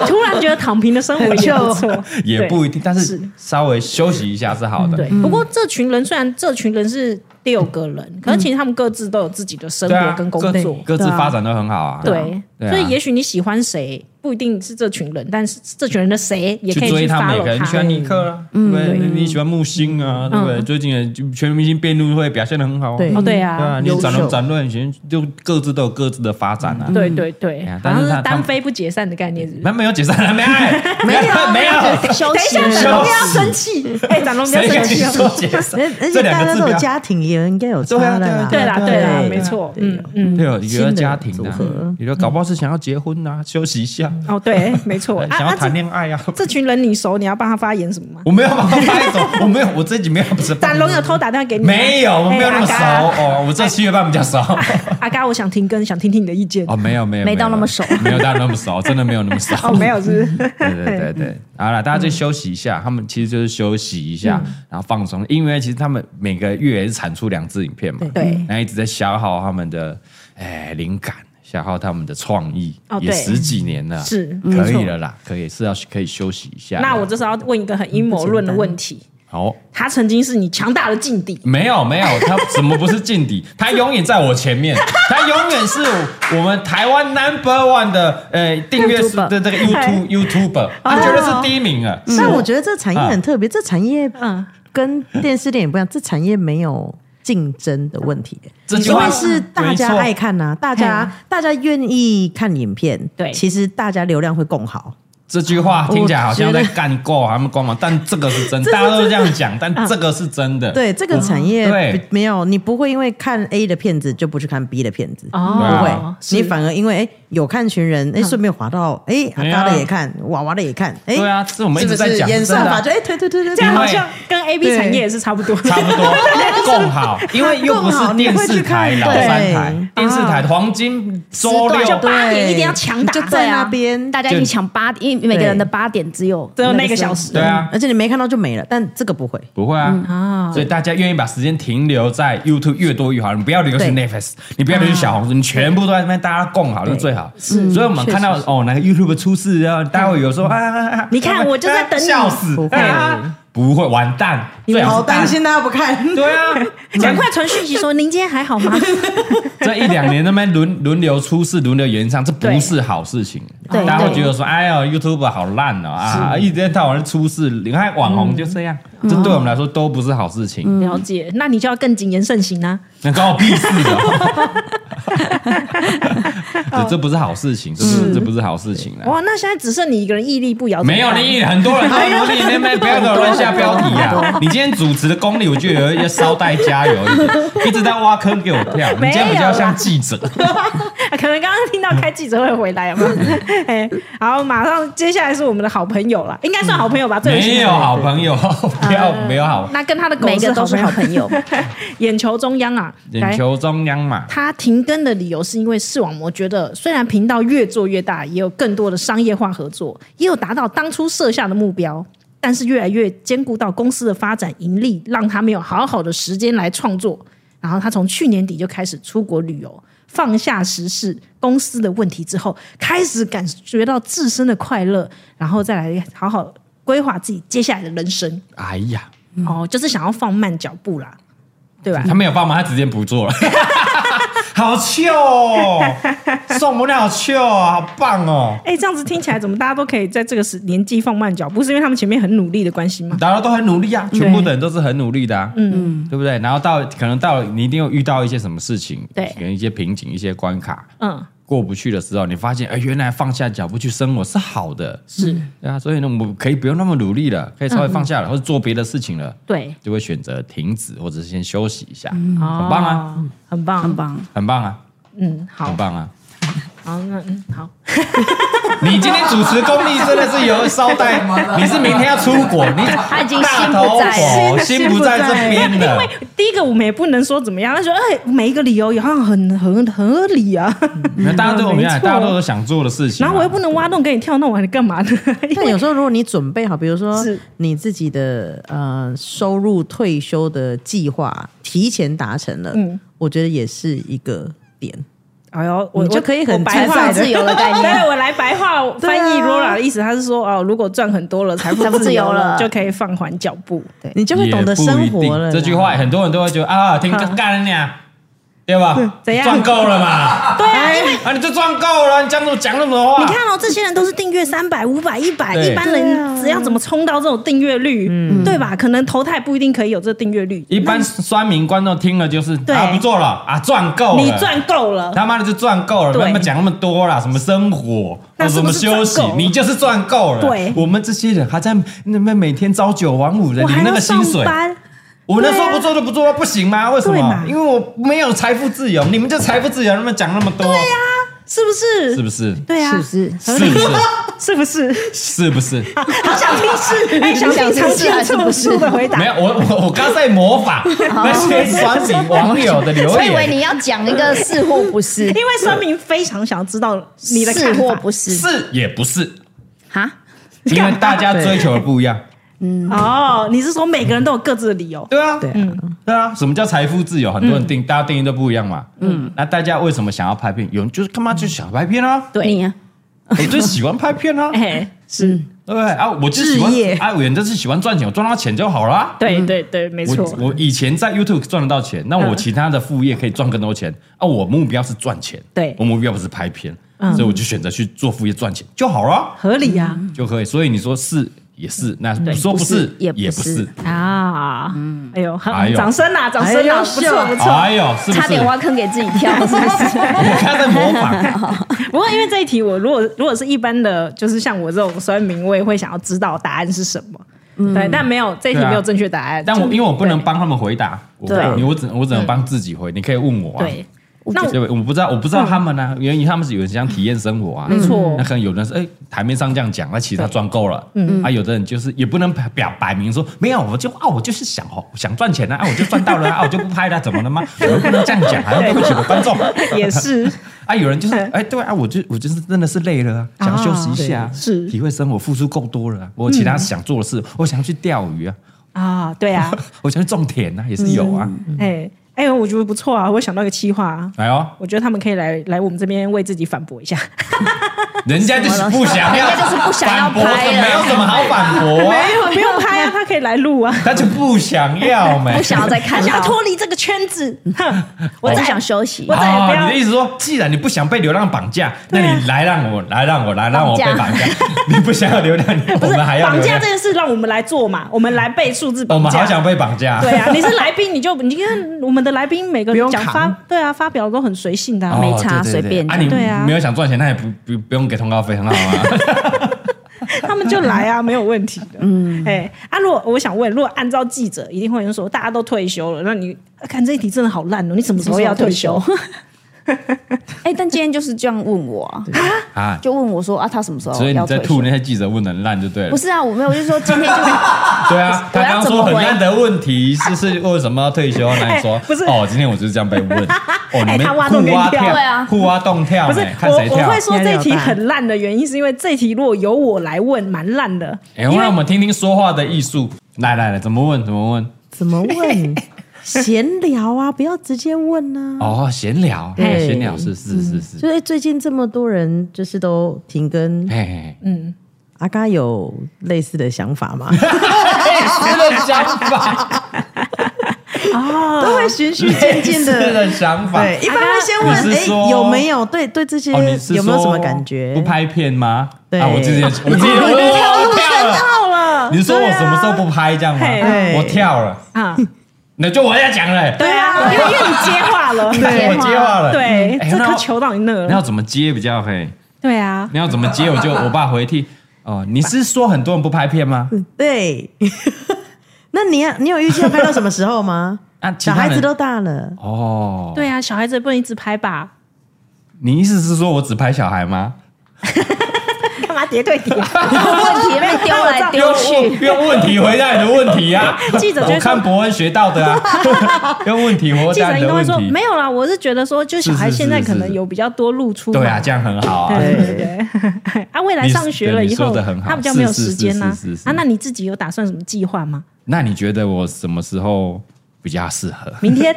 [SPEAKER 2] 突然觉得躺平的生活也不错
[SPEAKER 1] *laughs* 也不一定，但是稍微休息一下是好的
[SPEAKER 2] 嗯对。，不过这群人虽然这群人是六个人，可是其实他们各自都有自己的生
[SPEAKER 1] 对啊，
[SPEAKER 2] 活跟工作，
[SPEAKER 1] 各各自发展都很好啊。
[SPEAKER 2] 对，
[SPEAKER 1] 对啊
[SPEAKER 2] 所以也许你喜欢谁，不一定是这群人，但是这群人的谁也可
[SPEAKER 1] 去
[SPEAKER 2] 以
[SPEAKER 1] 追
[SPEAKER 2] 去
[SPEAKER 1] 他们也
[SPEAKER 2] follow
[SPEAKER 1] 可以，你喜
[SPEAKER 2] 他。
[SPEAKER 1] 欢尼克啊，对不对？你喜欢木星啊，对不对？最近的就全明星辩论会表现的很好啊，
[SPEAKER 4] 对
[SPEAKER 2] 哦，对
[SPEAKER 1] 对啊，
[SPEAKER 2] 啊，
[SPEAKER 1] 你
[SPEAKER 4] 优
[SPEAKER 1] 展论
[SPEAKER 4] 秀
[SPEAKER 1] 展论，其实就各自都有各自的发展啊。
[SPEAKER 2] 嗯对对对
[SPEAKER 1] 哎呀，
[SPEAKER 2] 好
[SPEAKER 1] 但
[SPEAKER 2] 像
[SPEAKER 1] 是他
[SPEAKER 2] 是
[SPEAKER 1] 他
[SPEAKER 2] 单
[SPEAKER 1] 们
[SPEAKER 2] 飞不解散的概念，是不是？
[SPEAKER 1] 那没有解散了，没有 *laughs* 没有没有，
[SPEAKER 3] 休息
[SPEAKER 2] 等一下，
[SPEAKER 1] 休息
[SPEAKER 2] 展龙不要生气，哎，展龙不要
[SPEAKER 1] 谁
[SPEAKER 2] 生
[SPEAKER 1] 跟你
[SPEAKER 2] 气哦。
[SPEAKER 1] 说解散
[SPEAKER 4] *laughs* 而而？
[SPEAKER 1] 这
[SPEAKER 4] 且
[SPEAKER 1] 两个
[SPEAKER 4] 大家
[SPEAKER 1] 字
[SPEAKER 4] 都
[SPEAKER 1] 不
[SPEAKER 4] 有
[SPEAKER 1] 要
[SPEAKER 4] 家庭，也应该有差
[SPEAKER 1] 对啊
[SPEAKER 4] 的啦。
[SPEAKER 1] 对
[SPEAKER 2] 对啦，对啦，
[SPEAKER 4] 对
[SPEAKER 2] 没错，
[SPEAKER 4] 对
[SPEAKER 2] 嗯嗯，
[SPEAKER 1] 对哦，有个家庭
[SPEAKER 4] 新
[SPEAKER 1] 的
[SPEAKER 4] 的组合，
[SPEAKER 1] 你说搞不好是想要结婚啊，休息一下，
[SPEAKER 2] 哦，对，没错。啊
[SPEAKER 1] *laughs* 想要
[SPEAKER 2] 啊，
[SPEAKER 1] 谈
[SPEAKER 2] 这
[SPEAKER 1] 恋爱啊。
[SPEAKER 2] 这群人你熟，你要帮他发言什么吗？
[SPEAKER 1] 我没有帮他拍走，我没有，我自己没有，不是
[SPEAKER 2] 展龙有偷打电话给你吗？
[SPEAKER 1] 没有，我没有那么熟
[SPEAKER 2] 哎阿嘎
[SPEAKER 1] 哦，我这七月半比较熟。
[SPEAKER 2] 阿嘎，我想停更，想听听你的
[SPEAKER 1] *laughs*
[SPEAKER 2] 意见。
[SPEAKER 1] 哦，没有没有，
[SPEAKER 3] 没到那么熟
[SPEAKER 1] 没有到那么熟，真的没有那么熟。
[SPEAKER 2] 哦，没有，是
[SPEAKER 1] *laughs*
[SPEAKER 2] 不是？ *laughs*
[SPEAKER 1] 对对对对，好了，大家就休息一
[SPEAKER 2] 嗯
[SPEAKER 1] 下，他们其实就是休息一下，然后放松，因为其实他们每个月也是产出两支影片嘛，
[SPEAKER 2] 对，
[SPEAKER 1] 然后一直在消耗他们的哎灵感，消耗他们的创意，
[SPEAKER 2] 哦
[SPEAKER 1] 也
[SPEAKER 2] 对
[SPEAKER 1] 十几年了，
[SPEAKER 2] 是
[SPEAKER 1] 可以了啦，可以是要可以休息一下。
[SPEAKER 2] 那我就是要问一个很阴谋论的问题：
[SPEAKER 1] 好。
[SPEAKER 2] 他曾经是你强大的劲敌，
[SPEAKER 1] 没有没有， *laughs* 他怎么不是劲敌？他永远在我前
[SPEAKER 2] *laughs*
[SPEAKER 1] 面，他永远是我们台湾 number one 的呃订阅数
[SPEAKER 3] YouTuber
[SPEAKER 1] 的这个
[SPEAKER 2] *laughs*
[SPEAKER 1] YouTube
[SPEAKER 2] 哦
[SPEAKER 1] YouTuber，他绝对是第一名啊！
[SPEAKER 4] 但我觉得这产业很特别，这产业
[SPEAKER 2] 嗯
[SPEAKER 4] 跟电视电影不一样，这产业没有竞争的问题，
[SPEAKER 1] 这句
[SPEAKER 4] 因
[SPEAKER 1] 话
[SPEAKER 4] 为是大家爱看呐、大家大家愿意看影片，
[SPEAKER 2] 对
[SPEAKER 4] 其实大家流量会更好。
[SPEAKER 1] 这句话听起来好像在
[SPEAKER 4] 我觉
[SPEAKER 1] 干够啊他们光芒，但这个是真，大家都这样讲，但这个是真的。
[SPEAKER 4] 对这个产
[SPEAKER 1] 嗯
[SPEAKER 4] 业
[SPEAKER 1] 对
[SPEAKER 4] 不没有，你不会因为看 A 的片子就不去看 B 的片
[SPEAKER 1] 啊
[SPEAKER 4] 子，
[SPEAKER 2] 哦嗯
[SPEAKER 4] 不会
[SPEAKER 1] 对，
[SPEAKER 4] 你反而因为哎有看群人，哎顺便滑到哎阿
[SPEAKER 1] 对啊
[SPEAKER 4] 嘎的也看，娃娃的也看，哎
[SPEAKER 1] 对啊，这我们一直
[SPEAKER 4] 是不
[SPEAKER 1] 在
[SPEAKER 4] 是
[SPEAKER 1] 讲，
[SPEAKER 4] 演
[SPEAKER 1] 真
[SPEAKER 4] 算
[SPEAKER 1] 的啊
[SPEAKER 4] 法就哎推推推推
[SPEAKER 2] 这
[SPEAKER 4] 推
[SPEAKER 2] 样
[SPEAKER 1] 因为
[SPEAKER 2] 好像跟 A B
[SPEAKER 4] 对
[SPEAKER 2] 产业也是差不多。
[SPEAKER 1] 差不多，更好，因为又不是电视台
[SPEAKER 4] 更
[SPEAKER 1] 老
[SPEAKER 4] 好你会去看
[SPEAKER 1] 三
[SPEAKER 4] 对
[SPEAKER 1] 台，电视台黄金周
[SPEAKER 3] 时
[SPEAKER 1] 六
[SPEAKER 3] 段
[SPEAKER 2] 就八点
[SPEAKER 4] 对
[SPEAKER 2] 一定要强打，
[SPEAKER 4] 就在那边
[SPEAKER 3] 啊大家一起抢八，因为每个人的八点只有
[SPEAKER 2] 只有那个
[SPEAKER 3] 时候
[SPEAKER 2] 小时
[SPEAKER 1] 对啊
[SPEAKER 4] 而且你没看到就没了，但这个不会。
[SPEAKER 1] 不会啊，所以大家愿意把时间停留在 YouTube 越多越好，你不要留去
[SPEAKER 4] 对
[SPEAKER 1] Netflix，你不要留去小红书，你全部都在那边大家共好，那最好。
[SPEAKER 4] 是
[SPEAKER 1] 所以我们看到哦哪个 YouTube 出事啊，大家会有说啊啊，啊啊
[SPEAKER 2] 你看
[SPEAKER 1] 啊
[SPEAKER 2] 我就在等你
[SPEAKER 1] 笑死
[SPEAKER 4] 不，会
[SPEAKER 2] 嗯
[SPEAKER 1] 啊不会完蛋，最啊好是大。
[SPEAKER 4] 大家不看，
[SPEAKER 1] 对
[SPEAKER 3] *laughs*
[SPEAKER 1] 啊，
[SPEAKER 2] 赶快传讯息说您今天还好吗？
[SPEAKER 1] 这一两年那边轮轮流出事，轮流演唱，这不是好事情。
[SPEAKER 3] 对
[SPEAKER 1] 大家会觉得说，哎呦，YouTube 好烂哦啊，一天到晚出事，你看网
[SPEAKER 3] 嗯
[SPEAKER 1] 红就这样，这对我们来说都不是好事情。
[SPEAKER 2] *laughs* 了解，那你就要更谨言慎行啊。
[SPEAKER 1] 那关我屁事
[SPEAKER 3] *laughs*
[SPEAKER 1] 哦！这这不是好事情，这不是这不是好事情啊！
[SPEAKER 2] 哇，那现在只剩你一个人屹立不摇，
[SPEAKER 1] 没有
[SPEAKER 2] *laughs*
[SPEAKER 1] 你，很多人都有你那边不要给我乱下标题啊！你今天主持的功力，我觉得要稍待加油一点，一直在挖坑给我跳。你今天比较像记者，
[SPEAKER 2] 啊可能刚刚听到开记者会回来有 *laughs* 没有？哎，好，马上接下来是我们的好朋友了，应该算好朋友吧？最
[SPEAKER 1] 没
[SPEAKER 2] 新
[SPEAKER 1] 有
[SPEAKER 2] 的
[SPEAKER 1] 好朋友，不要没有好
[SPEAKER 2] 那跟他的狗
[SPEAKER 3] 每个都是好朋友，
[SPEAKER 2] *laughs* 眼球中央啊，
[SPEAKER 1] 眼
[SPEAKER 2] 来。
[SPEAKER 1] 球中央嘛。
[SPEAKER 2] 他停更的理由是因为视网膜觉得，虽然频道越做越大，也有更多的商业化合作，也有达到当初设下的目标，但是越来越兼顾到公司的发展盈利，让他没有好好的时间来创作。然后他从去年底就开始出国旅游，放下时事公司的问题之后，开始感觉到自身的快乐，然后再来好好规划自己接下来的人生。
[SPEAKER 1] 哎呀，
[SPEAKER 2] 哦，就是想要放慢脚步啦，对吧？
[SPEAKER 1] 他没有帮忙，他直接不做了。好糗哦，宋母娘好糗哦，好棒哦！
[SPEAKER 2] 哎、这样子听起来怎么大家都可以在这个时年纪放慢脚步？是因为他们前面很努力的关系吗？
[SPEAKER 1] 大家都很努力啊，全部的人都是很努力的、啊，嗯，对不对？然后到可能到了你一定有遇到一些什么事情，
[SPEAKER 2] 对
[SPEAKER 1] 可能一些瓶颈、一些关卡
[SPEAKER 2] 嗯，
[SPEAKER 1] 过不去的时候，你发现哎，原来放下脚步去生活是好的，是对啊，所以呢，我们可以不用那么努力了，可以稍微放下了，或者做别的事情了，
[SPEAKER 2] 对，
[SPEAKER 1] 就会选择停止或者是先休息一下，很棒啊，
[SPEAKER 2] 哦，很棒，
[SPEAKER 3] 很，棒。
[SPEAKER 1] 很棒啊，
[SPEAKER 2] 嗯，
[SPEAKER 1] 很
[SPEAKER 2] 好，
[SPEAKER 1] 棒啊！
[SPEAKER 2] 好，那嗯，好，
[SPEAKER 1] 你今天主持功力真的是有稍待，你是明天要出国，你
[SPEAKER 3] 他已经心
[SPEAKER 1] 大
[SPEAKER 3] 不
[SPEAKER 1] 头
[SPEAKER 3] 在
[SPEAKER 1] 佛心不在这边了，
[SPEAKER 2] *laughs* 第一个我们也不能说怎么样，他说，哎、每一个理由也好像很很很合理啊，
[SPEAKER 1] 没有，大家都有
[SPEAKER 2] 没
[SPEAKER 1] 一样，
[SPEAKER 2] 错
[SPEAKER 1] 大家都有想做的事情啊。
[SPEAKER 2] 然后我又不能挖洞给你跳，那我还干嘛呢？ *laughs* 因
[SPEAKER 4] *laughs* 但
[SPEAKER 2] 为
[SPEAKER 4] 有时候如果你准备好，比如说
[SPEAKER 2] 是
[SPEAKER 4] 你自己的呃收入退休的计划提前达成了，
[SPEAKER 2] 嗯
[SPEAKER 4] 我觉得也是一个点。
[SPEAKER 2] 哎呦，我
[SPEAKER 4] 你就可以很
[SPEAKER 2] 我白话
[SPEAKER 4] 财富自
[SPEAKER 3] 由的概
[SPEAKER 2] *laughs*
[SPEAKER 3] 念
[SPEAKER 2] 对我来白话翻译
[SPEAKER 4] 对啊
[SPEAKER 2] Laura 的意思，他是说哦，如果赚很多了，财
[SPEAKER 3] 财
[SPEAKER 2] 富
[SPEAKER 3] 富
[SPEAKER 2] 自
[SPEAKER 3] 自由
[SPEAKER 2] 由了，
[SPEAKER 3] 了
[SPEAKER 2] 就可以放缓脚步。
[SPEAKER 4] 你就会懂得生活了啦。
[SPEAKER 1] 这句话很多人都会觉得啊，听
[SPEAKER 2] 嗯
[SPEAKER 1] 干了你啊，对吧？
[SPEAKER 2] 怎样
[SPEAKER 1] 赚够了嘛？
[SPEAKER 2] *laughs* 对啊，因为
[SPEAKER 1] 啊，你就赚够了，你讲讲那么多话，
[SPEAKER 2] 你看哦，这些人都是订阅三百、五百、一百，
[SPEAKER 1] 对嗯
[SPEAKER 2] 一般人只要怎么冲到这种订阅率，对吧？可能投胎不一定可以有这订阅率。
[SPEAKER 1] 一般酸民观众听了就是
[SPEAKER 2] 对
[SPEAKER 1] 啊，不做了啊，赚够了，
[SPEAKER 2] 你赚够了，
[SPEAKER 1] 他妈的就赚够了，
[SPEAKER 2] 对
[SPEAKER 1] 不要讲那么多啦，什么生活，
[SPEAKER 2] 那是
[SPEAKER 1] 什
[SPEAKER 2] 不
[SPEAKER 1] 么
[SPEAKER 2] 是
[SPEAKER 1] 休息
[SPEAKER 2] 赚够，了
[SPEAKER 1] 你就是赚够了。
[SPEAKER 2] 对
[SPEAKER 1] 我们这些人还在那边每天朝九晚五的，
[SPEAKER 2] 我
[SPEAKER 1] 领
[SPEAKER 2] 还
[SPEAKER 1] 那
[SPEAKER 2] 要
[SPEAKER 1] 个
[SPEAKER 2] 上
[SPEAKER 1] 薪水，
[SPEAKER 2] 班。
[SPEAKER 1] 我们能
[SPEAKER 2] 对啊
[SPEAKER 1] 说不做就不做吗？不行吗？为什
[SPEAKER 2] 对嘛
[SPEAKER 1] 么？因为我没有财富自由，你们就财富自由，那么讲那么多，
[SPEAKER 2] 是不是？
[SPEAKER 1] 是不是？
[SPEAKER 2] 对啊
[SPEAKER 6] 是，不是？
[SPEAKER 1] 是不是？
[SPEAKER 2] 是不是？
[SPEAKER 1] 是不是？
[SPEAKER 2] *laughs* 好想听是， *laughs* 哎，想听长期这么粗的回答
[SPEAKER 1] 没。有，我我我刚在模仿那些酸民网友的留
[SPEAKER 6] 我以为
[SPEAKER 1] 言，
[SPEAKER 6] 你要讲一个是或不是
[SPEAKER 2] 因，为酸民非常想知道 *laughs* 你的
[SPEAKER 6] 是
[SPEAKER 2] 看
[SPEAKER 6] 或
[SPEAKER 2] 法
[SPEAKER 6] 不是
[SPEAKER 1] 是也不是，
[SPEAKER 6] 哈？
[SPEAKER 1] 因为大家追求的不一样。
[SPEAKER 2] 哦，你是说每个人都有各自的理由？
[SPEAKER 1] 对啊，
[SPEAKER 4] 对啊
[SPEAKER 1] 对啊，什么叫财富自由？很多人定，大家定义都不一样嘛。嗯，那大家为什么想要拍片？有人就是干嘛就想拍片啊？
[SPEAKER 2] 对
[SPEAKER 6] 你啊
[SPEAKER 1] 我就喜欢拍片啊，对
[SPEAKER 2] 哎，是
[SPEAKER 1] 不对啊？我就喜欢
[SPEAKER 4] 置业，
[SPEAKER 1] 啊，我人就是喜欢赚钱，我赚到钱就好啦。
[SPEAKER 2] 对对对，没
[SPEAKER 1] 我
[SPEAKER 2] 错。
[SPEAKER 1] 我以前在 YouTube 赚得到钱，那
[SPEAKER 6] 嗯
[SPEAKER 1] 我其他的副业可以赚更多钱啊。我目标是赚钱，
[SPEAKER 2] 对
[SPEAKER 1] 我目标不是拍片，
[SPEAKER 6] 嗯
[SPEAKER 1] 所以我就选择去做副业赚钱就好了，
[SPEAKER 2] 合理啊呀
[SPEAKER 1] 就可以。所以你说是也是，那说
[SPEAKER 6] 嗯
[SPEAKER 1] 不
[SPEAKER 6] 不
[SPEAKER 1] 是
[SPEAKER 6] 是也不
[SPEAKER 1] 也不
[SPEAKER 6] 是
[SPEAKER 1] 是，
[SPEAKER 2] 啊！哎呦，好
[SPEAKER 1] 哎呦
[SPEAKER 2] 掌声啊，掌声
[SPEAKER 4] 哎
[SPEAKER 2] 啊，
[SPEAKER 4] 呦
[SPEAKER 2] 不错不错。
[SPEAKER 1] 哎呦，是不
[SPEAKER 6] 差
[SPEAKER 1] 是
[SPEAKER 6] 点？挖坑给自己跳，是不是？
[SPEAKER 1] *laughs* 我刚在模仿。
[SPEAKER 6] *laughs*
[SPEAKER 2] 不过因为这一题，我如果如果是一般的，就是像我这种酸民，我也会想要知道答案是什么。对，但没有这一题
[SPEAKER 1] 对啊
[SPEAKER 2] 没有正确答案。
[SPEAKER 1] 但我
[SPEAKER 2] 就
[SPEAKER 1] 因为我不能帮他们回答，我
[SPEAKER 6] 对嗯
[SPEAKER 1] 你我只我只能帮自己回。你可以问我啊，
[SPEAKER 2] 对，那
[SPEAKER 1] 对不对？我不知道，我不知道他们呢，因为他们是有人想体验生活啊，
[SPEAKER 2] 没错
[SPEAKER 1] 那可能有人是哎，台面上这样讲，那其实他赚够了，嗯，啊，有的人就是也不能表摆明说没有，我就啊，我就是想哦，想赚钱啊，啊我就赚到了啊，啊我就不拍了，怎么了吗？我又不能这样讲，还啊要对不起我观众。
[SPEAKER 2] *laughs* 也是
[SPEAKER 1] 啊，有人就是哎，对啊，我就我就是真的是累了啊，想休息一下啊，
[SPEAKER 2] 是
[SPEAKER 1] 体会生活，付出够多了啊，我有其他想做的事，我想去钓鱼啊，
[SPEAKER 2] 啊，
[SPEAKER 1] *laughs*
[SPEAKER 2] 对啊，
[SPEAKER 1] 我想去种田啊，也是有啊。
[SPEAKER 2] 哎哎，我觉得不错啊，我想到一个企划啊。
[SPEAKER 1] 哎呦，
[SPEAKER 2] 我觉得他们可以来来我们这边为自己反
[SPEAKER 1] *laughs*
[SPEAKER 2] 驳一下，
[SPEAKER 1] 人家就是不想要，
[SPEAKER 6] 人家就是不想要
[SPEAKER 1] 反驳
[SPEAKER 6] 拍了
[SPEAKER 1] 没有什么好反驳、啊，
[SPEAKER 2] 有 *laughs* 不用拍啊，他可以来录 *laughs* 啊，
[SPEAKER 1] 他就不想要没。
[SPEAKER 6] 不想
[SPEAKER 1] *laughs*
[SPEAKER 6] 要再看
[SPEAKER 2] 他 *laughs* 想要
[SPEAKER 6] 到，
[SPEAKER 2] 脱离这个圈子，哼，
[SPEAKER 6] 我
[SPEAKER 2] *laughs* 我
[SPEAKER 6] 只
[SPEAKER 2] 再
[SPEAKER 6] 想休息
[SPEAKER 2] 我。再也不要
[SPEAKER 1] 哦，你的意思说，既然你不想被流浪绑架，那你来让我来让我来让我被绑
[SPEAKER 6] 绑
[SPEAKER 1] 架， *laughs* 你不想要流浪，
[SPEAKER 2] 不
[SPEAKER 1] 我
[SPEAKER 2] 是
[SPEAKER 1] 们还要
[SPEAKER 2] 绑
[SPEAKER 1] 流
[SPEAKER 2] 架
[SPEAKER 1] 浪
[SPEAKER 2] 这，件事，让我们来做嘛，我们来被数字
[SPEAKER 1] 我
[SPEAKER 2] 绑
[SPEAKER 1] 们好想
[SPEAKER 2] 架。
[SPEAKER 1] 被绑 *laughs* 架。
[SPEAKER 2] 对啊，你是来宾，你就你看我们的来宾每个
[SPEAKER 4] 不
[SPEAKER 2] 人
[SPEAKER 4] 用
[SPEAKER 2] 讲发
[SPEAKER 4] 扛，
[SPEAKER 2] 对啊，发表都很随性的啊、
[SPEAKER 1] 哦，
[SPEAKER 6] 没差
[SPEAKER 1] 对对对
[SPEAKER 6] 随便
[SPEAKER 1] 啊，你
[SPEAKER 2] 对啊
[SPEAKER 1] 没有想赚钱，那也不不不用给通告费，很好啊。 *laughs*
[SPEAKER 2] 他们就来啊，没有问题的。嗯，哎，啊，如果我想问，如果按照记者，一定会有人说大家都退休了，那你啊看这一题真的好烂哦，你什么时候要退休？
[SPEAKER 1] *laughs*
[SPEAKER 3] 哎、但今天就是这样问我啊，
[SPEAKER 1] 啊，
[SPEAKER 3] 就问我说啊，他什么时候
[SPEAKER 1] 所以
[SPEAKER 3] 要
[SPEAKER 1] 你在
[SPEAKER 3] 退休
[SPEAKER 1] 吐？那些记者问的很烂就对了
[SPEAKER 3] 不。是啊，我没有，我就说今天就是
[SPEAKER 1] *laughs* 对啊，
[SPEAKER 3] 我
[SPEAKER 1] 他刚
[SPEAKER 3] 要
[SPEAKER 1] 刚
[SPEAKER 3] 怎么
[SPEAKER 1] 说很
[SPEAKER 3] 回
[SPEAKER 1] 烂的问题，是是为什么要退休？那你说
[SPEAKER 2] 哎不是
[SPEAKER 1] 哦，今天我就是这样被问，哦，
[SPEAKER 2] 哎
[SPEAKER 1] 你们
[SPEAKER 2] 他挖洞
[SPEAKER 1] 互
[SPEAKER 2] 给你
[SPEAKER 1] 挖
[SPEAKER 2] 跳
[SPEAKER 1] 跳，
[SPEAKER 3] 对啊
[SPEAKER 1] 互挖洞跳，
[SPEAKER 2] 不是
[SPEAKER 1] 哎看 *laughs*
[SPEAKER 2] 我
[SPEAKER 1] 谁
[SPEAKER 2] 我
[SPEAKER 1] 跳
[SPEAKER 2] 会。说这一题很烂的原因，是因为这一题如果由我来问，蛮烂的。
[SPEAKER 1] 哎，让我们听听说话的艺术。来来来，怎么问？怎么问？
[SPEAKER 4] 怎
[SPEAKER 1] *laughs*
[SPEAKER 4] 么问？闲聊啊，不要直接问啊。
[SPEAKER 1] 哦，闲聊，
[SPEAKER 4] 对
[SPEAKER 1] 哎闲聊是是是是，
[SPEAKER 4] 就是最近这么多人，就是都停更，
[SPEAKER 1] 哎，
[SPEAKER 4] 阿嘎有类似的想
[SPEAKER 1] *laughs*
[SPEAKER 4] 法吗？
[SPEAKER 1] 类似的想法，
[SPEAKER 2] 哦
[SPEAKER 4] 都会循序渐进
[SPEAKER 1] 类似
[SPEAKER 4] 的。
[SPEAKER 1] 的想法。
[SPEAKER 4] 对，一般会先
[SPEAKER 1] 你
[SPEAKER 4] 问，
[SPEAKER 1] 是说
[SPEAKER 4] 哎，有没有对对这些
[SPEAKER 1] 哦，你是
[SPEAKER 4] 有没有什么
[SPEAKER 1] 说
[SPEAKER 4] 感觉？
[SPEAKER 1] 不拍片吗？
[SPEAKER 4] 对
[SPEAKER 1] 啊，我自己也，我自己也
[SPEAKER 4] 哦你跳
[SPEAKER 1] 我跳了。
[SPEAKER 2] 到了
[SPEAKER 1] 你说我什么时候不拍这样吗
[SPEAKER 2] 嘿？
[SPEAKER 4] 对
[SPEAKER 1] 我跳了，
[SPEAKER 2] 啊，
[SPEAKER 1] 那就我要讲了。
[SPEAKER 2] 对啊，因为因为你接话 *laughs* 了，
[SPEAKER 1] 我接话了。
[SPEAKER 2] 对，
[SPEAKER 1] 哎
[SPEAKER 2] 这
[SPEAKER 1] 那
[SPEAKER 2] 颗
[SPEAKER 1] 我
[SPEAKER 2] 球到你那
[SPEAKER 1] *laughs* 你要
[SPEAKER 2] 了，
[SPEAKER 1] 怎么接比较嘿？
[SPEAKER 2] 对啊，
[SPEAKER 1] 你要怎么接？我就我爸回替
[SPEAKER 2] *laughs*
[SPEAKER 1] 哦，你是说很多人不拍片吗？
[SPEAKER 2] 嗯
[SPEAKER 4] 对， *laughs* 那你要你有预计要拍到什么时候吗？
[SPEAKER 1] 啊，其
[SPEAKER 4] 小
[SPEAKER 1] 他
[SPEAKER 4] 孩子
[SPEAKER 1] 人
[SPEAKER 4] 都大了，
[SPEAKER 1] 哦，
[SPEAKER 2] 对啊，小孩子也不能一直拍吧？
[SPEAKER 1] 你意思是说我只拍小孩吗？
[SPEAKER 2] 干嘛叠对叠？
[SPEAKER 6] 问题被丢来丢去，
[SPEAKER 1] 用用问题回答你的问题啊！
[SPEAKER 2] *laughs* 记者就
[SPEAKER 1] 我
[SPEAKER 2] 会说
[SPEAKER 1] 看伯恩学到的
[SPEAKER 2] *laughs*
[SPEAKER 1] 啊，用问题回
[SPEAKER 2] 记
[SPEAKER 1] 答
[SPEAKER 2] 者
[SPEAKER 1] 你
[SPEAKER 2] 应
[SPEAKER 1] 的问
[SPEAKER 2] 该会说
[SPEAKER 1] 题
[SPEAKER 2] 没。有啦，我是觉得说，就是小
[SPEAKER 1] 是是
[SPEAKER 2] 孩
[SPEAKER 1] 是
[SPEAKER 2] 现在可
[SPEAKER 1] 是
[SPEAKER 2] 能有比较多露出嘛，
[SPEAKER 1] 对啊，这样很好啊。
[SPEAKER 2] 对对对， *laughs* 啊，未来上学了以
[SPEAKER 1] 你
[SPEAKER 2] 后
[SPEAKER 1] 说得很，好
[SPEAKER 2] 他比较没有时间呐
[SPEAKER 1] 是是是是。是
[SPEAKER 2] 啊，那你自己有打算什么计划吗？
[SPEAKER 1] 那你觉得我什么时候比较适合？
[SPEAKER 2] 明天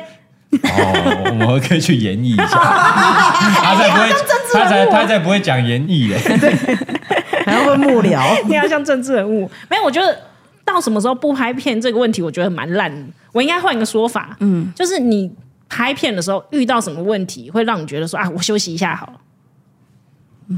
[SPEAKER 1] 哦，我们可以去演绎一下。他才不
[SPEAKER 2] 哎
[SPEAKER 1] 会，他才他才不会讲演绎耶。
[SPEAKER 4] 还要问幕僚。
[SPEAKER 2] *laughs* 你要像政治人物，没有？我觉得到什么时候不拍片这个问题，我觉得蛮烂的。我应该换一个说法，嗯，就是你拍片的时候遇到什么问题，会让你觉得说啊，我休息一下好了。嗯，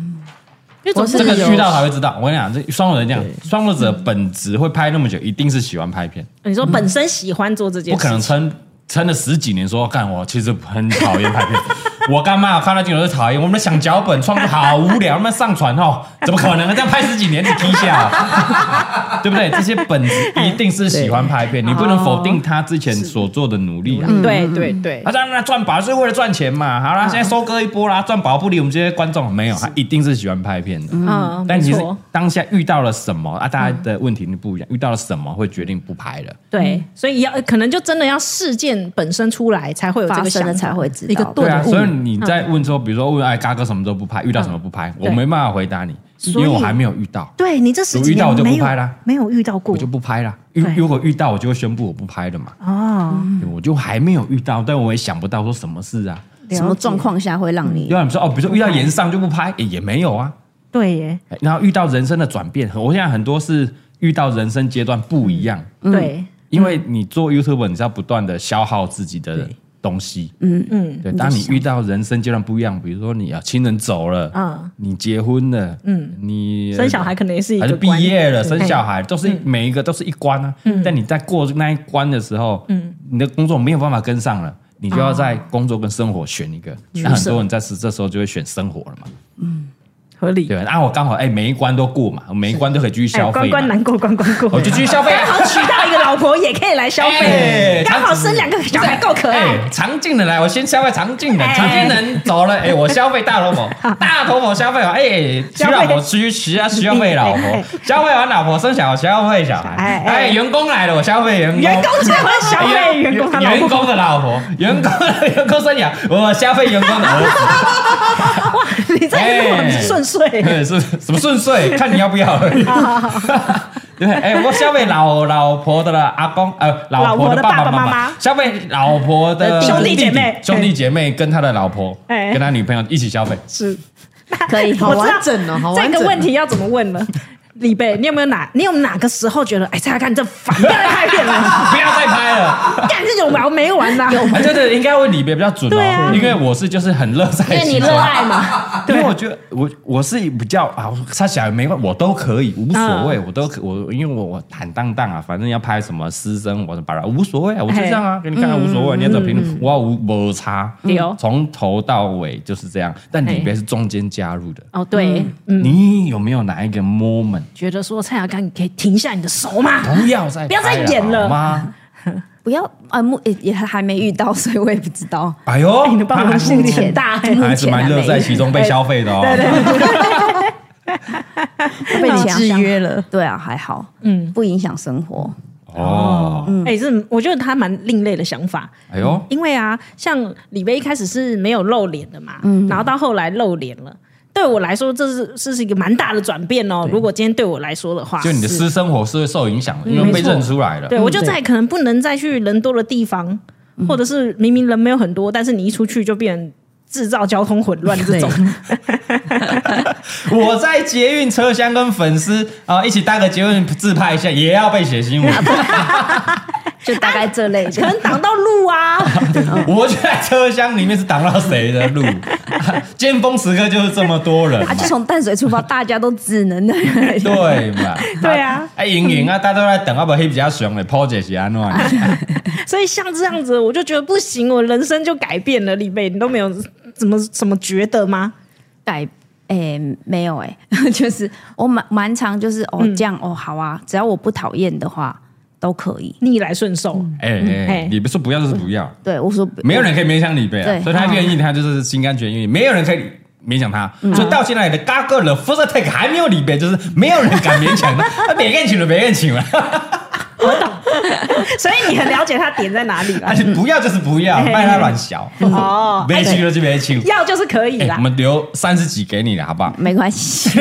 [SPEAKER 2] 因为总
[SPEAKER 4] 我
[SPEAKER 2] 是
[SPEAKER 1] 这个
[SPEAKER 4] 有
[SPEAKER 1] 遇到才会知道。我跟你讲，这双人这样，双人者本质会拍那么久，一定是喜欢拍片，
[SPEAKER 2] 你说本身喜欢做这件
[SPEAKER 1] 不可
[SPEAKER 2] 事情，
[SPEAKER 1] 能撑撑了十几年说干我其实很讨厌拍片。 *laughs* 我干嘛看到镜头就讨厌？我们想脚本创作好无聊，那么上传哦，怎么可能啊？这样拍十几年你踢下啊， *laughs* 对不对？这些本质一定是喜欢拍片，你不能否定他之前所做的努力啊。
[SPEAKER 2] 对对对
[SPEAKER 1] 他，当然赚饱是为了赚钱嘛。好啦，现在收割一波啦，赚饱不理我们这些观众没有，他一定是喜欢拍片的。
[SPEAKER 2] 嗯，
[SPEAKER 1] 但
[SPEAKER 2] 没
[SPEAKER 1] 其实
[SPEAKER 2] 错，
[SPEAKER 1] 当下遇到了什么啊？大家的问题不一样，遇到了什么会决定不拍了？
[SPEAKER 2] 对，所以要可能就真的要事件本身出来才会有这
[SPEAKER 6] 发
[SPEAKER 2] 个
[SPEAKER 6] 生
[SPEAKER 2] 想
[SPEAKER 6] 了
[SPEAKER 2] 法
[SPEAKER 6] 才会知道。
[SPEAKER 4] 一个
[SPEAKER 1] 对
[SPEAKER 4] 顿
[SPEAKER 1] 啊，
[SPEAKER 4] 悟
[SPEAKER 1] 所以你在问说，比如说问哎嘎哥什么时候不拍，遇到什么不拍，我没办法回答你，因为我还没有遇到，
[SPEAKER 2] 对你这十几
[SPEAKER 1] 有遇到我 *laughs*
[SPEAKER 2] 年
[SPEAKER 1] 就不
[SPEAKER 2] 没有
[SPEAKER 1] 拍啦
[SPEAKER 2] 没有遇到过
[SPEAKER 1] 我就不拍啦。遇
[SPEAKER 2] 对
[SPEAKER 1] 如果遇到，我就会宣布我不拍了嘛。
[SPEAKER 2] 哦，
[SPEAKER 1] 对我就还没有遇到，但我也想不到说什么事啊。
[SPEAKER 3] 嗯
[SPEAKER 6] 什么状况下会让你
[SPEAKER 1] 要你说哦，比如说遇到岩上就不拍，也也没有啊。
[SPEAKER 2] 对耶，
[SPEAKER 1] 然后遇到人生的转变，我现在很多是遇到人生阶段不一样，
[SPEAKER 2] 对，
[SPEAKER 1] 因为你做 YouTube，你是要不断的消耗自己的东西。
[SPEAKER 2] 嗯，
[SPEAKER 1] 对，当你遇到人生阶段不一样，比如说你啊亲人走了，
[SPEAKER 2] 嗯
[SPEAKER 1] 你结婚了，嗯，你
[SPEAKER 2] 生小孩可能也是一
[SPEAKER 1] 还
[SPEAKER 2] 个哎
[SPEAKER 1] 是毕
[SPEAKER 2] 关
[SPEAKER 1] 业了，生小孩都是
[SPEAKER 2] 嗯
[SPEAKER 1] 每一个都是一关啊。但你在过那一关的时候，嗯，你的工作没有办法跟上了，你就要在工作跟生活选一个。那很多人在这时候就会选生活了嘛。
[SPEAKER 2] 合理，
[SPEAKER 1] 对，那我刚好哎，每一关都过嘛，每一关都可以继续
[SPEAKER 2] 哎
[SPEAKER 1] 消，费
[SPEAKER 2] 关关
[SPEAKER 1] 嘛，
[SPEAKER 2] 难过关关过，
[SPEAKER 1] 我就继续消费啊。
[SPEAKER 2] 刚好娶到一个老婆也可以来消
[SPEAKER 1] 哎
[SPEAKER 2] 费，刚好生两个小孩够可爱。
[SPEAKER 1] 哎，常进的来，我先消费常进
[SPEAKER 2] 哎
[SPEAKER 1] 的，常进人走了，哎，我消费大
[SPEAKER 2] *laughs*
[SPEAKER 1] 头佛，大头佛消费完，哎，娶老婆需需要消费老婆，消费完老婆生小孩消费小孩
[SPEAKER 2] 哎，哎
[SPEAKER 1] 哎，员工来了我消费员工，
[SPEAKER 2] 员工结婚消
[SPEAKER 1] 哎
[SPEAKER 2] 费
[SPEAKER 1] 员
[SPEAKER 2] 员工他老
[SPEAKER 1] 员
[SPEAKER 2] 婆，
[SPEAKER 1] 工的老婆，员工 *laughs* 员工生小孩，我消费员工的儿
[SPEAKER 2] *laughs* 你在跟我
[SPEAKER 1] 哎
[SPEAKER 2] 们顺遂，
[SPEAKER 1] 子，是什么顺
[SPEAKER 2] *laughs*
[SPEAKER 1] 遂，看你要不要而已。 *laughs* 对，哎，我消费老老婆的啦阿公，呃，老
[SPEAKER 2] 老
[SPEAKER 1] 婆
[SPEAKER 2] 婆
[SPEAKER 1] 的
[SPEAKER 2] 的
[SPEAKER 1] 爸
[SPEAKER 2] 爸
[SPEAKER 1] 妈
[SPEAKER 2] 爸妈
[SPEAKER 1] 妈
[SPEAKER 2] 妈，
[SPEAKER 1] 消费老婆的
[SPEAKER 2] 呃
[SPEAKER 1] 弟
[SPEAKER 2] 兄弟姐妹
[SPEAKER 1] 弟兄弟姐妹跟他的老婆，
[SPEAKER 2] 哎
[SPEAKER 1] 跟他女朋友一起消费。
[SPEAKER 2] 是
[SPEAKER 6] 可以？
[SPEAKER 4] 好
[SPEAKER 2] 我知道
[SPEAKER 4] 完整哦，好完
[SPEAKER 2] 这
[SPEAKER 4] 整。
[SPEAKER 2] 个问题要怎么问呢？李贝，你有没有哪你有哪个时候觉得哎，蔡看这烦，不要再拍
[SPEAKER 1] *laughs*
[SPEAKER 2] 片了，
[SPEAKER 1] 不要再拍
[SPEAKER 2] *laughs*
[SPEAKER 1] 了，
[SPEAKER 2] 干这种完没完呐？
[SPEAKER 1] 啊对对，应该问李别比较准
[SPEAKER 2] 对
[SPEAKER 1] 哦
[SPEAKER 2] 啊，
[SPEAKER 1] 因为我是就是很乐在
[SPEAKER 6] 因为
[SPEAKER 1] 其
[SPEAKER 6] 你
[SPEAKER 1] 中
[SPEAKER 6] 热，爱嘛，
[SPEAKER 1] 因为我觉得我我是比较啊，他小孩没关我都可以，无所
[SPEAKER 2] 嗯
[SPEAKER 1] 谓，我都可我因为我我坦荡荡啊，反正要拍什么私生活什么巴拉无所谓啊，我就这样啊，给你看看无所谓，你要怎么评论，我无无差
[SPEAKER 2] 嗯对哦，
[SPEAKER 1] 从头到尾就是这样，但里边是中间加入的，
[SPEAKER 2] 哦，对，
[SPEAKER 6] 嗯
[SPEAKER 1] 你有没有哪一个 moment
[SPEAKER 2] 觉得说蔡小刚，你可以停下你的手吗？
[SPEAKER 1] 不要再
[SPEAKER 2] 不要再
[SPEAKER 1] 拍啊
[SPEAKER 2] 演了
[SPEAKER 1] 好吗？
[SPEAKER 6] 不要啊，目也也还没遇到，所以我也不知道。
[SPEAKER 1] 哎
[SPEAKER 2] *laughs*
[SPEAKER 1] 呦，
[SPEAKER 2] 你的包容性很啊大，
[SPEAKER 1] 还是蛮乐在其中被消费的哦。
[SPEAKER 6] 被你
[SPEAKER 4] 制约了，
[SPEAKER 6] 啊对啊，还好，
[SPEAKER 2] 嗯。
[SPEAKER 6] 不影响生活。
[SPEAKER 1] 哦，
[SPEAKER 6] 嗯
[SPEAKER 2] 哎、是我觉得他蛮另类的想法，
[SPEAKER 1] 哎呦，
[SPEAKER 2] 因为啊，像李贝一开始是没有露脸的嘛，
[SPEAKER 6] 嗯
[SPEAKER 2] 然后到后来露脸了。对我来说，这是这是一个蛮大的转变哦。如果今天对嗯我来说的话，
[SPEAKER 1] 就你的
[SPEAKER 2] 是
[SPEAKER 1] 私生活是会受影响的，因为被认出来了。
[SPEAKER 6] 嗯
[SPEAKER 2] 对我就
[SPEAKER 4] 对
[SPEAKER 2] 再可能不能再去人多的地方，或者是明明人没有很多，但是你一出去就变成制造交通混乱这种。 *laughs*
[SPEAKER 1] *laughs* 我在捷运车厢跟粉丝啊、一起搭个捷运自拍一下，也要被写新闻。
[SPEAKER 6] 就大概这类
[SPEAKER 2] 可
[SPEAKER 6] 的，
[SPEAKER 2] 能挡到路啊，
[SPEAKER 1] 我就在车厢里面是挡到谁的路？ *laughs* 尖峰时刻就是这么多人
[SPEAKER 6] 啊，
[SPEAKER 1] 嘛，
[SPEAKER 6] 就从淡水出发，大家都只能那样。
[SPEAKER 1] 对啊嘛？
[SPEAKER 2] 对啊，
[SPEAKER 1] 哎，莹莹啊，大家都在等，要不要翕比较熊嘞？抛姐是安诺，啊
[SPEAKER 2] 所以像这样子，我就觉得不行，我人生就改变了。李贝，你都没有怎么怎么觉得吗？
[SPEAKER 6] 改诶、没有诶、 *laughs* 就是我蛮蛮常就是哦
[SPEAKER 2] 嗯
[SPEAKER 6] 这样哦好啊，只要我不讨厌的话都可以。
[SPEAKER 2] 逆来顺受，
[SPEAKER 1] 哎哎，你不说不要就是不要，
[SPEAKER 6] 对我说不
[SPEAKER 1] 没有人可以勉强李贝啊，
[SPEAKER 6] 对
[SPEAKER 1] 所以他愿意，他就是心甘情愿，没有人可以。勉强他，所以到现在的嘎哥的 first take 还没有李贝，就是没有人敢勉强他，他别人请了，别人请了，
[SPEAKER 2] 所以你很了解他点在哪里
[SPEAKER 1] *laughs* 而
[SPEAKER 2] 啦。
[SPEAKER 1] 且啊不要就是不要，不然他软小，
[SPEAKER 2] 哦，
[SPEAKER 1] *laughs* 没请了就没请。
[SPEAKER 2] 要就是可以
[SPEAKER 1] 哎，
[SPEAKER 2] 啦
[SPEAKER 1] *laughs* 我。们留三十几给你了，好不好？
[SPEAKER 6] 没关系， *laughs*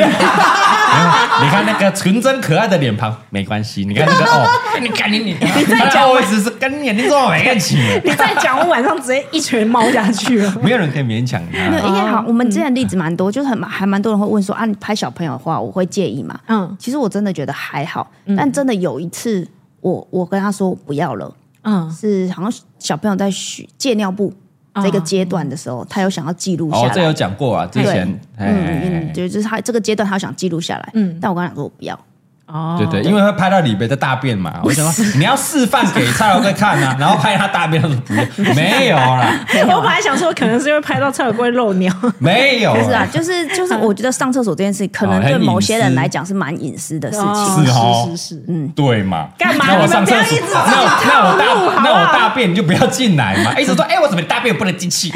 [SPEAKER 1] *laughs*
[SPEAKER 2] 哦
[SPEAKER 1] 你看那个纯真可爱的脸庞，没关系。你看那个哦，你看你你，你在讲我只是跟你，你说我没敢请，
[SPEAKER 2] 你再讲，我晚上直接一拳猫下去了。
[SPEAKER 1] 没有人可以勉强啊哦
[SPEAKER 6] 没
[SPEAKER 1] 他。
[SPEAKER 6] 有，因为好，
[SPEAKER 2] 嗯
[SPEAKER 6] 我们之前的例子蛮多，就是很还蛮多人会问说啊，你拍小朋友的话，我会介意吗？
[SPEAKER 2] 嗯
[SPEAKER 6] 其实我真的觉得还好，但真的有一次，我我跟他说我不要了，
[SPEAKER 2] 嗯哦
[SPEAKER 6] 是好像小朋友在学借尿布，这个阶段的时候，他有想要记录下
[SPEAKER 1] 哦，这
[SPEAKER 6] 来。
[SPEAKER 1] 有讲过啊，之前，哎
[SPEAKER 6] 嗯嗯，
[SPEAKER 1] 哎
[SPEAKER 6] 就就是他这个阶段，他想记录下来。
[SPEAKER 2] 嗯
[SPEAKER 6] 但我跟他讲说，我不要。
[SPEAKER 2] 哦，
[SPEAKER 1] 对对，因为会拍到李贝在大便嘛，我想说你要示范给蔡老哥看啊，然后拍他大便，他说不要， *laughs* 没有啊啦，
[SPEAKER 2] 我本来想说，可能是因为拍到蔡伟贵漏
[SPEAKER 1] *laughs*
[SPEAKER 2] 尿，
[SPEAKER 1] 没有
[SPEAKER 6] 不是啊
[SPEAKER 1] 啦，，
[SPEAKER 6] 就是就是，我觉得上厕所这件事，可能
[SPEAKER 1] 哦哦很
[SPEAKER 6] 对某些人
[SPEAKER 1] 隐私
[SPEAKER 6] 来讲是蛮隐私的事情。
[SPEAKER 1] 是哦
[SPEAKER 2] 是是是，嗯
[SPEAKER 1] 对嘛？
[SPEAKER 2] 干嘛
[SPEAKER 1] 那我
[SPEAKER 2] 你们
[SPEAKER 1] 上
[SPEAKER 2] 不要
[SPEAKER 1] 厕
[SPEAKER 2] 一直
[SPEAKER 1] 所，
[SPEAKER 2] 自己
[SPEAKER 1] 那我那我大
[SPEAKER 2] 套路好不好
[SPEAKER 1] 那我大便你就不要进来嘛，一直
[SPEAKER 2] *laughs*
[SPEAKER 1] 说哎，我怎么大便不能进去？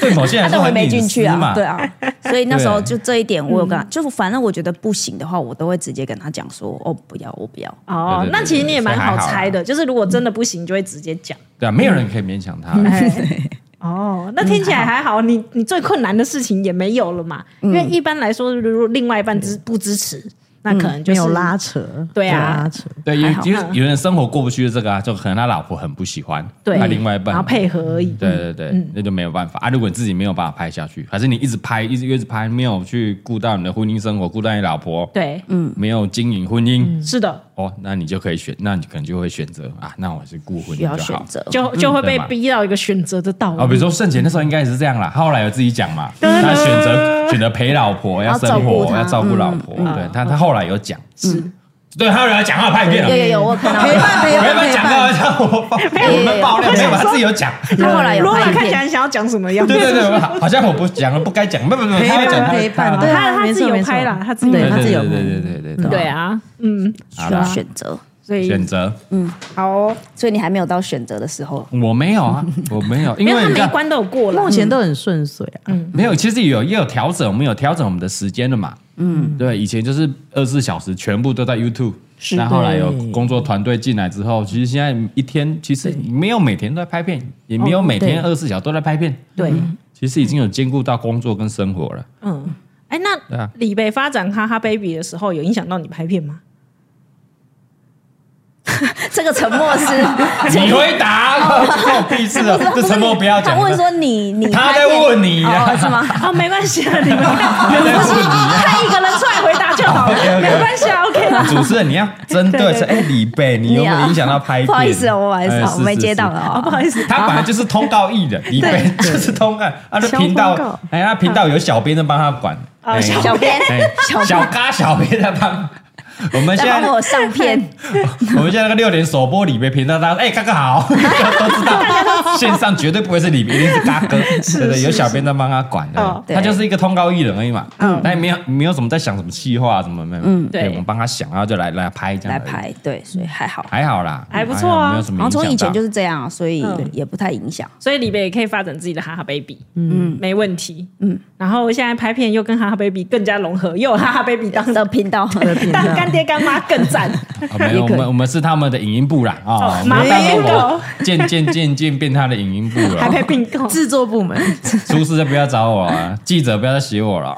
[SPEAKER 1] 对某些人来
[SPEAKER 6] 但
[SPEAKER 1] 说
[SPEAKER 6] 我也
[SPEAKER 1] 很
[SPEAKER 6] 没
[SPEAKER 1] 隐
[SPEAKER 6] 进去
[SPEAKER 1] 私
[SPEAKER 6] 啊
[SPEAKER 1] 嘛，，
[SPEAKER 6] 对啊，所以那时候
[SPEAKER 1] 对
[SPEAKER 6] 就这一点，我有跟
[SPEAKER 2] 嗯
[SPEAKER 6] 他，就是反正我觉得不行的话，我都会直接跟他讲说，哦，不要，我不要。
[SPEAKER 2] 哦
[SPEAKER 1] 对对对，
[SPEAKER 2] 那其实你也蛮好
[SPEAKER 1] 所
[SPEAKER 2] 猜
[SPEAKER 1] 以还好啊
[SPEAKER 2] 的，就是如果真的不行，就会直接讲。
[SPEAKER 1] 对啊，没有人可以勉强他。
[SPEAKER 2] 哎哦，
[SPEAKER 1] 嗯
[SPEAKER 2] 那听起来还好，你你最困难的事情也没有了嘛，
[SPEAKER 1] 嗯
[SPEAKER 2] 因为一般来说，如果另外一半支不支持，那可能就
[SPEAKER 1] 嗯
[SPEAKER 4] 没
[SPEAKER 2] 是
[SPEAKER 4] 有拉扯，
[SPEAKER 2] 对啊
[SPEAKER 4] 拉扯，
[SPEAKER 1] 对，有
[SPEAKER 6] 还好
[SPEAKER 1] 有有人生活过不去这个啊，就可能他老婆很不喜欢，
[SPEAKER 2] 对
[SPEAKER 1] 他另外一半，嗯
[SPEAKER 2] 然后配嗯合而已。
[SPEAKER 1] 对对对，那就没有办法啊。如果你自己没有办法拍下去，还是你一直拍，一直一直拍，没有去顾到你的婚姻生活，顾到你老婆，
[SPEAKER 2] 对，嗯
[SPEAKER 1] 嗯，没有经营婚姻，
[SPEAKER 2] 是的，
[SPEAKER 1] 哦，那你就可以选，那你可能就会选择啊，那我是顾婚
[SPEAKER 6] 需要
[SPEAKER 1] 姻就
[SPEAKER 6] 选
[SPEAKER 1] 好。
[SPEAKER 6] 择，
[SPEAKER 2] 就就会
[SPEAKER 1] 嗯
[SPEAKER 2] 被
[SPEAKER 1] 对嘛
[SPEAKER 2] 逼到一个选择的道
[SPEAKER 1] 哦，比
[SPEAKER 2] 路。
[SPEAKER 1] 如说盛姐那时候应该也是这样啦，她后来有自己讲嘛，她选择选择陪老婆，要生
[SPEAKER 6] 要照顾
[SPEAKER 1] 活，
[SPEAKER 6] 她
[SPEAKER 1] 要照顾老婆，对她她后来有讲，是，对她后来有讲，她有拍片了
[SPEAKER 6] 有，有有，我有看到
[SPEAKER 1] 陪伴陪伴讲到他我爆我们爆料没有，他自己有讲。
[SPEAKER 6] 他后来有
[SPEAKER 2] 罗
[SPEAKER 6] 拍
[SPEAKER 2] 哎拉看起
[SPEAKER 6] 片，
[SPEAKER 2] 来想要讲什么样子
[SPEAKER 1] 对？对对，我好像我不讲了，不该讲，不不不，
[SPEAKER 4] 陪
[SPEAKER 1] 他有讲
[SPEAKER 4] 伴陪伴，
[SPEAKER 1] 对
[SPEAKER 4] 对
[SPEAKER 2] 他
[SPEAKER 4] 啊，
[SPEAKER 2] 他
[SPEAKER 4] 没
[SPEAKER 2] 自
[SPEAKER 4] 错
[SPEAKER 2] 己有
[SPEAKER 4] 没错
[SPEAKER 2] 拍啦他自己
[SPEAKER 4] 对
[SPEAKER 2] 有
[SPEAKER 4] 他自己有
[SPEAKER 1] 对对
[SPEAKER 4] 拍，
[SPEAKER 1] 对对对，
[SPEAKER 2] *laughs* 对啊，嗯，
[SPEAKER 1] 好
[SPEAKER 6] 需要
[SPEAKER 1] 啦，
[SPEAKER 6] 选择，
[SPEAKER 2] 所以
[SPEAKER 1] 选择
[SPEAKER 2] 好哦，
[SPEAKER 6] 所以你还没有到选择的时候。
[SPEAKER 1] 我没有啊，我没有，因
[SPEAKER 2] 因为
[SPEAKER 1] 为
[SPEAKER 2] 他
[SPEAKER 1] 你
[SPEAKER 2] 每一
[SPEAKER 1] 看
[SPEAKER 2] 关都有过了
[SPEAKER 4] 目。前都很顺遂啊，
[SPEAKER 1] 没有，其实有也有调整，我们有调整我们的时间了嘛。嗯，对，以前就是二十四小时全部都在 YouTube，那后来有工作团队进来之后，其实现在一天其实没有每天都在拍片，也没有每天二十四小时都在拍片，
[SPEAKER 2] 对，
[SPEAKER 6] 嗯
[SPEAKER 1] 其实已经有兼顾到工作跟生活了。
[SPEAKER 2] 嗯，哎，
[SPEAKER 1] 对
[SPEAKER 2] 那
[SPEAKER 1] 啊
[SPEAKER 2] 李贝发展哈哈 baby 的时候，有影响到你拍
[SPEAKER 1] *laughs*
[SPEAKER 2] 片吗？
[SPEAKER 6] 这个沉默是，
[SPEAKER 1] 你回答， *laughs* 关我屁事啊！ *laughs* 这沉默不要讲
[SPEAKER 6] 他。问说你你
[SPEAKER 1] 他
[SPEAKER 6] 拍
[SPEAKER 1] 在
[SPEAKER 6] 片
[SPEAKER 1] 问你啊
[SPEAKER 6] 哦是
[SPEAKER 1] *laughs*
[SPEAKER 6] 吗？
[SPEAKER 2] 啊，没关系啊，你们不是派一个人出来回答就
[SPEAKER 1] *laughs*
[SPEAKER 2] 好了，
[SPEAKER 1] 哦 OK，OK
[SPEAKER 2] 没关系啊，OK 啦。
[SPEAKER 1] *laughs* 主持人，你要针对是哎李贝，你有没有影响到拍片？
[SPEAKER 6] 不好意思，我不好意思
[SPEAKER 1] 哎，
[SPEAKER 6] 我没接到。
[SPEAKER 1] 是是是
[SPEAKER 6] 啊，不
[SPEAKER 2] 不好意思，
[SPEAKER 1] 他本来就是通告艺人，李贝就是通告，他的频
[SPEAKER 4] 小通告
[SPEAKER 1] 道，哎，他频道有小编在帮他管，
[SPEAKER 2] 啊
[SPEAKER 1] 哎
[SPEAKER 2] 小
[SPEAKER 6] 哦小编
[SPEAKER 1] 哎
[SPEAKER 6] 小
[SPEAKER 1] 小嘎小编在帮。我们现
[SPEAKER 6] 在 *laughs*
[SPEAKER 1] 在
[SPEAKER 6] 帮我上片，
[SPEAKER 1] *laughs* 我们现在那个六点首播里面频道，大家哎嘎哥好， *laughs* 都知道，线上绝对不会是里面，一定是嘎哥，对对，有小编在帮他管
[SPEAKER 2] 哦
[SPEAKER 1] 的，
[SPEAKER 6] 对
[SPEAKER 1] 他就是一个通告艺人而已嘛，他也没有没有什么在想什么计划什么没有，对，
[SPEAKER 2] 对
[SPEAKER 1] 我们帮他想，然后就来来拍这样，
[SPEAKER 6] 来，拍，对，
[SPEAKER 2] 嗯
[SPEAKER 6] 所以还好。
[SPEAKER 1] 还好啦，
[SPEAKER 2] 还不错啊
[SPEAKER 1] 还好没有什么
[SPEAKER 6] 然后
[SPEAKER 1] 影响到。
[SPEAKER 6] 从以前就是这样啊，所以
[SPEAKER 2] 嗯
[SPEAKER 6] 也不太影响。
[SPEAKER 2] 所以李贝也可以发展自己的哈哈 baby，嗯，没问题，嗯。然后现在拍片又跟哈哈 baby 更加融合，又有哈哈 baby 当
[SPEAKER 6] 的频
[SPEAKER 1] *laughs*
[SPEAKER 6] 道，
[SPEAKER 2] 当干爹干妈更赞，
[SPEAKER 1] 啊，没有，我们我们是他们的影音部啦啊，我
[SPEAKER 2] 马
[SPEAKER 1] 们
[SPEAKER 2] 上
[SPEAKER 1] 当
[SPEAKER 2] 并购
[SPEAKER 1] 我渐渐渐渐变他的影音部
[SPEAKER 2] *laughs* 还
[SPEAKER 1] 了
[SPEAKER 2] 配。并购，
[SPEAKER 4] 制作部门
[SPEAKER 1] 出事就不要找我啊，记者不要再写我了，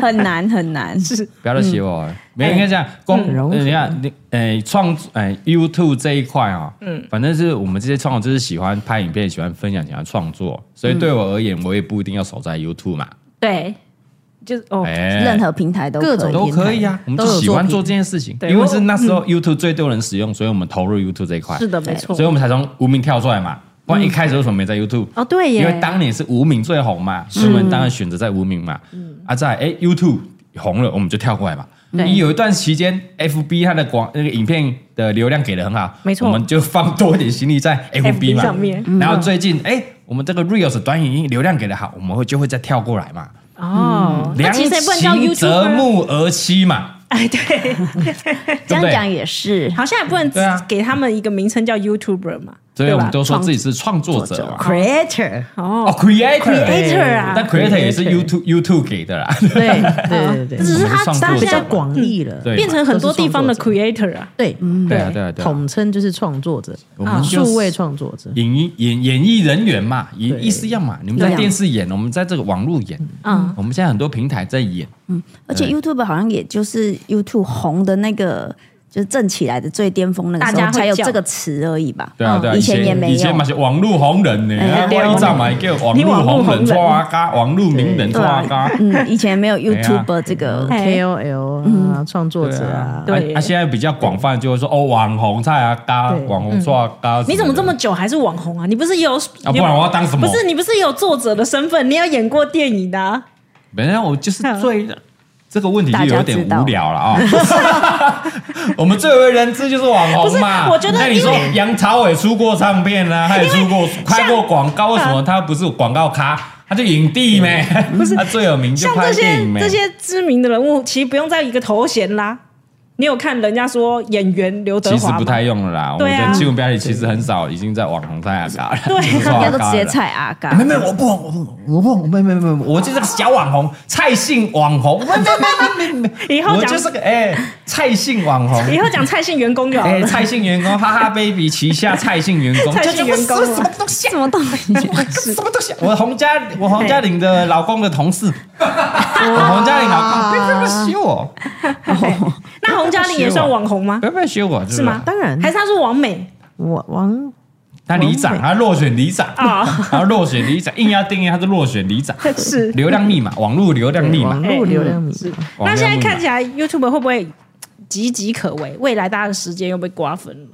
[SPEAKER 6] 很难很难。
[SPEAKER 1] 不要再写我了。没有应该这样，公
[SPEAKER 4] 嗯融合
[SPEAKER 1] 呃你看你诶创诶 YouTube 这一块啊，嗯，反正是我们这些创作就是喜欢拍影片，喜欢分享，喜欢创作，所以对我而言，我也不一定要守在 YouTube 嘛，
[SPEAKER 2] 对， *laughs* 就是哦，
[SPEAKER 1] 哎，
[SPEAKER 6] 任何平台都
[SPEAKER 4] 各
[SPEAKER 6] 可
[SPEAKER 4] 种
[SPEAKER 6] 以
[SPEAKER 1] 都可以啊，我们就
[SPEAKER 4] 都有作
[SPEAKER 1] 喜欢
[SPEAKER 4] 品
[SPEAKER 1] 做这件事情，
[SPEAKER 2] 对
[SPEAKER 1] 因为
[SPEAKER 2] 我
[SPEAKER 1] 是那时候 YouTube 最多人使用，所以我们投入 YouTube 这一块。
[SPEAKER 2] 是的，没错
[SPEAKER 1] 所以。我们才从无名跳出来嘛。不然一开始为什么没在 YouTube？、
[SPEAKER 2] 哦，对
[SPEAKER 1] 因为
[SPEAKER 2] 耶，
[SPEAKER 1] 当年是无名最红
[SPEAKER 2] 嗯
[SPEAKER 1] 嘛，所以我们当然选择在无名嘛。啊，在哎 YouTube 红了，我们就跳过来嘛。
[SPEAKER 2] 对
[SPEAKER 1] 有一段期间，FB 它的广那个影片的流量给的很好，
[SPEAKER 2] 没错
[SPEAKER 1] 我们就放多一点心力在 FB 嘛。
[SPEAKER 2] 上面
[SPEAKER 1] 然后最近哎，我们这个 Reels 短影音流量给的好，我们会就会再跳过来嘛。
[SPEAKER 2] 哦，
[SPEAKER 1] 嗯
[SPEAKER 2] 那
[SPEAKER 1] 良
[SPEAKER 2] 其实也不能叫啊
[SPEAKER 1] 禽择
[SPEAKER 2] YouTube，
[SPEAKER 1] 木而栖嘛，
[SPEAKER 2] *laughs* 哎，对，
[SPEAKER 6] 这
[SPEAKER 1] 对不
[SPEAKER 6] 样讲
[SPEAKER 1] 对？
[SPEAKER 6] 也是。
[SPEAKER 2] 好像也不能只
[SPEAKER 1] 对啊
[SPEAKER 2] 给他们一个名称叫 YouTuber 嘛，
[SPEAKER 1] 所以
[SPEAKER 2] 对
[SPEAKER 1] 我
[SPEAKER 2] 吧
[SPEAKER 1] 们？都说自己是创作者嘛。
[SPEAKER 4] creator，
[SPEAKER 2] 哦
[SPEAKER 1] 哦，，creator，creator
[SPEAKER 2] creator 啊
[SPEAKER 1] 但 creator 也是
[SPEAKER 4] creator
[SPEAKER 1] YouTube YouTube 给的啦，
[SPEAKER 4] 对对对 *laughs* 对，
[SPEAKER 2] 只是他
[SPEAKER 1] 我们是
[SPEAKER 2] 他
[SPEAKER 1] *laughs* 创作
[SPEAKER 2] 现
[SPEAKER 4] 比较
[SPEAKER 1] 者
[SPEAKER 2] 在
[SPEAKER 4] 嗯广义了，
[SPEAKER 1] 对嘛，
[SPEAKER 2] 变成很多地方的 creator 啊，
[SPEAKER 4] 对，嗯
[SPEAKER 1] 对啊对啊嗯对啊，
[SPEAKER 4] 统称就是创作者，
[SPEAKER 1] 我们就是
[SPEAKER 4] 数位创作者，
[SPEAKER 1] 演艺演演艺人员嘛，也
[SPEAKER 4] 对
[SPEAKER 1] 意思一样嘛，你们在电视演，我们在这个网络演，
[SPEAKER 2] 嗯，
[SPEAKER 1] 我们现在很多平台在演，
[SPEAKER 6] 而且 YouTube 好像也就是 YouTube 红的那个就是正起来的最巅峰那个
[SPEAKER 2] 大
[SPEAKER 6] 时
[SPEAKER 2] 家
[SPEAKER 6] 候
[SPEAKER 2] 会
[SPEAKER 6] 才有
[SPEAKER 2] 叫
[SPEAKER 6] 这个词而已吧？嗯
[SPEAKER 1] 对
[SPEAKER 3] 哦
[SPEAKER 1] 啊，对啊，
[SPEAKER 6] 以前也没有
[SPEAKER 1] 以前嘛是网络红人呢，
[SPEAKER 6] 哎呀
[SPEAKER 1] 啊我以前嘛也叫网
[SPEAKER 2] 你网
[SPEAKER 1] 络
[SPEAKER 2] 络
[SPEAKER 1] 红人
[SPEAKER 2] 红人
[SPEAKER 1] 抓阿嘎，网络名人
[SPEAKER 6] 对
[SPEAKER 1] 抓阿
[SPEAKER 6] 啊
[SPEAKER 3] *laughs*
[SPEAKER 1] 嘎，。
[SPEAKER 6] 嗯，以前没有
[SPEAKER 1] 哎呀哎
[SPEAKER 6] YouTuber 这个，
[SPEAKER 4] KOL 啊，创作者啊，
[SPEAKER 2] 对
[SPEAKER 1] 啊啊，现在比较广泛，就会说哦，网红菜啊，嘎，
[SPEAKER 4] 对
[SPEAKER 1] 网红抓嘎。
[SPEAKER 2] 嗯你怎么这么久还是网红啊？你不是有
[SPEAKER 1] 啊？不然我要当什么？
[SPEAKER 2] 不是，你不是有作者的身份，你有演过电影的啊、
[SPEAKER 1] 本来我就是最这个问题就有点无聊了啊。 *laughs* 我们最为人知就是网红嘛。
[SPEAKER 2] 不是我觉得
[SPEAKER 1] 那你说杨朝伟出过唱片啊，他也出过拍过广告，为什么他不是广告咖？他就影帝没？他最有名就
[SPEAKER 2] 嗯像
[SPEAKER 1] 拍
[SPEAKER 2] 这
[SPEAKER 1] 电
[SPEAKER 2] 些
[SPEAKER 1] 影没
[SPEAKER 2] 这？些知名的人物，其实不用再一个头衔啦。你有看人家说演员刘德
[SPEAKER 1] 其实
[SPEAKER 2] 华
[SPEAKER 1] 不
[SPEAKER 2] 吗？
[SPEAKER 1] 太用了啦，我
[SPEAKER 2] 对
[SPEAKER 1] 觉
[SPEAKER 2] 啊
[SPEAKER 1] 得新闻标题其实很少已经在网红在啊嘎了，
[SPEAKER 2] *laughs* 对啊
[SPEAKER 1] 就是
[SPEAKER 6] 人
[SPEAKER 1] *laughs* 网
[SPEAKER 6] 家
[SPEAKER 1] 红
[SPEAKER 6] 都
[SPEAKER 1] 咖
[SPEAKER 6] 直接
[SPEAKER 1] 了
[SPEAKER 6] 菜阿嘎。
[SPEAKER 1] 没有没有，我不红，我不红，我不红，没有没有没有，
[SPEAKER 2] *laughs*
[SPEAKER 1] 我就是个小网红，蔡姓网红，没有没有没有没有没有，
[SPEAKER 2] 以后
[SPEAKER 1] 我
[SPEAKER 2] 讲
[SPEAKER 1] 就是个哎、蔡姓网
[SPEAKER 2] *laughs*
[SPEAKER 1] 红，
[SPEAKER 2] 以后讲蔡姓员工 *laughs* 就好
[SPEAKER 1] 哎、
[SPEAKER 2] 了。
[SPEAKER 1] 蔡姓员工，哈哈 baby 旗下蔡姓员工，
[SPEAKER 2] 蔡
[SPEAKER 1] 这
[SPEAKER 2] 姓员工
[SPEAKER 1] 这不是 *laughs* 什么东西啊？
[SPEAKER 6] 什么东西？
[SPEAKER 1] 什么东西啊？我洪家，我洪家岭的老公的同事，
[SPEAKER 2] 哎
[SPEAKER 1] 我洪家岭老公，不要不要不要学我，
[SPEAKER 2] 那洪嘉玲也算网红吗
[SPEAKER 1] *laughs* 不？要不要学我，
[SPEAKER 2] 是吗？
[SPEAKER 4] 当然
[SPEAKER 2] 还是他是王美
[SPEAKER 4] 我王
[SPEAKER 1] 他里长，他落选里长，
[SPEAKER 2] 啊
[SPEAKER 1] *laughs* 然后落选里长，硬要定义他是落选里长，
[SPEAKER 2] 是。
[SPEAKER 1] 流量密
[SPEAKER 2] 嗯
[SPEAKER 1] 码，网络流量密码
[SPEAKER 4] 网，络流量密码，
[SPEAKER 1] 网络
[SPEAKER 2] 那现在
[SPEAKER 1] 密码
[SPEAKER 2] 看起来 YouTube 会不会岌岌可危？未来大家的时间又被瓜分了。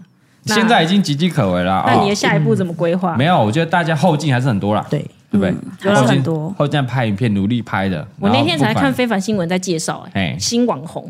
[SPEAKER 2] 那
[SPEAKER 1] 现在已经岌岌可危了啊！
[SPEAKER 2] 那你的下一步怎么规划？
[SPEAKER 1] 没有，我觉得大家后劲还是很多啦，
[SPEAKER 4] 对，
[SPEAKER 1] 对不对？
[SPEAKER 2] 嗯
[SPEAKER 6] 有
[SPEAKER 1] 后劲
[SPEAKER 6] 很多
[SPEAKER 1] 后劲拍影片，努力拍的。
[SPEAKER 2] 我那天才
[SPEAKER 1] 然后
[SPEAKER 2] 看
[SPEAKER 1] 不
[SPEAKER 2] 非凡新闻在介绍、哎，
[SPEAKER 1] 哎
[SPEAKER 2] 新网红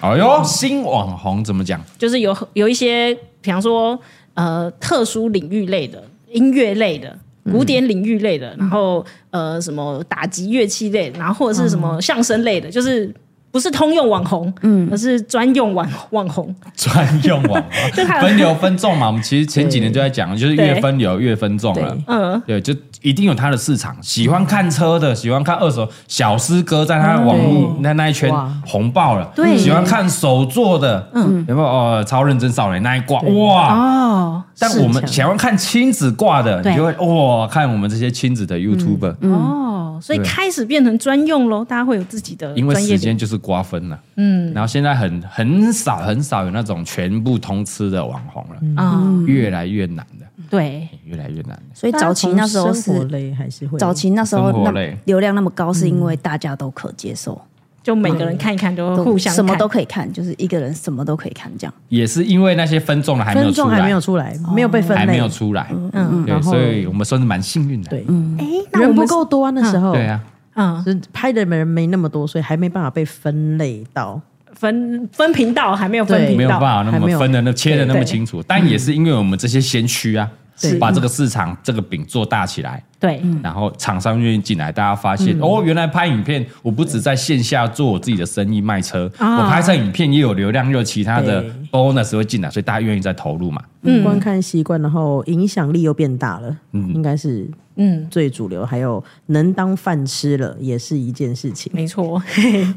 [SPEAKER 1] 管，哎呦，新网红怎么讲？
[SPEAKER 2] 就是有有一些，比方说呃特殊领域类的、音乐类的、古典领域类的，然后呃什么打击乐器类，然后或者是什么相声类的，就是不是通用网红，嗯，而是专用网网红，
[SPEAKER 1] 专用网
[SPEAKER 2] 就他
[SPEAKER 1] 红，分流分众嘛。我们其实前几年就在讲，就是
[SPEAKER 2] 对
[SPEAKER 1] 越分流越分众了。
[SPEAKER 2] 嗯，
[SPEAKER 1] 对，就一定有他的市场。喜欢看车的，喜欢看二手小诗歌，在他的网络那那一圈
[SPEAKER 4] 哇
[SPEAKER 1] 红爆了。
[SPEAKER 6] 对
[SPEAKER 1] 喜欢看手作的，嗯，有没有？哦，超认真少年那一挂，哇，
[SPEAKER 2] 哦，
[SPEAKER 1] 但我们
[SPEAKER 4] 是
[SPEAKER 1] 想要看亲子挂的，
[SPEAKER 6] 对
[SPEAKER 1] 你就会哇、看我们这些亲子的 YouTuber，、
[SPEAKER 2] 哦，所以
[SPEAKER 1] 嗯对
[SPEAKER 2] 开始变成专用喽，大家会有自己的
[SPEAKER 1] 因为
[SPEAKER 2] 专业
[SPEAKER 1] 时
[SPEAKER 2] 领域
[SPEAKER 1] 间就是瓜分了，嗯，然后现在很很少很少有那种全部通吃的网红了，
[SPEAKER 2] 啊，
[SPEAKER 1] 越来越难的，
[SPEAKER 2] 对，
[SPEAKER 1] 嗯越来越难的。
[SPEAKER 6] 所以哎早期那时候
[SPEAKER 4] 生活
[SPEAKER 6] 是
[SPEAKER 4] 类还是会啊
[SPEAKER 6] 早期那时候
[SPEAKER 1] 生活
[SPEAKER 6] 那
[SPEAKER 1] 类
[SPEAKER 6] 流量那么高，是因为大家都可接受，
[SPEAKER 2] 就每个人看一看，都
[SPEAKER 6] 都
[SPEAKER 2] 互相
[SPEAKER 6] 什么
[SPEAKER 2] 看
[SPEAKER 6] 都可以看，就是一个人什么都可以看这样。
[SPEAKER 1] 也是因为那些分众的还没有
[SPEAKER 4] 分
[SPEAKER 1] 出
[SPEAKER 4] 众还
[SPEAKER 1] 来，
[SPEAKER 4] 没有出来，没有被分
[SPEAKER 1] 还没
[SPEAKER 4] 类
[SPEAKER 1] 有，出来，
[SPEAKER 4] 嗯
[SPEAKER 1] 对，
[SPEAKER 4] 然后
[SPEAKER 1] 所以我们算是蛮幸运的，
[SPEAKER 4] 对，
[SPEAKER 6] 嗯
[SPEAKER 2] 哎，那我
[SPEAKER 4] 嗯人不
[SPEAKER 2] 们
[SPEAKER 4] 够多啊，那时候
[SPEAKER 1] 对，啊，
[SPEAKER 2] 嗯
[SPEAKER 4] 就是拍的人没那么多，所以还没办法被分类到，
[SPEAKER 2] 分分频道还没有分
[SPEAKER 4] 对
[SPEAKER 2] 频道，
[SPEAKER 1] 没有办法那
[SPEAKER 4] 哦还没
[SPEAKER 1] 么
[SPEAKER 4] 有
[SPEAKER 1] 分的那切的那么
[SPEAKER 2] 对
[SPEAKER 1] 清楚，但也是因为我们这些先驱啊，
[SPEAKER 4] 对
[SPEAKER 1] 把这个市场这个饼做大起来。
[SPEAKER 2] 对，
[SPEAKER 4] 嗯
[SPEAKER 1] 然后厂商愿意进来，大家发现、哦，原来拍影片，我不只在线下做我自己的生意卖车，
[SPEAKER 2] 啊
[SPEAKER 1] 我拍摄影片也有流量，又有其他的
[SPEAKER 4] 对
[SPEAKER 1] bonus 会进来，所以大家愿意再投入嘛。
[SPEAKER 4] 嗯，观看习惯，然后影响力又变大了，应该是
[SPEAKER 2] 嗯，
[SPEAKER 4] 最主流，还有能当饭吃了，也是一件事
[SPEAKER 6] *laughs*
[SPEAKER 4] 情。
[SPEAKER 2] 没错。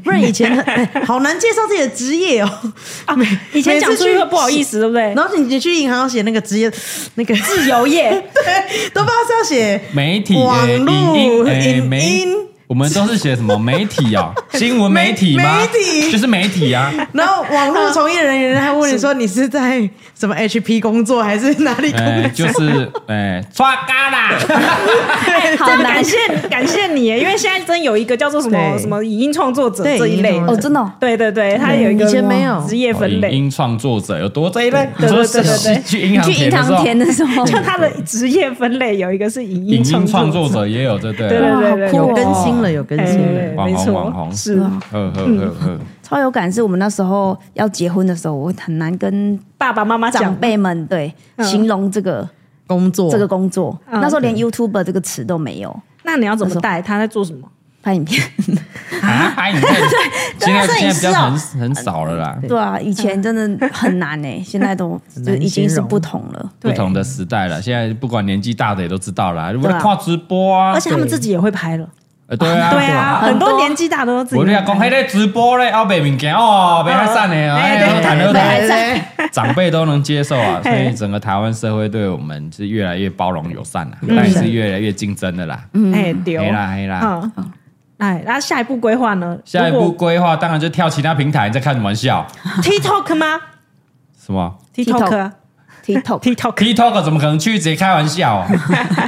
[SPEAKER 4] 不然以前很、哎好难介绍自己的职业哦，
[SPEAKER 2] *laughs* 啊，以前讲出去会不好意思，对不对？
[SPEAKER 4] 然后你你去银行要写那个职业，那个自
[SPEAKER 2] 哎由业
[SPEAKER 4] *laughs* 对，都不知道是要写
[SPEAKER 1] 媒体、
[SPEAKER 4] 网
[SPEAKER 1] 诶
[SPEAKER 4] 络
[SPEAKER 1] 影音、诶
[SPEAKER 4] 影
[SPEAKER 1] 媒
[SPEAKER 4] 音，
[SPEAKER 1] 我们都是写什么媒体啊、新闻媒体吗？
[SPEAKER 4] 媒体
[SPEAKER 1] 就是媒体啊。
[SPEAKER 4] 然后网络从业人员还问你说你是在什么 HP 工作还是哪里工作？ *laughs*
[SPEAKER 1] 哎，就是哎，刷嘎啦，
[SPEAKER 6] 好
[SPEAKER 2] 真的
[SPEAKER 6] 难
[SPEAKER 2] 感谢感谢你耶，因为现在真有一个叫做什么
[SPEAKER 4] 对
[SPEAKER 2] 什么影音创作者
[SPEAKER 4] 对
[SPEAKER 2] 这一类
[SPEAKER 4] 影音
[SPEAKER 6] 哦，
[SPEAKER 4] 创
[SPEAKER 2] 的，
[SPEAKER 6] 真的哦
[SPEAKER 2] 对对对，他有一个
[SPEAKER 4] 以前没有
[SPEAKER 2] 职业分
[SPEAKER 1] 哦影
[SPEAKER 2] 类，
[SPEAKER 1] 音创作者有多这一类？你
[SPEAKER 2] 对
[SPEAKER 1] 说
[SPEAKER 2] 对对对
[SPEAKER 1] 是去银行
[SPEAKER 6] 你去
[SPEAKER 1] 填
[SPEAKER 6] 银
[SPEAKER 1] 的时
[SPEAKER 6] 行
[SPEAKER 1] 候，
[SPEAKER 6] 填的时候，
[SPEAKER 2] 就他的职业分类有一个是影
[SPEAKER 1] 影
[SPEAKER 2] 音
[SPEAKER 1] 音创
[SPEAKER 2] 创
[SPEAKER 1] 作
[SPEAKER 2] 者，
[SPEAKER 1] 者也有，对不对？
[SPEAKER 2] 对对对对，
[SPEAKER 4] 有更
[SPEAKER 1] 哦
[SPEAKER 4] 新了，有更
[SPEAKER 2] 哎
[SPEAKER 4] 新了。
[SPEAKER 1] 网
[SPEAKER 2] 没
[SPEAKER 1] 红网
[SPEAKER 2] 错，
[SPEAKER 1] 红
[SPEAKER 2] 是
[SPEAKER 1] 呵呵呵呵。
[SPEAKER 6] 超有感，是我们那时候要结婚的时候，我很难跟
[SPEAKER 2] 爸爸妈妈
[SPEAKER 6] 长
[SPEAKER 2] 讲
[SPEAKER 6] 辈们对
[SPEAKER 2] 嗯
[SPEAKER 6] 形容这个
[SPEAKER 4] 工作
[SPEAKER 6] 这个工作。
[SPEAKER 2] 嗯
[SPEAKER 6] 那时候连 YouTuber 这个词都没有，
[SPEAKER 2] 那你要怎么带？他在做什么？
[SPEAKER 6] 拍影片。
[SPEAKER 1] 啊，拍影片，现在
[SPEAKER 6] 摄影
[SPEAKER 1] 现在比
[SPEAKER 6] 师
[SPEAKER 1] 较
[SPEAKER 6] 哦
[SPEAKER 1] 很很少了啦，
[SPEAKER 6] 对啊，以前真的很难呢，现在都
[SPEAKER 4] 很
[SPEAKER 6] 就
[SPEAKER 4] 难
[SPEAKER 6] 已经
[SPEAKER 4] 形
[SPEAKER 6] 是
[SPEAKER 4] 容
[SPEAKER 6] 不同了。
[SPEAKER 1] 不
[SPEAKER 2] 对
[SPEAKER 1] 同的时代了。现在不管年纪大的也都知道啦，我
[SPEAKER 6] 对
[SPEAKER 1] 在
[SPEAKER 6] 啊
[SPEAKER 1] 看直播啊
[SPEAKER 2] 而，且他们自己也会拍了，
[SPEAKER 1] 呃对啊，
[SPEAKER 2] 对啊，
[SPEAKER 6] 很
[SPEAKER 2] 很
[SPEAKER 6] 多
[SPEAKER 2] 多年纪大的都自己
[SPEAKER 1] 我
[SPEAKER 2] 会
[SPEAKER 1] 就
[SPEAKER 2] 拍。
[SPEAKER 1] 讲，迄个直播咧，后面物件哦，别太散的哦，哎，
[SPEAKER 2] 对
[SPEAKER 1] 好谈好
[SPEAKER 6] 对
[SPEAKER 1] 谈，
[SPEAKER 6] 对对
[SPEAKER 1] 长辈都能接受啊，所
[SPEAKER 2] *laughs* 嘿
[SPEAKER 1] 以整个台湾社会对我们是越来越包容友善啦，但也是越来越竞争的啦，
[SPEAKER 2] 哎丢
[SPEAKER 1] 黑啦黑啦。
[SPEAKER 2] 嗯嗯，哎，那下一步规划呢？
[SPEAKER 1] 下一
[SPEAKER 2] 如
[SPEAKER 1] 步
[SPEAKER 2] 果嗯
[SPEAKER 1] 规划当然就跳其他平台，你在开什么玩笑？
[SPEAKER 4] *laughs*
[SPEAKER 2] TikTok 吗？
[SPEAKER 1] 什么
[SPEAKER 2] TikTok 啊
[SPEAKER 6] TikTok，
[SPEAKER 2] TikTok，
[SPEAKER 1] TikTok 怎么可能去直接开玩笑、
[SPEAKER 2] *laughs*
[SPEAKER 1] 啊？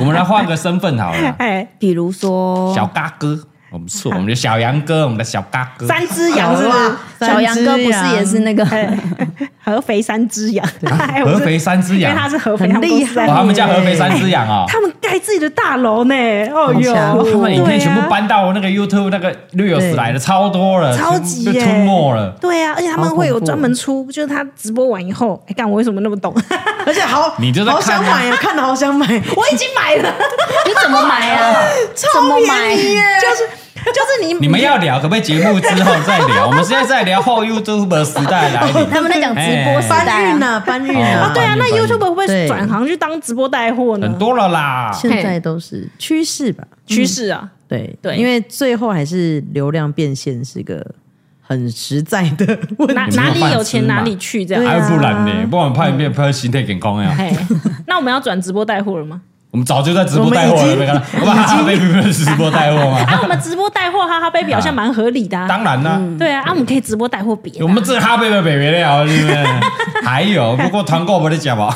[SPEAKER 1] 我们来换个身份好了，
[SPEAKER 2] 哎，
[SPEAKER 6] 比如说
[SPEAKER 1] 小嘎哥，我们是我们的小杨哥，我们的小嘎哥。
[SPEAKER 2] 三只羊是吗？
[SPEAKER 6] 小杨哥不是也是那个
[SPEAKER 2] 合肥三
[SPEAKER 1] *laughs*
[SPEAKER 2] 只羊，哎我
[SPEAKER 1] 啊合
[SPEAKER 2] 是
[SPEAKER 1] 肥三只
[SPEAKER 2] 因为
[SPEAKER 1] 羊，
[SPEAKER 2] 他是合肥，
[SPEAKER 4] 很
[SPEAKER 2] 他们都
[SPEAKER 4] 厉
[SPEAKER 2] 是在
[SPEAKER 1] 哇，他们叫合肥三只羊哦。
[SPEAKER 2] 他们盖自己的大楼呢，哦
[SPEAKER 4] 好
[SPEAKER 2] 哟，
[SPEAKER 4] 强
[SPEAKER 1] 哇他们影
[SPEAKER 2] 对
[SPEAKER 1] 片
[SPEAKER 2] 啊
[SPEAKER 1] 全部搬到那个 YouTube 那个 Reels
[SPEAKER 4] 对
[SPEAKER 1] 来的，超多了，
[SPEAKER 2] 超级
[SPEAKER 1] 全部
[SPEAKER 2] 耶
[SPEAKER 1] 被吞没了。
[SPEAKER 2] 对啊，而且他们
[SPEAKER 4] 好恐
[SPEAKER 2] 会有
[SPEAKER 4] 怖
[SPEAKER 2] 专门出，就是他直播完以后，哎，干我为什么那么懂？ *laughs*
[SPEAKER 4] 而且好，
[SPEAKER 1] 你就在
[SPEAKER 4] 好
[SPEAKER 1] 看啊
[SPEAKER 4] 想买啊，看的好想买，我已经买了，
[SPEAKER 6] 你怎么买啊？怎么买？
[SPEAKER 2] 就是就是你
[SPEAKER 1] 你们要聊，可不可以节目之后再聊？我们现在在聊后 YouTube 时代来临，
[SPEAKER 6] 他们在讲直播时代
[SPEAKER 4] 搬
[SPEAKER 6] 啊，
[SPEAKER 4] 运呢，搬运
[SPEAKER 1] 哦
[SPEAKER 4] 呢，
[SPEAKER 2] 对啊，那
[SPEAKER 1] 翻译
[SPEAKER 2] YouTube 会不会
[SPEAKER 4] 对
[SPEAKER 2] 转行去当直播带货呢
[SPEAKER 1] 很？多了啦。
[SPEAKER 4] 现在都是趋势吧，
[SPEAKER 2] 趋势啊，
[SPEAKER 4] 对
[SPEAKER 2] 对
[SPEAKER 4] 因为最后还是流量变现是个很实在的问
[SPEAKER 2] 哪
[SPEAKER 4] 题。
[SPEAKER 1] 你们
[SPEAKER 2] 哪
[SPEAKER 1] 有
[SPEAKER 2] 里
[SPEAKER 1] 饭
[SPEAKER 2] 有
[SPEAKER 1] 吃
[SPEAKER 2] 钱哪
[SPEAKER 1] 嘛
[SPEAKER 2] 里去这
[SPEAKER 4] 对
[SPEAKER 2] 样。
[SPEAKER 4] 啊
[SPEAKER 1] 还不然呢？不然拍影片拍心态健康呀。
[SPEAKER 2] 哎，那我们要转直播带货了
[SPEAKER 1] *laughs*
[SPEAKER 2] 吗？
[SPEAKER 1] 我们早就在直播带货了，没看到？我们哈哈 baby 不是直播带货吗？
[SPEAKER 2] 啊，我们直播带货，哈哈 baby 好像蛮合理的啊。
[SPEAKER 1] 当然啦，
[SPEAKER 2] 对啊，啊，我们可以直播带货别的啊。
[SPEAKER 1] 我们这哈 baby 北北了，是不是？还有，不过团购不得讲吧，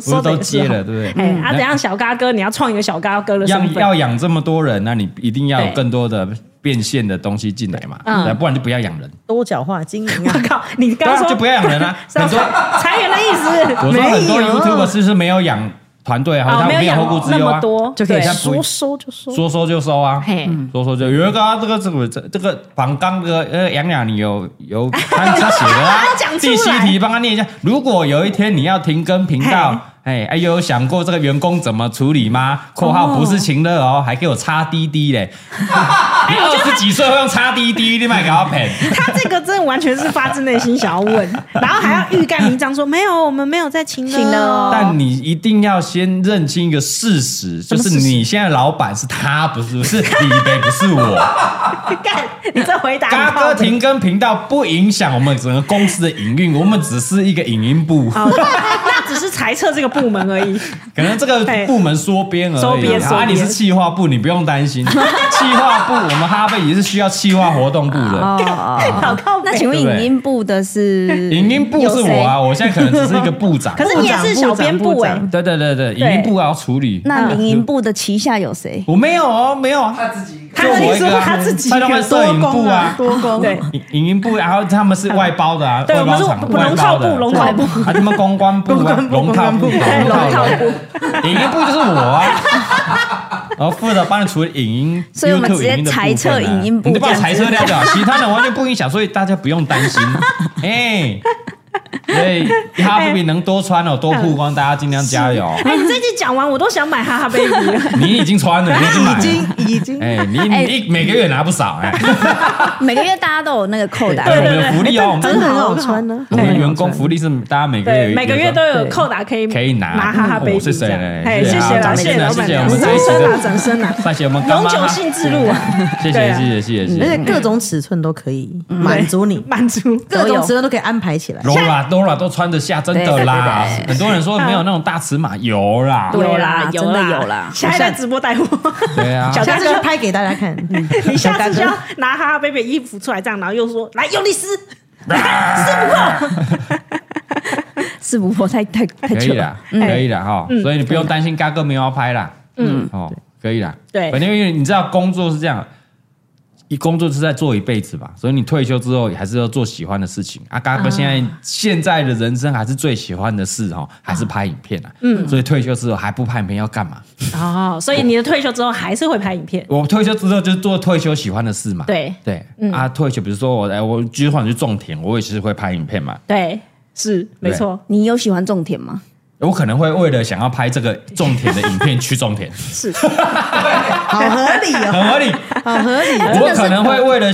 [SPEAKER 2] 说
[SPEAKER 1] 我都
[SPEAKER 2] 得也是
[SPEAKER 1] 接
[SPEAKER 2] 哦
[SPEAKER 1] 了，对不
[SPEAKER 2] 哎
[SPEAKER 1] 对？
[SPEAKER 2] 啊，怎样小嘎哥，你要创一个小嘎哥的
[SPEAKER 1] 要
[SPEAKER 2] 身份
[SPEAKER 1] 嗯要养这么多人，那你一定要有
[SPEAKER 2] 对
[SPEAKER 1] 更多的变现的东西进来嘛，
[SPEAKER 2] 嗯
[SPEAKER 1] 对不然就不要养人，
[SPEAKER 4] 多角化经营
[SPEAKER 2] 我
[SPEAKER 4] 啊，
[SPEAKER 2] 靠，你
[SPEAKER 1] 对
[SPEAKER 2] 刚
[SPEAKER 1] 啊
[SPEAKER 2] 刚，
[SPEAKER 1] 就
[SPEAKER 2] 说
[SPEAKER 1] 不要养人
[SPEAKER 2] *laughs*
[SPEAKER 1] 啊。
[SPEAKER 2] 是要
[SPEAKER 1] 很多 *laughs*
[SPEAKER 2] 裁员的意思，
[SPEAKER 1] 我说很多
[SPEAKER 4] 没有
[SPEAKER 1] YouTube 是不是没有养团队啊，
[SPEAKER 2] 哦
[SPEAKER 1] 他
[SPEAKER 2] 没有
[SPEAKER 1] 有
[SPEAKER 2] 养
[SPEAKER 1] 后顾之
[SPEAKER 2] 那
[SPEAKER 1] 忧
[SPEAKER 2] 么
[SPEAKER 1] 啊，
[SPEAKER 2] 多，
[SPEAKER 4] 就可以
[SPEAKER 2] 对
[SPEAKER 1] 现在不
[SPEAKER 4] 说收就收。
[SPEAKER 1] 说收就收啊。
[SPEAKER 2] 嘿，
[SPEAKER 1] 说说就有一个啊，这个这个这这个仿刚这个呃杨雅，你有有他他写的
[SPEAKER 2] *laughs*
[SPEAKER 1] 啊
[SPEAKER 2] 讲出，
[SPEAKER 1] 第
[SPEAKER 2] 来
[SPEAKER 1] 七题帮他念一下。如果有一天你要停更频道，哎哎，有想过这个员工怎么处理吗？（
[SPEAKER 2] 哦
[SPEAKER 1] 括号不是情乐哦，还给我插滴滴
[SPEAKER 2] *laughs*
[SPEAKER 1] 嘞。）
[SPEAKER 2] 哎
[SPEAKER 1] 你二十几岁会用插滴滴，你买给我骗。
[SPEAKER 2] 他这个真的完全是发自内心想要问，然后还要欲盖弥彰说没有，我们没有在请
[SPEAKER 6] 请的哦
[SPEAKER 1] 但你一定要先认清一个事实，就
[SPEAKER 2] 么
[SPEAKER 1] 是
[SPEAKER 2] 事实
[SPEAKER 1] 你现在老板是他，不是是李北，不是我。
[SPEAKER 2] *laughs* 干，你这回答
[SPEAKER 1] 嘎
[SPEAKER 2] 很靠
[SPEAKER 1] 哥
[SPEAKER 2] 谱
[SPEAKER 1] 停更频道不影响我们整个公司的营运，我们只是一个影音
[SPEAKER 2] *laughs*
[SPEAKER 1] 部，
[SPEAKER 2] 哦，那只是裁撤这个部门而
[SPEAKER 1] *laughs*
[SPEAKER 2] 已。
[SPEAKER 1] 可能这个部门缩编
[SPEAKER 2] 缩
[SPEAKER 1] 而已。
[SPEAKER 2] 编缩
[SPEAKER 1] 啊，你
[SPEAKER 2] 编
[SPEAKER 1] 是企划部，你不用担心。 *laughs* 企划部，我们哈贝也是需要企划活动部
[SPEAKER 6] 哦
[SPEAKER 2] 哦
[SPEAKER 1] 的。
[SPEAKER 2] 好 *laughs* 靠
[SPEAKER 3] *laughs*
[SPEAKER 2] 北
[SPEAKER 6] 那请问
[SPEAKER 1] 对不
[SPEAKER 6] 影
[SPEAKER 1] 对
[SPEAKER 6] 音部的是
[SPEAKER 1] 影音部是我啊，我现在可能只是一个部长。
[SPEAKER 2] *laughs* 可是你也是小编部哎、
[SPEAKER 1] 对对对对，
[SPEAKER 2] 对
[SPEAKER 1] 影音部要处理。
[SPEAKER 6] 那影音部的旗下有谁？
[SPEAKER 1] 我没有哦，没有啊，
[SPEAKER 5] 他自己一个
[SPEAKER 2] 他
[SPEAKER 1] 就我一
[SPEAKER 2] 自己说
[SPEAKER 1] 个啊
[SPEAKER 2] 哎他自己
[SPEAKER 1] 他就会摄影部啊，
[SPEAKER 4] 多工
[SPEAKER 2] 对，
[SPEAKER 1] 影影音部，然后他们是外包的啊，
[SPEAKER 2] 对
[SPEAKER 1] 外包
[SPEAKER 2] 哦我们
[SPEAKER 1] 厂
[SPEAKER 2] 是
[SPEAKER 1] 外包的
[SPEAKER 2] 龙套部龙套，
[SPEAKER 1] 啊，他们公关
[SPEAKER 2] *laughs*
[SPEAKER 1] 部啊，龙套部，
[SPEAKER 2] 对龙套部，
[SPEAKER 1] *laughs* 影音部就是我啊，然后负责帮你处理影音，
[SPEAKER 6] 所以我们
[SPEAKER 1] YouTube
[SPEAKER 6] 直接
[SPEAKER 1] 影音的部分啊
[SPEAKER 6] 裁撤影音部
[SPEAKER 1] 你就把
[SPEAKER 6] 这样子
[SPEAKER 1] 裁撤掉就好，其他的完全不影响，所以大家不用担心，哎。所以哈比能多穿哦，多曝光，大家尽量加油。
[SPEAKER 2] 哎、你这集讲完，我都想买哈哈 baby
[SPEAKER 1] *laughs*
[SPEAKER 2] 了。
[SPEAKER 1] 你已经穿了，你已经买了
[SPEAKER 4] 已经已经
[SPEAKER 1] 哎，你
[SPEAKER 6] 哎
[SPEAKER 1] 你每个月拿不少哎，
[SPEAKER 6] 每个月大家都有那个扣
[SPEAKER 1] 哎
[SPEAKER 6] 打，
[SPEAKER 1] 我们有福利哦，我
[SPEAKER 4] 真的
[SPEAKER 1] 们
[SPEAKER 4] 很好穿呢。
[SPEAKER 1] 我们员工福利是大家每个月
[SPEAKER 2] 对，
[SPEAKER 1] 有
[SPEAKER 2] 每个月
[SPEAKER 1] 有一
[SPEAKER 2] 都有扣打可以
[SPEAKER 1] 可以拿
[SPEAKER 2] 拿哈哈
[SPEAKER 1] 嗯哦
[SPEAKER 2] baby
[SPEAKER 1] 是谁
[SPEAKER 2] 这样
[SPEAKER 1] 嘞
[SPEAKER 2] 哎，
[SPEAKER 1] 谢谢
[SPEAKER 2] 谢谢
[SPEAKER 1] 啊
[SPEAKER 2] 啦，
[SPEAKER 1] 掌
[SPEAKER 2] 谢
[SPEAKER 1] 声
[SPEAKER 2] 谢
[SPEAKER 1] 啊
[SPEAKER 2] 老板
[SPEAKER 1] 谢谢
[SPEAKER 2] 娘，
[SPEAKER 1] 我们这
[SPEAKER 2] 掌声啊
[SPEAKER 1] 一，集
[SPEAKER 2] 掌声啊！
[SPEAKER 1] 算谢我们干
[SPEAKER 2] 永
[SPEAKER 1] 妈
[SPEAKER 2] 久
[SPEAKER 1] 妈，
[SPEAKER 2] 性之路啊，
[SPEAKER 1] 谢
[SPEAKER 2] 对
[SPEAKER 1] 谢
[SPEAKER 2] 啊
[SPEAKER 1] 谢谢谢谢谢
[SPEAKER 4] 而且
[SPEAKER 1] 谢。
[SPEAKER 4] 各种尺寸都可以满足你，
[SPEAKER 2] 满足。
[SPEAKER 4] 各种尺寸都可以安排起来。
[SPEAKER 1] Laura Laura 都穿得下，真的啦
[SPEAKER 6] 对对对。对
[SPEAKER 1] 很多人说没有那种大尺码，有啦。 *laughs*
[SPEAKER 6] 对
[SPEAKER 2] 有
[SPEAKER 6] 啦
[SPEAKER 2] 啦，
[SPEAKER 6] 真的
[SPEAKER 2] 啦
[SPEAKER 6] 有啦
[SPEAKER 2] 啊下一代直播带货，
[SPEAKER 1] 对啊，
[SPEAKER 2] *laughs* 小
[SPEAKER 4] 下
[SPEAKER 2] 大
[SPEAKER 4] 次就
[SPEAKER 2] 哥，
[SPEAKER 4] 拍给大家看。嗯
[SPEAKER 2] 你
[SPEAKER 4] 小
[SPEAKER 2] 下
[SPEAKER 4] 大
[SPEAKER 2] 次就要 *laughs*
[SPEAKER 4] 哥，
[SPEAKER 2] 拿哈哈 baby 衣服出来，这样，然后又说来用力撕，
[SPEAKER 6] 是不破太太太
[SPEAKER 1] 可以
[SPEAKER 6] 久
[SPEAKER 1] 啦，可以啦哈。所以你不用担心嘎哥没有要拍啦。嗯，哦，可以啦。
[SPEAKER 2] 对
[SPEAKER 1] 反正因为你知道工作是这样。一工作是在做一辈子吧，所以你退休之后也还是要做喜欢的事情。啊，嘎哥现在、现在的人生还是最喜欢的事哦，还是拍影片啊。嗯，所以退休之后还不拍影片要干嘛？
[SPEAKER 2] *laughs* 哦，所以你的退休之后还是会拍影片，
[SPEAKER 1] 我退休之后就是做退休喜欢的事嘛。
[SPEAKER 2] 对
[SPEAKER 1] 对、啊，退休比如说我哎，我举换去种田，我也是会拍影片嘛。
[SPEAKER 2] 对，是没错，
[SPEAKER 6] 你有喜欢种田吗？
[SPEAKER 1] 我可能会为了想要拍这个种田的影片去种田，
[SPEAKER 2] 是
[SPEAKER 4] 好合理哦，
[SPEAKER 1] 很合理。
[SPEAKER 4] 好合理。
[SPEAKER 1] 我可能会为了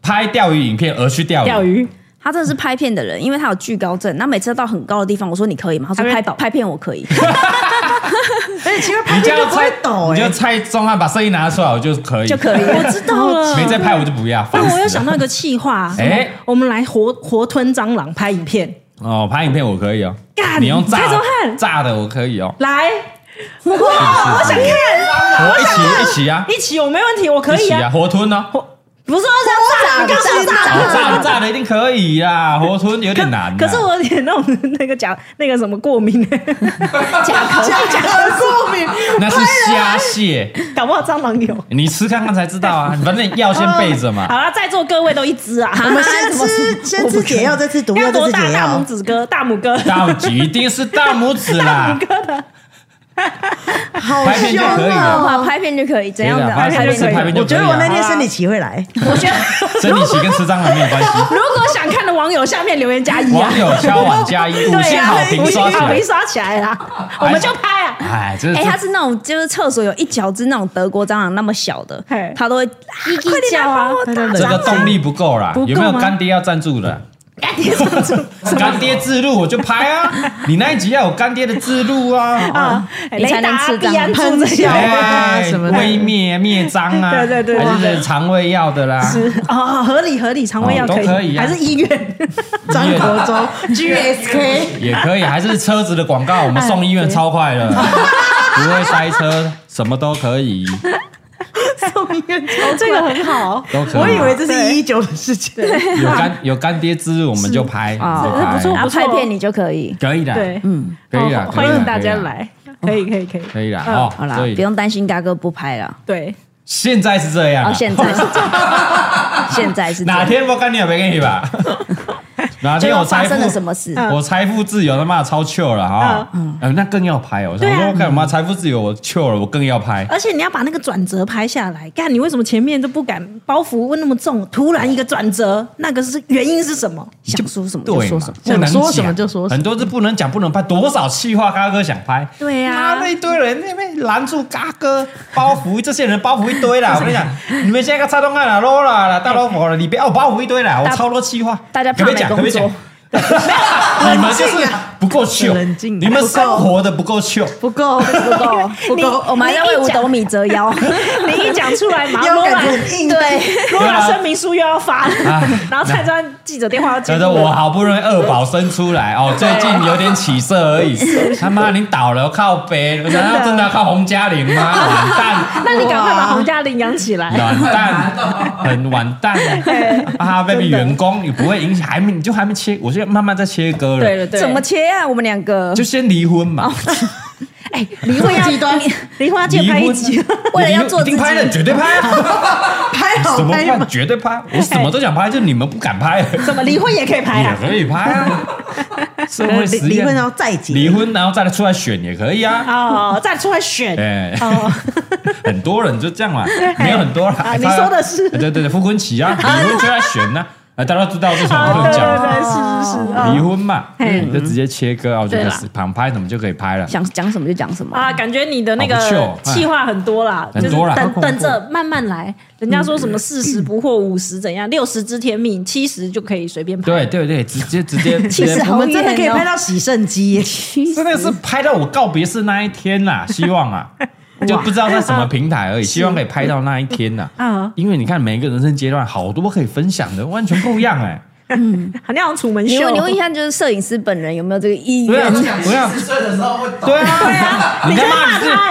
[SPEAKER 1] 拍钓鱼影片而去钓鱼。
[SPEAKER 2] 钓鱼，
[SPEAKER 6] 他真的是拍片的人，因为他有惧高症。那每次到很高的地方，我说你可以吗？他说
[SPEAKER 2] 他会
[SPEAKER 6] 拍
[SPEAKER 2] 抖
[SPEAKER 6] 拍片我可以。
[SPEAKER 4] 而且其实拍
[SPEAKER 1] 你这
[SPEAKER 4] 片就
[SPEAKER 1] 样
[SPEAKER 4] 哎不会
[SPEAKER 1] 蔡
[SPEAKER 4] 抖
[SPEAKER 1] 你就
[SPEAKER 4] 哎，
[SPEAKER 1] 蔡宗汉把声音拿出来，我就可以，
[SPEAKER 6] 就可以了
[SPEAKER 2] *laughs* 我知道
[SPEAKER 1] *laughs*
[SPEAKER 2] 了。
[SPEAKER 1] 没在拍我就不要。
[SPEAKER 2] 但
[SPEAKER 1] 烦死
[SPEAKER 2] 我
[SPEAKER 1] 了
[SPEAKER 2] 又想到一个气话，
[SPEAKER 1] 哎
[SPEAKER 2] 我们来活活吞蟑螂拍影片，
[SPEAKER 1] 哦，拍影片我可以哦，
[SPEAKER 2] 干
[SPEAKER 1] 你用炸
[SPEAKER 2] 蔡宗翰
[SPEAKER 1] 炸的我可以哦，
[SPEAKER 2] 来
[SPEAKER 1] 我想看，我一起一起啊，
[SPEAKER 2] 一起，我没问题，我可
[SPEAKER 1] 啊一
[SPEAKER 2] 以
[SPEAKER 1] 起
[SPEAKER 2] 啊
[SPEAKER 1] 啊，。活吞哦，
[SPEAKER 3] 不是我想炸，
[SPEAKER 2] 我告诉你
[SPEAKER 3] 炸
[SPEAKER 1] 哦
[SPEAKER 3] 炸
[SPEAKER 1] 炸炸的一定可以啦，活吞有点难啊。
[SPEAKER 2] 可是我有点那种那个甲那个什么过敏， *laughs*
[SPEAKER 3] 假口
[SPEAKER 2] 甲壳过敏，
[SPEAKER 1] 那是虾蟹，
[SPEAKER 2] 搞不好蟑螂有。
[SPEAKER 1] 你吃看看才知道啊。反正药先备着嘛
[SPEAKER 2] 好。了，在座各位都一只
[SPEAKER 1] *laughs*
[SPEAKER 2] 啊，
[SPEAKER 4] 我们先
[SPEAKER 2] *laughs*
[SPEAKER 4] 吃先吃解药，再吃毒
[SPEAKER 2] 要
[SPEAKER 4] 药，再
[SPEAKER 2] 多
[SPEAKER 4] 吃
[SPEAKER 2] 大？
[SPEAKER 4] 解
[SPEAKER 2] 大拇
[SPEAKER 4] 药。
[SPEAKER 2] 指哥，大拇哥，
[SPEAKER 1] 啊大拇指一定是大拇指啦，
[SPEAKER 4] 好
[SPEAKER 1] 拍片就
[SPEAKER 4] 凶啊
[SPEAKER 1] 可以了
[SPEAKER 4] 哦！
[SPEAKER 3] 哇，拍片就可以，怎样
[SPEAKER 1] 对
[SPEAKER 3] 的？
[SPEAKER 1] 啊拍
[SPEAKER 3] 拍
[SPEAKER 1] 片
[SPEAKER 6] 哦
[SPEAKER 3] 片
[SPEAKER 1] 就
[SPEAKER 3] 就可
[SPEAKER 1] 是
[SPEAKER 3] 以
[SPEAKER 1] 拍。片就
[SPEAKER 4] 我觉
[SPEAKER 1] 可以
[SPEAKER 4] 得我那
[SPEAKER 1] 了。
[SPEAKER 4] 天生理期会来，
[SPEAKER 2] 我觉得。
[SPEAKER 1] 生理期跟吃蟑螂没有关系。
[SPEAKER 2] *laughs* 如果想看的网友，下面留言加一啊
[SPEAKER 1] 网，友敲碗加一，五
[SPEAKER 2] 对
[SPEAKER 1] 星
[SPEAKER 2] 啊
[SPEAKER 1] 好，评
[SPEAKER 2] 五星
[SPEAKER 1] 刷起
[SPEAKER 2] 好
[SPEAKER 1] 来
[SPEAKER 2] 评。刷起来
[SPEAKER 1] *laughs*
[SPEAKER 2] 啦，我们就拍啊。
[SPEAKER 1] 哎，这
[SPEAKER 3] 哎，
[SPEAKER 1] 这
[SPEAKER 3] 它是那种就是厕所有一小只那种德国蟑螂那么小的
[SPEAKER 2] 嘿，
[SPEAKER 3] 它都会叽叽叫啊，快点来
[SPEAKER 1] 这
[SPEAKER 3] 帮我
[SPEAKER 1] 个动力不够啦
[SPEAKER 2] 不，够
[SPEAKER 1] 有没有
[SPEAKER 2] 吗
[SPEAKER 1] 干爹要赞助的？
[SPEAKER 2] 干爹什 *laughs* 么
[SPEAKER 1] 干爹自录我就拍啊！你那一集要有干爹的自录啊！
[SPEAKER 2] 啊？
[SPEAKER 3] 你才能吃
[SPEAKER 2] 雷达必安
[SPEAKER 4] 蟑螂
[SPEAKER 2] 住这
[SPEAKER 4] 啊
[SPEAKER 2] 样
[SPEAKER 1] 哎
[SPEAKER 4] 什么的
[SPEAKER 1] 胃灭灭蟑啊，
[SPEAKER 2] 对对对对
[SPEAKER 1] 还是肠胃药的啦，
[SPEAKER 2] *laughs* 哦，合理合理，肠胃药
[SPEAKER 1] 哦都可以啊
[SPEAKER 2] 还是医院？
[SPEAKER 1] *laughs*
[SPEAKER 4] 张
[SPEAKER 1] 医院
[SPEAKER 4] 国忠 GSK
[SPEAKER 1] 也可以，还是车子的广告，我们送医院超快的，
[SPEAKER 3] 哎
[SPEAKER 1] 不会塞车，什么都可以，啊
[SPEAKER 2] *laughs* 这个很好，
[SPEAKER 1] 都可以。
[SPEAKER 4] 我以为这是一一九的事情，
[SPEAKER 1] 有干有干爹之入，我们就拍，
[SPEAKER 3] 啊
[SPEAKER 1] 就
[SPEAKER 2] 这
[SPEAKER 1] 拍
[SPEAKER 2] 不错
[SPEAKER 3] 然后拍片你就可以，
[SPEAKER 1] 可以的，啊
[SPEAKER 2] 对，
[SPEAKER 3] 嗯，
[SPEAKER 1] 可以的，
[SPEAKER 2] 哦
[SPEAKER 1] 可以
[SPEAKER 2] 欢
[SPEAKER 1] 啦
[SPEAKER 2] 迎大家，
[SPEAKER 1] 可以啦啊
[SPEAKER 2] 来，可以可以可以，
[SPEAKER 1] 可以的
[SPEAKER 2] 嗯
[SPEAKER 1] 哦。
[SPEAKER 3] 好啦，
[SPEAKER 1] 所以
[SPEAKER 3] 不用担心嘎哥不拍了。
[SPEAKER 2] 对，
[SPEAKER 1] 现在是这样啊，
[SPEAKER 3] 哦，现在
[SPEAKER 1] *laughs*
[SPEAKER 3] 是这样，现在是这
[SPEAKER 1] 哪
[SPEAKER 3] 样。
[SPEAKER 1] 天我干你也没给你吧？ *laughs* 哪
[SPEAKER 3] 就
[SPEAKER 1] 天我
[SPEAKER 3] 发
[SPEAKER 1] 财
[SPEAKER 3] 生了
[SPEAKER 1] 富嗯
[SPEAKER 3] 什么
[SPEAKER 2] 嗯
[SPEAKER 3] 事？
[SPEAKER 1] 我财富自由他妈的超 chill 了哈，嗯，那更要拍哦。我想
[SPEAKER 3] 啊
[SPEAKER 1] 说，干嘛财富自由我 chill 了，我更要拍。
[SPEAKER 2] 而且你要把那个转折拍下来。干，你为什么前面都不敢包袱问那么重？突然一个转折，那个是原因是什么？
[SPEAKER 3] 想说什么就
[SPEAKER 1] 对
[SPEAKER 3] 说
[SPEAKER 1] 嘛
[SPEAKER 3] 什么。
[SPEAKER 1] 不能
[SPEAKER 4] 想说
[SPEAKER 1] 讲
[SPEAKER 4] 什么就说什么
[SPEAKER 1] 很多是不能讲、不能拍，多少气话嘎哥想拍，
[SPEAKER 3] 对啊
[SPEAKER 1] 妈
[SPEAKER 2] 啊
[SPEAKER 3] 呀
[SPEAKER 1] 那，一堆人那边拦住嘎哥包袱，这些人包袱一堆
[SPEAKER 3] *laughs*
[SPEAKER 1] 啦。我跟你讲，你们现在个蔡东汉啦、罗啦啦、大老婆了，里边哦包袱一堆啦，我超多气话，
[SPEAKER 3] 大家
[SPEAKER 1] 可
[SPEAKER 3] 怕
[SPEAKER 1] 别讲，可
[SPEAKER 3] 没
[SPEAKER 1] 别
[SPEAKER 3] 工作
[SPEAKER 1] 讲。 *laughs* 你们就是不够秀
[SPEAKER 4] 冷，
[SPEAKER 3] 啊
[SPEAKER 4] 静
[SPEAKER 1] 你们生活的不够秀。
[SPEAKER 4] 不够不够不够，
[SPEAKER 3] 我们还要为五斗米折腰。
[SPEAKER 2] *laughs* 你一讲出来，马上
[SPEAKER 4] 要
[SPEAKER 2] 罗
[SPEAKER 4] 感
[SPEAKER 2] 兰
[SPEAKER 4] 觉很硬。
[SPEAKER 3] 对，
[SPEAKER 2] 罗兰声明书又要发
[SPEAKER 1] 啊
[SPEAKER 2] 了， *laughs* 然后蔡庄记者电话要接
[SPEAKER 1] 觉
[SPEAKER 2] 入
[SPEAKER 1] 得我
[SPEAKER 2] 了。
[SPEAKER 1] 好不容易二宝生出来哦，最
[SPEAKER 3] 啊
[SPEAKER 1] 近有点起色
[SPEAKER 3] *laughs*
[SPEAKER 1] 而已。他妈，你倒了靠北，难道真的要靠洪嘉玲吗？完蛋！
[SPEAKER 3] *laughs*
[SPEAKER 2] 那你赶快把洪嘉玲养
[SPEAKER 1] *laughs*
[SPEAKER 2] 起来。
[SPEAKER 1] 完蛋，很完蛋啊！baby 员工你不会影响，还没你就还没切，我现在慢慢在切割了，
[SPEAKER 2] 对了对，
[SPEAKER 3] 怎么切啊？我们两个
[SPEAKER 1] 就先离婚嘛，
[SPEAKER 2] 哎离婚要
[SPEAKER 4] 极端
[SPEAKER 2] 离婚要借
[SPEAKER 1] 离
[SPEAKER 2] 拍
[SPEAKER 1] 婚
[SPEAKER 2] 一集？
[SPEAKER 3] 为了要做
[SPEAKER 1] 一定
[SPEAKER 3] 自己
[SPEAKER 1] 拍的，绝对拍啊，
[SPEAKER 4] 拍好
[SPEAKER 1] 怎么
[SPEAKER 4] 拍
[SPEAKER 1] 拍
[SPEAKER 4] 嘛，
[SPEAKER 1] 绝对拍，啊我什么都想拍，就你们不敢拍，
[SPEAKER 2] 怎么离婚也可以拍
[SPEAKER 1] 也
[SPEAKER 2] 啊？
[SPEAKER 1] 可以拍啊，社会
[SPEAKER 4] 离
[SPEAKER 1] 实
[SPEAKER 4] 离婚然
[SPEAKER 1] 验，
[SPEAKER 4] 后再结，
[SPEAKER 1] 离婚然后再来出来选也可以啊，
[SPEAKER 2] 哦，再出来选
[SPEAKER 1] 哎，
[SPEAKER 2] 哦，
[SPEAKER 1] *laughs* 很多人就这
[SPEAKER 2] *laughs*
[SPEAKER 1] 样嘛，没有很多啦哎
[SPEAKER 2] 啊，你说的是
[SPEAKER 1] 对对对，傅昆奇
[SPEAKER 2] *laughs*
[SPEAKER 1] 啊，离婚出来选呐，啊，大家都知道这种
[SPEAKER 2] 啊
[SPEAKER 1] 人
[SPEAKER 2] 对对
[SPEAKER 1] 讲。
[SPEAKER 2] 对，是是是哦
[SPEAKER 1] 离婚嘛，嗯
[SPEAKER 2] 嘿
[SPEAKER 1] 你就直接切割啊，我觉
[SPEAKER 2] 对
[SPEAKER 1] 得
[SPEAKER 2] 啦
[SPEAKER 1] 旁拍什么就可以拍了。
[SPEAKER 3] 想讲什么就讲什么。
[SPEAKER 2] 啊，感觉你的那
[SPEAKER 1] 好不秀
[SPEAKER 2] 个
[SPEAKER 1] 哎
[SPEAKER 2] 计划很多啦，
[SPEAKER 1] 很
[SPEAKER 2] 就是
[SPEAKER 1] 多啦
[SPEAKER 2] 等
[SPEAKER 1] 快快
[SPEAKER 2] 等着慢慢来。人家说什么
[SPEAKER 1] 嗯
[SPEAKER 2] 四十不惑，五十怎样，六十知天命，七十就可以随便拍。
[SPEAKER 1] 对对对，直接直
[SPEAKER 2] *laughs*
[SPEAKER 1] 接直
[SPEAKER 3] 其实
[SPEAKER 1] 接，
[SPEAKER 4] 我
[SPEAKER 3] 好
[SPEAKER 4] 们真的可以
[SPEAKER 3] 远哦
[SPEAKER 4] 拍到洗肾机耶，
[SPEAKER 1] 真的是拍到我告别式那一天
[SPEAKER 2] *laughs*
[SPEAKER 1] 啦，希望啊。就不知道在什么平台而已，希望可以拍到那一天呐、
[SPEAKER 2] 啊
[SPEAKER 1] 因为你看每一个人生阶段，好多可以分享的，完全不一样哎、
[SPEAKER 2] 好像楚门
[SPEAKER 3] 你
[SPEAKER 2] 秀
[SPEAKER 3] 问，你问一下，就是摄影师本人有没有这个意
[SPEAKER 1] 对啊
[SPEAKER 3] 愿？，
[SPEAKER 1] 不要，
[SPEAKER 5] 十岁的时候会懂，
[SPEAKER 1] 对 *laughs* 啊，你干嘛？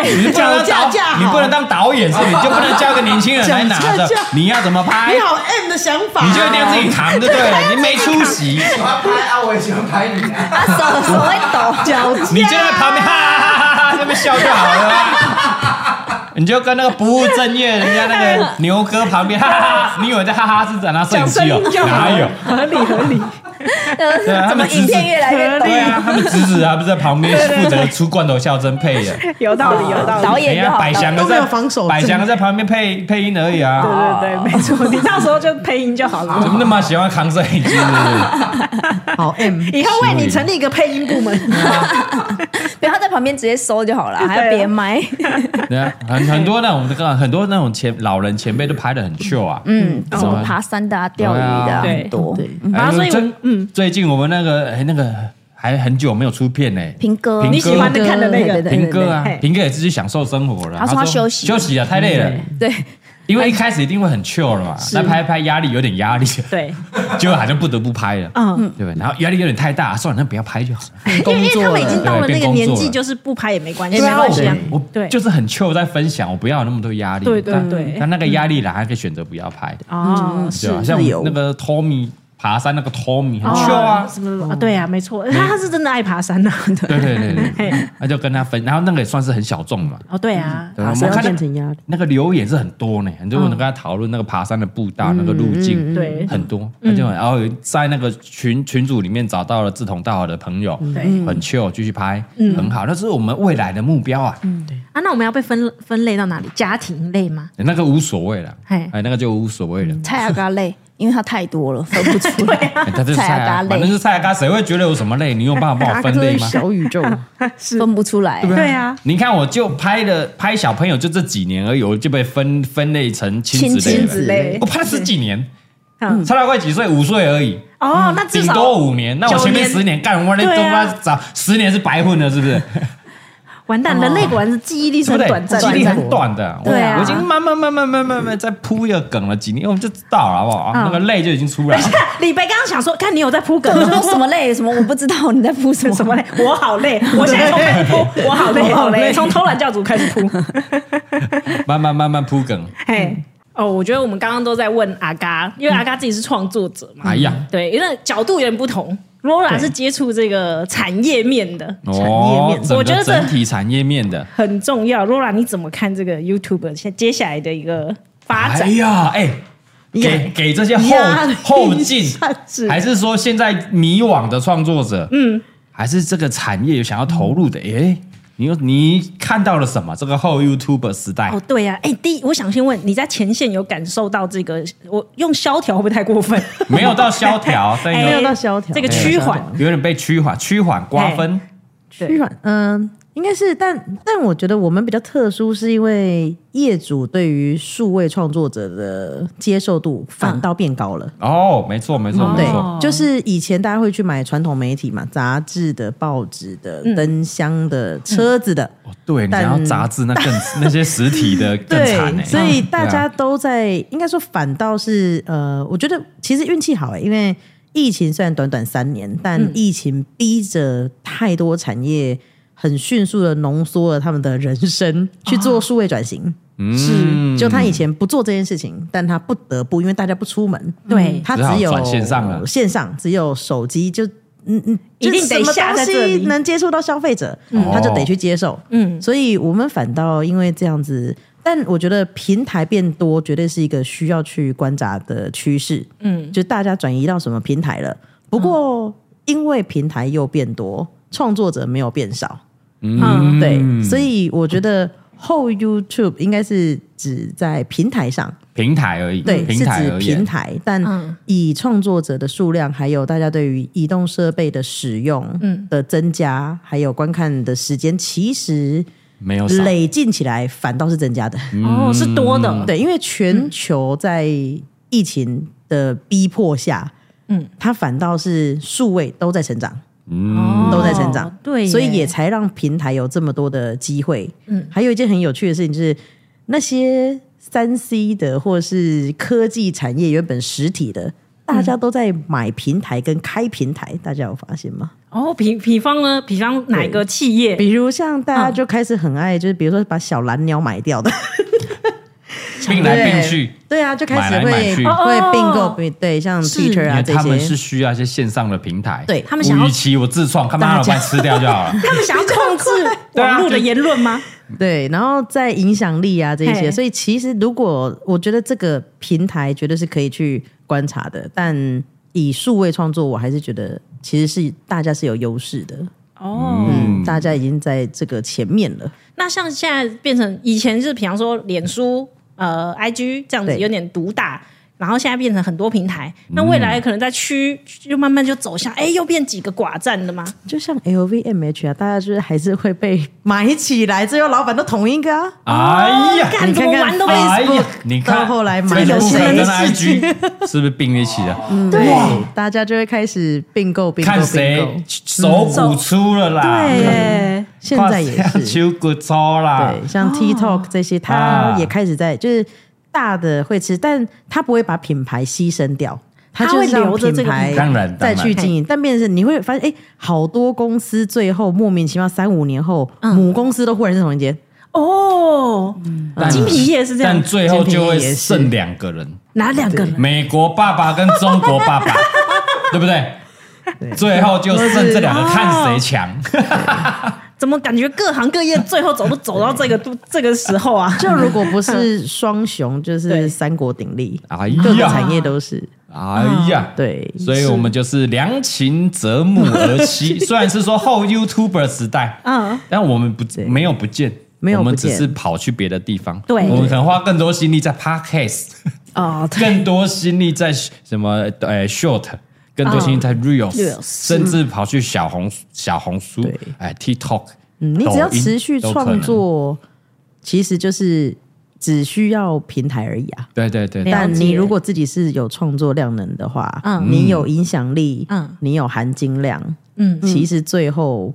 [SPEAKER 1] 你是你是不能当导，你不能当导演是不是？你就不能叫个年轻人来拿着，你要怎么拍？
[SPEAKER 4] 你好 M 的想法哦，
[SPEAKER 1] 你就一定要自己扛，对不对？你没出息，
[SPEAKER 5] 喜欢拍啊，我也喜欢拍你啊。
[SPEAKER 3] 他手手会抖，脚
[SPEAKER 1] 你就在旁边哈哈哈哈哈在那边笑就好了啊。你就跟那个不务正业人家那个牛哥旁边哈哈哈，你以为在哈哈是在拿摄影
[SPEAKER 2] 讲声
[SPEAKER 1] 机哦
[SPEAKER 2] 音？就好
[SPEAKER 1] 哪有
[SPEAKER 2] 了？，合理合理。
[SPEAKER 1] 啊他
[SPEAKER 3] *laughs* 怎么
[SPEAKER 1] 们
[SPEAKER 3] 影片越来越
[SPEAKER 1] 对
[SPEAKER 3] 抖？
[SPEAKER 1] 啊，他们侄子啊，不是在旁边负责出罐头笑声配的，
[SPEAKER 2] 有道理，有 *laughs* 道理。
[SPEAKER 3] 导
[SPEAKER 1] 人
[SPEAKER 3] 演就
[SPEAKER 1] 家
[SPEAKER 3] 好
[SPEAKER 1] 百祥哥
[SPEAKER 3] 了。
[SPEAKER 4] 都没
[SPEAKER 1] 在
[SPEAKER 4] 有防守
[SPEAKER 1] 百
[SPEAKER 4] 阵
[SPEAKER 1] 祥哥在旁边配配音而已
[SPEAKER 2] 对
[SPEAKER 1] 啊，
[SPEAKER 2] 对对，没错，你到时候就配音哦就好
[SPEAKER 1] 怎
[SPEAKER 2] 了。
[SPEAKER 1] 么那么喜欢扛摄
[SPEAKER 2] *laughs*
[SPEAKER 1] 影机？是不是
[SPEAKER 4] *laughs* 好 M，
[SPEAKER 2] 以后为你成立一个配音部门，
[SPEAKER 3] 不要在旁边直接收就好了，还
[SPEAKER 1] 啊
[SPEAKER 3] 要别麦。
[SPEAKER 1] 对啊，很很多那种个很多那种前老人前辈都拍的很秀啊。
[SPEAKER 3] 嗯，什么爬山的啊、钓鱼的啊
[SPEAKER 2] 对啊
[SPEAKER 3] 很多。
[SPEAKER 4] 对，
[SPEAKER 1] 哎
[SPEAKER 2] 啊所以我
[SPEAKER 1] 最最近我们那个哎那个还很久没有出片呢。
[SPEAKER 3] 平哥，
[SPEAKER 1] 平
[SPEAKER 2] 你喜欢的看的那
[SPEAKER 3] 对对
[SPEAKER 2] 个
[SPEAKER 3] 对
[SPEAKER 1] 平哥啊
[SPEAKER 2] 对对，
[SPEAKER 1] 平哥也自己享受生活了。
[SPEAKER 3] 他说他休
[SPEAKER 2] 嗯
[SPEAKER 3] 息
[SPEAKER 1] 休息啊，太累了。
[SPEAKER 3] 对，
[SPEAKER 1] 因为一开始一定会很 chill 了嘛，那拍一拍压力有点压力，
[SPEAKER 2] *laughs* 对，
[SPEAKER 1] 就好像不得不拍了，
[SPEAKER 2] 嗯，
[SPEAKER 1] 对不对？然后压力有点太大，算了，那不要拍就好了。
[SPEAKER 2] *laughs* 因为因为他们已经到了那
[SPEAKER 1] 对变
[SPEAKER 2] 个
[SPEAKER 1] 工
[SPEAKER 2] 年
[SPEAKER 1] 作
[SPEAKER 2] 纪，
[SPEAKER 1] 了
[SPEAKER 2] 就是不拍也没关
[SPEAKER 1] 哎
[SPEAKER 2] 系，
[SPEAKER 4] 也没关系啊
[SPEAKER 1] 对我
[SPEAKER 2] 对
[SPEAKER 1] 就是很 chill 在分享，我不要有那么多压力。
[SPEAKER 2] 对对
[SPEAKER 1] 但
[SPEAKER 2] 对嗯
[SPEAKER 1] 但那个压力来，还可以选择不要拍，
[SPEAKER 2] 哦，
[SPEAKER 1] 对吧？
[SPEAKER 4] 是
[SPEAKER 1] 啊像
[SPEAKER 4] 自由
[SPEAKER 1] 那个 Tommy 爬山那个 Tommy 很
[SPEAKER 2] 哦
[SPEAKER 1] chill 啊，
[SPEAKER 2] 什么啊？对啊，没错，他他是真的爱爬山呐，啊
[SPEAKER 1] 对对对对
[SPEAKER 2] 嘿
[SPEAKER 1] 对，那就跟他分，然后那个也算是很小众嘛。
[SPEAKER 2] 哦，对啊，
[SPEAKER 1] 对
[SPEAKER 4] 爬
[SPEAKER 1] 我
[SPEAKER 4] 山
[SPEAKER 1] 们看
[SPEAKER 4] 要变
[SPEAKER 1] 那
[SPEAKER 4] 成压力，
[SPEAKER 1] 那个留言是很多呢，很多
[SPEAKER 2] 嗯
[SPEAKER 1] 人都跟他讨论那个爬山的步道、那个路径，
[SPEAKER 2] 对
[SPEAKER 1] 很多。那就然后在那个群群组里面找到了志同道合的朋友，
[SPEAKER 2] 对
[SPEAKER 1] 很 chill，继续拍，
[SPEAKER 2] 嗯
[SPEAKER 1] 很好。那是我们未来的目标啊，
[SPEAKER 2] 啊，那我们要被分分类到哪里？家庭类吗？
[SPEAKER 1] 那个无所谓了，
[SPEAKER 2] 嘿嗯
[SPEAKER 1] 哎，那个就无所谓了。
[SPEAKER 6] 蔡阿嘎
[SPEAKER 2] *laughs*
[SPEAKER 6] 累，因为啊他太多了，分不出来。
[SPEAKER 1] 哎他就是
[SPEAKER 6] 蔡
[SPEAKER 1] 菜
[SPEAKER 6] 阿
[SPEAKER 1] 啊，
[SPEAKER 6] 嘎
[SPEAKER 1] 反
[SPEAKER 6] 累，
[SPEAKER 1] 正是菜啊，嘎，谁会觉得有什么累？你有办法帮我分
[SPEAKER 4] 这
[SPEAKER 1] 类
[SPEAKER 4] 是
[SPEAKER 1] 吗？
[SPEAKER 4] 小宇宙，
[SPEAKER 6] 分不出来。
[SPEAKER 2] 对啊，
[SPEAKER 1] 你看，我就拍的拍小朋友，就这几年而已，我就被分分类成亲子类
[SPEAKER 6] 亲
[SPEAKER 1] 了。
[SPEAKER 6] 子类
[SPEAKER 1] 我拍了十几年，
[SPEAKER 2] 嗯
[SPEAKER 1] 差大概几岁？五岁而已，
[SPEAKER 2] 哦，那至
[SPEAKER 1] 顶
[SPEAKER 2] 少
[SPEAKER 1] 多五年。那我前面
[SPEAKER 2] 九年
[SPEAKER 1] 十年干我那
[SPEAKER 2] 对
[SPEAKER 1] 他
[SPEAKER 2] 啊
[SPEAKER 1] 妈找十年是白混了，是
[SPEAKER 2] *laughs*
[SPEAKER 1] 不是？
[SPEAKER 2] 完蛋，人类果然是哦记忆力是
[SPEAKER 1] 对不
[SPEAKER 2] 很
[SPEAKER 1] 对？
[SPEAKER 2] 短暂
[SPEAKER 1] 记忆
[SPEAKER 2] 的，
[SPEAKER 1] 力很短的，我
[SPEAKER 2] 对啊
[SPEAKER 1] 我已经慢慢慢慢慢慢慢在铺一个梗了，几年我们就知道了，好不好？啊
[SPEAKER 2] 嗯
[SPEAKER 1] 那个泪就已经
[SPEAKER 2] *laughs*
[SPEAKER 1] 出来了。
[SPEAKER 2] 李白刚刚想说，看你有在铺梗
[SPEAKER 6] 我
[SPEAKER 2] *laughs* 吗
[SPEAKER 6] 说？什么累？什么我不知道你在铺什么
[SPEAKER 2] 什么累？我好累，我现在从开始铺，我好 *laughs* 累，好累，从偷懒教主开始铺。
[SPEAKER 1] 慢慢慢慢铺梗。
[SPEAKER 2] 嘿，哦，我觉得我们刚刚都在问阿嘎，因为
[SPEAKER 1] 嗯
[SPEAKER 2] 阿嘎自己是创作者嘛，
[SPEAKER 1] 哎呀，
[SPEAKER 2] 对，因为角度有点不同。Laura 是接触这个产业面的，
[SPEAKER 1] 哦，整
[SPEAKER 2] 我觉
[SPEAKER 1] 个
[SPEAKER 2] 得这
[SPEAKER 1] 整体产业面的。
[SPEAKER 2] 很重要。Laura，你怎么看这个 YouTube 现接下来的一个发
[SPEAKER 1] 哎
[SPEAKER 2] 展？
[SPEAKER 1] 呀，哎、给给这些后
[SPEAKER 4] 压力
[SPEAKER 1] 后进
[SPEAKER 4] 山之，
[SPEAKER 1] 还是说现在迷惘的创作者，嗯，还是这个产业有想要投入
[SPEAKER 4] 嗯
[SPEAKER 1] 的？哎、你有你看到了什么？这个后 YouTube 时代，
[SPEAKER 2] 哦，对呀、哎、第一，我想先问你在前线有感受到这个，我用萧条会不会太过
[SPEAKER 1] *laughs*
[SPEAKER 2] 分？哎
[SPEAKER 1] 没有到萧
[SPEAKER 4] *laughs*
[SPEAKER 1] 条，但
[SPEAKER 4] 哎没
[SPEAKER 1] 有哎
[SPEAKER 4] 有到萧条
[SPEAKER 2] 这个趋缓，
[SPEAKER 1] 有点被趋缓，趋缓瓜分。
[SPEAKER 4] 趋软，嗯，应该是，但但我觉得我们比较特殊，是因为业主对于数位创作者的接受度反倒变高了。
[SPEAKER 1] 哦，没错，没错，没
[SPEAKER 4] 对
[SPEAKER 1] 错。，
[SPEAKER 4] 就是以前大家会去买传统媒体嘛，杂志的、报纸的、
[SPEAKER 1] 嗯
[SPEAKER 4] 灯箱的、车子的，
[SPEAKER 1] 哦对，你
[SPEAKER 4] 但
[SPEAKER 1] 要杂志那更 *laughs* 那些实体的更惨
[SPEAKER 2] 欸
[SPEAKER 1] 哎、
[SPEAKER 4] 对，所以大
[SPEAKER 1] 对
[SPEAKER 4] 家
[SPEAKER 1] 啊
[SPEAKER 4] 都在，应该说反倒是呃，我觉得其实运气好哎、因为疫情虽然短短三年，
[SPEAKER 2] 嗯
[SPEAKER 4] 但疫情逼着太多产业很迅速的浓缩了他们的人生
[SPEAKER 2] 啊
[SPEAKER 4] 去做数位转型。
[SPEAKER 1] 嗯
[SPEAKER 4] 就他以前不做这件事情，但他不得不，因为大家不出门，
[SPEAKER 2] 对
[SPEAKER 4] 他
[SPEAKER 1] 只好
[SPEAKER 4] 只有
[SPEAKER 1] 转线上了
[SPEAKER 4] 线上只有手机，就嗯嗯，
[SPEAKER 2] 一定
[SPEAKER 4] 就
[SPEAKER 2] 得
[SPEAKER 4] 什么
[SPEAKER 2] 下在
[SPEAKER 4] 东
[SPEAKER 2] 这里
[SPEAKER 4] 西能接触到消费者，他就得去接受。
[SPEAKER 2] 嗯
[SPEAKER 4] 所以我们反倒因为这样子，但我觉得平台变多，绝对是一个需要去观察的趋势。
[SPEAKER 2] 嗯，
[SPEAKER 4] 就大家转移到什么平台了？不过因为平台又变多，创作者没有变少。
[SPEAKER 2] 嗯
[SPEAKER 4] 对，所以我觉得后 YouTube 应该是指在平台上，
[SPEAKER 1] 平台而已，啊
[SPEAKER 4] 对，
[SPEAKER 1] 平
[SPEAKER 4] 是
[SPEAKER 1] 台
[SPEAKER 4] 指
[SPEAKER 1] 而
[SPEAKER 4] 平
[SPEAKER 1] 言，
[SPEAKER 4] 台，但
[SPEAKER 2] 嗯
[SPEAKER 4] 以创作者的数量，还有大家对于移动设备的使
[SPEAKER 2] 嗯
[SPEAKER 4] 用的增加，还有观看的时间，其实
[SPEAKER 1] 没有少。
[SPEAKER 4] 累进起来反倒是增加的。
[SPEAKER 1] 嗯
[SPEAKER 2] 哦，是多的，
[SPEAKER 4] *laughs* 对，因为全球在疫情的逼迫下，
[SPEAKER 2] 嗯，
[SPEAKER 4] 它反倒是数位都在成长。
[SPEAKER 1] 嗯
[SPEAKER 4] 都在成长
[SPEAKER 2] 哦对耶，
[SPEAKER 4] 所以也才让平台有这么多的机会。
[SPEAKER 2] 嗯
[SPEAKER 4] 嗯，还有一件很有趣的事情就是，那些三 C 的或是科技产业原本实体的，大家都在买平台跟开平台，大家有发现吗？
[SPEAKER 2] 哦，比比方呢，比方哪个企业？
[SPEAKER 4] 比如像大家就开始很爱，就是比如说把小蓝鸟买掉的，
[SPEAKER 1] 并来并去。
[SPEAKER 4] 对啊，就开
[SPEAKER 1] 买
[SPEAKER 4] 始
[SPEAKER 1] 来
[SPEAKER 4] 会
[SPEAKER 1] 买去
[SPEAKER 4] 会并购
[SPEAKER 2] 哦，
[SPEAKER 4] 对，像
[SPEAKER 2] 是
[SPEAKER 4] Twitter
[SPEAKER 1] 因
[SPEAKER 4] 啊
[SPEAKER 1] 为
[SPEAKER 4] 这
[SPEAKER 1] 他们是
[SPEAKER 4] 些，
[SPEAKER 1] 需要一些线上的平台，
[SPEAKER 4] 对
[SPEAKER 2] 他们想要
[SPEAKER 1] 与其我自创，他妈的我把你吃掉就
[SPEAKER 4] *laughs*
[SPEAKER 1] 好了。
[SPEAKER 2] 他们想要控制网络的言论吗？
[SPEAKER 4] 对，然后再影响力啊这一
[SPEAKER 2] 嘿
[SPEAKER 4] 些，所以其实如果我觉得这个平台绝对是可以去观察的，但以数位创作，我还是觉得其实是大家是有优势的，
[SPEAKER 2] 哦，
[SPEAKER 4] 嗯，大家已经在这个前面了，
[SPEAKER 2] 那像现在变成以前是，比方说脸书、呃、IG 这样子
[SPEAKER 4] 对
[SPEAKER 2] 有点独大，然后现在变成很多平台，那未来可能在区就慢慢就走向，哎，又变几个寡占的吗？
[SPEAKER 4] 就像 LVMH 啊，大家就是还是会被 *laughs* 买起来，最后老板都同一个啊，
[SPEAKER 1] 哎呀，
[SPEAKER 2] 干
[SPEAKER 4] 你
[SPEAKER 2] 怎
[SPEAKER 4] 看
[SPEAKER 2] 么
[SPEAKER 4] 看
[SPEAKER 2] 玩都没死
[SPEAKER 1] 哎呀，你
[SPEAKER 4] 到
[SPEAKER 1] 看
[SPEAKER 4] 后来买
[SPEAKER 1] Facebook
[SPEAKER 4] 有些人
[SPEAKER 1] 跟
[SPEAKER 4] 的嗯
[SPEAKER 1] *laughs*
[SPEAKER 4] 事情
[SPEAKER 1] IG 是不是并一起的？
[SPEAKER 4] 对，大家就会开始并购并购
[SPEAKER 1] 看
[SPEAKER 4] 并
[SPEAKER 1] 谁
[SPEAKER 4] 购，
[SPEAKER 1] 手骨粗了啦，
[SPEAKER 4] 对，
[SPEAKER 2] 哎
[SPEAKER 4] 现在也是
[SPEAKER 1] 手骨粗啦，啊
[SPEAKER 2] 哦
[SPEAKER 4] 对，像 TikTok 这些，它也开始在，就是大的会吃，但他不会把品牌牺牲掉，他
[SPEAKER 2] 他
[SPEAKER 4] 就
[SPEAKER 2] 会
[SPEAKER 4] 是让
[SPEAKER 2] 留着这个
[SPEAKER 4] 品牌
[SPEAKER 2] 品
[SPEAKER 1] 牌当然当
[SPEAKER 4] 再
[SPEAKER 1] 然
[SPEAKER 4] 去经营。但变成是你会发现，哎，好多公司最后莫名其妙三五年后，
[SPEAKER 2] 嗯
[SPEAKER 4] 母公司都忽然是同一间，
[SPEAKER 2] *laughs* 哦，
[SPEAKER 1] 但
[SPEAKER 2] 金皮也是这样
[SPEAKER 1] 但，最后就会
[SPEAKER 4] 精品也是
[SPEAKER 1] 剩两个人，
[SPEAKER 2] 哪两个人？
[SPEAKER 1] 美国爸爸跟中国爸
[SPEAKER 4] *laughs*
[SPEAKER 1] 爸，对不对？最后就剩这两个，看
[SPEAKER 4] 哦
[SPEAKER 1] 谁强。
[SPEAKER 2] 怎么感觉各行各业最后走都走到这个 *laughs* 都这个时候啊？
[SPEAKER 4] 就如果不是双雄，就
[SPEAKER 2] *laughs* 对
[SPEAKER 4] 是三国鼎立，
[SPEAKER 1] 哎
[SPEAKER 4] 各个
[SPEAKER 1] 呀，
[SPEAKER 4] 产业都是
[SPEAKER 1] 哎呀，
[SPEAKER 4] 啊对。
[SPEAKER 1] 所以我们就是良禽择木而栖。虽然是说后 YouTuber 时代，
[SPEAKER 2] 嗯，
[SPEAKER 1] 但我们不没有不见，
[SPEAKER 4] 没有
[SPEAKER 1] 我
[SPEAKER 4] 不见
[SPEAKER 1] 们只是跑去别的地方。
[SPEAKER 2] 对
[SPEAKER 1] 我们可能花更多心力在 Podcast，
[SPEAKER 3] 哦，
[SPEAKER 1] *laughs* 更多心力在什么呃 Short。更多心力在 Reels，、
[SPEAKER 2] Reels，
[SPEAKER 1] 甚至跑去小红小红书
[SPEAKER 4] 对，
[SPEAKER 1] 哎 TikTok，、
[SPEAKER 4] 嗯，你只要
[SPEAKER 1] 抖音
[SPEAKER 4] 持续
[SPEAKER 1] 都可
[SPEAKER 4] 创
[SPEAKER 1] 能，
[SPEAKER 4] 作，其实就是只需要平台而已啊。
[SPEAKER 1] 对对对，对
[SPEAKER 4] 但你如果自己是有创作量能的话，
[SPEAKER 2] 嗯
[SPEAKER 4] 你有影响力，
[SPEAKER 2] 嗯
[SPEAKER 4] 你有含金量，
[SPEAKER 2] 嗯，
[SPEAKER 4] 其实最后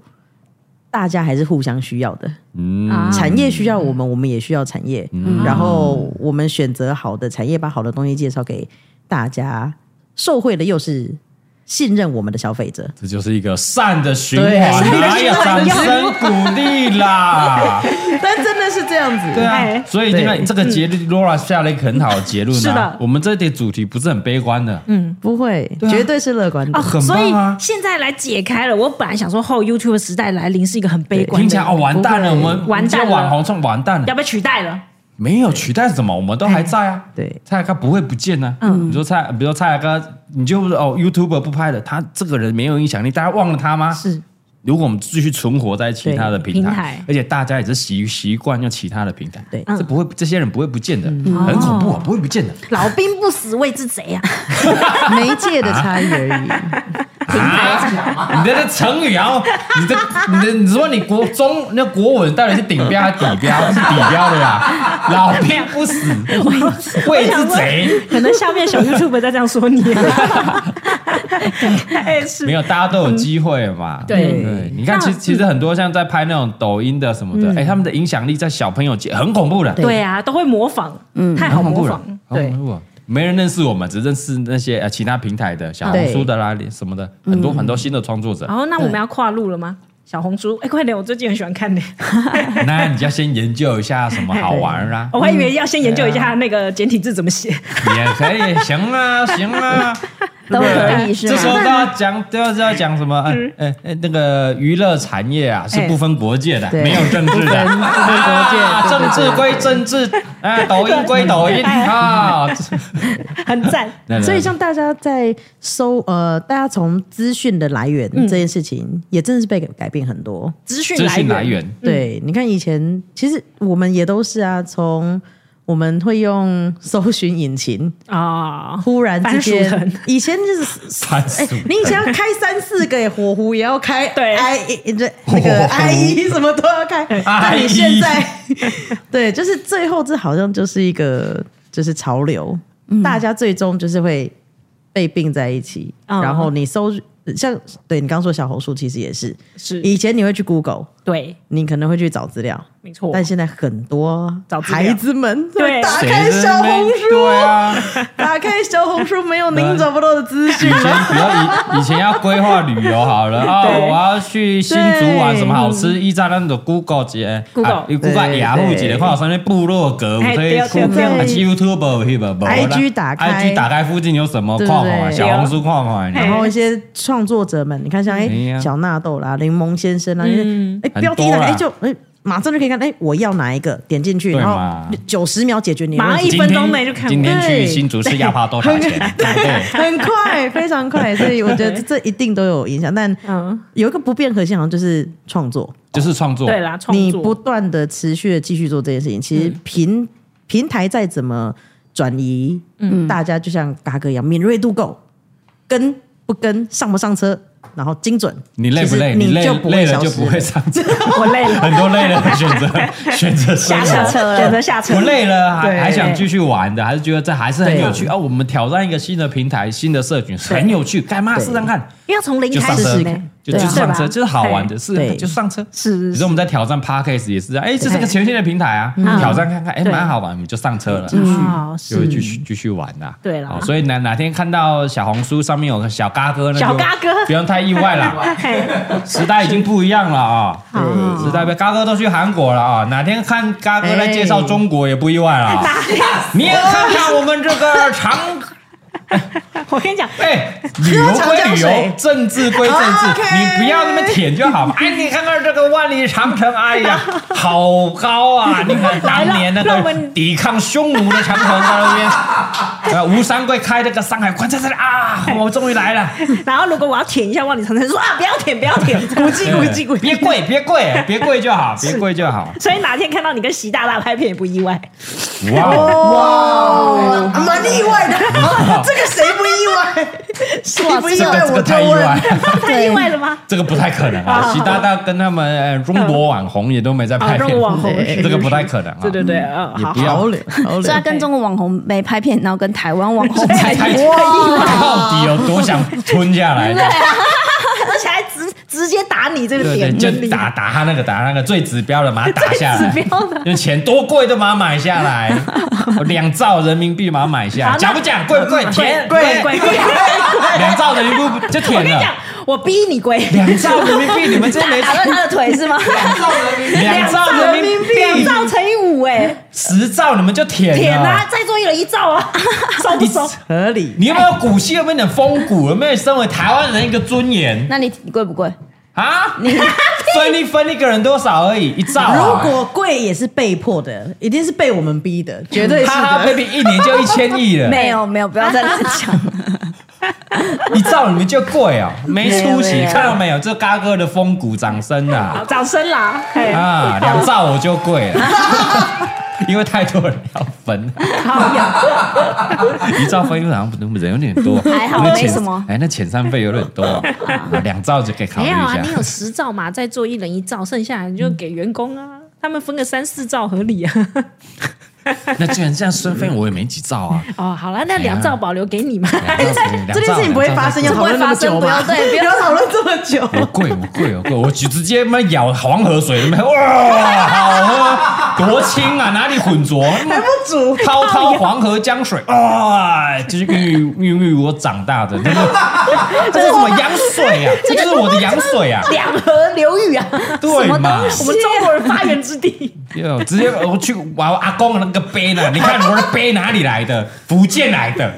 [SPEAKER 4] 大家还是互相需要的。
[SPEAKER 1] 嗯，
[SPEAKER 4] 产业需要我们，我们也需要产业。然后我们选择好的产业，把好的东西介绍给大家，受惠的又是信任我们的消费者。
[SPEAKER 1] 这就是一个善的循
[SPEAKER 4] 对
[SPEAKER 1] 环，哎呀，掌声鼓励啦！
[SPEAKER 4] 但真的是这样子，
[SPEAKER 1] 对啊
[SPEAKER 2] 哎，
[SPEAKER 1] 所以这个
[SPEAKER 4] 对
[SPEAKER 1] 这个结论，Laura 下了一个很好的结论啊。
[SPEAKER 2] 是的
[SPEAKER 1] 我们这点主题不是很悲观的，
[SPEAKER 4] 不会，绝对是乐观的。
[SPEAKER 1] 很
[SPEAKER 2] 所以
[SPEAKER 1] 棒啊
[SPEAKER 2] 现在来解开了。我本来想说后 YouTube 时代来临是一个很悲观
[SPEAKER 1] 听起来哦
[SPEAKER 2] 的，
[SPEAKER 1] 完蛋了，我
[SPEAKER 4] 不会
[SPEAKER 1] 们
[SPEAKER 2] 完蛋了
[SPEAKER 1] 这网红算完蛋
[SPEAKER 2] 要
[SPEAKER 1] 了，
[SPEAKER 2] 被取代了。
[SPEAKER 1] 没有取代什么，我们都还在啊。
[SPEAKER 4] 对，
[SPEAKER 1] 蔡雅哥不会不见呢、啊。你说蔡，比如说蔡雅哥，你就哦 YouTube 不拍了，他这个人没有影响力，大家忘了他吗？
[SPEAKER 4] 是。
[SPEAKER 1] 如果我们继续存活在其他的
[SPEAKER 2] 对
[SPEAKER 1] 平台，
[SPEAKER 2] 平台
[SPEAKER 1] 而且大家也是习习惯用其他的平台，
[SPEAKER 4] 对
[SPEAKER 1] 这不会，这些人不会不见的，很恐怖啊，不会不见的。
[SPEAKER 2] 老兵不死谓之贼啊！
[SPEAKER 4] 媒介的差异而已。
[SPEAKER 1] 啊！你的这成语啊，你这你的你说你国中那国文到底是顶标还是底标？是底标的啦，老兵不死，谓之贼。
[SPEAKER 2] 可能下面小 YouTube 在这样说你。 *laughs* 哎，是
[SPEAKER 1] 没有，大家都有机会嘛。
[SPEAKER 2] 对
[SPEAKER 1] 对，你看，其实其实很多像在拍那种抖音的什么的，哎，他们的影响力在小朋友界很恐怖的，
[SPEAKER 2] 嗯对啊，都会模仿，嗯，太好
[SPEAKER 1] 很恐怖
[SPEAKER 2] 模
[SPEAKER 1] 了
[SPEAKER 2] 仿，，
[SPEAKER 1] 很
[SPEAKER 2] 对
[SPEAKER 1] 恐，怖了。没人认识我们，只认识那些呃其他平台的小红书的啦什么的，很
[SPEAKER 2] 嗯
[SPEAKER 1] 多很多新的创作者
[SPEAKER 2] 然。后那我们要跨路了吗？小红书，哎，快点！我最近很喜欢看呢，
[SPEAKER 1] 那你就要先研究一下什么好玩啊啦。
[SPEAKER 2] 我还以为要先研究一下那个简体字怎么写。
[SPEAKER 1] 也可以，行
[SPEAKER 4] *laughs*
[SPEAKER 1] 啊，行啊，
[SPEAKER 3] 都可以是
[SPEAKER 1] 这时候
[SPEAKER 3] 吗？
[SPEAKER 1] 都要讲，都要都要讲什么？呃
[SPEAKER 4] 嗯
[SPEAKER 1] 呃呃，那个娱乐产业啊，是不分国界的，
[SPEAKER 4] 哎对
[SPEAKER 1] 没有政治的，啊，政治归政治，哎，抖音归抖音啊。
[SPEAKER 2] 很赞。
[SPEAKER 4] 所以，像大家在搜呃，大家从资讯的来源这件事情，也真的是被改变很多。
[SPEAKER 2] 资讯
[SPEAKER 1] 资
[SPEAKER 2] 来
[SPEAKER 1] 讯来
[SPEAKER 2] 源，
[SPEAKER 1] 源，
[SPEAKER 4] 对，你看以前其实我们也都是啊，从我们会用搜寻引擎，
[SPEAKER 2] 啊，
[SPEAKER 4] 忽然之
[SPEAKER 2] 番薯
[SPEAKER 4] 间
[SPEAKER 2] 藤，
[SPEAKER 4] 以前就是。
[SPEAKER 1] 番薯
[SPEAKER 4] 哎，你以前要开三四个耶火狐，也要开
[SPEAKER 2] 对
[SPEAKER 4] i 这那
[SPEAKER 1] 哦
[SPEAKER 4] 个 i 一什么都要开。那你现在
[SPEAKER 1] E
[SPEAKER 4] *laughs* 对，就是最后这好像就是一个就是潮流，大家最终就是会被并在一起。
[SPEAKER 2] 嗯
[SPEAKER 4] 然后你搜像对你刚说小红书，其实也是
[SPEAKER 2] 是
[SPEAKER 4] 以前你会去 Google，
[SPEAKER 2] 对，
[SPEAKER 4] 你可能会去找资料，
[SPEAKER 2] 没错。
[SPEAKER 4] 但现在很多
[SPEAKER 2] 哦找资料
[SPEAKER 4] 孩子们
[SPEAKER 2] 对
[SPEAKER 4] 打 *laughs* 开小红
[SPEAKER 1] 书，对啊，
[SPEAKER 4] 打开小红书，没有您找不到的资讯
[SPEAKER 1] 以。前比较以以前要规划旅游好了啊，
[SPEAKER 2] 对
[SPEAKER 1] 我要去新竹玩什么好吃，依照那种 Google 节
[SPEAKER 2] Google
[SPEAKER 1] 啊你 Google
[SPEAKER 4] 对
[SPEAKER 1] 雅虎节
[SPEAKER 4] 对
[SPEAKER 1] 看有什么部落格，有
[SPEAKER 2] 哎
[SPEAKER 1] 推
[SPEAKER 2] 对
[SPEAKER 1] 出
[SPEAKER 2] 对对
[SPEAKER 1] 啊去 YouTube 去吧
[SPEAKER 4] IG 打开
[SPEAKER 1] ，IG 打开附近有什么
[SPEAKER 4] 对
[SPEAKER 1] 看
[SPEAKER 4] 对
[SPEAKER 1] 看啊，
[SPEAKER 4] 对
[SPEAKER 1] 小红书看看
[SPEAKER 2] 哎
[SPEAKER 1] 啊，
[SPEAKER 4] 然后一些创作者们，你看像哎、
[SPEAKER 1] 哎呀
[SPEAKER 4] 小纳豆啦、柠檬先生啦，就是哎、
[SPEAKER 1] 很
[SPEAKER 4] 标题一
[SPEAKER 1] 多
[SPEAKER 4] 打开
[SPEAKER 1] 啦
[SPEAKER 4] 哎就哎马上就可以看哎、我要哪一个，点进去，
[SPEAKER 1] 对
[SPEAKER 4] 然
[SPEAKER 1] 嘛
[SPEAKER 4] 后九十秒解决你的
[SPEAKER 2] 马
[SPEAKER 4] 问
[SPEAKER 2] 上
[SPEAKER 4] 题，
[SPEAKER 2] 一分钟内就看完
[SPEAKER 1] 今天去
[SPEAKER 4] 对
[SPEAKER 1] 新竹吃亚帕多少钱？对不对？
[SPEAKER 4] 很快，非常快，所以我觉得这一定都有影响。但
[SPEAKER 2] 嗯，
[SPEAKER 4] 有一个不变核心，好像就是创作，
[SPEAKER 1] 就是创作，
[SPEAKER 2] 对啦，创
[SPEAKER 4] 你不
[SPEAKER 2] 作
[SPEAKER 4] 断的持续的继续做这件事情，其实平、平台再怎么转移，嗯，大家就像嘎哥一样，敏锐度够，跟不跟，上不上车，然后精准。
[SPEAKER 1] 你累不累？
[SPEAKER 4] 其实
[SPEAKER 1] 你累
[SPEAKER 4] 就不
[SPEAKER 1] 累了
[SPEAKER 4] 会消
[SPEAKER 1] 就
[SPEAKER 4] 失
[SPEAKER 1] 不会上车，
[SPEAKER 2] 我累了，
[SPEAKER 1] 很多累了选择选择生活
[SPEAKER 2] 下车了，选
[SPEAKER 1] *laughs*
[SPEAKER 2] 择下车
[SPEAKER 1] 不。累了，还
[SPEAKER 4] 对
[SPEAKER 1] 还想继续玩的，还是觉得这还是很有趣哦。我们挑战一个新的平台、新的社群，很有趣，该嘛试试看，
[SPEAKER 2] 因为要从零
[SPEAKER 1] 就
[SPEAKER 2] 开
[SPEAKER 1] 上
[SPEAKER 2] 始
[SPEAKER 1] 车
[SPEAKER 4] 试试
[SPEAKER 2] 呢
[SPEAKER 4] 看，
[SPEAKER 1] 就就
[SPEAKER 6] 对啊
[SPEAKER 1] 上车，
[SPEAKER 2] 对吧
[SPEAKER 1] 就是好玩的，
[SPEAKER 2] 哎
[SPEAKER 1] 是
[SPEAKER 4] 对
[SPEAKER 1] 就上车。
[SPEAKER 2] 是
[SPEAKER 1] 比如说我们在挑战 podcast 也是啊，哎，这是个
[SPEAKER 2] 对嗯
[SPEAKER 1] 全新的平台啊，挑战看看，哎，
[SPEAKER 2] 对
[SPEAKER 1] 蛮好玩，我们就上车了，
[SPEAKER 2] 啊，
[SPEAKER 1] 就会
[SPEAKER 2] 是
[SPEAKER 1] 继续继续玩啦。
[SPEAKER 2] 对啦
[SPEAKER 1] 好所以哪哪天看到小红书上面有个小嘎哥，那就
[SPEAKER 2] 小嘎哥 *laughs*
[SPEAKER 1] 不用太意外啦，
[SPEAKER 2] 嘿 *laughs*
[SPEAKER 1] 时代已经不一样了啊。
[SPEAKER 4] 对
[SPEAKER 1] 时代杯，嘎哥都去韩国了啊、哪天看嘎哥来介绍中国也不意外
[SPEAKER 2] 哎
[SPEAKER 1] 了、啊。你也看看我们这个长，
[SPEAKER 2] *laughs* 我跟你讲，
[SPEAKER 1] 哎，旅游归旅游，政治归政治，
[SPEAKER 2] 哦
[SPEAKER 1] 你不要那么舔就好嘛。哎，你看看这个万里长城，哎
[SPEAKER 2] *laughs*
[SPEAKER 1] 呀，好高啊！你看当年那
[SPEAKER 2] 来让
[SPEAKER 1] 个
[SPEAKER 2] 我们
[SPEAKER 1] 抵抗匈奴的长城在那边，
[SPEAKER 2] *laughs*
[SPEAKER 1] 呃，吴三桂开这个山海关在这里啊，
[SPEAKER 2] 哎
[SPEAKER 1] 我终于
[SPEAKER 2] *laughs*
[SPEAKER 1] 来了。
[SPEAKER 2] 然后如果我要舔一下万里长城，说啊不要舔不要舔，鼓劲鼓劲鼓
[SPEAKER 1] 别
[SPEAKER 2] 劲。
[SPEAKER 1] 跪，别跪，别跪就好，别跪就
[SPEAKER 2] *laughs*
[SPEAKER 1] 好。
[SPEAKER 2] 所以哪天看到你跟习大大拍片也不意外，
[SPEAKER 1] 哇哦！
[SPEAKER 4] 哦，蛮意外
[SPEAKER 2] *laughs*
[SPEAKER 4] 的，啊这个谁不意外？谁
[SPEAKER 2] 哎
[SPEAKER 4] 不意
[SPEAKER 1] 这个
[SPEAKER 4] 外
[SPEAKER 1] 这
[SPEAKER 4] 我
[SPEAKER 1] 个
[SPEAKER 4] 就
[SPEAKER 1] 太意外
[SPEAKER 4] 问。
[SPEAKER 1] 了，
[SPEAKER 2] 太意外了吗？
[SPEAKER 1] *laughs* 这个不太可能啊！习大大跟他们呃中国网红也都没在拍
[SPEAKER 2] 啊，中
[SPEAKER 1] 片
[SPEAKER 2] 国，网红是
[SPEAKER 1] 这个不太可能啊！
[SPEAKER 2] 对对对，嗯，
[SPEAKER 1] 也
[SPEAKER 2] 好
[SPEAKER 1] 不，要
[SPEAKER 4] 好嘞，好
[SPEAKER 6] 虽
[SPEAKER 3] 啊
[SPEAKER 6] 然
[SPEAKER 4] 嘞，
[SPEAKER 6] 跟中国网红没拍片，然后跟台湾网
[SPEAKER 1] *laughs*
[SPEAKER 6] 红拍
[SPEAKER 1] 才才
[SPEAKER 6] 片，
[SPEAKER 1] 到底有多想吞下来
[SPEAKER 2] *laughs*
[SPEAKER 1] 的？
[SPEAKER 2] *laughs* 而且还直直接打你这个
[SPEAKER 1] 对对，
[SPEAKER 2] 点，
[SPEAKER 1] 就打打他那个打他那个最指标的，把它打下来。
[SPEAKER 2] 指标的
[SPEAKER 1] 用钱多贵都把它买下来，
[SPEAKER 2] *laughs*
[SPEAKER 1] 两兆人民币把它买下来，
[SPEAKER 2] 好那嗯
[SPEAKER 1] 讲不讲？贵不贵？
[SPEAKER 2] 跪
[SPEAKER 1] 甜
[SPEAKER 2] 跪跪跪， *laughs*
[SPEAKER 1] 两兆人民币就
[SPEAKER 2] 我
[SPEAKER 1] 甜
[SPEAKER 2] 跟你
[SPEAKER 1] 了
[SPEAKER 2] 讲。，我逼你跪，
[SPEAKER 1] 两兆人民币，你们真没
[SPEAKER 6] 打到他的腿是吗？
[SPEAKER 1] 两兆人民
[SPEAKER 2] 两
[SPEAKER 1] 币，
[SPEAKER 2] 兆乘以五，哎，
[SPEAKER 1] 十兆你们就舔了。
[SPEAKER 2] 舔啊，在座一人一兆 *laughs* 啊，收不收？
[SPEAKER 4] 合理。
[SPEAKER 1] 你有没有骨气？有没有点风骨？有没有身为台湾人一个尊严
[SPEAKER 6] 那你你贵不贵？
[SPEAKER 1] 啊？你分一分一个人多少而已，一兆、啊。
[SPEAKER 4] 如果贵也是被迫的，一定是被我们逼的，绝对是
[SPEAKER 1] 哈哈
[SPEAKER 4] 的。
[SPEAKER 1] baby 一年就一千亿
[SPEAKER 3] *laughs*
[SPEAKER 1] 了，
[SPEAKER 6] 没有没有，不要
[SPEAKER 1] *laughs*
[SPEAKER 6] 再乱讲。
[SPEAKER 1] 一兆你们就贵哦，没出
[SPEAKER 6] 没有
[SPEAKER 1] 息，
[SPEAKER 6] 没有
[SPEAKER 1] 看到没有？这嘎哥的风骨，掌声
[SPEAKER 2] 好， *laughs*
[SPEAKER 1] 啊！
[SPEAKER 2] 掌声啦，嘿，
[SPEAKER 1] 啊，两兆我就贵了， *laughs* 因为太多人要分，一兆分一个好像不能人有点多，
[SPEAKER 6] 还好
[SPEAKER 1] 那
[SPEAKER 6] 没
[SPEAKER 1] 遣
[SPEAKER 6] 什么
[SPEAKER 1] 哎，那遣散费有点多，啊两兆就可以考虑
[SPEAKER 2] 没
[SPEAKER 1] 一
[SPEAKER 2] 有啊，
[SPEAKER 1] 下
[SPEAKER 2] 你。有十兆嘛，在座一人一兆，剩下你就给员工啊，他们分个三四兆合理啊。
[SPEAKER 1] 那既然这样，身份我也没几兆啊。
[SPEAKER 2] *laughs* 哦，好了，那两兆保留给你嘛。
[SPEAKER 1] 哦
[SPEAKER 4] 这件事情不会发生，要讨论那么久
[SPEAKER 6] 不
[SPEAKER 4] 吗
[SPEAKER 6] 要？对，不要
[SPEAKER 4] 要讨论这么久，
[SPEAKER 1] 我哦贵，我贵，我贵，我直直接妈舀黄河水，妈哇，好喝，多清啊，哪里浑浊？
[SPEAKER 4] 还不足。
[SPEAKER 1] 滔滔黄河江水，哇，就是孕育孕育我长大的，那个这是什么羊水啊？这就是我的羊水啊，
[SPEAKER 2] 两河流域啊，
[SPEAKER 1] 对嘛？
[SPEAKER 2] 我们中国人发源之地。
[SPEAKER 1] 哟，直接我去玩我阿公的那个杯呢？你看我的杯哪里来的？福建来的，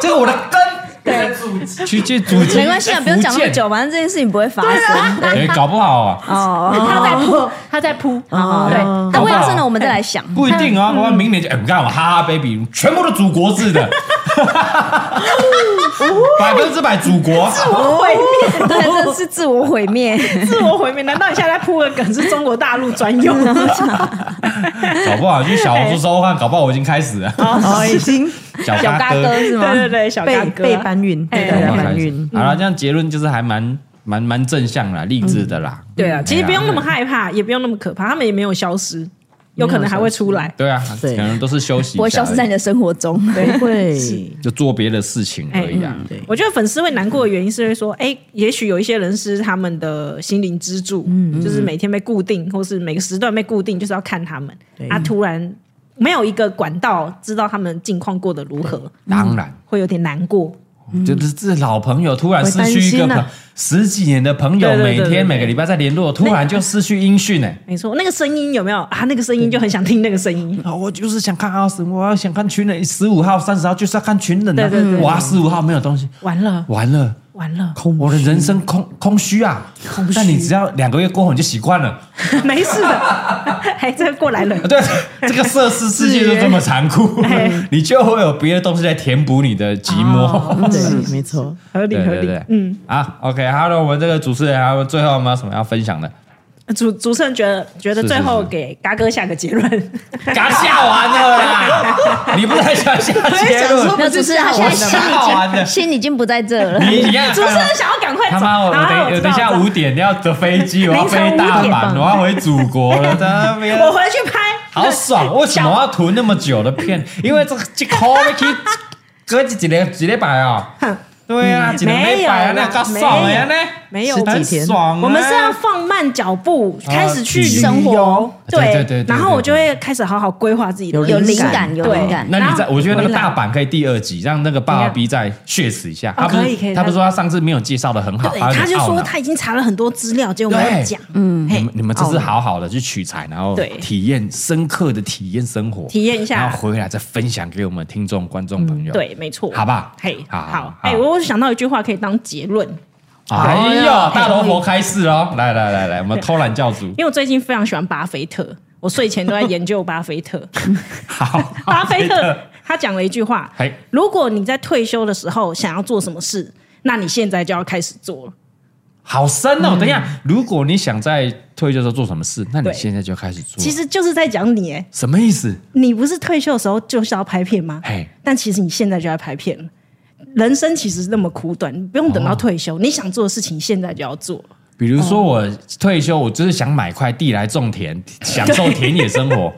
[SPEAKER 1] 这个我的根，
[SPEAKER 5] 在住址
[SPEAKER 1] 去去祖籍，
[SPEAKER 6] 没关系啊，不用讲那么久，反正这件事情不会发生。
[SPEAKER 1] 福建，哎，搞不好啊。
[SPEAKER 6] 哦，
[SPEAKER 2] 他在铺，他在铺。对，
[SPEAKER 6] 那会发生了，我们再来想。
[SPEAKER 1] 不一定啊，我明年就哎，你看我哈哈 baby 全部都祖国制的，百分之百祖国，
[SPEAKER 2] 毁灭，
[SPEAKER 6] 对，这是自我毁灭。
[SPEAKER 2] 自我毁灭。难道你现在在铺的梗是中国大陆专 *laughs* 用？
[SPEAKER 1] 搞不好去小红书收看， *laughs* 搞不好我已经开始了，
[SPEAKER 4] 哦，已经
[SPEAKER 1] 小
[SPEAKER 6] 小
[SPEAKER 1] *laughs* 嘎
[SPEAKER 6] 嘎哥是吗
[SPEAKER 2] 对？对对，小大
[SPEAKER 4] 被
[SPEAKER 2] 哥啊
[SPEAKER 4] 被搬运，被
[SPEAKER 1] 搞不好开始
[SPEAKER 4] 搬运。
[SPEAKER 1] 好了，这样结论就是还蛮蛮蛮正向啦，励志的啦。
[SPEAKER 2] 对啊，其实不用那么
[SPEAKER 1] 害。
[SPEAKER 2] 害怕，也不用那么可怕，他们也没有消失，有可能还会出来。
[SPEAKER 1] 对啊，可
[SPEAKER 4] 对
[SPEAKER 1] 能都是休息一下而已，
[SPEAKER 6] 不会消失在你的生活中。 *laughs* 对，
[SPEAKER 4] 会，
[SPEAKER 1] 就做别的事情而已啊。
[SPEAKER 4] 对，
[SPEAKER 2] 我觉得粉丝会难过的原因是会说，哎、也许有一些人是他们的心灵支柱，就是每天被固定，或是每个时段被固定，就是要看他们。啊，突然没有一个管道知道他们近况过得如何，
[SPEAKER 1] 当然，
[SPEAKER 2] 会有点难过。
[SPEAKER 1] 就是这老朋友突然失去一个
[SPEAKER 4] 会担心
[SPEAKER 1] 朋
[SPEAKER 4] 啊
[SPEAKER 1] 十几年的朋友，
[SPEAKER 2] 对对对
[SPEAKER 1] 每
[SPEAKER 2] 对对
[SPEAKER 1] 天每个礼拜在联络，突然就失去音讯哎。
[SPEAKER 2] 没错，那个声音有没有啊？那个声音就很想听那个声音。
[SPEAKER 1] 啊，我就是想看阿神，我要想看群人，十五号、三十号就是要看群人的、
[SPEAKER 2] 对对对
[SPEAKER 1] 哇，十五号没有东西，
[SPEAKER 2] 完了，
[SPEAKER 1] 完了，
[SPEAKER 2] 完了， *laughs*
[SPEAKER 1] 空我的人生空空虚啊！空虚，但你只要两个月过后你就习惯了。 *laughs* 啊
[SPEAKER 2] 没事的， *laughs* 哎，这个过来人，
[SPEAKER 1] 对，这个设施世界就这么残酷
[SPEAKER 2] 哎，
[SPEAKER 1] 你就会有别的东西来填补你的寂寞。
[SPEAKER 4] 对，没错。
[SPEAKER 2] 合理
[SPEAKER 1] 对
[SPEAKER 2] 合
[SPEAKER 1] 对
[SPEAKER 2] 理
[SPEAKER 1] 对，。
[SPEAKER 2] 嗯，
[SPEAKER 1] 啊，OK，好了，我们这个主持人，还有最后有没有什么要分享的？ *laughs*
[SPEAKER 2] 主主持人觉得觉得
[SPEAKER 1] 是是
[SPEAKER 2] 最后
[SPEAKER 1] 是
[SPEAKER 2] 给嘎哥下个结
[SPEAKER 1] *laughs*
[SPEAKER 2] 论。
[SPEAKER 1] 刚下完了啦，你不是还想下结论？
[SPEAKER 6] 没有主持人，他现在心
[SPEAKER 1] 蛮好玩
[SPEAKER 6] 已
[SPEAKER 1] 的
[SPEAKER 6] 经心已经不在这了。
[SPEAKER 1] 你你看，啊
[SPEAKER 2] 主持人想要赶快
[SPEAKER 1] *laughs*
[SPEAKER 2] 走，
[SPEAKER 1] 他妈，我
[SPEAKER 2] 然后
[SPEAKER 1] 等
[SPEAKER 2] 知
[SPEAKER 1] 我
[SPEAKER 2] 道
[SPEAKER 1] 等一下
[SPEAKER 2] 我知道
[SPEAKER 1] 五点要坐飞机，我要飞大
[SPEAKER 2] 凌晨五
[SPEAKER 1] 阪，
[SPEAKER 2] 点
[SPEAKER 1] 我要回祖国
[SPEAKER 2] *laughs*
[SPEAKER 1] 了，在那边。
[SPEAKER 2] 我回去拍，
[SPEAKER 1] 好爽！为什么我要囤那么久的片？因为这这 call 去隔一个一礼拜啊，对啊，几
[SPEAKER 2] 嗯没
[SPEAKER 1] 礼
[SPEAKER 2] 有
[SPEAKER 1] 拜啊，那
[SPEAKER 2] 啦
[SPEAKER 1] 个爽
[SPEAKER 2] 没
[SPEAKER 1] 呀
[SPEAKER 2] 有
[SPEAKER 1] 呢，
[SPEAKER 2] 没有
[SPEAKER 1] 很
[SPEAKER 4] 十几天
[SPEAKER 1] 爽啊。
[SPEAKER 2] 我们是要放慢脚步，开始去
[SPEAKER 1] 生
[SPEAKER 2] 旅游，
[SPEAKER 1] 对对对对
[SPEAKER 2] 然后
[SPEAKER 1] 对
[SPEAKER 2] 我就会开始好好规划自己的
[SPEAKER 4] 有灵
[SPEAKER 6] 灵
[SPEAKER 4] 感
[SPEAKER 6] 感，有
[SPEAKER 2] 对
[SPEAKER 6] 灵感。
[SPEAKER 1] 那
[SPEAKER 2] 然
[SPEAKER 1] 你
[SPEAKER 2] 后
[SPEAKER 1] 在，我觉得那个
[SPEAKER 2] 回来
[SPEAKER 1] 大阪可以第二集，让那个爸爸 B 再血死一下。
[SPEAKER 2] 哦
[SPEAKER 1] 他不是
[SPEAKER 2] 可以可以
[SPEAKER 1] 他不是
[SPEAKER 2] 他
[SPEAKER 1] 说他上次没有介绍的很好，
[SPEAKER 2] 对，
[SPEAKER 1] 有
[SPEAKER 2] 他
[SPEAKER 1] 点
[SPEAKER 2] 就
[SPEAKER 1] 懊
[SPEAKER 2] 说
[SPEAKER 1] 恼
[SPEAKER 2] 他已经查了很多资料，结果没有
[SPEAKER 1] 对
[SPEAKER 2] 讲，
[SPEAKER 1] 嗯，你们你们这次好好的去取材，然后
[SPEAKER 2] 对
[SPEAKER 1] 体验深刻的体验生活，
[SPEAKER 2] 体验一下嗯
[SPEAKER 1] 然后回来再分享给我们听众观众朋友。
[SPEAKER 2] 对，，没错，
[SPEAKER 1] 好吧
[SPEAKER 2] 嘿，
[SPEAKER 1] 好好
[SPEAKER 2] 好
[SPEAKER 1] 好，
[SPEAKER 2] 哎，我我想到一句话可以当结论，
[SPEAKER 1] 哎呦，大罗佛开市哦！来来来来，我们偷懒教主，
[SPEAKER 2] *laughs* 因为我最近非常喜欢巴菲特，我睡前都在研究巴菲特。
[SPEAKER 1] 好，
[SPEAKER 2] 巴菲特他讲了一句话
[SPEAKER 1] 嘿：
[SPEAKER 2] 如果你在退休的时候想要做什么事，那你现在就要开始做了。
[SPEAKER 1] 好深哦！等一下，如果你想在退休的时候做什么事，那你
[SPEAKER 2] 嗯对
[SPEAKER 1] 现在就开始做。
[SPEAKER 2] 其实就是在讲你，哎，
[SPEAKER 1] 什么意思？
[SPEAKER 2] 你不是退休的时候就是要拍片吗？
[SPEAKER 1] 嘿，
[SPEAKER 2] 但其实你现在就在拍片了。人生其实是那么苦短，你不用等到退休，你想做的事情现在就要做。
[SPEAKER 1] 比如
[SPEAKER 2] 哦
[SPEAKER 1] 说我退休，我就是想买块地来种田，享受田野生
[SPEAKER 2] *laughs*
[SPEAKER 1] 活，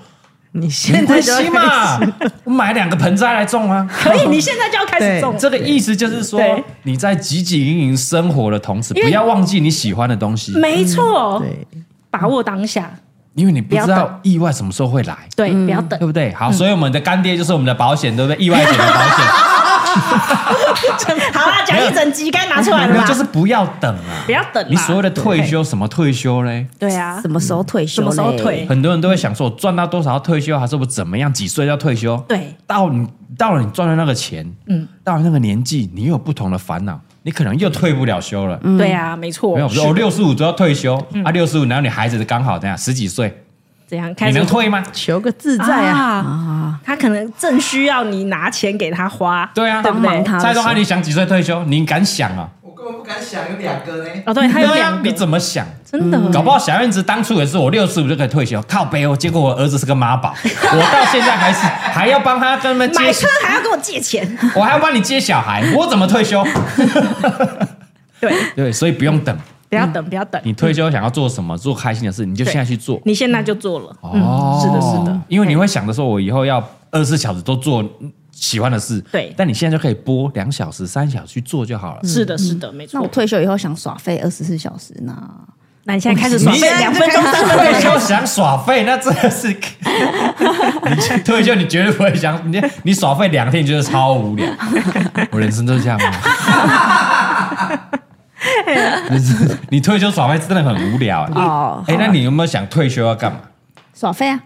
[SPEAKER 4] 你
[SPEAKER 1] 没
[SPEAKER 4] 现在
[SPEAKER 1] 关
[SPEAKER 4] 就要
[SPEAKER 1] 系嘛。我买两个盆栽来种啊。
[SPEAKER 2] 可以，你现在就要开始
[SPEAKER 4] 对
[SPEAKER 2] 种。
[SPEAKER 1] 这个意思就是说
[SPEAKER 2] 对，
[SPEAKER 1] 你在汲汲营营生活的同时，
[SPEAKER 2] 为
[SPEAKER 1] 不要忘记你喜欢的东西，
[SPEAKER 2] 没错，
[SPEAKER 4] 对，
[SPEAKER 2] 把握当下。
[SPEAKER 1] 因为你不知
[SPEAKER 2] 不要
[SPEAKER 1] 道意外什么时候会来，
[SPEAKER 2] 对，嗯不要等
[SPEAKER 1] 对，不对？好，所以我们的干爹就是我们的保险，对不对？意外险的保险。
[SPEAKER 2] *laughs* 好啦，讲一整集该 *laughs* 拿出来了
[SPEAKER 1] 没有
[SPEAKER 2] 吧？
[SPEAKER 1] *laughs* 就是不要等啊！
[SPEAKER 2] 不要等啦
[SPEAKER 1] 你所谓的退休，什么退休嘞？
[SPEAKER 2] 对啊，
[SPEAKER 6] *laughs* 什么时候退休
[SPEAKER 2] 什
[SPEAKER 6] 嘞？
[SPEAKER 2] 么时候退？
[SPEAKER 1] 很多人都会想说，我赚到多少要退休，还是我怎么样，几岁要退休？
[SPEAKER 2] 对，
[SPEAKER 1] 到你到了你赚的那个钱，嗯，到了那个年纪，你又有不同的烦恼，你可能又退不了休了。
[SPEAKER 2] 对啊，没错。
[SPEAKER 1] 没有，我说我哦六十五就要退休
[SPEAKER 2] 嗯
[SPEAKER 1] 啊，六十五，然后你孩子刚好怎样，十几岁，
[SPEAKER 2] 怎样
[SPEAKER 1] 你
[SPEAKER 2] 开始
[SPEAKER 1] 能退吗？
[SPEAKER 4] 求个自在啊！
[SPEAKER 2] 啊？他可能正需要你拿钱给他花。
[SPEAKER 1] 对啊，
[SPEAKER 2] 对不对
[SPEAKER 6] 帮忙他
[SPEAKER 1] 蔡宗汉，你想几岁退休？你敢想啊？
[SPEAKER 5] 我根本不敢想有两个呢。
[SPEAKER 2] 哦，对，他有
[SPEAKER 1] 对啊
[SPEAKER 2] 两，
[SPEAKER 1] 你
[SPEAKER 2] 个，嗯
[SPEAKER 1] 怎么想？
[SPEAKER 2] 真的
[SPEAKER 1] 搞不好小燕子当初也是我六十五就可以退休，靠背哦。结果我儿子是个妈
[SPEAKER 2] *laughs*
[SPEAKER 1] 宝，我到现在还是还要帮他跟他们
[SPEAKER 2] 买
[SPEAKER 1] 接
[SPEAKER 2] 车，还要跟我借钱。
[SPEAKER 1] *laughs* 我还要帮你接小孩，我怎么退休？
[SPEAKER 2] *laughs* 对，
[SPEAKER 1] 对，所以不用等，
[SPEAKER 2] 不要等，不要等，
[SPEAKER 1] 你退休想要做什么，做开心的事，你就现在去做。
[SPEAKER 2] 你现在就做了。嗯
[SPEAKER 1] 哦，
[SPEAKER 2] 是的是的，
[SPEAKER 1] 因为你会想着说，我以后要二十四小时都做喜欢的事，
[SPEAKER 2] 对
[SPEAKER 1] 但你现在就可以拨两小时、三小时去做就好了。
[SPEAKER 2] 是的，是的，没
[SPEAKER 6] 那我
[SPEAKER 2] 错。
[SPEAKER 6] 退休以后想耍废二十四小时呢？
[SPEAKER 2] 那你现在开始耍
[SPEAKER 1] 你
[SPEAKER 2] 废
[SPEAKER 1] 现在
[SPEAKER 2] 两分钟、 *laughs* 三分钟，
[SPEAKER 1] 退休想耍废，那真的是，你退休你绝对不会想，你你耍废两天，你觉得超无聊。我人生就是这样吗？人生你退休耍废真的很无聊、欸。
[SPEAKER 6] 哦，
[SPEAKER 1] 哎、那你有没有想退休要干嘛？
[SPEAKER 6] 耍废 *laughs* 啊！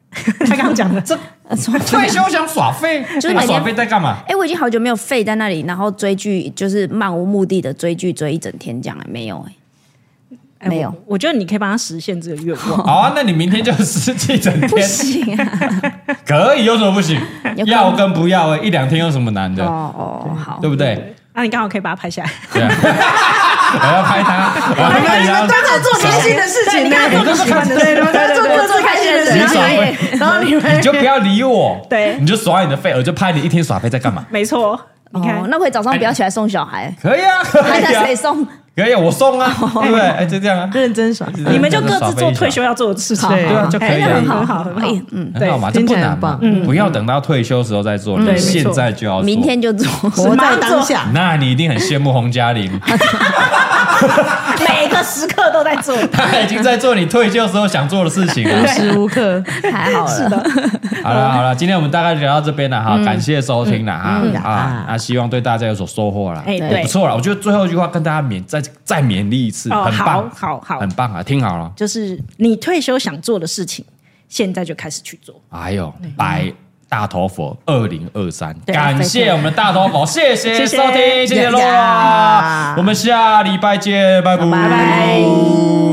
[SPEAKER 2] *laughs* 他刚刚讲的，
[SPEAKER 6] 呃耍废
[SPEAKER 1] 退休想耍废，就是
[SPEAKER 6] 每天
[SPEAKER 1] 耍废在干嘛？
[SPEAKER 6] 哎、我已经好久没有废在那里，然后追剧就是漫无目的的追剧，追一整天这样、哎，没有哎、
[SPEAKER 2] 哎
[SPEAKER 6] 没有
[SPEAKER 2] 我，我觉得你可以帮他实现这个愿
[SPEAKER 1] *laughs*
[SPEAKER 2] 望。
[SPEAKER 1] 好啊，那你明天就失去整
[SPEAKER 6] *laughs* 不
[SPEAKER 1] 天，
[SPEAKER 6] 行 *laughs* 啊！
[SPEAKER 1] 可以有什么不行
[SPEAKER 6] 有？可能
[SPEAKER 1] 要跟不要、欸，一两天有什么难的？
[SPEAKER 6] 哦哦，好
[SPEAKER 1] 对，不
[SPEAKER 2] *laughs*
[SPEAKER 1] 对？
[SPEAKER 2] 那你刚好可以把它拍下来。
[SPEAKER 1] 对啊 *laughs* 我要拍他，我要拍他。
[SPEAKER 4] 好做开心的事情呢，
[SPEAKER 1] 我都是看着
[SPEAKER 4] 对，你们在做各自开心的事
[SPEAKER 1] 你
[SPEAKER 4] 情
[SPEAKER 1] 爽，
[SPEAKER 4] 然后你们
[SPEAKER 1] *laughs* 你就不要理我，
[SPEAKER 2] 对
[SPEAKER 1] 你就耍你的废，我就拍你一天耍废在干嘛？
[SPEAKER 2] 没错，你
[SPEAKER 6] 哦，
[SPEAKER 2] 看，
[SPEAKER 6] 那会早上不要起来送小 *laughs* 孩，
[SPEAKER 1] 可以啊，可
[SPEAKER 6] 还
[SPEAKER 1] 以
[SPEAKER 6] 想
[SPEAKER 1] 啊
[SPEAKER 6] 谁， *laughs* 送？
[SPEAKER 1] 可以啊，我送啊，对不对？哎，就这样啊，
[SPEAKER 4] 认真爽，
[SPEAKER 2] 哦 *laughs*
[SPEAKER 1] *laughs*
[SPEAKER 2] 你们就各自做退休要做的事情。
[SPEAKER 4] 对
[SPEAKER 1] 对啊，就可以
[SPEAKER 2] 哎那
[SPEAKER 1] 了
[SPEAKER 2] 很，好，好，很好。
[SPEAKER 6] 嗯，
[SPEAKER 1] 很好嘛，哎这不
[SPEAKER 4] 对听起来
[SPEAKER 1] 难
[SPEAKER 4] 很
[SPEAKER 1] 嘛
[SPEAKER 4] 棒，
[SPEAKER 1] 不要等到退休时候再做，
[SPEAKER 2] 对
[SPEAKER 1] 你
[SPEAKER 2] 没错
[SPEAKER 1] 现在就要做。
[SPEAKER 6] 明，天就做，
[SPEAKER 4] 活在当下。
[SPEAKER 1] 那你一定很羡慕洪嘉
[SPEAKER 2] *laughs*
[SPEAKER 1] 玲，
[SPEAKER 2] 每个时刻都在
[SPEAKER 1] *laughs*
[SPEAKER 2] 做。
[SPEAKER 1] 她已经在做你退休时候想做的事情
[SPEAKER 4] 无
[SPEAKER 1] 了。
[SPEAKER 4] 时无刻，
[SPEAKER 6] 太好了，
[SPEAKER 1] 好了好了，今天我们大概聊到这边了
[SPEAKER 2] 嗯
[SPEAKER 1] 哈，感谢收听了哈
[SPEAKER 4] 嗯
[SPEAKER 1] 啊
[SPEAKER 4] 嗯
[SPEAKER 1] 啊，希望对大家有所收获啦。
[SPEAKER 2] 哎，
[SPEAKER 6] 对
[SPEAKER 2] 对
[SPEAKER 1] 不，错了，我觉得最后一句话跟大家勉再再勉励一次，
[SPEAKER 2] 哦
[SPEAKER 1] 很棒，
[SPEAKER 2] 好好好
[SPEAKER 1] 很棒啊，听好了，
[SPEAKER 2] 就是你退休想做的事情，现在就开始去做。
[SPEAKER 1] 还有白哎大头佛二零二三，
[SPEAKER 2] 对
[SPEAKER 1] 感谢我们的大头佛，谢谢
[SPEAKER 2] 谢谢
[SPEAKER 1] 收听，谢谢
[SPEAKER 4] 呀
[SPEAKER 1] 洛
[SPEAKER 4] 呀
[SPEAKER 1] 拉，我们下礼拜见，拜拜。
[SPEAKER 6] 拜拜。